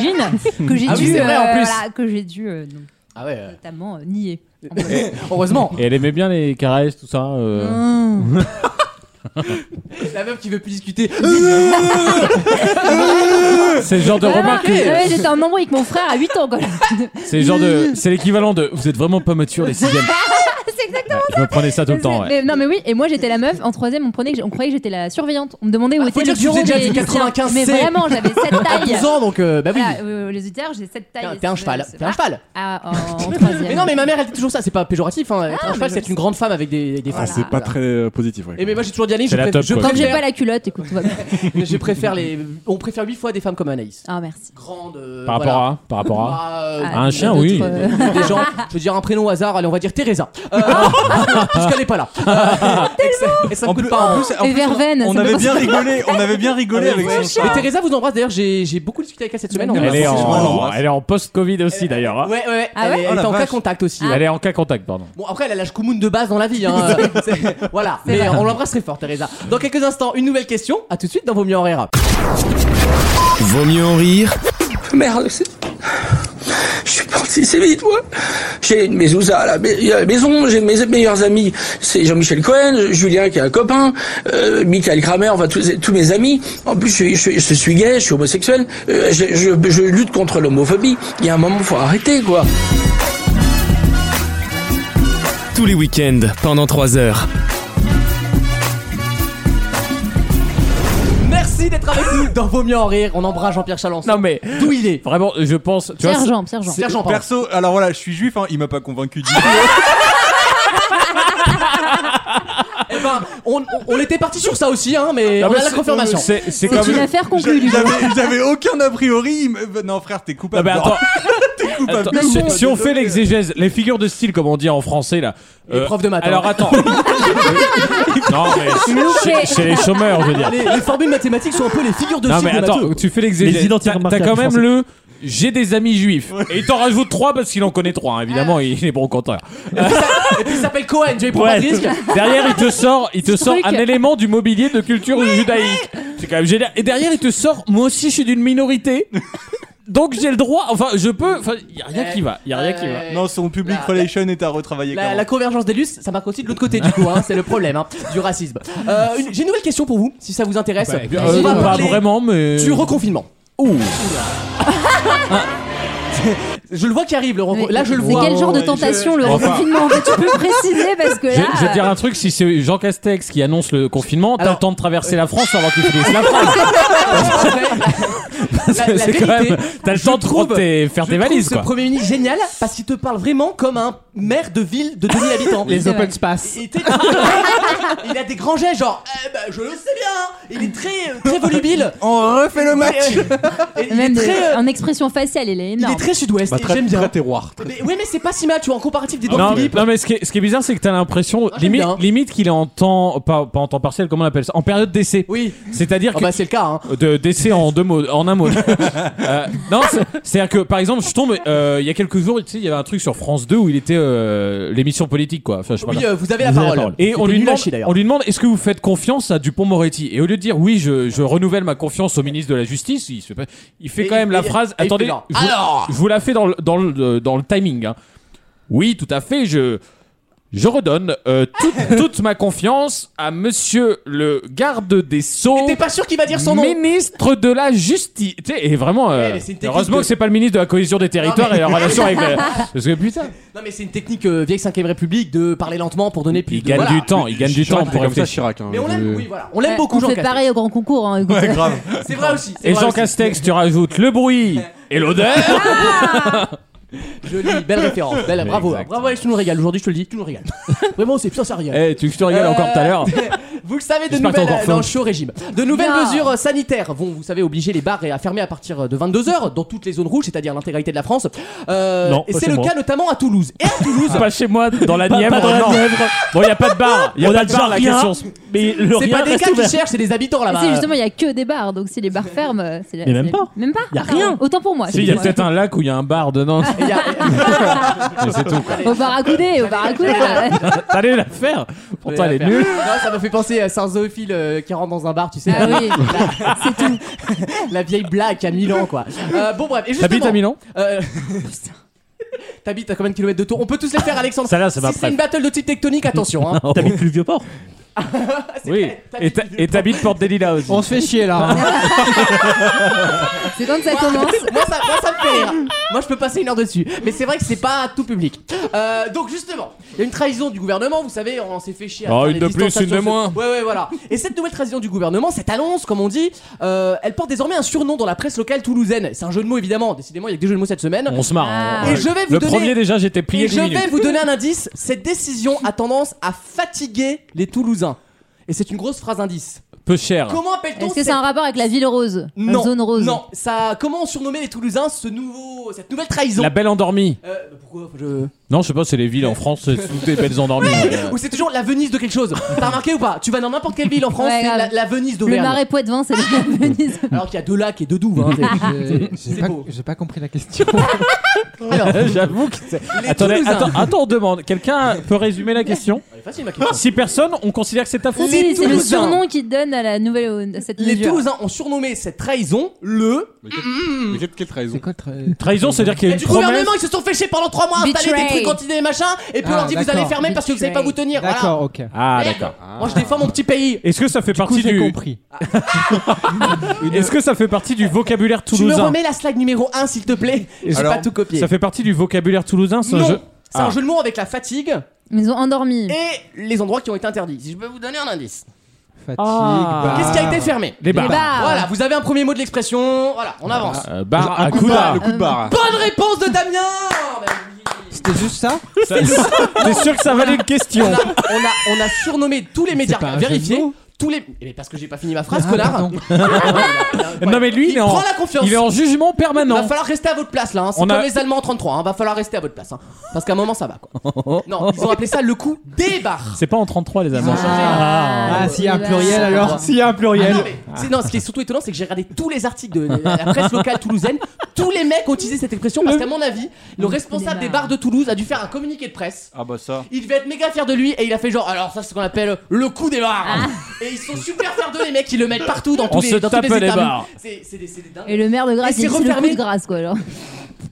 Speaker 7: que j'ai
Speaker 1: Ah oui,
Speaker 7: dû, euh,
Speaker 1: c'est vrai, en plus.
Speaker 7: voilà, que j'ai dû euh, donc,
Speaker 1: Ah ouais. euh,
Speaker 7: notamment euh, nier. [laughs]
Speaker 1: Heureusement,
Speaker 3: Et elle aimait bien les caresses, tout ça. euh.
Speaker 7: Mmh.
Speaker 1: la meuf qui veut plus discuter.
Speaker 7: Ah
Speaker 3: C'est le genre de
Speaker 7: Voilà.
Speaker 3: remarque.
Speaker 7: Ah, Ouais, J'étais en embrouille avec mon frère à 8 ans quoi.
Speaker 3: C'est le genre de. C'est l'équivalent de. Vous êtes vraiment pas mature les
Speaker 7: [laughs]
Speaker 3: sixièmes.
Speaker 7: c'est exact.
Speaker 3: Ouais, je me prenais ça tout le temps. ouais.
Speaker 7: Ah, Mais- non mais oui et moi j'étais la meuf en troisième on, prenait que j'- on croyait que j'étais la surveillante on me demandait où
Speaker 1: Ah, faut
Speaker 7: était
Speaker 1: dire
Speaker 7: le
Speaker 1: que tu
Speaker 7: bureau
Speaker 1: faisais déjà
Speaker 7: des
Speaker 1: du 95
Speaker 7: lycéens. mais
Speaker 1: C.
Speaker 7: vraiment j'avais
Speaker 1: [laughs]
Speaker 7: cette
Speaker 1: À
Speaker 7: taille
Speaker 1: 12 ans, donc euh, bah oui.
Speaker 7: Voilà, euh, les auditeurs j'ai cette taille
Speaker 1: T'es un-
Speaker 7: et
Speaker 1: T'es un
Speaker 7: ce-
Speaker 1: cheval.
Speaker 7: ce-
Speaker 1: T'es un cheval.
Speaker 7: Ah, en-
Speaker 1: [laughs]
Speaker 7: en troisième. Ah,
Speaker 1: Mais non, mais ma mère, elle dit toujours ça, c'est pas péjoratif. Hein. Être un cheval,
Speaker 7: mais
Speaker 1: c'est
Speaker 7: je
Speaker 1: une grande femme avec des, des
Speaker 2: Ah,
Speaker 1: fesses.
Speaker 2: c'est pas
Speaker 1: Voilà.
Speaker 2: très euh, positif. ouais.
Speaker 1: Et mais moi, j'ai toujours dit Anaïs, je,
Speaker 3: C'est la
Speaker 1: préfère-
Speaker 3: top,
Speaker 1: je
Speaker 3: quoi.
Speaker 7: Tant que j'ai
Speaker 1: préfère,
Speaker 7: pas la culotte, écoute, tout va bien.
Speaker 1: [laughs] je préfère les. On préfère 8 fois des femmes comme Anaïs.
Speaker 7: Ah, merci.
Speaker 1: Grande. euh,
Speaker 3: Par rapport
Speaker 1: voilà.
Speaker 3: à. Par rapport à.
Speaker 1: Bah, euh,
Speaker 3: à
Speaker 7: Ah,
Speaker 3: un chien,
Speaker 7: d'autres,
Speaker 3: oui.
Speaker 7: euh,
Speaker 1: des
Speaker 7: [laughs]
Speaker 1: gens, je veux dire un prénom au hasard, allez, on va dire Teresa. Euh, Puisqu'elle est
Speaker 7: [laughs]
Speaker 1: pas là. Euh, et que ça, et ça me
Speaker 4: En
Speaker 1: coûte
Speaker 4: plus,
Speaker 1: pas hein. un
Speaker 4: en
Speaker 1: rond.
Speaker 4: plus, en plus,
Speaker 7: Verveine,
Speaker 4: on
Speaker 7: c'est
Speaker 4: avait
Speaker 7: pas
Speaker 4: bien rigolé. On avait bien rigolé avec son
Speaker 1: Et
Speaker 4: chat.
Speaker 1: Teresa vous embrasse, d'ailleurs, j'ai j'ai beaucoup discuté avec elle cette semaine. on
Speaker 3: Elle
Speaker 1: a-
Speaker 3: est en.
Speaker 4: l'embrasse.
Speaker 3: Elle est en post-Covid aussi d'ailleurs. hein.
Speaker 1: Ouais, ouais, ouais.
Speaker 7: Ah
Speaker 1: elle
Speaker 7: ouais Ah
Speaker 1: est-
Speaker 4: Oh,
Speaker 1: elle est
Speaker 4: la
Speaker 1: en cas
Speaker 4: vache.
Speaker 1: contact aussi. hein. ouais.
Speaker 3: Elle est en cas contact, pardon.
Speaker 1: Bon, après, elle a l'âge commun de base dans la vie. Hein. Euh, c'est- voilà, mais euh, on l'embrasse très fort, Teresa. Dans quelques instants, une nouvelle question. À tout de suite dans Vos mieux en rire.
Speaker 17: Vaut mieux en rire
Speaker 18: Merde, c'est- Je suis parti, c'est vite, moi. J'ai mes ouzas à la, mai- à la maison, j'ai mes meilleurs amis, c'est Jean-Michel Cohen, Julien qui est un copain, euh, Michael Kramer, enfin tous, tous mes amis. En plus, je, je- je suis gay, je suis homosexuel, euh, je, je- je lutte contre l'homophobie. Il y a un moment, faut arrêter, quoi.
Speaker 17: tous les week-ends pendant 3 heures.
Speaker 1: Merci Merci d'être avec nous dans Vaut mieux en rire. On embrasse Jean-Pierre Chalençon.
Speaker 3: Non mais
Speaker 1: d'où il est
Speaker 3: Vraiment, je pense. tu vois, c'est-
Speaker 13: Pierre-Jean, Pierre-Jean.
Speaker 3: c'est- Ah,
Speaker 1: Pierre-Jean,
Speaker 3: perso-
Speaker 4: Perso, alors voilà, je suis juif, hein, il m'a pas convaincu du [laughs] tout.
Speaker 1: Eh ben, on, on- on était parti sur ça aussi, hein, mais
Speaker 4: Non,
Speaker 1: on
Speaker 4: mais
Speaker 1: a la
Speaker 4: c'est-
Speaker 1: confirmation.
Speaker 4: c'est- c'est C'est comme- une affaire conclue, du coup. J'avais- j'avais aucun a priori. il me- Non, frère, t'es coupable.
Speaker 3: Non,
Speaker 4: [laughs]
Speaker 3: mais Ah, bah, attends.
Speaker 4: T'es coupable.
Speaker 3: Attends, si, si on fait l'exégèse, les figures de style, comme on dit en français là. euh,
Speaker 1: profs de maths,
Speaker 3: Alors
Speaker 1: hein. [laughs]
Speaker 3: attends. non mais chez,
Speaker 4: [laughs]
Speaker 3: chez les chômeurs, je veux dire.
Speaker 1: [laughs] Les, les formules mathématiques sont un peu les figures de
Speaker 3: non
Speaker 1: style
Speaker 3: mais
Speaker 1: de
Speaker 3: attends,
Speaker 1: matheux.
Speaker 3: tu fais l'exégèse. T'as t'as quand même le. J'ai des amis juifs. Et il t'en rajoute trois parce qu'il en connaît trois. hein. Évidemment, il est bon compteur.
Speaker 1: Ah. Et puis il
Speaker 3: [laughs]
Speaker 1: s'appelle Cohen, je vais prendre
Speaker 3: Ouais.
Speaker 1: un risque.
Speaker 3: Derrière, il te sort, il te
Speaker 1: Ce
Speaker 3: sort
Speaker 1: truc.
Speaker 3: un élément du mobilier de culture judaïque. C'est quand même génial. Et derrière, il te sort, moi aussi, je suis d'une minorité. Donc j'ai le droit, enfin je peux, enfin y a rien
Speaker 1: Eh,
Speaker 3: qui va, y a rien qui va.
Speaker 4: Non, son public
Speaker 1: La-
Speaker 4: relation est à retravailler.
Speaker 1: La,
Speaker 4: quand
Speaker 1: la convergence des luces, ça marque aussi de l'autre côté du coup, hein, c'est le problème hein, du racisme. Euh, une- J'ai une nouvelle question pour vous, si ça vous intéresse.
Speaker 3: Bah, bien, euh, pas vraiment, mais-
Speaker 1: Du reconfinement. [laughs] je le vois qui arrive, le reconfinement. Là, je le
Speaker 13: Mais
Speaker 1: vois.
Speaker 13: quel genre de
Speaker 1: Ouais, je-
Speaker 13: tentation le
Speaker 3: Bon, enfin-
Speaker 13: reconfinement En fait, Tu peux préciser parce que
Speaker 3: Je,
Speaker 13: là. euh,
Speaker 3: je vais te dire un truc, si c'est Jean Castex qui annonce le confinement, t'as le temps de traverser la France avant qu'il finisse la France. Parce que
Speaker 1: [laughs] la
Speaker 3: c'est quand
Speaker 1: vérité,
Speaker 3: même, t'as le temps de prendre tes- faire
Speaker 1: je
Speaker 3: tes
Speaker 1: trouve
Speaker 3: valises
Speaker 1: ce
Speaker 3: quoi.
Speaker 1: Premier ministre génial parce qu'il te parle vraiment comme un maire de ville
Speaker 13: [laughs]
Speaker 1: de 2000 habitants.
Speaker 9: Les
Speaker 1: C'est
Speaker 9: open
Speaker 1: vrai.
Speaker 9: space.
Speaker 1: Il, était- [laughs] il a des grands gestes genre eh ben, je le sais bien, il est
Speaker 13: [laughs]
Speaker 1: très euh, très volubile.
Speaker 4: On refait le match.
Speaker 1: Et il est
Speaker 13: Même des-
Speaker 1: très euh,
Speaker 13: en expression faciale, il est énorme.
Speaker 1: il est très sud-ouest,
Speaker 3: Bah,
Speaker 1: et
Speaker 3: très-
Speaker 1: j'aime bien.
Speaker 3: très terroir,
Speaker 1: Mais, oui, mais c'est pas si mal, tu vois, en comparatif des deux
Speaker 3: Non, mais-
Speaker 1: Philippe.
Speaker 3: non, mais ce qui est, ce qui est bizarre c'est que t'as l'impression limite, limite qu'il est en temps pas, pas en temps partiel comment on appelle ça en période d'essai
Speaker 1: oui
Speaker 3: c'est-à-dire
Speaker 1: Ah
Speaker 3: que
Speaker 1: bah, c'est le cas hein.
Speaker 3: de d'essai en deux mots en un
Speaker 1: [laughs]
Speaker 3: mot Euh, non c'est- c'est-à-dire que par exemple je tombe euh, il y a quelques jours tu sais il y avait un truc sur France 2 où il était euh, l'émission politique quoi Enfin, je sais pas
Speaker 1: Oui,
Speaker 3: comment-
Speaker 1: euh, vous avez la parole.
Speaker 3: et
Speaker 1: C'était
Speaker 3: on lui
Speaker 1: nul à
Speaker 3: demande
Speaker 1: chier, d'ailleurs.
Speaker 3: on lui demande est-ce que vous faites confiance à Dupont Moretti et au lieu de dire oui je, je renouvelle ma confiance au ministre de la justice il se fait pas- il fait quand même la
Speaker 1: et-
Speaker 3: phrase
Speaker 1: et il
Speaker 3: attendez
Speaker 1: fait genre,
Speaker 3: je vous-
Speaker 1: alors
Speaker 3: je vous la fais dans le dans le dans le timing hein. oui tout à fait je je redonne euh,
Speaker 1: [laughs]
Speaker 3: toute, toute ma confiance à monsieur le garde des Sceaux.
Speaker 1: T'es pas sûr qu'il va dire son nom
Speaker 3: Ministre de la Justice. Tu sais, et vraiment, euh,
Speaker 1: Ouais, mais c'est une technique
Speaker 3: heureusement
Speaker 1: de-
Speaker 3: que c'est pas le ministre de la Cohésion des Territoires
Speaker 1: Non, mais-
Speaker 3: et en relation avec.
Speaker 1: [laughs]
Speaker 3: la- Parce que putain,
Speaker 1: Non mais c'est une technique euh, vieille 5ème République de parler lentement pour donner plus
Speaker 3: il
Speaker 1: de-
Speaker 3: gagne
Speaker 1: voilà.
Speaker 3: du temps, il gagne du
Speaker 2: Chirac
Speaker 3: temps
Speaker 2: fait
Speaker 3: pour
Speaker 2: comme ça,
Speaker 3: réfléchir.
Speaker 2: Chirac, hein.
Speaker 1: Mais on l'aime, oui,
Speaker 2: [laughs]
Speaker 1: voilà. On l'aime
Speaker 13: Ouais,
Speaker 1: beaucoup Jean
Speaker 13: On fait
Speaker 1: Castex.
Speaker 13: pareil au grand concours. hein, écoute.
Speaker 1: [laughs] C'est vrai aussi. c'est
Speaker 3: Et
Speaker 1: vrai
Speaker 3: Jean
Speaker 1: aussi.
Speaker 3: Castex, tu rajoutes le
Speaker 1: [laughs]
Speaker 3: bruit et l'odeur.
Speaker 1: Ah
Speaker 3: [laughs]
Speaker 1: Joli, belle référence. Belle,
Speaker 3: Mais
Speaker 1: bravo, hein.
Speaker 3: exact.
Speaker 1: bravo, Alex, tu nous régales. Aujourd'hui, je te le dis, tu
Speaker 3: [laughs]
Speaker 1: nous régales. Vraiment, c'est putain, ça régale.
Speaker 3: Eh, tu veux que je te régale encore tout à l'heure
Speaker 1: [laughs] Vous le savez, de
Speaker 3: J'espère que t'as
Speaker 1: nouvelles,
Speaker 3: encore faim.
Speaker 1: non, je suis au régime. De nouvelles
Speaker 13: Non.
Speaker 1: mesures sanitaires vont, vous savez, obliger les bars à fermer à partir de 22h dans toutes les zones rouges, c'est-à-dire l'intégralité de la France. Euh,
Speaker 3: Non,
Speaker 1: et
Speaker 3: pas
Speaker 1: c'est
Speaker 3: chez
Speaker 1: le
Speaker 3: moi.
Speaker 1: cas notamment à Toulouse. Et à Toulouse,
Speaker 3: Pas chez moi, dans la
Speaker 1: Ah. Pas-
Speaker 3: Nièvre.
Speaker 1: pas dans la
Speaker 3: non.
Speaker 1: Nièvre.
Speaker 3: Bon, il a pas de bar. Il a
Speaker 1: On
Speaker 3: pas
Speaker 1: a
Speaker 3: de
Speaker 1: déjà
Speaker 3: bar, la
Speaker 1: rien,
Speaker 3: question. se- Mais le
Speaker 1: c'est
Speaker 3: rien
Speaker 1: pas des
Speaker 3: reste
Speaker 1: cas qui
Speaker 3: ouvert.
Speaker 1: cherchent, c'est des habitants
Speaker 13: Mais
Speaker 7: Ah,
Speaker 1: là-bas.
Speaker 13: c'est justement, il y a que des bars, donc si les bars ferment, euh, c'est la-
Speaker 3: Mais même
Speaker 13: c'est la-
Speaker 3: pas.
Speaker 13: Même pas.
Speaker 3: Y a
Speaker 13: Ah, pardon.
Speaker 3: rien.
Speaker 13: Autant pour moi.
Speaker 3: Si, il y a peut-être un lac où il y a un bar
Speaker 1: [laughs]
Speaker 3: dedans.
Speaker 1: y
Speaker 3: [laughs] Mais c'est tout. quoi.
Speaker 13: Au bar à couder, au bar à couder. là.
Speaker 3: T'allais la faire. Pourtant, elle est
Speaker 1: Faire.
Speaker 3: nulle.
Speaker 1: Non, ça me fait penser à saint zoophile euh, qui rentre dans un bar, tu sais.
Speaker 13: Ah
Speaker 1: la- [laughs]
Speaker 13: oui.
Speaker 1: la- [laughs] La vieille blague à Milan, quoi. Euh, bon, bref. et justement-
Speaker 3: T'habites à Milan
Speaker 1: Euh, [laughs] putain. T'habites à combien de kilomètres de tour On peut tous les faire, Alexandre.
Speaker 3: Ça, là, ça va
Speaker 1: si c'est
Speaker 3: après.
Speaker 1: une battle de type tectonique, attention. Hein.
Speaker 3: [laughs]
Speaker 1: Ah,
Speaker 3: T'habites plus vieux
Speaker 1: [laughs]
Speaker 3: port Oui. Et t'a- et t'habites Porte des Lilas aussi.
Speaker 9: On se fait chier là. hein.
Speaker 13: [laughs] C'est quand ça commence.
Speaker 1: moi, ça, moi, ça me fait rire. Moi, je peux passer une heure dessus. Mais c'est vrai que c'est pas tout public. Euh, donc, justement, il y a une trahison du gouvernement. Vous savez, on s'est fait chier. à
Speaker 3: Oh,
Speaker 1: faire
Speaker 3: une
Speaker 1: les
Speaker 3: de plus,
Speaker 1: distanciations
Speaker 3: une de
Speaker 1: so-
Speaker 3: moins.
Speaker 1: Ouais, ouais, voilà. Et cette nouvelle trahison du gouvernement, cette annonce, comme on dit, euh, elle porte désormais un surnom dans la presse locale toulousaine. C'est un jeu de mots, évidemment. Décidément, il y a que des jeux de mots cette semaine.
Speaker 3: On se marre. hein.
Speaker 1: Et je vais vous
Speaker 3: le
Speaker 1: donner-
Speaker 3: premier déjà, j'étais plié.
Speaker 1: Et
Speaker 3: dix
Speaker 1: je vais
Speaker 3: minutes.
Speaker 1: vous donner un indice. Cette décision a tendance à fatiguer les Toulousains. Et c'est une grosse phrase indice.
Speaker 3: Peu cher.
Speaker 1: Comment appelle-t-on
Speaker 13: Est-ce que c'est
Speaker 1: cette-
Speaker 13: un rapport avec la ville rose La
Speaker 1: non,
Speaker 13: zone rose
Speaker 1: Non, ça. Comment on surnommait les Toulousains ce nouveau, cette nouvelle trahison
Speaker 3: La belle endormie.
Speaker 1: Euh, pourquoi je...
Speaker 3: Non, je sais pas, c'est les villes en France, c'est toutes des belles endormies. Euh,
Speaker 1: [laughs] Ou c'est toujours la Venise de quelque chose. T'as remarqué ou pas Tu vas dans n'importe quelle ville en France,
Speaker 13: Ouais,
Speaker 1: c'est la,
Speaker 13: grave.
Speaker 1: la Venise
Speaker 13: Le
Speaker 1: d'Auvergne.
Speaker 13: marais Poitevin,
Speaker 1: [laughs]
Speaker 13: c'est la Venise.
Speaker 1: Alors qu'il y a deux lacs et deux douves.
Speaker 13: [laughs]
Speaker 7: [laughs]
Speaker 1: hein, c'est-
Speaker 9: J'ai
Speaker 1: c'est- c'est
Speaker 9: pas,
Speaker 1: beau.
Speaker 9: j'ai pas compris la question.
Speaker 3: [laughs] J'avoue que. c'est- Attendez,
Speaker 1: Toulousains.
Speaker 3: attends, attends, on demande. Quelqu'un peut résumer la question
Speaker 1: Elle est facile, ma question.
Speaker 3: Si personne, on considère que c'est ta faute.
Speaker 13: Si, c'est le
Speaker 1: Toulousains.
Speaker 13: surnom qu'il donne à la nouvelle à cette
Speaker 1: Les
Speaker 13: mesure.
Speaker 1: Toulousains ont surnommé cette trahison le.
Speaker 2: Mais quelle, quelle trahison
Speaker 3: Trahison, c'est-à-dire qu'il y a une
Speaker 1: Du
Speaker 3: promesse.
Speaker 1: gouvernement, ils se sont fait chier pendant 3 mois, installer des
Speaker 13: Betrayed.
Speaker 1: trucs cantines et machin, et puis on
Speaker 9: Ah,
Speaker 1: leur dit vous allez
Speaker 9: d'accord.
Speaker 1: fermer parce que vous savez pas vous tenir. Voilà.
Speaker 9: D'accord, ok.
Speaker 3: Ah, d'accord.
Speaker 1: Moi je défends mon petit pays.
Speaker 3: Est-ce que ça fait
Speaker 9: Du coup,
Speaker 3: partie
Speaker 9: j'ai
Speaker 3: du.
Speaker 9: compris.
Speaker 3: [laughs] Est-ce que ça fait partie du vocabulaire
Speaker 1: Tu me
Speaker 3: toulousain
Speaker 1: remets la slide numéro 1 s'il
Speaker 3: [laughs]
Speaker 1: te plaît. J'ai
Speaker 3: Alors,
Speaker 1: pas tout copié.
Speaker 3: Ça fait partie du vocabulaire toulousain, ce
Speaker 1: Non,
Speaker 3: jeu
Speaker 1: c'est un
Speaker 3: Ah.
Speaker 1: jeu de mots avec la fatigue
Speaker 13: Ils ont endormi.
Speaker 1: et les endroits qui ont été interdits. Si je peux vous donner un indice.
Speaker 9: fatigue,
Speaker 1: Ah.
Speaker 9: bar.
Speaker 1: Qu'est-ce qui a été fermé
Speaker 9: Les bars. Les bars.
Speaker 1: Voilà, vous avez un premier mot de l'expression. Voilà, on avance. Euh,
Speaker 9: Euh, bar à
Speaker 3: Ah.
Speaker 9: Un coup de coup de barre. barre, le coup de barre.
Speaker 1: Bonne réponse de Damien
Speaker 9: Euh, bah, C'était juste ça
Speaker 1: C'est
Speaker 3: T'es sûr que ça valait une question
Speaker 1: on a, on a- on a surnommé tous les médias.
Speaker 3: pas un jeu
Speaker 1: Vérifiez.
Speaker 3: de
Speaker 1: Tous les. Eh, mais parce que j'ai pas fini ma phrase,
Speaker 3: Ah,
Speaker 1: connard.
Speaker 3: pardon. Non mais lui il est en
Speaker 1: Prends la confiance.
Speaker 3: il est en jugement permanent.
Speaker 1: Va falloir rester à votre place là. hein. C'est
Speaker 3: On
Speaker 1: comme
Speaker 3: a-
Speaker 1: les Allemands en 33. Hein. Va falloir rester à votre place. hein. Parce qu'à un moment ça va quoi. Non, ils ont appelé ça le coup des barres.
Speaker 3: C'est pas en 33 les Allemands.
Speaker 9: Ah, s'il y a un pluriel alors S'il y a un
Speaker 1: Ah
Speaker 9: pluriel
Speaker 1: non, mais, c'est- non, ce qui est surtout étonnant, c'est que j'ai regardé tous les articles de la presse locale toulousaine. Tous les mecs ont utilisé cette expression parce qu'à mon avis, le responsable des bars de Toulouse a dû faire un communiqué de presse.
Speaker 19: Ah bah ça.
Speaker 1: Il devait être méga fier de lui et il a fait genre alors ça c'est ce qu'on appelle le coup des barres. Et ils sont super fiers d'eux les mecs, ils le mettent partout dans
Speaker 3: Ah. On
Speaker 1: tous les
Speaker 3: se
Speaker 1: dans
Speaker 3: tape
Speaker 1: tous les
Speaker 3: les
Speaker 1: établis.
Speaker 3: barres.
Speaker 1: C'est c'est des, c'est des dingues.
Speaker 7: Et le maire de Grasse,
Speaker 1: Et
Speaker 7: il
Speaker 1: c'est
Speaker 7: dit, c'est le coup
Speaker 1: refermé.
Speaker 7: de Grasse, quoi, alors.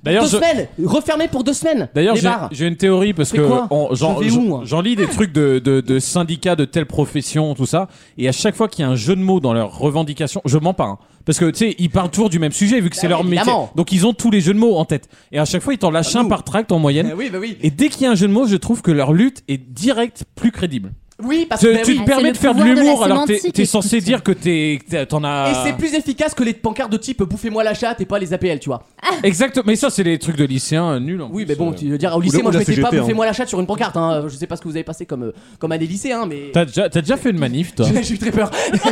Speaker 3: D'ailleurs,
Speaker 1: deux
Speaker 3: je-
Speaker 1: semaines, refermé pour deux semaines.
Speaker 3: D'ailleurs,
Speaker 1: les
Speaker 3: j'ai-
Speaker 1: bars.
Speaker 3: j'ai une théorie parce
Speaker 1: C'est
Speaker 3: que
Speaker 1: quoi
Speaker 3: on- j'en
Speaker 1: Je vais
Speaker 3: j'en-
Speaker 1: où, moi
Speaker 3: j'en lis des trucs de, de- de syndicats de telle profession, tout ça, et à chaque fois qu'il y a un jeu de mots dans leurs revendications, je mens pas, hein. parce que tu sais, ils parlent toujours du même sujet vu que c'est leur métier,
Speaker 1: Bah évidemment.
Speaker 3: donc ils ont tous les jeux de mots en tête, et à chaque fois ils t'en lâchent un par tract en moyenne,
Speaker 1: oui, bah oui.
Speaker 3: et dès qu'il y a un jeu de mots, je trouve que leur lutte est directe, plus crédible.
Speaker 1: Oui, parce
Speaker 3: Tu-
Speaker 1: que bah
Speaker 3: tu
Speaker 1: oui.
Speaker 3: te permets de faire de l'humour alors que t'es- t'es censé dire que t'es- que t'es- t'en as.
Speaker 1: Et c'est plus efficace que les pancartes de type bouffez-moi la chatte et pas les APL, tu vois.
Speaker 3: Exact, mais ça c'est les trucs de lycéens euh, nuls. Oui,
Speaker 1: mais bon, tu veux dire au lycée, moi je mettais pas
Speaker 3: hein.
Speaker 1: bouffez-moi la chatte sur une pancarte. Hein. Je sais pas ce que vous avez passé comme, euh, comme année lycée, hein, mais.
Speaker 3: T'as déjà, t'as déjà fait une manif, toi
Speaker 1: [laughs] J'ai eu très peur.
Speaker 7: [laughs]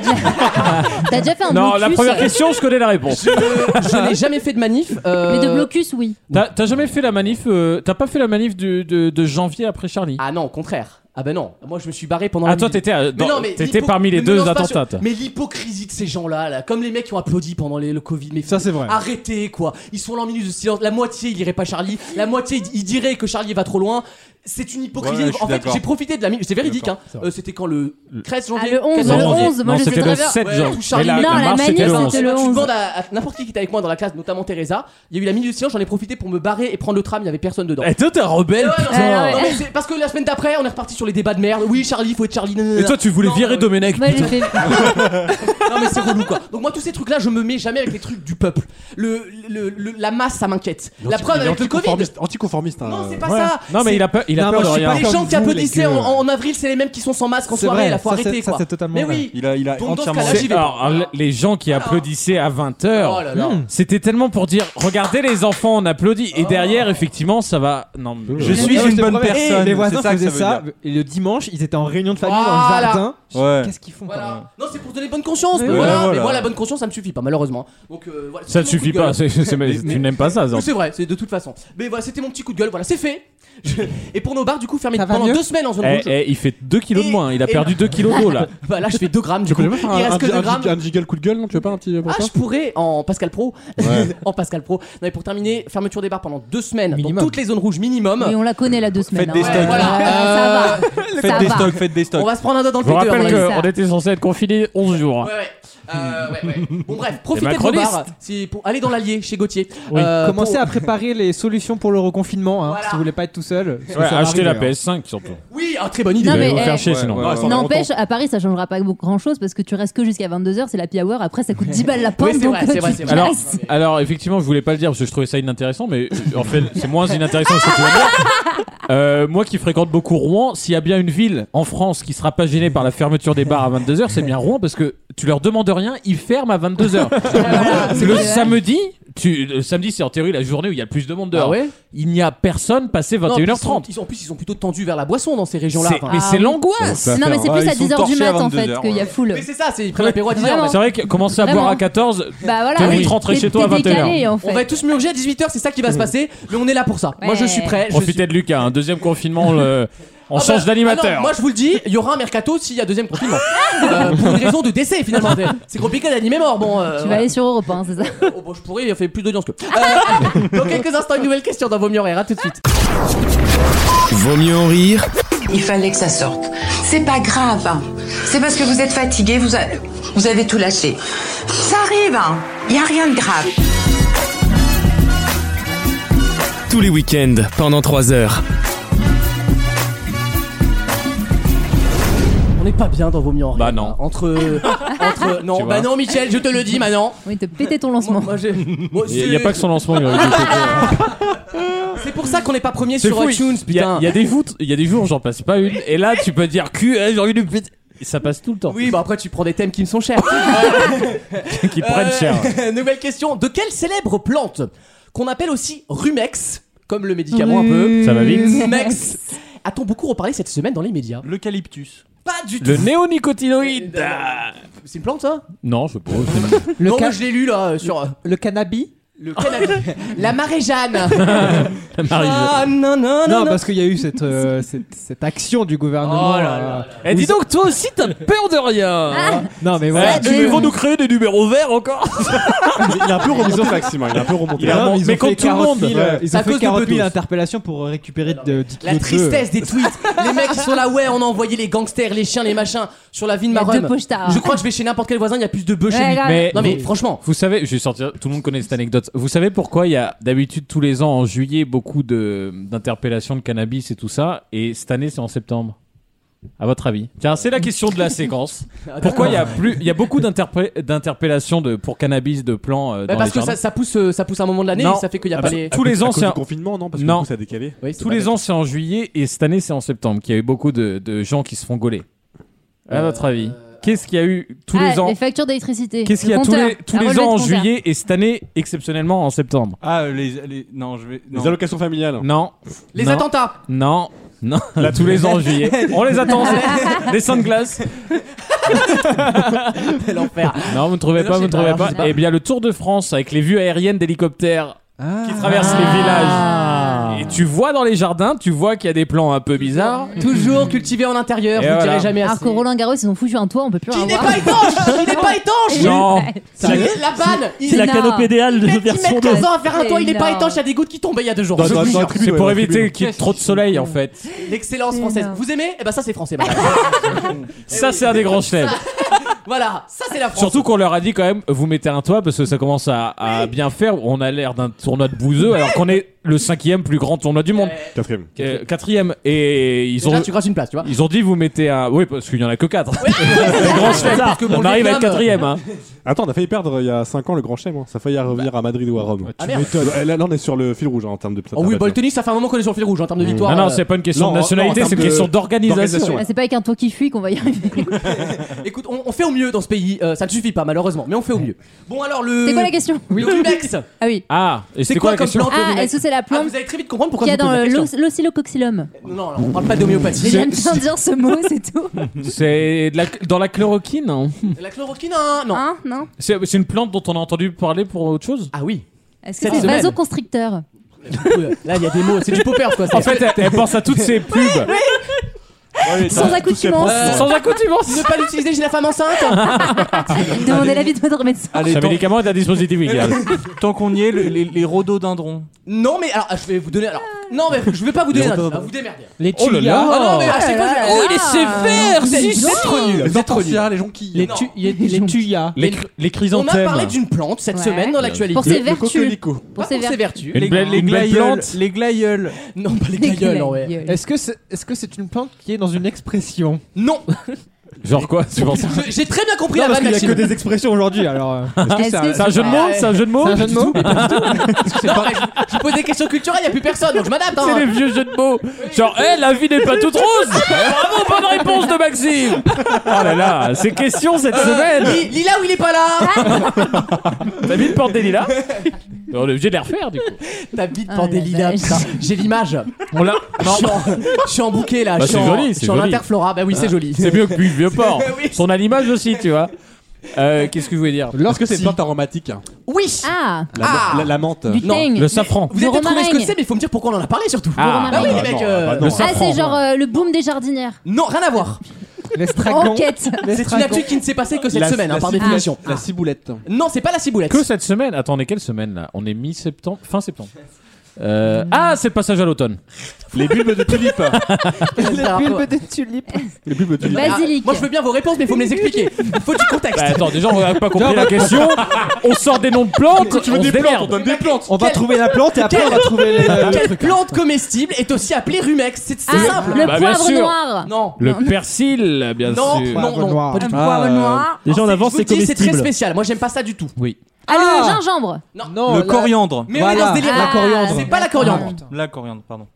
Speaker 7: T'as déjà fait un
Speaker 3: Non,
Speaker 7: blocus
Speaker 3: la première
Speaker 7: [laughs]
Speaker 3: question, hein. je connais la réponse.
Speaker 1: Je n'ai jamais fait de manif. [laughs] euh,
Speaker 7: Mais de blocus, oui.
Speaker 3: T'as t'as jamais fait la manif euh, T'as pas fait la manif du- de, de janvier après Charlie
Speaker 1: Ah non, au contraire. Ah ben non, moi je me suis barré pendant.
Speaker 3: Ah,
Speaker 1: la
Speaker 3: toi,
Speaker 1: musique.
Speaker 3: t'étais, euh,
Speaker 1: Mais
Speaker 3: dans-
Speaker 1: non, mais
Speaker 3: t'étais
Speaker 1: l'hypo-
Speaker 3: parmi les
Speaker 1: mais
Speaker 3: deux
Speaker 1: non, c'est pas sûr.
Speaker 3: attentats, toi.
Speaker 1: Mais l'hypocrisie de ces gens-là, là, comme les mecs qui ont applaudi pendant les- le Covid, mais
Speaker 9: Ça, c'est vrai.
Speaker 1: Arrêtez quoi. Ils sont là en minute de silence. La moitié il irait pas Charlie, la moitié il- il dirait que Charlie va trop loin. C'est une
Speaker 3: Ouais,
Speaker 1: hypocrisie.
Speaker 3: ouais, je suis
Speaker 1: en fait,
Speaker 3: d'accord.
Speaker 1: j'ai profité de la minute. C'est véridique.
Speaker 3: D'accord,
Speaker 1: hein.
Speaker 3: c'est
Speaker 1: Euh, C'était quand le 13 janvier.
Speaker 7: Ah, le 11,
Speaker 1: 14
Speaker 7: le
Speaker 1: janvier.
Speaker 7: 11, moi,
Speaker 3: Non,
Speaker 7: je
Speaker 3: c'était
Speaker 7: sais
Speaker 3: le
Speaker 7: très bien.
Speaker 3: 7
Speaker 1: Ouais,
Speaker 3: janvier.
Speaker 1: tout Charlie.
Speaker 3: Mais la-
Speaker 7: Non,
Speaker 3: la
Speaker 7: la
Speaker 3: marche, c'était
Speaker 7: manif,
Speaker 3: le
Speaker 7: c'était
Speaker 3: 11.
Speaker 7: le
Speaker 1: Tu
Speaker 7: 11.
Speaker 1: demandes à, à n'importe qui qui était avec moi dans la classe, notamment Teresa. Il y a eu la minute de silence, j'en ai profité pour me barrer et prendre le tram. Il y avait personne dedans.
Speaker 3: Et toi, t'es un rebelle,
Speaker 1: Ouais, non,
Speaker 3: Eh, putain.
Speaker 7: Ah,
Speaker 1: non, non, mais c'est parce que la semaine d'après, on est reparti sur les débats de merde. Oui, Charlie, faut être Charlie. euh,
Speaker 3: Et toi, tu voulais virer Domenech,
Speaker 7: Moi, j'ai
Speaker 3: putain.
Speaker 7: fait.
Speaker 1: [laughs] non mais c'est relou quoi. Donc moi tous ces trucs là je me mets jamais avec les trucs du peuple. Le, le- le- la masse ça m'inquiète. La preuve avec le Covid.
Speaker 2: Anticonformiste. anticonformiste
Speaker 1: Non, c'est pas
Speaker 2: Ouais.
Speaker 1: ça.
Speaker 3: Non, mais
Speaker 1: C'est-
Speaker 3: il a peur, il a
Speaker 2: Non,
Speaker 3: peur
Speaker 2: moi,
Speaker 3: de
Speaker 2: je suis
Speaker 3: rien.
Speaker 2: pas
Speaker 1: les
Speaker 2: Comme
Speaker 1: gens qui hein.
Speaker 2: vous, les
Speaker 1: applaudissaient en,
Speaker 2: gueux.
Speaker 1: en avril, c'est les mêmes qui sont sans masque en
Speaker 9: C'est
Speaker 1: soirée.
Speaker 9: vrai,
Speaker 1: là, faut
Speaker 9: ça,
Speaker 1: arrêter
Speaker 9: c'est- ça,
Speaker 1: quoi.
Speaker 9: c'est totalement
Speaker 1: Mais
Speaker 9: vrai.
Speaker 1: oui.
Speaker 19: Il a, il a
Speaker 1: Donc, dans ce
Speaker 19: entièrement.
Speaker 1: cas-là,
Speaker 19: C'est-
Speaker 1: j'y vais.
Speaker 3: Alors, l- les gens qui applaudissaient à 20h,
Speaker 1: Oh là Oh. là.
Speaker 3: c'était tellement pour dire regardez les enfants, on applaudit. Et derrière, effectivement, ça va. Non,
Speaker 19: Oh.
Speaker 3: mais-
Speaker 19: Je suis
Speaker 9: te
Speaker 19: une bonne
Speaker 9: promets, Eh,
Speaker 19: personne.
Speaker 9: Les voisins
Speaker 19: c'est ça que
Speaker 9: faisaient
Speaker 19: veut
Speaker 9: ça.
Speaker 19: dire.
Speaker 9: Et le dimanche, ils étaient en réunion de famille dans le
Speaker 1: Voilà.
Speaker 9: jardin.
Speaker 19: Ouais.
Speaker 9: Qu'est-ce qu'ils font quand même
Speaker 1: Voilà. Non, c'est pour donner bonne conscience.
Speaker 9: Ouais,
Speaker 1: mais voilà.
Speaker 19: voilà.
Speaker 1: Mais moi, la bonne conscience, ça me suffit pas, malheureusement. Donc, euh, voilà,
Speaker 3: Ça
Speaker 1: c'était
Speaker 3: te
Speaker 1: mon
Speaker 3: suffit
Speaker 1: coup de gueule.
Speaker 3: pas, c'est- c'est- mais tu n'aimes pas ça, Zan.
Speaker 1: Oui, c'est vrai, c'est de toute façon. Mais voilà, c'était mon petit coup de gueule. Voilà, c'est fait. Je- Et pour nos bars, du coup, fermés
Speaker 9: Ça va
Speaker 1: pendant
Speaker 9: mieux
Speaker 1: deux semaines en zone
Speaker 3: Eh,
Speaker 1: rouge.
Speaker 3: eh, il fait 2 kilos de
Speaker 1: Et-
Speaker 3: moins, il a
Speaker 1: et-
Speaker 3: perdu
Speaker 1: [laughs]
Speaker 3: 2 kilos d'eau là.
Speaker 1: Bah là, je fais 2 grammes du
Speaker 2: Tu
Speaker 1: coup.
Speaker 2: connais pas faire
Speaker 3: hein
Speaker 1: Il
Speaker 2: un,
Speaker 1: reste que
Speaker 2: un-
Speaker 1: 2
Speaker 2: un
Speaker 1: grammes.
Speaker 2: jig- un jiggle coup de gueule, non Tu veux pas un petit. pour
Speaker 1: Ah,
Speaker 2: ça
Speaker 1: je pourrais en Pascal Pro,
Speaker 2: Ouais.
Speaker 1: [laughs] en Pascal Pro. Non, et pour terminer, fermeture des bars pendant deux semaines dans
Speaker 9: Minimum.
Speaker 1: toutes les zones rouges minimum.
Speaker 7: Oui, on la connaît, la deux semaines.
Speaker 19: des
Speaker 7: hein.
Speaker 19: stocks.
Speaker 7: Voilà,
Speaker 1: Euh,
Speaker 7: ça va.
Speaker 19: Faites
Speaker 7: Ça
Speaker 19: des
Speaker 7: va.
Speaker 19: stocks, faites des stocks.
Speaker 1: On va se prendre un doigt dans le hein,
Speaker 3: Je vous
Speaker 1: cul deux, à
Speaker 3: rappelle
Speaker 1: mon avis.
Speaker 3: qu'on était censé être confiné 11 jours.
Speaker 1: Ouais, ouais. Euh, ouais, ouais. Bon bref, profitez de vos
Speaker 3: macronistes.
Speaker 1: bars si, pour aller dans l'Allier chez Gauthier.
Speaker 9: Oui.
Speaker 1: Euh,
Speaker 9: Commencez
Speaker 1: pour-
Speaker 9: à préparer les solutions pour le reconfinement hein,
Speaker 1: Voilà.
Speaker 9: si vous voulez pas être tout seul.
Speaker 3: Ouais, achetez la
Speaker 9: hein.
Speaker 3: PS5 surtout.
Speaker 1: Oui, ah, très bonne idée.
Speaker 7: Non,
Speaker 3: Vous allez
Speaker 7: mais,
Speaker 3: vous
Speaker 7: eh,
Speaker 3: faire chier sinon.
Speaker 2: ouais, ouais, ouais.
Speaker 7: N'empêche, à Paris, ça changera pas grand chose parce que tu restes que jusqu'à 22h, c'est la pi hour. Après, ça coûte 10 balles la pomme.
Speaker 1: Oui, c'est
Speaker 7: donc euh,
Speaker 1: vrai, c'est
Speaker 7: tu
Speaker 1: vrai, c'est vrai.
Speaker 3: Alors,
Speaker 7: restes.
Speaker 3: alors, effectivement, je voulais pas le dire parce que je trouvais ça inintéressant, mais euh, en fait, c'est moins inintéressant ce que tu vas dire. Euh, moi qui fréquente beaucoup Rouen, s'il y a bien une ville en France qui sera pas gênée par la fermeture des bars à 22h, c'est bien Rouen parce que tu leur demandes rien, ils ferment à
Speaker 1: [laughs]
Speaker 3: 22h.
Speaker 1: Ah
Speaker 3: le samedi, tu, le samedi c'est en théorie la journée où il y a le plus de monde dehors.
Speaker 1: Ah ouais
Speaker 3: Il n'y a personne passé
Speaker 1: Non, puis ils sont-
Speaker 3: 21h30.
Speaker 1: ils sont- En plus, ils sont plutôt tendus vers la boisson dans ces régions-là.
Speaker 3: C'est-
Speaker 1: enfin. euh,
Speaker 3: mais c'est
Speaker 7: oui.
Speaker 3: l'angoisse.
Speaker 7: Non, mais c'est
Speaker 19: Ouais,
Speaker 7: plus à
Speaker 19: ils sont
Speaker 7: 10h du
Speaker 19: torchés à
Speaker 7: mat en fait
Speaker 19: 22h,
Speaker 7: qu'il y a foule.
Speaker 1: Mais c'est ça, c'est ils prennent l'apéro à 10h.
Speaker 7: Vraiment.
Speaker 3: C'est vrai que commencer à
Speaker 7: Vraiment.
Speaker 3: boire à 14,
Speaker 7: Bah voilà.
Speaker 3: T'as envie de
Speaker 7: t'es-
Speaker 3: rentrer chez toi à
Speaker 7: t'es décalé,
Speaker 3: 21.
Speaker 7: en fait. Mm.
Speaker 1: On va être tous murgés à 18h, c'est ça qui va se passer. Mais on est là pour ça. Moi, je suis prêt. je suis-
Speaker 3: profitez de Lucas, un deuxième confinement, le- on
Speaker 1: Ah bah,
Speaker 3: change
Speaker 1: ah non,
Speaker 3: d'animateur.
Speaker 1: moi je vous le dis, il y aura un mercato s'il y a deuxième
Speaker 7: [laughs]
Speaker 1: confinement. Euh, pour une raison de décès finalement. C'est compliqué d'animer mort. Bon, euh,
Speaker 7: Tu vas
Speaker 1: voilà.
Speaker 7: aller sur Europe 1, c'est ça
Speaker 1: Oh, bon, je pourrais, il fait plus d'audience que. Euh, [laughs] dans quelques instants, une nouvelle question dans Vos mieux en rire. À tout de suite.
Speaker 4: Vaut mieux en rire
Speaker 8: Il fallait que ça sorte. C'est pas grave. hein. C'est parce que vous êtes fatigué, vous, a- vous avez tout lâché. Ça arrive. hein. Il n'y a rien de grave.
Speaker 4: tous les week-ends pendant 3 heures.
Speaker 1: On n'est pas bien dans Vos mieux en rire.
Speaker 3: Bah non.
Speaker 1: Entre.
Speaker 3: [laughs]
Speaker 1: entre
Speaker 3: Tu
Speaker 1: non,
Speaker 3: vois.
Speaker 1: bah non, Michel, je te le dis maintenant.
Speaker 7: Oui, te péter ton lancement.
Speaker 1: Moi, j'ai- moi,
Speaker 3: Il n'y a
Speaker 1: c'est-
Speaker 3: pas que son lancement. il aurait dû sauter.
Speaker 1: C'est pour ça qu'on n'est pas premier
Speaker 3: C'est
Speaker 1: sur
Speaker 3: fou.
Speaker 1: iTunes,
Speaker 3: Il y a,
Speaker 1: putain.
Speaker 3: il y a des voûtes- il y a des jours, j'en passe pas une. Et là, tu peux dire cul, eh, j'ai envie de péter. ça passe tout le temps.
Speaker 1: Oui, bah après tu prends des thèmes qui me sont chers.
Speaker 3: [laughs]
Speaker 1: Euh,
Speaker 3: Qui prennent cher.
Speaker 1: [laughs] Nouvelle question. De quelle célèbre plante, qu'on appelle aussi rumex, comme le médicament un peu
Speaker 3: Ça va vite.
Speaker 1: Rumex. A-t-on beaucoup reparlé cette semaine dans les médias Oh, L'eucalyptus. Pas du tout.
Speaker 3: Le néonicotinoïde.
Speaker 1: C'est une plante, ça
Speaker 3: Non, je pose.
Speaker 1: Le non, moi, je l'ai lu là euh, sur.
Speaker 9: Le cannabis
Speaker 1: Le cannabis.
Speaker 7: [laughs]
Speaker 1: La maréjane. Ah,
Speaker 9: Ah
Speaker 1: non, non, non, non.
Speaker 9: parce qu'il y a eu cette, euh, cette, cette action du gouvernement.
Speaker 3: Oh là
Speaker 9: euh,
Speaker 3: là
Speaker 9: où
Speaker 1: Eh,
Speaker 3: Et dis
Speaker 9: ils-
Speaker 3: donc, toi aussi, t'as peur de rien.
Speaker 9: Non, mais
Speaker 3: Eh,
Speaker 9: voilà.
Speaker 3: ils vont nous créer des numéros verts encore.
Speaker 2: Il a un peu remonté Maxime, hein, il a un peu remonté.
Speaker 9: Il a remonté.
Speaker 3: Mais
Speaker 9: Ils ont fait
Speaker 3: contre tout le
Speaker 9: 40
Speaker 3: monde.
Speaker 9: 000, euh, Ils ont
Speaker 1: À cause
Speaker 9: fait
Speaker 1: de
Speaker 9: 40 000
Speaker 1: Bluetooth.
Speaker 9: interpellations pour récupérer de, 10
Speaker 1: La tristesse des tweets. les mecs qui sont là, ouais, on a envoyé les gangsters, les chiens, les machins sur la ville de
Speaker 7: Il y a
Speaker 1: Marum.
Speaker 7: deux pochetard.
Speaker 1: Je crois que je vais chez n'importe quel voisin, il y a plus de bœufs chez
Speaker 7: Ouais,
Speaker 1: lui.
Speaker 7: grave.
Speaker 3: Mais
Speaker 1: non mais
Speaker 3: vous-
Speaker 1: franchement.
Speaker 3: Vous savez, je vais sortir. Tout le monde connaît cette anecdote. Vous savez pourquoi il y a d'habitude tous les ans en juillet beaucoup de d'interpellations de cannabis et tout ça, et cette année c'est en septembre. À votre avis Tiens, c'est la question de la
Speaker 2: [laughs]
Speaker 3: séquence. Pourquoi il y a plus, il y a beaucoup d'interpe- d'interpellations de pour cannabis de plants euh,
Speaker 1: Bah,
Speaker 3: dans
Speaker 1: parce
Speaker 3: les
Speaker 1: que
Speaker 3: jardins.
Speaker 1: ça, ça pousse, euh, ça pousse un moment de l'année
Speaker 3: Non.
Speaker 1: et ça fait qu'il n'y a
Speaker 3: Ah,
Speaker 1: pas
Speaker 3: parce-
Speaker 1: les.
Speaker 3: tous les
Speaker 2: à
Speaker 3: ans
Speaker 2: cause
Speaker 3: c'est
Speaker 2: du
Speaker 3: un
Speaker 2: confinement, non Parce que
Speaker 3: Non.
Speaker 2: du coup, ça a décalé.
Speaker 1: Oui, c'est
Speaker 3: tous
Speaker 1: pas
Speaker 3: les ans c'est en juillet et cette année c'est en septembre qu'il y a eu beaucoup de, de gens qui se font gauler.
Speaker 2: Euh,
Speaker 3: À votre avis, qu'est-ce qu'il y a eu tous
Speaker 7: Ah,
Speaker 3: les ans
Speaker 7: factures d'électricité.
Speaker 3: Qu'est-ce qu'il y a
Speaker 7: Le
Speaker 3: tous les,
Speaker 7: compteur.
Speaker 3: tous
Speaker 7: La
Speaker 3: les
Speaker 7: relevée
Speaker 3: ans en
Speaker 7: de compteur.
Speaker 3: juillet et cette année exceptionnellement en septembre
Speaker 4: Ah, les, les- Non, je vais. non.
Speaker 2: Les allocations familiales.
Speaker 3: Non.
Speaker 1: Les
Speaker 3: Non.
Speaker 1: attentats.
Speaker 3: Non.
Speaker 2: [laughs]
Speaker 3: Non. tous
Speaker 4: [laughs]
Speaker 3: les ans en juillet. On les
Speaker 1: [laughs]
Speaker 3: attend. c'est- Des seins de glace.
Speaker 1: L'enfer.
Speaker 3: Non, vous ne trouvez
Speaker 1: Mais non,
Speaker 3: pas,
Speaker 1: je
Speaker 3: vous ne
Speaker 1: sais
Speaker 3: trouvez
Speaker 1: pas, je
Speaker 3: pas.
Speaker 1: sais pas.
Speaker 3: Eh bien, le Tour de France avec les vues aériennes d'hélicoptères
Speaker 2: Ah.
Speaker 3: qui traversent les
Speaker 1: Ah.
Speaker 3: villages. Et tu vois dans les jardins, tu vois qu'il y a des plans un peu bizarres.
Speaker 1: Toujours cultivé en intérieur,
Speaker 3: Et
Speaker 1: vous ne
Speaker 3: voilà.
Speaker 1: direz jamais
Speaker 7: Alors
Speaker 1: assez.
Speaker 7: que Roland Garros, ils ont foutu un toit, on peut plus
Speaker 1: Qui n'est
Speaker 7: avoir.
Speaker 1: pas étanche
Speaker 7: [laughs]
Speaker 1: Il n'est pas étanche
Speaker 3: Non.
Speaker 1: C'est La banne
Speaker 10: C'est la canopédéale de version 2.
Speaker 1: 15 ans à faire un
Speaker 7: C'est
Speaker 1: toit, il n'est pas
Speaker 7: énorme.
Speaker 1: étanche, il y a des gouttes qui tombaient il y a deux jours.
Speaker 2: Dans-
Speaker 1: Je
Speaker 2: dans-
Speaker 1: vous
Speaker 2: dans
Speaker 1: jure.
Speaker 2: un tribune,
Speaker 3: C'est
Speaker 2: ouais,
Speaker 3: pour
Speaker 2: dans un
Speaker 3: éviter
Speaker 2: tribune.
Speaker 3: qu'il y ait trop de soleil en fait.
Speaker 1: [laughs] L'excellence française. Vous aimez Eh ben ça c'est français. madame.
Speaker 3: Ça, c'est un des grands chefs.
Speaker 1: voilà, ça c'est la France.
Speaker 3: Surtout qu'on leur a dit quand même, vous mettez un toit parce que ça commence à, à bien faire. On a l'air d'un tournoi de bouseux alors qu'on est le cinquième plus grand tournoi du monde.
Speaker 2: Quatrième.
Speaker 3: Euh, quatrième. Et ils
Speaker 1: Déjà,
Speaker 3: ont,
Speaker 1: tu craches une place, tu vois.
Speaker 3: ils ont dit, vous mettez un.
Speaker 1: [laughs]
Speaker 3: Oui, parce qu'il y en a que quatre. Le grand
Speaker 1: c'est
Speaker 3: chelem.
Speaker 1: ça, parce que bon,
Speaker 3: On
Speaker 1: le
Speaker 3: arrive à être
Speaker 1: Vietnam,
Speaker 3: quatrième. hein.
Speaker 2: Attends, on a failli perdre il y a 5 ans le Grand Chelem. hein. Ça a failli revenir à Madrid ou à Rome.
Speaker 1: Ah, merde.
Speaker 2: m'étonnes. Eh, Là, là, on est sur le fil rouge hein, en termes de
Speaker 1: Oh oui, bah, le tennis, ça fait un moment qu'on est sur le fil rouge en termes de victoire.
Speaker 3: Ah non,
Speaker 1: euh,
Speaker 3: c'est pas une question
Speaker 2: non,
Speaker 3: de nationalité,
Speaker 2: non, en
Speaker 3: c'est une
Speaker 2: termes
Speaker 3: question
Speaker 2: de-
Speaker 3: d'organisation.
Speaker 2: d'organisation.
Speaker 7: Ouais, Ah, C'est pas avec un toit qui fuit qu'on va y arriver.
Speaker 1: [laughs] Écoute, on, on fait au mieux dans ce pays. euh, ça ne suffit pas, malheureusement, mais on fait au mieux. Bon, alors le.
Speaker 7: C'est quoi la question
Speaker 1: Le rumex.
Speaker 7: Ah oui.
Speaker 3: Ah, et
Speaker 1: C'est
Speaker 3: c'est quoi
Speaker 1: quoi,
Speaker 3: la
Speaker 1: comme
Speaker 3: question
Speaker 1: plante le
Speaker 7: Ah,
Speaker 1: rumex
Speaker 7: est-ce que c'est la
Speaker 1: Ah,
Speaker 7: plante
Speaker 1: vous avez très vite compris pourquoi
Speaker 7: qu'il y a
Speaker 1: je vous
Speaker 7: dans
Speaker 1: pose la
Speaker 7: le-
Speaker 1: question.
Speaker 7: l'os- l'oscillococylum
Speaker 1: Non, non, on parle pas d'homéopathie.
Speaker 7: J'aime bien dire ce mot, c'est tout.
Speaker 3: C'est de la- dans la chloroquine hein.
Speaker 1: La chloroquine, hein, non.
Speaker 7: Hein Non
Speaker 3: C'est c'est une plante dont on a entendu parler pour autre chose
Speaker 1: Ah oui.
Speaker 7: Est-ce
Speaker 1: Cette
Speaker 7: que c'est
Speaker 1: semaine.
Speaker 7: vasoconstricteur
Speaker 1: Là, il y a des mots. C'est du popper, quoi. c'est-
Speaker 3: En fait, elle, elle pense à toutes ces pubs.
Speaker 7: Sans accoutumance.
Speaker 3: Sans accoutumance
Speaker 1: ne pas l'utiliser chez la femme enceinte.
Speaker 3: [laughs]
Speaker 1: Ah,
Speaker 7: Demandez l'avis de votre médecin.
Speaker 4: Allez,
Speaker 3: Ce
Speaker 4: tant,
Speaker 3: médicament est un dispositif légal.
Speaker 4: tant qu'on y est, le- les, les rhododendrons.
Speaker 1: Non, mais alors, je vais vous donner. Alors, non, mais je vais pas vous donner.
Speaker 4: Non,
Speaker 1: d'indice.
Speaker 4: non,
Speaker 1: Vous démerdez.
Speaker 9: Les
Speaker 3: Oh là là.
Speaker 9: tuyas.
Speaker 1: Ah non, mais à chaque fois, je-
Speaker 7: Oh,
Speaker 9: Ah.
Speaker 7: il est
Speaker 1: sévère,
Speaker 9: c'est-
Speaker 1: Vous êtes trop nuls. Vous êtes trop nuls.
Speaker 2: les gens qui.
Speaker 9: Les,
Speaker 1: Non.
Speaker 9: tu- y a- les tuyas.
Speaker 3: Les, cr- les
Speaker 1: On a
Speaker 3: chrysanthèmes.
Speaker 1: parlé d'une plante cette
Speaker 7: Ouais.
Speaker 1: semaine dans
Speaker 7: Pour
Speaker 1: l'actualité.
Speaker 7: ses vertus.
Speaker 2: Coquelicot.
Speaker 7: Pour
Speaker 1: Pas
Speaker 7: ses
Speaker 1: pour ses
Speaker 7: vertus.
Speaker 1: vertus.
Speaker 3: Une belle,
Speaker 4: les
Speaker 3: une belle
Speaker 4: glaïeuls.
Speaker 3: plante.
Speaker 4: Les glaïeuls.
Speaker 1: Non, pas les glaïeuls, en vrai.
Speaker 9: Est-ce que c'est est -ce c'est une plante qui est dans une expression
Speaker 1: Non,
Speaker 3: Genre quoi tu penses-
Speaker 1: Je- j'ai très bien compris
Speaker 9: Non,
Speaker 1: la
Speaker 9: parce
Speaker 1: vanne,
Speaker 9: qu'il y a
Speaker 1: Maxime.
Speaker 9: que des expressions aujourd'hui. Alors, euh, est-ce que
Speaker 7: Est-ce
Speaker 9: c'est un-
Speaker 7: que
Speaker 9: c'est
Speaker 3: C'est un jeu de mots C'est un jeu de mots
Speaker 9: un jeu de mots
Speaker 1: Non, mais je, je pose des questions culturelles, il a plus personne, donc je m'adapte. hein.
Speaker 3: C'est les vieux jeux de mots. Genre, hé, la vie n'est pas toute rose. Bravo, bonne réponse de Maxime. Oh là là, ces questions cette semaine.
Speaker 1: Euh, Li- Lila ou il est pas là
Speaker 3: T'as mis le porte-délit là On est obligé de les refaire du coup.
Speaker 1: [laughs] Ta bite
Speaker 7: Oh
Speaker 1: pendait
Speaker 7: la
Speaker 1: Lila,
Speaker 7: vache.
Speaker 1: putain. J'ai l'image.
Speaker 3: On l'a.
Speaker 1: Je suis en- je suis en bouquet là.
Speaker 3: Bah,
Speaker 1: Ah, je suis
Speaker 3: c'est
Speaker 1: en-
Speaker 3: joli,
Speaker 1: Je
Speaker 3: c'est
Speaker 1: suis en
Speaker 3: joli. Ah.
Speaker 1: interflora. Bah oui, c'est joli.
Speaker 3: C'est mieux que puis
Speaker 1: [laughs]
Speaker 3: vieux port.
Speaker 1: Oui.
Speaker 3: Son à l'image aussi, tu vois. Euh, Qu'est-ce que je voulais dire
Speaker 2: Est-ce que c'est une plante aromatique hein
Speaker 1: Oui.
Speaker 7: Ah,
Speaker 2: La,
Speaker 1: Ah.
Speaker 2: la- la menthe.
Speaker 7: du
Speaker 3: Non,
Speaker 7: teigne.
Speaker 3: le safran.
Speaker 1: Vous avez peut-être trouvé ce que
Speaker 7: romarin.
Speaker 1: c'est, mais il faut me dire pourquoi on en a parlé surtout.
Speaker 3: Ah,
Speaker 1: bah oui,
Speaker 2: bah
Speaker 1: les mecs.
Speaker 2: non,
Speaker 1: euh,
Speaker 2: bah
Speaker 3: Le
Speaker 2: non.
Speaker 7: Ah,
Speaker 3: safran.
Speaker 7: c'est genre euh, le boom des jardinières.
Speaker 1: Non, rien à voir.
Speaker 9: L'estragon.
Speaker 7: Enquête.
Speaker 1: C'est une actu qui ne s'est passée que cette
Speaker 2: La-
Speaker 1: semaine, hein,
Speaker 2: la
Speaker 1: par
Speaker 2: ciboulette.
Speaker 1: définition.
Speaker 2: La ciboulette.
Speaker 1: Non, c'est pas la ciboulette.
Speaker 3: Que cette semaine Attends, on est quelle semaine là On est mi-septembre Fin septembre. Euh, Ah, c'est le passage à l'automne.
Speaker 2: Les bulbes de
Speaker 3: [laughs]
Speaker 2: tulipe.
Speaker 1: Ah,
Speaker 9: Bulbe de tulipe.
Speaker 2: Les bulbes de tulipe.
Speaker 7: Basilic.
Speaker 1: Moi, je veux bien vos réponses, mais il faut me
Speaker 7: [laughs]
Speaker 1: les expliquer. Il faut du contexte.
Speaker 3: Bah, attends, déjà on n'a pas compris la question. On sort des noms de plantes. on se démerde.
Speaker 1: des plantes.
Speaker 9: On va
Speaker 1: Quelle-
Speaker 9: trouver la plante et après on va
Speaker 1: Quelle-
Speaker 9: trouver le, le
Speaker 1: Quelle
Speaker 3: hein.
Speaker 9: truc.
Speaker 1: plante comestible est aussi appelée rumex C'est c'est
Speaker 7: Ah,
Speaker 1: simple.
Speaker 7: le
Speaker 3: Bah, bien
Speaker 7: poivre
Speaker 3: sûr.
Speaker 7: noir.
Speaker 1: Non.
Speaker 3: Le persil, bien
Speaker 1: Non,
Speaker 3: sûr. Ah.
Speaker 1: non,
Speaker 9: Poivre
Speaker 1: non,
Speaker 9: noir.
Speaker 1: pas du tout.
Speaker 7: Poivre noir.
Speaker 10: Déjà, on
Speaker 1: Je
Speaker 10: avance,
Speaker 1: vous
Speaker 10: c'est
Speaker 1: le dis, c'est très
Speaker 10: comestible.
Speaker 1: spécial. Moi, j'aime pas ça du tout.
Speaker 3: Oui.
Speaker 7: Ah, le
Speaker 9: Ah.
Speaker 7: gingembre.
Speaker 1: Non.
Speaker 9: Non,
Speaker 4: le
Speaker 9: la-
Speaker 4: coriandre.
Speaker 1: Mais on est
Speaker 9: Voilà.
Speaker 1: dans ce délire.
Speaker 7: La
Speaker 1: là
Speaker 7: coriandre.
Speaker 1: C'est pas la coriandre.
Speaker 4: La coriandre, pardon.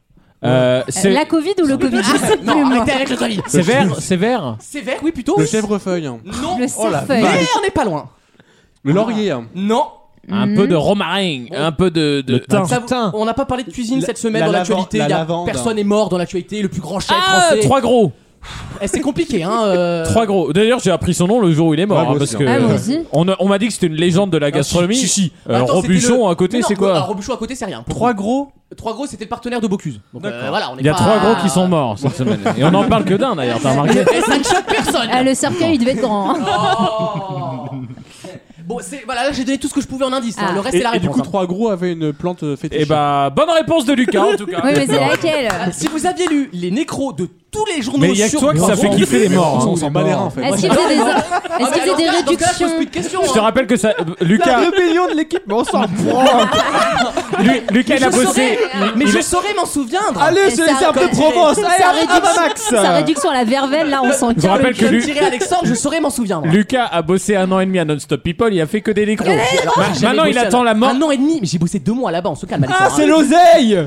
Speaker 3: Euh, c'est-
Speaker 7: La Covid ou le Covid Je sais plus.
Speaker 1: Non,
Speaker 7: moi.
Speaker 1: arrêtez avec le Covid.
Speaker 3: C'est vert, c'est vert.
Speaker 1: C'est vert, oui, plutôt.
Speaker 2: Le chèvrefeuille. hein.
Speaker 1: Non,
Speaker 7: Le
Speaker 1: Oh la
Speaker 7: cerfeuil.
Speaker 1: vache. Mais on n'est pas loin.
Speaker 2: Le laurier. hein.
Speaker 1: Non.
Speaker 3: Un peu de romarin, un peu de, de
Speaker 1: Ça vous- On n'a pas parlé de cuisine
Speaker 3: La-
Speaker 1: cette semaine
Speaker 3: la
Speaker 1: dans
Speaker 3: lavan-
Speaker 1: l'actualité.
Speaker 3: la
Speaker 1: il y a-
Speaker 3: lavande.
Speaker 1: Personne est mort dans l'actualité. Le plus grand chef
Speaker 3: Ah,
Speaker 1: français.
Speaker 3: trois gros.
Speaker 1: Eh, C'est compliqué, hein. euh.
Speaker 3: Trois gros. D'ailleurs, j'ai appris son nom le jour où il est mort.
Speaker 1: Ouais, moi
Speaker 3: hein, parce
Speaker 1: aussi,
Speaker 3: que
Speaker 1: hein. Ah, moi aussi.
Speaker 3: on, a- on m'a dit que c'était une légende de la gastronomie.
Speaker 1: Ah, si, si.
Speaker 3: Euh,
Speaker 1: Attends, c'était
Speaker 3: Robuchon
Speaker 1: le-
Speaker 3: à côté,
Speaker 1: Mais non,
Speaker 3: c'est
Speaker 1: ah,
Speaker 3: quoi
Speaker 1: Robuchon à côté, c'est rien.
Speaker 3: Trois gros.
Speaker 1: Trois gros, c'était le partenaire de Bocuse. Donc euh, voilà, on est
Speaker 3: Il y a
Speaker 1: pas-
Speaker 3: trois gros qui sont morts cette semaine. Et on en parle que d'un d'ailleurs, t'as remarqué
Speaker 1: Eh, ça ne choque personne. Oh.
Speaker 7: Ah, le cercueil, il devait être grand. hein.
Speaker 1: Bon, c'est voilà, là j'ai donné tout ce que je pouvais en indice. hein.
Speaker 7: Ah.
Speaker 1: Le reste
Speaker 2: et,
Speaker 1: c'est la
Speaker 2: et du
Speaker 1: réponse.
Speaker 2: coup, trois gros avaient une plante euh, fétiche. Et
Speaker 3: bah, bonne réponse de Lucas en tout
Speaker 1: hein.
Speaker 7: Oui, mais c'est laquelle
Speaker 1: Ah, Si vous aviez lu les nécros de tous les journaux
Speaker 3: Mais il y a que
Speaker 1: sur
Speaker 3: toi qui ça fait kiffer les morts. hein.
Speaker 2: On s'en bat les reins, en fait.
Speaker 7: Est-ce qu'il faisait des,
Speaker 1: Ah,
Speaker 7: est-ce
Speaker 1: mais
Speaker 7: qu'il faisait
Speaker 1: alors,
Speaker 7: des
Speaker 1: là, donc là, je
Speaker 7: réductions
Speaker 1: pose plus de questions.
Speaker 3: Je te
Speaker 1: hein.
Speaker 3: rappelle que ça, euh, Lucas,
Speaker 20: La rébellion de l'équipe, mais on s'en
Speaker 3: [laughs] Lu- Lucas
Speaker 1: Mais
Speaker 3: il a
Speaker 1: je
Speaker 3: bossé.
Speaker 1: saurais- Mais
Speaker 3: il-
Speaker 1: je saurais m'en souviendre.
Speaker 20: Allez,
Speaker 7: Et
Speaker 20: c'est
Speaker 7: ça
Speaker 20: c'est un peu
Speaker 7: raconte-
Speaker 20: Provence. Allez,
Speaker 7: Sa
Speaker 20: à ma max.
Speaker 7: réduction, sa réduction à la verveine, là, on s'en
Speaker 3: Je vous
Speaker 7: calme.
Speaker 3: rappelle que
Speaker 1: Je
Speaker 3: Lu-
Speaker 1: dirais Alexandre, je saurais m'en souvenir. moi.
Speaker 3: Lucas a bossé un an et demi à Non-Stop People, il a fait que des nécros.
Speaker 1: Alors,
Speaker 3: Ma-
Speaker 1: j'ai jamais
Speaker 3: Maintenant, il
Speaker 1: bossé
Speaker 3: attend
Speaker 1: à-
Speaker 3: la mort.
Speaker 1: Un an et demi, mais j'ai bossé deux mois là-bas, on se calme.
Speaker 20: Ah,
Speaker 1: Alexandre,
Speaker 20: c'est
Speaker 1: hein.
Speaker 20: l'oseille.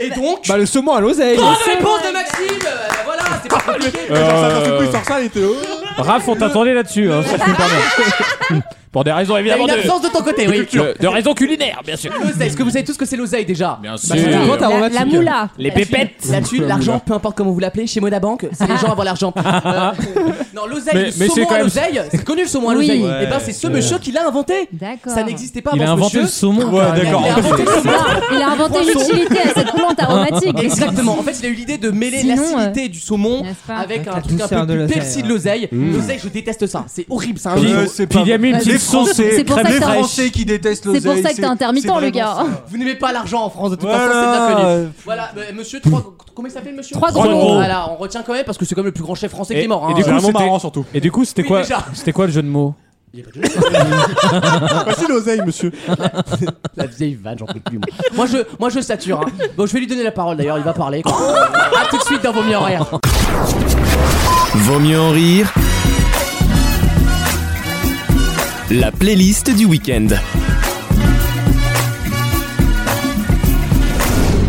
Speaker 1: Et donc,
Speaker 20: Bah, le saumon à l'oseille.
Speaker 1: bonne réponse de Maxime. Euh, Voilà, c'est pas compliqué.
Speaker 3: Euh, Raph, on t'attendait là-dessus, hein, si tu me permets. [laughs] Pour des raisons
Speaker 1: Il y a
Speaker 3: évidemment
Speaker 1: une absence
Speaker 3: de.
Speaker 1: de ton côté, oui.
Speaker 3: de- de raisons culinaires, bien sûr.
Speaker 1: L'oseille, est-ce que vous savez tous ce que c'est l'oseille déjà
Speaker 3: Bien
Speaker 1: Bah, c'est
Speaker 3: sûr.
Speaker 1: une
Speaker 20: T'as
Speaker 7: La,
Speaker 20: romantique.
Speaker 7: la moula.
Speaker 3: Les pépettes.
Speaker 1: Là-dessus, l'argent, peu importe comment vous l'appelez, chez Moda Banque, c'est les gens
Speaker 3: [laughs]
Speaker 1: avoir l'argent. Euh, non, l'oseille,
Speaker 3: Mais-
Speaker 1: le
Speaker 3: mais c'est
Speaker 1: saumon
Speaker 3: quand
Speaker 1: à
Speaker 3: même-
Speaker 1: l'oseille, c'est connu le saumon à
Speaker 7: Oui.
Speaker 1: l'oseille.
Speaker 7: Ouais,
Speaker 1: Et ben, c'est ce
Speaker 3: ouais.
Speaker 1: monsieur qui l'a inventé.
Speaker 7: D'accord.
Speaker 1: Ça n'existait pas avant
Speaker 3: Il a
Speaker 1: ce
Speaker 3: inventé
Speaker 1: monsieur.
Speaker 3: le saumon.
Speaker 2: Ouais, d'accord.
Speaker 1: Il a inventé le saumon.
Speaker 7: Il a inventé
Speaker 1: Poisson.
Speaker 7: l'utilité à cette plante aromatique.
Speaker 1: Exactement. En fait, il a eu l'idée de mêler
Speaker 7: Sinon,
Speaker 1: l'acidité du saumon
Speaker 7: n'est-ce pas
Speaker 1: avec un
Speaker 20: la
Speaker 1: truc un
Speaker 20: douceur
Speaker 1: peu
Speaker 20: de
Speaker 1: plus
Speaker 20: l'oseille,
Speaker 1: persil de
Speaker 20: ouais.
Speaker 1: l'oseille.
Speaker 2: Mm.
Speaker 1: L'oseille, je déteste ça. C'est horrible, c'est un
Speaker 3: Puis-
Speaker 1: jeu.
Speaker 4: Ah, c'est
Speaker 3: Puis
Speaker 4: pas-
Speaker 3: il y a
Speaker 1: Ah,
Speaker 3: mis une
Speaker 4: Les
Speaker 3: petite sauce.
Speaker 4: Français,
Speaker 7: C'est pour ça
Speaker 4: crème
Speaker 7: que t'as-
Speaker 4: Français qui détestent
Speaker 7: C'est
Speaker 4: l'oseille.
Speaker 7: pour ça que t'es intermittent,
Speaker 4: c'est
Speaker 7: le gars.
Speaker 4: vraiment ça.
Speaker 1: Vous n'aimez pas l'argent en France, de toute façon, c'est
Speaker 4: Voilà.
Speaker 1: bien connu. Voilà, euh, monsieur, trois... comment ça fait le monsieur
Speaker 7: Trois
Speaker 3: Trois gros. gros.
Speaker 1: Voilà, on retient quand même parce que c'est comme le plus grand chef français qui est mort. hein.
Speaker 3: du coup,
Speaker 2: vraiment
Speaker 3: c'était-
Speaker 2: marrant, surtout.
Speaker 3: Et du coup, c'était
Speaker 1: Oui,
Speaker 3: quoi
Speaker 1: déjà.
Speaker 3: C'était quoi le jeu de mots
Speaker 2: [laughs] Voici l'oseille, monsieur.
Speaker 1: La vieille vanne, j'en peux plus. Moi, moi je, moi je sature. Hein. Bon, je vais lui donner la parole d'ailleurs, il va parler. quoi. à tout de suite dans vos mieux horaires.
Speaker 21: Vaut mieux en rire. La playlist du week-end.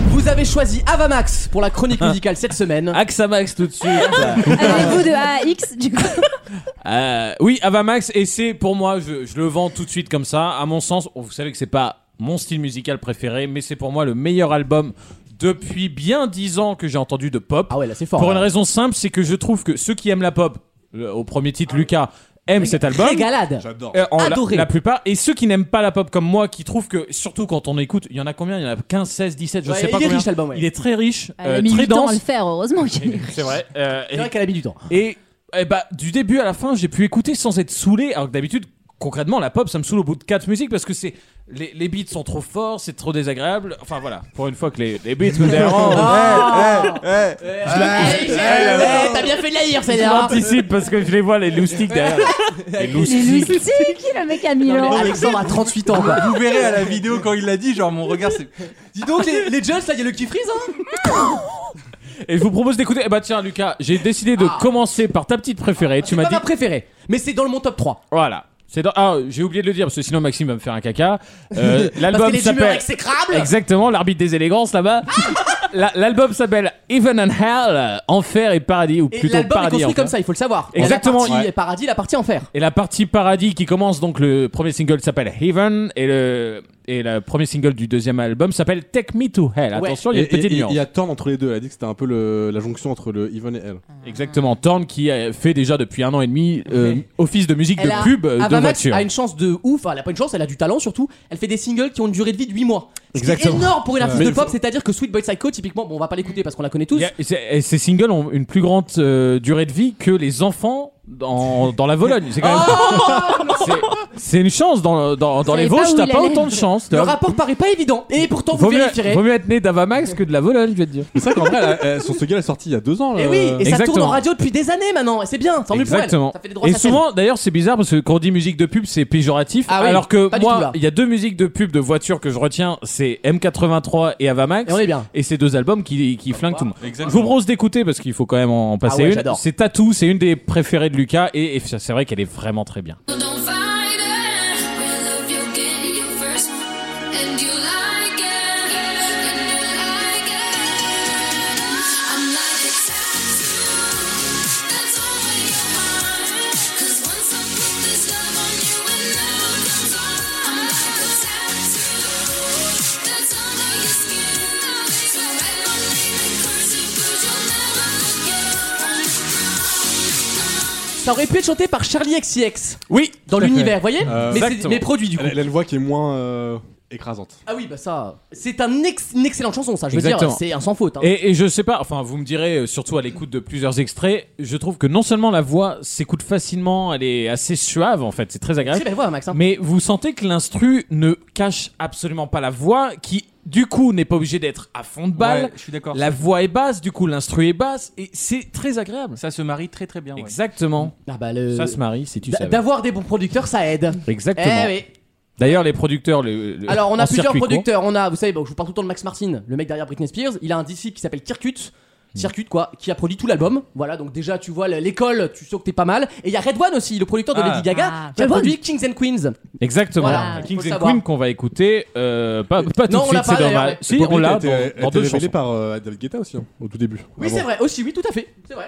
Speaker 1: Vous avez choisi Avamax pour la chronique musicale cette semaine.
Speaker 3: Axamax tout de suite.
Speaker 7: Avez-vous de A à X, du coup
Speaker 3: Euh, oui, Avamax, et c'est pour moi, je, je le vends tout de suite comme ça. À mon sens, vous savez que c'est pas mon style musical préféré, mais c'est pour moi le meilleur album depuis bien dix ans que j'ai entendu de pop.
Speaker 1: Ah ouais, là c'est fort.
Speaker 3: pour
Speaker 1: là.
Speaker 3: une raison simple, c'est que je trouve que ceux qui aiment la pop, le- au premier titre, Lucas aime cet album.
Speaker 1: Régalade.
Speaker 2: J'adore.
Speaker 3: Euh, en la,
Speaker 1: Adoré.
Speaker 3: la plupart. Et ceux qui n'aiment pas la pop comme moi, qui trouvent que, surtout quand on écoute, il y en a combien Il y en a 15, 16, 17, je
Speaker 1: Ouais,
Speaker 3: sais
Speaker 1: il
Speaker 3: pas
Speaker 1: est
Speaker 3: combien.
Speaker 1: riche, l'album, ouais.
Speaker 3: Il est très riche,
Speaker 7: Elle
Speaker 3: euh,
Speaker 7: Ah, a mis
Speaker 3: très
Speaker 7: du temps à
Speaker 3: dense.
Speaker 7: le faire, heureusement.
Speaker 1: Eh,
Speaker 7: qu'il est-
Speaker 3: C'est vrai. euh, et-
Speaker 1: C'est vrai qu'elle a mis du temps.
Speaker 3: et eh bah, du début à la fin, j'ai pu écouter sans être saoulé, alors que d'habitude, concrètement, la pop, ça me saoule au bout de 4 musiques parce que c'est les, les beats sont trop forts, c'est trop désagréable. Enfin voilà, pour une fois que les, les [laughs] beats me dérangent.
Speaker 1: Eh, eh, eh, T'as bien fait de la lire,
Speaker 3: Je
Speaker 1: celle-là.
Speaker 3: l'anticipe parce que je les vois, les loustiques derrière. Les
Speaker 7: Les
Speaker 3: loustiques.
Speaker 7: loustiques, le mec à
Speaker 1: Non, mais
Speaker 7: Milan.
Speaker 1: Alexandre a 38 ans quoi.
Speaker 4: Vous verrez à la vidéo quand il l'a dit, genre mon regard c'est.
Speaker 1: Dis donc, les, les Jones là, il y a le qui freeze hein
Speaker 3: Et je vous propose d'écouter. Eh bah tiens, Lucas, j'ai décidé de commencer par ta petite préférée. Tu
Speaker 1: Ah. C'est
Speaker 3: m'as
Speaker 1: pas
Speaker 3: dit.
Speaker 1: ma préférée, mais c'est dans le mon top 3.
Speaker 3: Voilà. C'est dans... Ah, j'ai oublié de le dire parce que sinon Maxime va me faire un caca. Euh,
Speaker 1: [laughs] Parce
Speaker 3: L'album
Speaker 1: que les humeurs
Speaker 3: s'appelle.
Speaker 1: exécrables.
Speaker 3: Exactement, l'arbitre des élégances là-bas.
Speaker 1: Ah.
Speaker 3: La- L'album s'appelle Even and Hell, euh, Enfer et Paradis, ou
Speaker 1: Et
Speaker 3: plutôt
Speaker 1: l'album est
Speaker 3: Paradis. et
Speaker 1: construit
Speaker 3: Enfer.
Speaker 1: comme ça, il faut le savoir.
Speaker 3: Exactement,
Speaker 1: La partie
Speaker 3: ouais.
Speaker 1: paradis, la partie enfer.
Speaker 3: Et la partie Paradis qui commence donc le premier single s'appelle Heaven et le et le premier single du deuxième album s'appelle Take Me to Hell.
Speaker 1: Ouais.
Speaker 3: Attention, il y a
Speaker 2: Et-
Speaker 3: une petite
Speaker 2: et- et-
Speaker 3: nuance.
Speaker 2: Il y a Thorne entre les deux. Elle a dit que c'était un peu le- la jonction entre le Even et
Speaker 1: Ah.
Speaker 2: elle.
Speaker 3: Exactement, Torn qui a fait déjà depuis un an et demi euh,
Speaker 1: Ouais.
Speaker 3: office de musique
Speaker 1: Elle
Speaker 3: de
Speaker 1: a-
Speaker 3: pub euh, de
Speaker 1: Ava Max
Speaker 3: voiture.
Speaker 1: a une chance de ouf, enfin, elle a pas une chance, elle a du talent surtout. Elle fait des singles qui ont une durée de vie de 8 mois. C'est
Speaker 3: Exactement.
Speaker 1: énorme pour une artiste
Speaker 3: Mais
Speaker 1: de pop, c'est-à-dire que Sweet Boy Psycho, typiquement, bon, on va pas l'écouter parce qu'on la connaît tous.
Speaker 3: Il y a- et c'est- et ces singles ont une plus grande euh, durée de vie que les enfants dans, dans la Vologne. C'est quand même.
Speaker 1: Oh
Speaker 3: [laughs] C'est- c'est une chance dans, dans, dans
Speaker 7: savez
Speaker 3: les
Speaker 7: pas
Speaker 3: Vosges,
Speaker 7: où
Speaker 3: t'as
Speaker 7: il
Speaker 3: pas
Speaker 7: allait.
Speaker 3: autant de chance. tu
Speaker 1: Le
Speaker 3: vois.
Speaker 1: rapport paraît pas évident, et pourtant vous
Speaker 3: Vaut mieux,
Speaker 1: vérifierez.
Speaker 3: vaut mieux être né d'Avamax que de la Vologne, je vais te dire.
Speaker 2: C'est vrai qu'en vrai, elle- elle- son single est sorti il y a deux ans. là.
Speaker 1: Et oui, et ça tourne
Speaker 3: Exactement.
Speaker 1: en radio depuis des années maintenant, et c'est bien, tant mieux pour elle.
Speaker 3: Exactement.
Speaker 1: Ça fait des droits
Speaker 3: Et
Speaker 1: à sa chaîne.
Speaker 3: souvent, d'ailleurs, c'est bizarre parce que quand on dit musique de pub, c'est péjoratif.
Speaker 1: Ah oui,
Speaker 3: alors que
Speaker 1: pas du tout, là.
Speaker 3: moi, il y a deux musiques de pub de voiture que je retiens c'est M83 et Avamax.
Speaker 1: Et on est bien.
Speaker 3: Et ces deux albums qui, qui flinguent tout le monde. Je
Speaker 2: Exactement.
Speaker 3: vous propose d'écouter parce qu'il faut quand même en passer
Speaker 1: Ah ouais,
Speaker 3: une.
Speaker 1: j'adore.
Speaker 3: C'est Tatou, c'est une des préférées de Lucas et, et c'est vrai qu'elle est vraiment très bien.
Speaker 12: Don't fight it. We love you, get you first, and you like it, and you like it.
Speaker 1: ça aurait pu être chanté par Charlie XCX.
Speaker 22: Oui,
Speaker 1: dans
Speaker 2: Tout à
Speaker 1: l'univers,
Speaker 2: fait.
Speaker 1: vous voyez
Speaker 2: Euh,
Speaker 1: Mais c'est
Speaker 2: exactement.
Speaker 1: mes produits du coup.
Speaker 2: Elle, elle a une voix qui est moins euh, écrasante.
Speaker 1: Ah oui, bah ça, c'est un ex- une excellente chanson, ça. Je veux
Speaker 3: Exactement.
Speaker 1: dire, c'est un sans faute. hein.
Speaker 3: Et, et je sais pas, enfin vous me direz, euh, surtout à l'écoute de plusieurs extraits, je trouve que non seulement la voix s'écoute facilement, elle est assez suave en fait, c'est très agréable.
Speaker 1: Très belle voix, Max, hein.
Speaker 3: Mais vous sentez que l'instru ne cache absolument pas la voix qui du coup n'est pas obligée d'être à fond de balle.
Speaker 4: Ouais, je suis d'accord.
Speaker 3: La voix est basse, du coup l'instru est basse et c'est très agréable.
Speaker 4: Ça se marie très très bien.
Speaker 3: Exactement.
Speaker 1: Ah bah le...
Speaker 3: Ça se marie si tu
Speaker 1: D'a-
Speaker 3: savais.
Speaker 1: D'avoir des bons producteurs, ça aide.
Speaker 3: Exactement.
Speaker 1: Eh oui.
Speaker 3: D'ailleurs les producteurs le, le-
Speaker 1: Alors, on
Speaker 3: en
Speaker 1: a plusieurs
Speaker 3: circuit court-
Speaker 1: producteurs. On a, vous savez, bon, je vous parle tout le temps de Max Martin, le mec derrière Britney Spears. Il a un disciple qui s'appelle Kirkut.
Speaker 3: Hmm.
Speaker 1: Circuit quoi, qui a produit tout l'album. Voilà, donc déjà tu vois l'école, tu sais que t'es pas mal. Et il y a Red One aussi, le producteur de
Speaker 3: Ah.
Speaker 1: Lady Gaga,
Speaker 3: Ah,
Speaker 1: qui a
Speaker 3: Redone.
Speaker 1: produit Kings and Queens.
Speaker 3: Exactement.
Speaker 1: Voilà,
Speaker 3: Ah,
Speaker 1: faut
Speaker 3: Kings
Speaker 1: le
Speaker 3: and
Speaker 1: savoir.
Speaker 3: Queen qu'on va écouter euh, pas, pas tout de
Speaker 1: Non, on
Speaker 3: suite,
Speaker 1: l'a pas,
Speaker 3: c'est
Speaker 1: d'ailleurs,
Speaker 3: dommage.
Speaker 1: ouais.
Speaker 3: Si,
Speaker 2: Bobby
Speaker 3: on
Speaker 2: Lee a
Speaker 3: l'a
Speaker 2: été-
Speaker 3: dans,
Speaker 2: a été
Speaker 3: dans deux
Speaker 2: révélé
Speaker 3: chansons.
Speaker 2: par euh, David Guetta aussi, hein, au tout début.
Speaker 1: Oui, c'est vrai, aussi, oui, tout à fait. C'est vrai.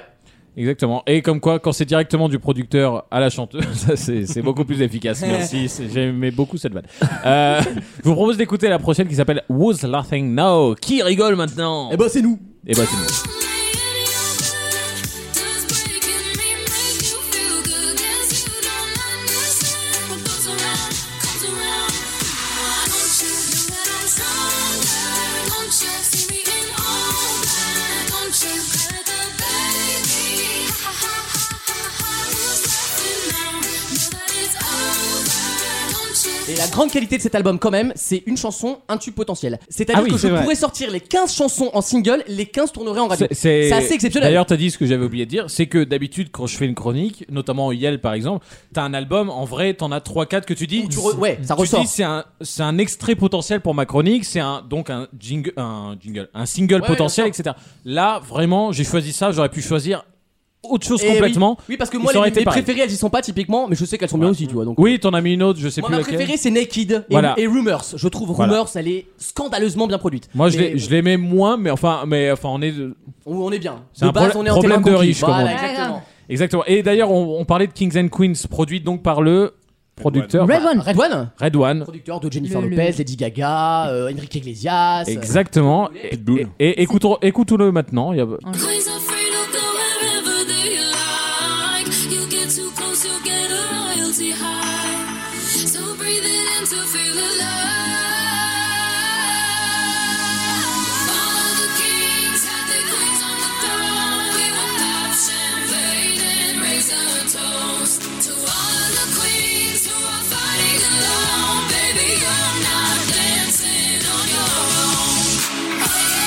Speaker 3: Exactement. Et comme quoi, quand c'est directement du producteur à la chanteuse, [laughs] ça, c'est c'est beaucoup plus efficace.
Speaker 1: [laughs]
Speaker 3: Merci, c'est- j'aimais beaucoup cette vanne. Euh, je vous propose d'écouter la prochaine qui s'appelle Who's Laughing Now Qui rigole maintenant Eh
Speaker 1: ben c'est nous
Speaker 3: Eh ben c'est nous.
Speaker 1: Et la grande qualité de cet album, quand même, c'est une chanson, un tube potentiel. C'est-à-dire
Speaker 3: Ah oui,
Speaker 1: que je
Speaker 3: c'est vrai.
Speaker 1: pourrais sortir les 15 chansons en single, les 15 tourneraient en radio.
Speaker 3: C'est- c'est-
Speaker 1: assez exceptionnel.
Speaker 3: D'ailleurs, t'as dit ce que j'avais oublié de dire, c'est que d'habitude, quand je fais une chronique, notamment Yel par exemple, t'as un album, en vrai, t'en as 3-4 que tu dis.
Speaker 1: tu re- ouais, ça
Speaker 3: tu
Speaker 1: ressort.
Speaker 3: dis, c'est un, c'est un extrait potentiel pour ma chronique, c'est un, donc un jingle, un jingle, un single
Speaker 1: Ouais,
Speaker 3: potentiel, etc. Là, vraiment, j'ai choisi ça, j'aurais pu choisir autre chose
Speaker 1: Eh oui.
Speaker 3: complètement.
Speaker 1: Oui, parce que
Speaker 3: et
Speaker 1: moi,
Speaker 3: ça aurait
Speaker 1: les,
Speaker 3: été
Speaker 1: mes
Speaker 3: pareil.
Speaker 1: préférées, elles y sont pas typiquement, mais je sais qu'elles sont bien aussi, tu vois. Donc, euh.
Speaker 3: Oui, t'en as mis une autre, je sais
Speaker 1: Moi,
Speaker 3: plus
Speaker 1: ma
Speaker 3: laquelle.
Speaker 1: préférée, c'est Naked et,
Speaker 3: Voilà.
Speaker 1: et Rumors. Je trouve
Speaker 3: Voilà.
Speaker 1: Rumors, elle est scandaleusement bien produite.
Speaker 3: Moi, je
Speaker 1: Mais
Speaker 3: l'ai- je l'aimais moins, mais enfin, mais enfin, on est.
Speaker 1: On on est bien.
Speaker 3: C'est
Speaker 1: De
Speaker 3: un
Speaker 1: base,
Speaker 3: pro-
Speaker 1: on est en
Speaker 3: problème de
Speaker 1: télécom
Speaker 3: riche,
Speaker 1: qui-
Speaker 3: comme on
Speaker 1: Voilà,
Speaker 3: dit.
Speaker 1: exactement.
Speaker 3: Exactement. Et d'ailleurs, on, on parlait de Kings and Queens, produit donc par le producteur
Speaker 1: Red One. Red One.
Speaker 3: Red One.
Speaker 1: Producteur de Jennifer Lopez, Lady Gaga, euh, Enrique Iglesias. euh,
Speaker 3: Exactement. Et, et- et écoutons- écoutons-le maintenant. Il
Speaker 1: Oh,
Speaker 3: y a-
Speaker 12: You get too close, you'll get a royalty high. So breathe it in to feel alive. Follow the kings, have the queens on the throne. We will pop champagne and raise a toast to all of the queens who are fighting alone. Baby, you're not dancing on your own.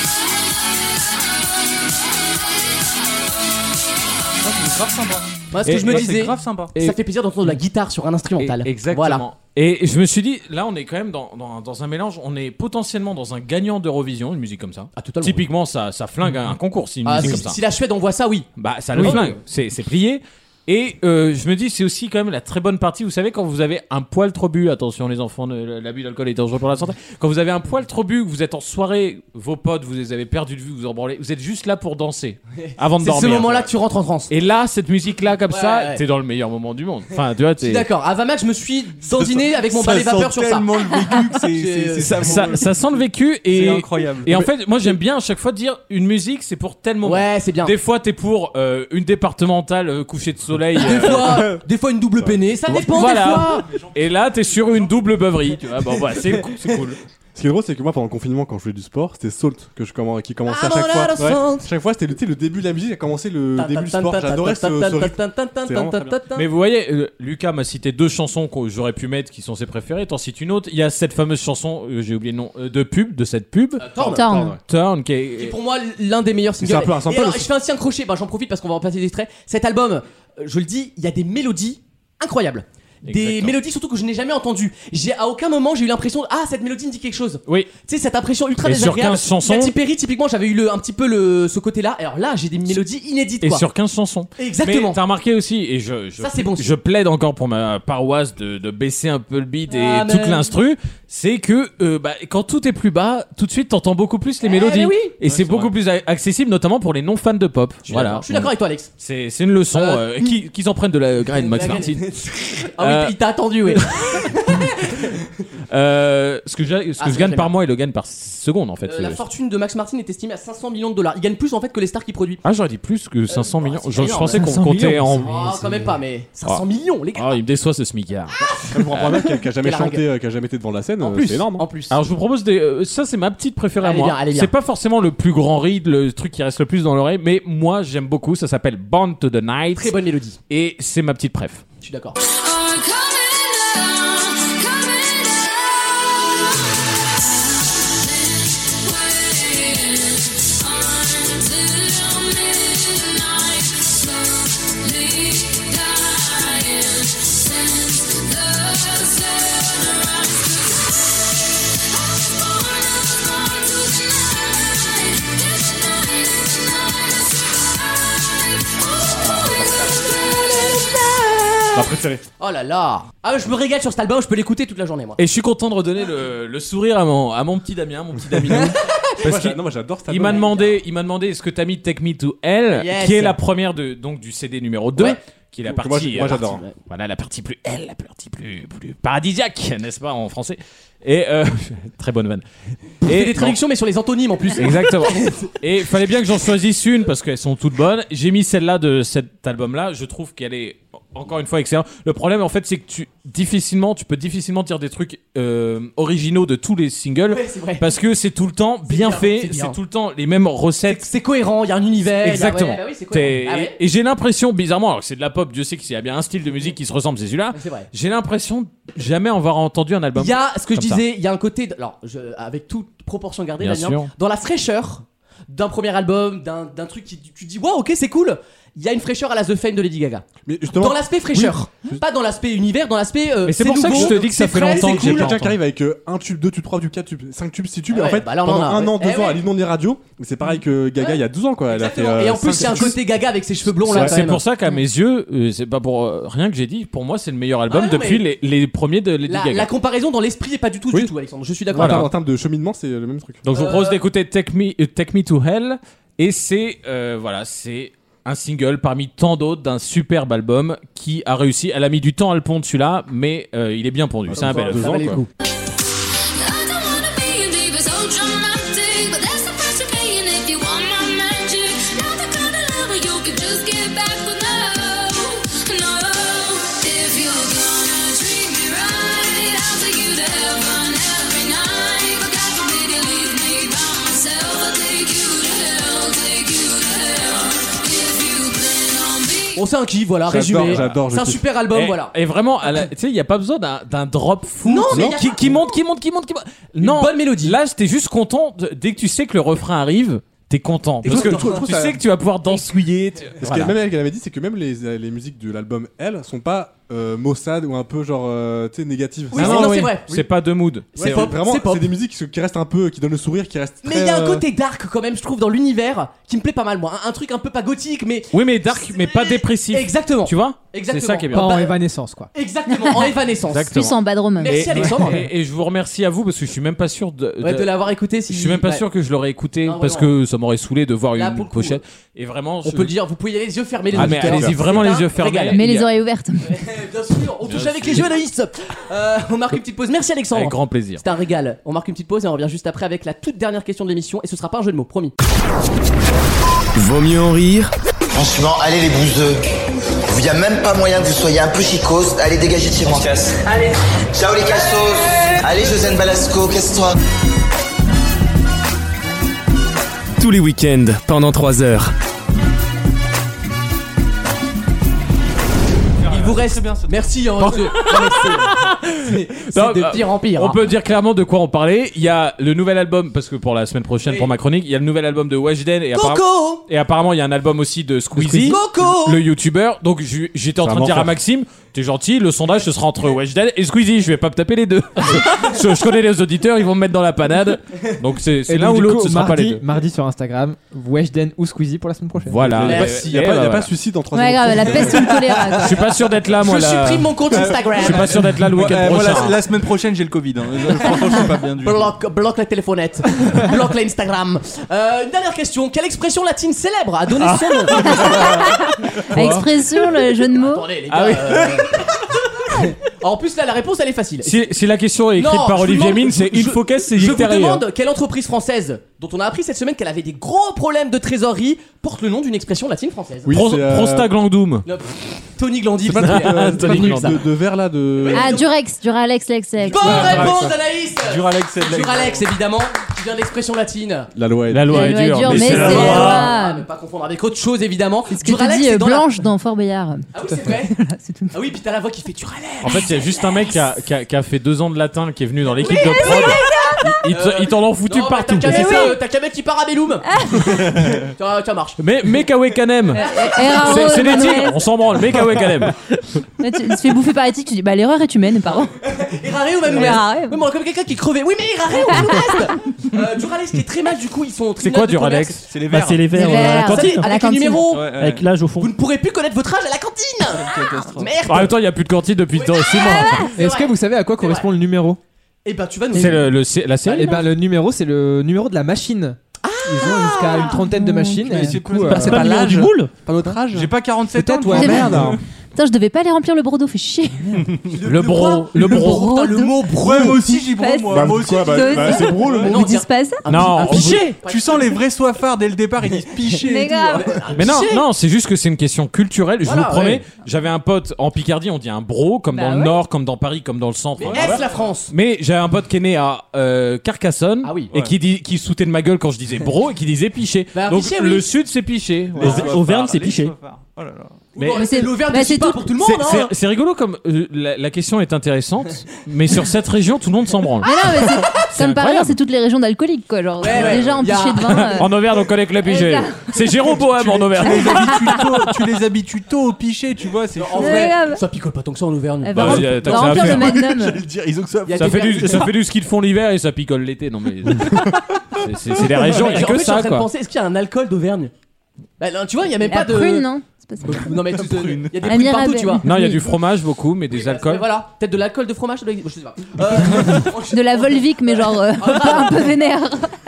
Speaker 1: Moi, ce que
Speaker 3: Et-
Speaker 1: je me
Speaker 3: et-
Speaker 1: disais,
Speaker 3: c'est grave sympa.
Speaker 1: ça fait plaisir d'entendre de la guitare sur un instrumental.
Speaker 3: Exactement.
Speaker 1: Voilà.
Speaker 3: Et je me suis dit, là, on est quand même dans, dans- dans un mélange. On est potentiellement dans un gagnant d'Eurovision, une musique comme ça. Typiquement, ça, ça flingue un, un concours, si une
Speaker 1: Ah,
Speaker 3: musique
Speaker 1: si,
Speaker 3: comme ça.
Speaker 1: si la Suède envoie ça, oui.
Speaker 3: Bah, ça le
Speaker 1: Oui.
Speaker 3: flingue. C'est c'est plié. Et euh, je me dis, c'est aussi quand même la très bonne partie. Vous savez, quand vous avez un poil trop bu, attention les enfants, ne- l'abus d'alcool est dangereux pour la santé. Quand vous avez un poil trop bu, que vous êtes en soirée, vos potes, vous les avez perdus de vue, vous en branlez, vous êtes juste là pour
Speaker 1: [laughs]
Speaker 3: danser [laughs] avant de
Speaker 1: C'est
Speaker 3: dormir.
Speaker 1: ce moment-là que tu rentres en France.
Speaker 3: Et là, cette musique-là, comme
Speaker 1: Ouais,
Speaker 3: ça,
Speaker 1: ouais.
Speaker 3: t'es dans le meilleur moment du monde. Enfin, tu vois,
Speaker 1: Je
Speaker 3: t'es.
Speaker 1: suis d'accord. Avant match, je
Speaker 3: [laughs]
Speaker 1: me suis dandiné avec mon
Speaker 3: ça
Speaker 1: balai
Speaker 3: sent
Speaker 1: vapeur sur ça. [laughs]
Speaker 3: tellement le
Speaker 1: C'est-
Speaker 3: ça, ça- ça sent le vécu et
Speaker 4: C'est incroyable.
Speaker 3: Et en fait, moi j'aime bien à chaque fois dire une musique, c'est pour tel moment.
Speaker 1: Ouais, c'est bien.
Speaker 3: Des fois, t'es pour euh, une départementale euh, coucher de soleil.
Speaker 1: Des
Speaker 3: euh,
Speaker 1: fois, des fois une double peinée, ça dépend des fois.
Speaker 3: voilà. Et là, t'es sur une double beuverie. Tu vois, bon, bah, c'est cou- c'est cool.
Speaker 2: [laughs] Ce qui est drôle, c'est que moi, pendant le confinement, quand je faisais du sport, c'était Salt que je commence, qui commençait à
Speaker 1: I'm
Speaker 2: chaque
Speaker 1: all out of
Speaker 2: fois.
Speaker 1: Ah, salt.
Speaker 2: Ouais. Chaque fois, c'était le, tu sais, le début de la musique, a commencé le
Speaker 1: Tan,
Speaker 2: début du
Speaker 1: tan,
Speaker 2: sport.
Speaker 1: tan,
Speaker 2: J'adorais ce,
Speaker 1: tan,
Speaker 2: ce
Speaker 1: tan,
Speaker 2: rythme.
Speaker 1: tan, tan,
Speaker 2: C'est vraiment
Speaker 1: tan,
Speaker 2: très bien.
Speaker 1: tan.
Speaker 3: Mais vous voyez, euh, Lucas m'a cité deux chansons que j'aurais pu mettre qui sont ses préférées. T'en cites une autre. Il y a cette fameuse chanson, euh, j'ai oublié le nom, euh, de pub, de cette pub.
Speaker 1: Torn. Torn, ouais.
Speaker 3: Torn. Torn, qui est.
Speaker 1: Euh, Pour moi, l'un des meilleurs singles.
Speaker 3: C'est un peu un sample
Speaker 1: Et alors,
Speaker 3: aussi.
Speaker 1: je fais aussi un crochet, bah, j'en profite parce qu'on va remplacer des extraits. Cet album, euh, je le dis, il y a des mélodies incroyables. Des
Speaker 3: Exactement.
Speaker 1: mélodies surtout que je n'ai jamais entendues. J'ai à aucun moment j'ai eu l'impression de, ah cette mélodie me dit quelque chose.
Speaker 3: Oui.
Speaker 1: Tu sais cette impression ultra
Speaker 3: Et sur
Speaker 1: désagréable.
Speaker 3: 15 chansons-
Speaker 1: Katy Perry typiquement j'avais eu le un petit peu le ce côté là. Alors là j'ai des mélodies inédites
Speaker 3: Et
Speaker 1: quoi.
Speaker 3: sur 15 chansons.
Speaker 1: Exactement.
Speaker 3: Mais t'as remarqué aussi, et je, je,
Speaker 1: Ça, c'est bon, ça.
Speaker 3: je plaide encore pour ma paroisse de, de baisser un peu le beat et
Speaker 1: Amen.
Speaker 3: toute l'instru, c'est que euh, bah, quand tout est plus bas, tout de suite t'entends beaucoup plus les
Speaker 1: mais
Speaker 3: mélodies.
Speaker 1: Eh oui.
Speaker 3: Et c'est beaucoup plus a- accessible, notamment pour les non-fans de pop. Voilà.
Speaker 1: Je suis d'accord avec toi Alex.
Speaker 3: C'est c'est une leçon
Speaker 1: Euh,
Speaker 3: euh, qui- qu'ils en prennent de la graine, Max Martin.
Speaker 1: [laughs] Ah oui,
Speaker 3: Euh,
Speaker 1: il t'a attendu oui.
Speaker 3: [laughs] Euh, ce que, j'ai- ce que
Speaker 1: Ah,
Speaker 3: je
Speaker 1: c'est
Speaker 3: gagne
Speaker 1: très
Speaker 3: par
Speaker 1: bien.
Speaker 3: mois, il le gagne par seconde en fait.
Speaker 1: Euh, la fortune de Max Martin est estimée à 500 millions de dollars. Il gagne plus en fait que les stars qu'il produit.
Speaker 3: ah, j'aurais dit plus
Speaker 2: Euh,
Speaker 3: que 500
Speaker 2: bah,
Speaker 3: millions.
Speaker 1: c'est
Speaker 3: Je, je
Speaker 1: énorme.
Speaker 3: pensais qu'on
Speaker 1: 500
Speaker 3: comptait
Speaker 1: millions,
Speaker 3: en.
Speaker 1: Ah, quand même pas, mais 500 millions, les gars. Ah.
Speaker 3: Ah, il me déçoit ce smicard.
Speaker 2: Je vous comprends pas qui a, qui a jamais
Speaker 3: Quelle
Speaker 2: chanté,
Speaker 3: ringue.
Speaker 2: euh, qui a jamais été devant la scène, euh,
Speaker 3: plus,
Speaker 2: c'est énorme.
Speaker 1: En plus.
Speaker 3: Alors je vous propose des. euh, ça c'est ma petite préférée
Speaker 1: Elle est
Speaker 3: à moi.
Speaker 1: bien, elle est bien.
Speaker 3: C'est pas forcément le plus grand ride, le truc qui reste le plus dans l'oreille, mais moi j'aime beaucoup. Ça s'appelle Bound to the Night. Très
Speaker 1: bonne mélodie.
Speaker 3: Et c'est ma petite préf.
Speaker 1: Je suis d'accord.
Speaker 3: Ma préférée.
Speaker 1: Oh là là. Ah, je me régale sur cet album, je peux l'écouter toute la journée, moi.
Speaker 3: Et je suis content de redonner le, le sourire à mon, à mon petit Damien, mon petit
Speaker 2: [laughs]
Speaker 3: Damien.
Speaker 2: Moi,
Speaker 3: Parce
Speaker 2: j'a-
Speaker 3: qu'il-
Speaker 2: non, moi, j'adore cet
Speaker 3: il
Speaker 2: album.
Speaker 3: m'a demandé, il m'a demandé, est-ce que t'as mis Take Me to Hell,
Speaker 2: Yes.
Speaker 3: qui est la première de donc du CD numéro 2,
Speaker 2: Ouais.
Speaker 3: qui est la
Speaker 2: Que moi,
Speaker 3: partie,
Speaker 2: j'ai- moi,
Speaker 3: la partie-
Speaker 2: j'adore.
Speaker 3: voilà la partie plus Hell, la partie plus plus paradisiaque, n'est-ce pas en français. Et euh, [laughs] très bonne vanne.
Speaker 1: Et des traductions, mais sur les antonymes en plus. [laughs]
Speaker 3: Exactement. Et il fallait bien que j'en choisisse une parce qu'elles sont toutes bonnes. J'ai mis celle-là de cet album-là. Je trouve qu'elle est encore une fois excellente. Le problème, en fait, c'est que tu difficilement, tu peux difficilement dire des trucs euh, originaux de tous les singles
Speaker 1: Ouais, c'est vrai.
Speaker 3: parce que c'est tout le temps bien, fait.
Speaker 1: c'est bien.
Speaker 3: C'est tout le temps les mêmes recettes.
Speaker 1: C'est cohérent, il y a un univers. il y a-
Speaker 3: Exactement.
Speaker 1: ouais, bah oui, c'est
Speaker 3: T'es-
Speaker 1: cohérent. Ah ouais.
Speaker 3: Et j'ai l'impression, bizarrement, alors que c'est de la pop, Dieu sait qu'il y a bien un style de musique qui se ressemble, c'est celui-là.
Speaker 1: C'est vrai.
Speaker 3: J'ai l'impression de jamais avoir entendu un album.
Speaker 1: Il y a ce que
Speaker 3: comme
Speaker 1: je
Speaker 3: ça.
Speaker 1: disais, il y a un côté. de- Alors, je, avec toute proportion gardée,
Speaker 3: Bien
Speaker 1: Damien,
Speaker 3: sûr.
Speaker 1: dans la fraîcheur d'un premier album, d'un d'un truc qui tu tu dis, waouh, ok, c'est cool. Il y a une fraîcheur à la The Fame de Lady Gaga.
Speaker 2: justement-
Speaker 1: dans l'aspect fraîcheur, pas dans l'aspect univers, dans l'aspect. euh,
Speaker 2: Mais c'est pour ça que
Speaker 1: nouveau,
Speaker 2: je te dis que ça
Speaker 1: c'est
Speaker 2: fait
Speaker 1: frais,
Speaker 2: longtemps
Speaker 1: c'est
Speaker 2: que j'ai
Speaker 1: cool.
Speaker 2: pas Quelqu'un qui arrive avec euh, un tube, deux tubes, trois tubes, quatre tubes, cinq tubes, six tubes,
Speaker 1: Ah
Speaker 2: et en
Speaker 1: ouais,
Speaker 2: fait,
Speaker 1: bah là, on en
Speaker 2: pendant
Speaker 1: a,
Speaker 2: un
Speaker 1: ouais.
Speaker 2: an, deux
Speaker 1: Eh
Speaker 2: ans,
Speaker 1: ouais.
Speaker 2: elle inonde les radios. Donc c'est pareil que Gaga il y a 12 ans, quoi. Elle a fait, euh,
Speaker 1: Et en plus, il y a
Speaker 2: cinq
Speaker 1: un
Speaker 2: tubes.
Speaker 1: côté Gaga avec ses cheveux blonds
Speaker 3: C'est-
Speaker 1: là. quand
Speaker 3: C'est
Speaker 1: même.
Speaker 3: pour ça qu'à mes yeux, euh, c'est pas pour euh, rien que j'ai dit, pour moi c'est le meilleur album
Speaker 1: Ah non,
Speaker 3: depuis
Speaker 1: mais-
Speaker 3: les, les premiers de Lady
Speaker 1: La,
Speaker 3: Gaga.
Speaker 1: la comparaison dans l'esprit n'est pas du tout, du tout, Alexandre. Je suis d'accord.
Speaker 3: Voilà.
Speaker 2: En termes de cheminement, c'est le même truc.
Speaker 3: Donc je vous
Speaker 1: Euh,
Speaker 3: propose d'écouter Take Me, euh, Take Me to Hell et c'est euh, voilà, c'est un single parmi tant d'autres d'un superbe album qui a réussi. Elle a mis du temps à le pondre celui-là, mais euh, il est bien pondu. C'est un bel
Speaker 2: deux ans, quoi.
Speaker 1: On sait un qui, voilà,
Speaker 3: J'adore,
Speaker 1: résumé.
Speaker 3: j'adore, je
Speaker 1: C'est un
Speaker 3: kiffe.
Speaker 1: super album,
Speaker 2: Eh,
Speaker 3: et,
Speaker 1: voilà.
Speaker 3: Et vraiment, elle a- tu sais, il n'y a pas besoin d'un d'un drop fou
Speaker 1: Non, mais y a
Speaker 3: qui,
Speaker 1: pas-
Speaker 3: qui monte, qui monte, qui monte, qui monte. Non, bonne mélodie. Là, j'étais juste content. de- dès que tu sais que le refrain arrive, t'es content.
Speaker 2: Et
Speaker 3: Parce que
Speaker 2: je trouve- je trouve
Speaker 3: tu
Speaker 2: ça-
Speaker 3: sais que tu vas pouvoir dansouiller. tu-
Speaker 2: Parce
Speaker 3: voilà.
Speaker 2: que même elle, qu'elle avait dit, c'est que même les, les musiques de l'album Elle sont pas euh, maussades ou un peu genre euh, tu sais négatives.
Speaker 1: Oui, Ah c'est- non, non, c'est oui. vrai.
Speaker 3: C'est pas de mood.
Speaker 2: C'est
Speaker 1: pop,
Speaker 2: vraiment
Speaker 1: c'est pop.
Speaker 2: c'est des musiques qui se- qui restent un peu qui donnent le sourire, qui restent
Speaker 1: Mais il y
Speaker 3: euh,
Speaker 1: a un côté dark quand même, je trouve, dans l'univers qui me plaît pas mal, moi. Un, un truc un peu pas gothique, mais.
Speaker 3: Oui, mais dark, mais pas dépressif.
Speaker 1: Exactement.
Speaker 3: Tu vois
Speaker 1: Exactement.
Speaker 3: C'est ça qui est bien.
Speaker 9: Pas en
Speaker 1: Bah,
Speaker 9: évanescence, quoi.
Speaker 1: Exactement,
Speaker 3: [laughs]
Speaker 1: en évanescence.
Speaker 3: Exactement.
Speaker 7: Plus en bas de Romain.
Speaker 1: Merci,
Speaker 3: Et-
Speaker 1: Alexandre.
Speaker 3: Et, et je vous remercie à vous parce que je suis même pas sûr de,
Speaker 1: Ouais, de l'avoir écouté. Si... bah,
Speaker 3: Je suis même pas
Speaker 1: Ouais.
Speaker 3: sûr que je l'aurais écouté
Speaker 1: Non,
Speaker 3: parce
Speaker 1: vraiment.
Speaker 3: que ça m'aurait saoulé de voir
Speaker 1: Là,
Speaker 3: une
Speaker 1: pour le coup,
Speaker 3: pochette. Et vraiment,
Speaker 1: On
Speaker 3: je-
Speaker 1: peut dire, vous pouvez y aller les yeux fermés, les
Speaker 3: Ah, mais
Speaker 1: auditeurs.
Speaker 3: allez-y, vraiment
Speaker 1: C'est
Speaker 3: les
Speaker 1: un
Speaker 3: yeux fermés.
Speaker 1: régal.
Speaker 7: Mais
Speaker 3: Il y
Speaker 7: les
Speaker 3: a-
Speaker 7: oreilles ouvertes.
Speaker 1: [laughs] Bien sûr, on touche
Speaker 3: Bien
Speaker 1: avec
Speaker 3: sûr.
Speaker 1: les yeux, Anaïs. Euh, on marque une petite pause. Merci, Alexandre.
Speaker 3: Avec grand plaisir.
Speaker 1: C'est un régal. On marque une petite pause et on revient juste après avec la toute dernière question de l'émission. Et ce sera pas un jeu de mots, promis.
Speaker 23: Vaut mieux en rire
Speaker 11: Franchement, allez les bouseux. Il y a même pas moyen que vous soyez un peu chicose. Allez, dégagez de chez moi. Allez. Ciao les cassos. Allez, Josène Balasco, casse-toi.
Speaker 23: tous les week-ends pendant 3 heures.
Speaker 1: Il vous reste. Merci. hein, monsieur. Non, mais c'est- c'est-
Speaker 3: Non,
Speaker 1: C'est de
Speaker 3: bah,
Speaker 1: pire en pire.
Speaker 3: On
Speaker 1: hein.
Speaker 3: peut dire clairement de quoi on parlait. Il y a le nouvel album, parce que pour la semaine prochaine, pour ma chronique, il y a le nouvel album de Weshden. Et,
Speaker 1: Coco
Speaker 3: apparemment- et apparemment, il y a un album aussi de Squeezie,
Speaker 1: Squeezie. Coco
Speaker 3: le youtubeur. Donc je- j'étais en
Speaker 2: C'est
Speaker 3: train
Speaker 2: un
Speaker 3: de dire à
Speaker 2: enfer.
Speaker 3: Maxime, t'es gentil, le sondage ce sera entre Weshden et Squeezie. Je vais pas me taper les deux. [laughs] je, je connais les auditeurs, ils vont me mettre dans la panade. Donc c'est c'est
Speaker 9: Et
Speaker 3: l'un
Speaker 9: donc,
Speaker 3: ou
Speaker 9: du
Speaker 3: l'autre,
Speaker 9: coup,
Speaker 3: ce sera pas les
Speaker 9: mardi-
Speaker 3: deux.
Speaker 9: Mardi sur Instagram, Weshden ou Squeezie pour la semaine prochaine.
Speaker 3: Voilà.
Speaker 2: Il y a pas-
Speaker 3: Eh,
Speaker 2: il y a
Speaker 3: eh,
Speaker 2: pas- il y a
Speaker 3: bah,
Speaker 2: pas
Speaker 3: voilà.
Speaker 2: de suicide dans trois
Speaker 7: Ouais,
Speaker 2: ans.
Speaker 7: grave, la peste ou le
Speaker 9: euh,
Speaker 7: choléra. quoi.
Speaker 3: Je suis pas sûr d'être là, moi.
Speaker 1: Je
Speaker 3: là.
Speaker 1: supprime mon
Speaker 4: Euh,
Speaker 1: compte Instagram.
Speaker 3: Je suis pas sûr d'être là le
Speaker 4: Moi,
Speaker 3: week-end
Speaker 4: euh, moi,
Speaker 3: prochain.
Speaker 4: la, la semaine prochaine, j'ai le Covid. hein. Je- Franchement, je suis pas bien du tout.
Speaker 1: Bloque, bloque la téléphonette, bloque l'Instagram. Euh, une dernière question. Quelle expression latine célèbre a donné son nom
Speaker 7: [laughs] Expression, le jeu de mots.
Speaker 1: Attendez, les gars,
Speaker 3: Ah oui.
Speaker 1: euh, [laughs] En plus, là, la réponse, elle est facile.
Speaker 3: Si, si la question est écrite
Speaker 1: Non,
Speaker 3: par
Speaker 1: je vous
Speaker 3: Olivier
Speaker 1: demande-
Speaker 3: Mine, c'est il
Speaker 1: je-
Speaker 3: faut qu'elle c'est
Speaker 1: Je vous
Speaker 3: Yves
Speaker 1: demande quelle entreprise française, dont on a appris cette semaine qu'elle avait des gros problèmes de trésorerie, porte le nom d'une expression latine française.
Speaker 3: Oui, Pro- c'est, euh, prostaglandum.
Speaker 1: Non, pff, Tony Glandy.
Speaker 3: [laughs]
Speaker 2: C'est pas le truc, euh,
Speaker 1: Tony
Speaker 2: c'est pas le truc
Speaker 1: Glandy.
Speaker 2: de, de verre là de.
Speaker 7: Ah, Durex, Duralex, Lex, Lex.
Speaker 1: Bonne
Speaker 2: Ouais,
Speaker 1: réponse,
Speaker 2: Duralex.
Speaker 1: Anaïs
Speaker 2: Duralex, c'est de la-
Speaker 1: Duralex, évidemment, qui vient de l'expression latine.
Speaker 2: La loi est
Speaker 3: La loi est dure, mais c'est la loi.
Speaker 1: Ah, mais pas confondre avec autre chose, évidemment.
Speaker 7: Ce que tu dis euh, Blanche dans Fort Boyard.
Speaker 1: Ah oui, c'est vrai. Ah oui, puis t'as la voix qui fait Duralex.
Speaker 3: En fait, il y a juste un mec qui a, qui a- qui a fait deux ans de latin qui est venu dans l'équipe de prod. Ils
Speaker 1: Euh,
Speaker 3: te- Ils t'en ont foutu
Speaker 1: Non,
Speaker 3: partout.
Speaker 1: mais T'as qu'à mettre ça, euh, t'as qu'à mettre qui part à Belloum. Ça ça marche.
Speaker 3: Mais Mekawe Kanem
Speaker 7: Erraro,
Speaker 3: C'est- C'est des
Speaker 7: Emmanuel.
Speaker 3: tigres, on s'en branle, Mekawe Kanem
Speaker 7: Là, tu, tu te fais bouffer par les tiques, tu dis bah l'erreur est humaine,
Speaker 1: [laughs]
Speaker 7: pardon.
Speaker 1: Irare ou Manoumès
Speaker 7: Errare.
Speaker 1: Oui, mais on a comme quelqu'un qui crevait. Oui, mais Irare ou Manoumès euh, Duralex qui est très mal, du coup, ils sont au
Speaker 3: C'est
Speaker 1: tribunal
Speaker 3: quoi
Speaker 1: de
Speaker 3: du Rolex
Speaker 1: commerce.
Speaker 10: Bah, c'est les verres
Speaker 1: Les
Speaker 10: euh, à la
Speaker 1: verres.
Speaker 10: cantine.
Speaker 1: Vous savez, avec les numéros. Ouais, ouais,
Speaker 10: Avec l'âge au fond.
Speaker 1: Vous ne pourrez plus connaître votre âge à la
Speaker 10: Ah,
Speaker 1: cantine Ah, Merde
Speaker 3: Bah, En même temps, il n'y a plus de cantine depuis
Speaker 7: Ah
Speaker 3: 6 mois.
Speaker 9: Est-ce que vous savez à quoi correspond le numéro
Speaker 1: Eh ben, tu vas nous
Speaker 3: C'est le, le- c'est- la série
Speaker 9: Eh ben, le numéro, c'est le numéro de la machine.
Speaker 7: Ah
Speaker 9: Ils ont jusqu'à une trentaine de machines.
Speaker 4: Mais
Speaker 9: et
Speaker 4: c'est
Speaker 9: du
Speaker 4: quoi,
Speaker 9: coup, euh,
Speaker 4: ça C'est pas le numéro du
Speaker 10: boule
Speaker 9: Pas notre âge
Speaker 4: J'ai pas 47 ans.
Speaker 9: Peut-être, ouais,
Speaker 4: toi.
Speaker 9: merde. hein.
Speaker 7: Putain, je devais pas aller remplir le brodo, fait
Speaker 1: [laughs]
Speaker 7: chier.
Speaker 3: Le bro, le bro.
Speaker 1: Putain, le mot bro
Speaker 4: Ouais, moi aussi j'y prends, moi.
Speaker 7: Bah,
Speaker 4: moi aussi.
Speaker 7: quoi, bah, bah, c'est
Speaker 4: bro le
Speaker 7: Ils disent pas ça
Speaker 3: Non,
Speaker 4: Un
Speaker 3: on-
Speaker 4: piché Tu sens les vrais soifards dès le départ, ils disent piché.
Speaker 7: Mais
Speaker 4: et tout. hein.
Speaker 7: grave.
Speaker 3: Mais non,
Speaker 4: Piché.
Speaker 3: non, c'est juste que c'est une question culturelle. Je
Speaker 4: Voilà,
Speaker 3: vous promets,
Speaker 4: ouais.
Speaker 3: j'avais un pote en Picardie, on dit un bro, comme
Speaker 1: Bah
Speaker 3: dans
Speaker 1: ouais.
Speaker 3: le nord, comme dans Paris, comme dans le centre.
Speaker 1: Mais
Speaker 3: Voilà.
Speaker 1: est-ce la France
Speaker 3: Mais j'avais un pote qui est né à euh, Carcassonne
Speaker 1: Ah
Speaker 3: et qui, dit, qui se foutait de ma gueule quand je disais bro et qui disait piché.
Speaker 1: Bah,
Speaker 3: Donc
Speaker 1: piché, oui.
Speaker 3: le sud c'est piché.
Speaker 10: Les Auvergne, c'est piché.
Speaker 4: Oh
Speaker 3: Mais-
Speaker 1: Mais c'est l'Auvergne
Speaker 7: bah,
Speaker 1: de
Speaker 7: c'est
Speaker 1: Chipa
Speaker 7: tout-
Speaker 1: pour tout le
Speaker 3: C'est-
Speaker 1: monde, hein
Speaker 3: c'est- C'est rigolo comme euh, la, la question est
Speaker 1: [laughs]
Speaker 3: intéressante, mais sur cette région tout le monde s'en branle. [laughs]
Speaker 7: Mais non, mais c'est-
Speaker 3: C'est
Speaker 7: ça me paraît
Speaker 3: incroyable.
Speaker 7: c'est toutes les régions d'alcooliques quoi. Genre,
Speaker 1: Ah Ouais, ouais.
Speaker 7: déjà en
Speaker 1: Y a-
Speaker 7: pichet de vin. euh,
Speaker 3: En Auvergne on connaît que le piché.
Speaker 7: ça.
Speaker 3: C'est Jérôme Bohème en
Speaker 1: [laughs]
Speaker 4: Tu
Speaker 3: Auvergne.
Speaker 4: les habitues tôt- Tu les habitues tôt au piché, tu vois. C'est
Speaker 1: En
Speaker 4: chaud.
Speaker 1: vrai,
Speaker 7: grave.
Speaker 1: ça picole pas tant que ça en Auvergne.
Speaker 7: Elle va
Speaker 3: Bah,
Speaker 7: rem-
Speaker 3: y a-
Speaker 7: va
Speaker 3: t'as que ça à
Speaker 7: remplir le
Speaker 1: [laughs]
Speaker 3: faire.
Speaker 7: magnum.
Speaker 4: dire, ils ont que ça.
Speaker 1: Il y a
Speaker 3: Ça
Speaker 1: des
Speaker 3: fait,
Speaker 1: verres-
Speaker 3: du, ça fait du ski de fond l'hiver et ça picole l'été. Non mais c'est- c'est c'est des régions, il y a
Speaker 1: En fait,
Speaker 3: que
Speaker 1: je suis en
Speaker 3: ça
Speaker 1: train de
Speaker 3: quoi.
Speaker 1: penser, est-ce qu'il y a un alcool d'Auvergne Bah, non, tu vois, il y a même
Speaker 7: La
Speaker 1: pas de.
Speaker 7: prune, non C'est pas ça.
Speaker 1: Non, mais tu te- il y a
Speaker 7: La
Speaker 1: des prunes partout,
Speaker 7: Mirabelle.
Speaker 1: tu vois.
Speaker 3: Non, il y a du fromage beaucoup, mais des
Speaker 1: Mais
Speaker 3: alcools.
Speaker 1: voilà, peut-être de l'alcool de fromage, je sais pas. Euh,
Speaker 7: De la Volvic, mais genre euh,
Speaker 1: Oh
Speaker 7: un peu- [laughs] un peu vénère.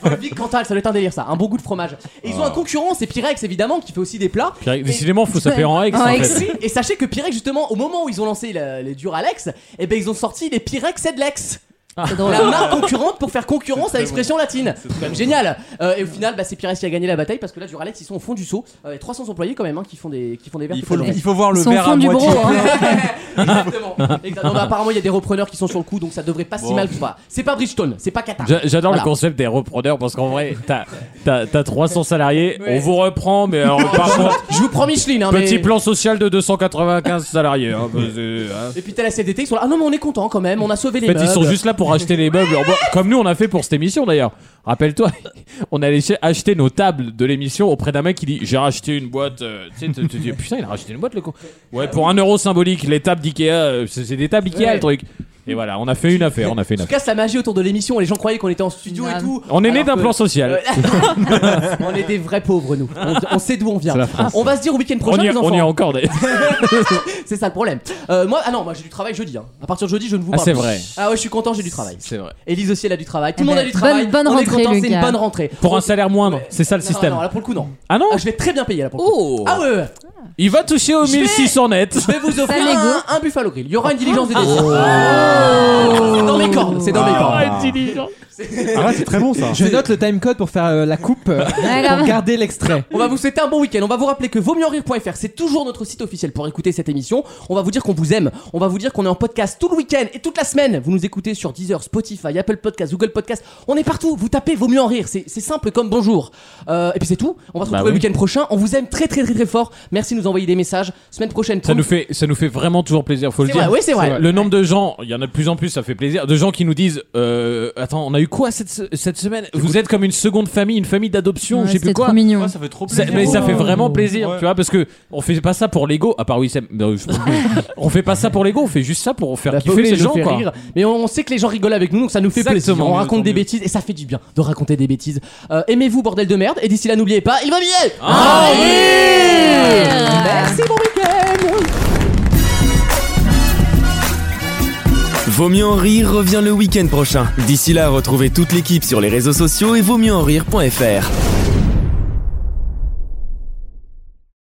Speaker 1: Volvic Cantal, ça doit être un délire ça, un bon goût de fromage. Et ils
Speaker 4: Ah.
Speaker 1: ont un concurrent, c'est Pyrex évidemment, qui fait aussi des plats.
Speaker 3: Puis, Décidément, Oh, faut s'appeler en ex.
Speaker 7: En
Speaker 3: en
Speaker 7: ex.
Speaker 3: fait.
Speaker 1: Oui, et sachez que Pyrex justement, au moment où ils ont lancé la- les Duralex, eh ben ils ont sorti les Pyrex et de l'ex.
Speaker 3: Ah.
Speaker 7: C'est drôle.
Speaker 1: La marque concurrente pour faire concurrence à l'expression latine. C'est quand même génial. Euh, et au final, bah, c'est Pyrex qui a gagné la bataille parce que là, Duralex, ils sont au fond du seau. Euh, et 300 employés quand même hein, qui font des qui font des verres.
Speaker 4: Il
Speaker 1: toute
Speaker 4: faut,
Speaker 1: la
Speaker 4: le-
Speaker 1: journée.
Speaker 4: il faut voir
Speaker 7: Ils
Speaker 4: le
Speaker 7: sont au
Speaker 4: verre à
Speaker 7: fond du
Speaker 4: moitié
Speaker 7: bourreau.
Speaker 4: plein.
Speaker 7: hein.
Speaker 1: [laughs]
Speaker 4: [laughs]
Speaker 1: Exactement. Exactement. Bah, apparemment, il y a des repreneurs qui sont sur le coup, donc ça devrait pas si
Speaker 4: Bon.
Speaker 1: mal que ça. C'est pas Bridgestone, c'est pas Qatar.
Speaker 3: J'a- J'adore
Speaker 1: Voilà.
Speaker 3: le concept des repreneurs parce qu'en vrai, t'as as, 300 salariés,
Speaker 1: Ouais.
Speaker 3: on vous reprend, mais alors, par
Speaker 1: [laughs]
Speaker 3: contre,
Speaker 1: Je vous prends Micheline. Hein,
Speaker 3: petit
Speaker 1: mais-
Speaker 3: plan social de
Speaker 1: [laughs]
Speaker 3: 295 salariés. hein, parce que, hein.
Speaker 1: Et puis t'as la CFDT, ils sont là. Ah non, mais on est content quand même, on a sauvé les
Speaker 3: En fait,
Speaker 1: meubles.
Speaker 3: ils sont juste là pour acheter les meubles, en bois, comme nous on a fait pour cette émission d'ailleurs. Rappelle-toi, [laughs] on allait ch- acheter nos tables de l'émission auprès d'un mec qui dit J'ai racheté une boîte. euh, tu sais, tu tu dis Putain, il a racheté une boîte le con. Ouais, pour un euro symbolique, les tables d'Ikea, euh, c'est c'est des tables Ikea
Speaker 1: Ouais.
Speaker 3: le truc. Et voilà, on a fait une affaire, on a fait une
Speaker 1: Tu
Speaker 3: affaire.
Speaker 1: [laughs] casses la magie autour de l'émission, les gens croyaient qu'on était en studio
Speaker 7: Grave.
Speaker 1: et tout.
Speaker 3: On est né
Speaker 1: Alors
Speaker 3: d'un
Speaker 1: que-
Speaker 3: plan social. [laughs]
Speaker 1: on est des vrais pauvres, nous. On, on sait d'où on vient.
Speaker 3: C'est la France.
Speaker 1: On va se dire au week-end
Speaker 3: On y,
Speaker 1: prochain, les
Speaker 3: on y est
Speaker 1: enfants.
Speaker 3: encore d'ailleurs.
Speaker 1: [laughs] C'est ça le problème. Euh, moi, ah non, moi j'ai du travail jeudi. Hein. À partir de jeudi, je ne vous
Speaker 3: Ah,
Speaker 1: parle
Speaker 3: c'est
Speaker 1: plus.
Speaker 3: vrai.
Speaker 1: Ah ouais, je suis content, j'ai du travail.
Speaker 3: C'est vrai.
Speaker 1: Élise aussi, elle a du travail. Tout
Speaker 7: Eh
Speaker 1: le monde
Speaker 7: ben,
Speaker 1: a du travail.
Speaker 7: bonne- bonne
Speaker 1: on est
Speaker 7: rentrée,
Speaker 1: content, c'est une
Speaker 7: Lucas.
Speaker 1: bonne rentrée.
Speaker 3: Pour un salaire moindre, c'est ça le
Speaker 1: Non,
Speaker 3: système.
Speaker 1: Non, non, là pour le coup, non.
Speaker 3: Ah non
Speaker 1: Ah, je vais être très bien payer là pour le coup.
Speaker 3: Oh
Speaker 1: Ah ouais, ouais, ouais.
Speaker 3: Il va toucher aux
Speaker 1: Je vais-
Speaker 3: 1600 net.
Speaker 1: Je vais vous offrir
Speaker 7: Ça, Ah. Oh. Lego.
Speaker 1: un, un Buffalo Grill. Il y aura une diligence de dessert. C'est dans mes cordes, c'est dans mes cordes.
Speaker 2: Ah ouais, c'est très bon ça.
Speaker 9: Je note le timecode pour faire euh, la coupe, euh,
Speaker 7: grave.
Speaker 9: pour garder l'extrait.
Speaker 1: On va vous souhaiter un bon week-end. On va vous rappeler que vaut mieux en rire.fr, c'est toujours notre site officiel pour écouter cette émission. On va vous dire qu'on vous aime. On va vous dire qu'on est en podcast tout le week-end et toute la semaine. Vous nous écoutez sur Deezer, Spotify, Apple Podcast, Google Podcast. On est partout. Vous tapez vaut mieux en rire. C'est c'est simple comme bonjour. Euh, et puis c'est tout. On va se
Speaker 3: Bah
Speaker 1: retrouver
Speaker 3: oui.
Speaker 1: le week-end prochain. On vous aime très très très très fort. Merci de nous envoyer des messages. Semaine prochaine.
Speaker 3: Ça nous fait, ça nous fait vraiment toujours plaisir, faut le
Speaker 1: C'est
Speaker 3: dire.
Speaker 1: vrai, oui, c'est vrai.
Speaker 3: Le nombre de gens, il y en a de plus en plus, ça fait plaisir. De gens qui nous disent, euh, attends, on a eu quoi cette, se- cette semaine Vous êtes comme une seconde famille, une famille d'adoption,
Speaker 7: Ouais,
Speaker 3: je sais plus
Speaker 7: C'était
Speaker 3: quoi.
Speaker 7: trop mignon.
Speaker 4: Ouais, Ah, Ça fait trop
Speaker 3: Ça-
Speaker 4: plaisir.
Speaker 3: mais ça fait
Speaker 4: Oh.
Speaker 3: vraiment plaisir,
Speaker 4: Ouais.
Speaker 3: tu vois, parce que on fait pas ça pour l'ego, à part Wissem. Non, je-
Speaker 1: [laughs]
Speaker 3: on fait pas ça pour l'ego, on fait juste ça pour faire
Speaker 1: Bah,
Speaker 3: kiffer
Speaker 1: oui, ça
Speaker 3: les
Speaker 1: nous
Speaker 3: gens,
Speaker 1: fait
Speaker 3: quoi.
Speaker 1: rire. Mais on on sait que les gens rigolent avec nous, donc ça nous fait plaisir.
Speaker 3: Exactement.
Speaker 1: On raconte des
Speaker 3: Tant mieux.
Speaker 1: bêtises et ça fait du bien de raconter des bêtises. Euh, Aimez-vous, bordel de merde. Et d'ici là, n'oubliez pas, il va mieux
Speaker 3: Ah
Speaker 1: Merci, bon week-end
Speaker 24: Vaut mieux en rire revient le week-end prochain. D'ici là, retrouvez toute l'équipe sur les réseaux sociaux et vaut mieux en rire.fr.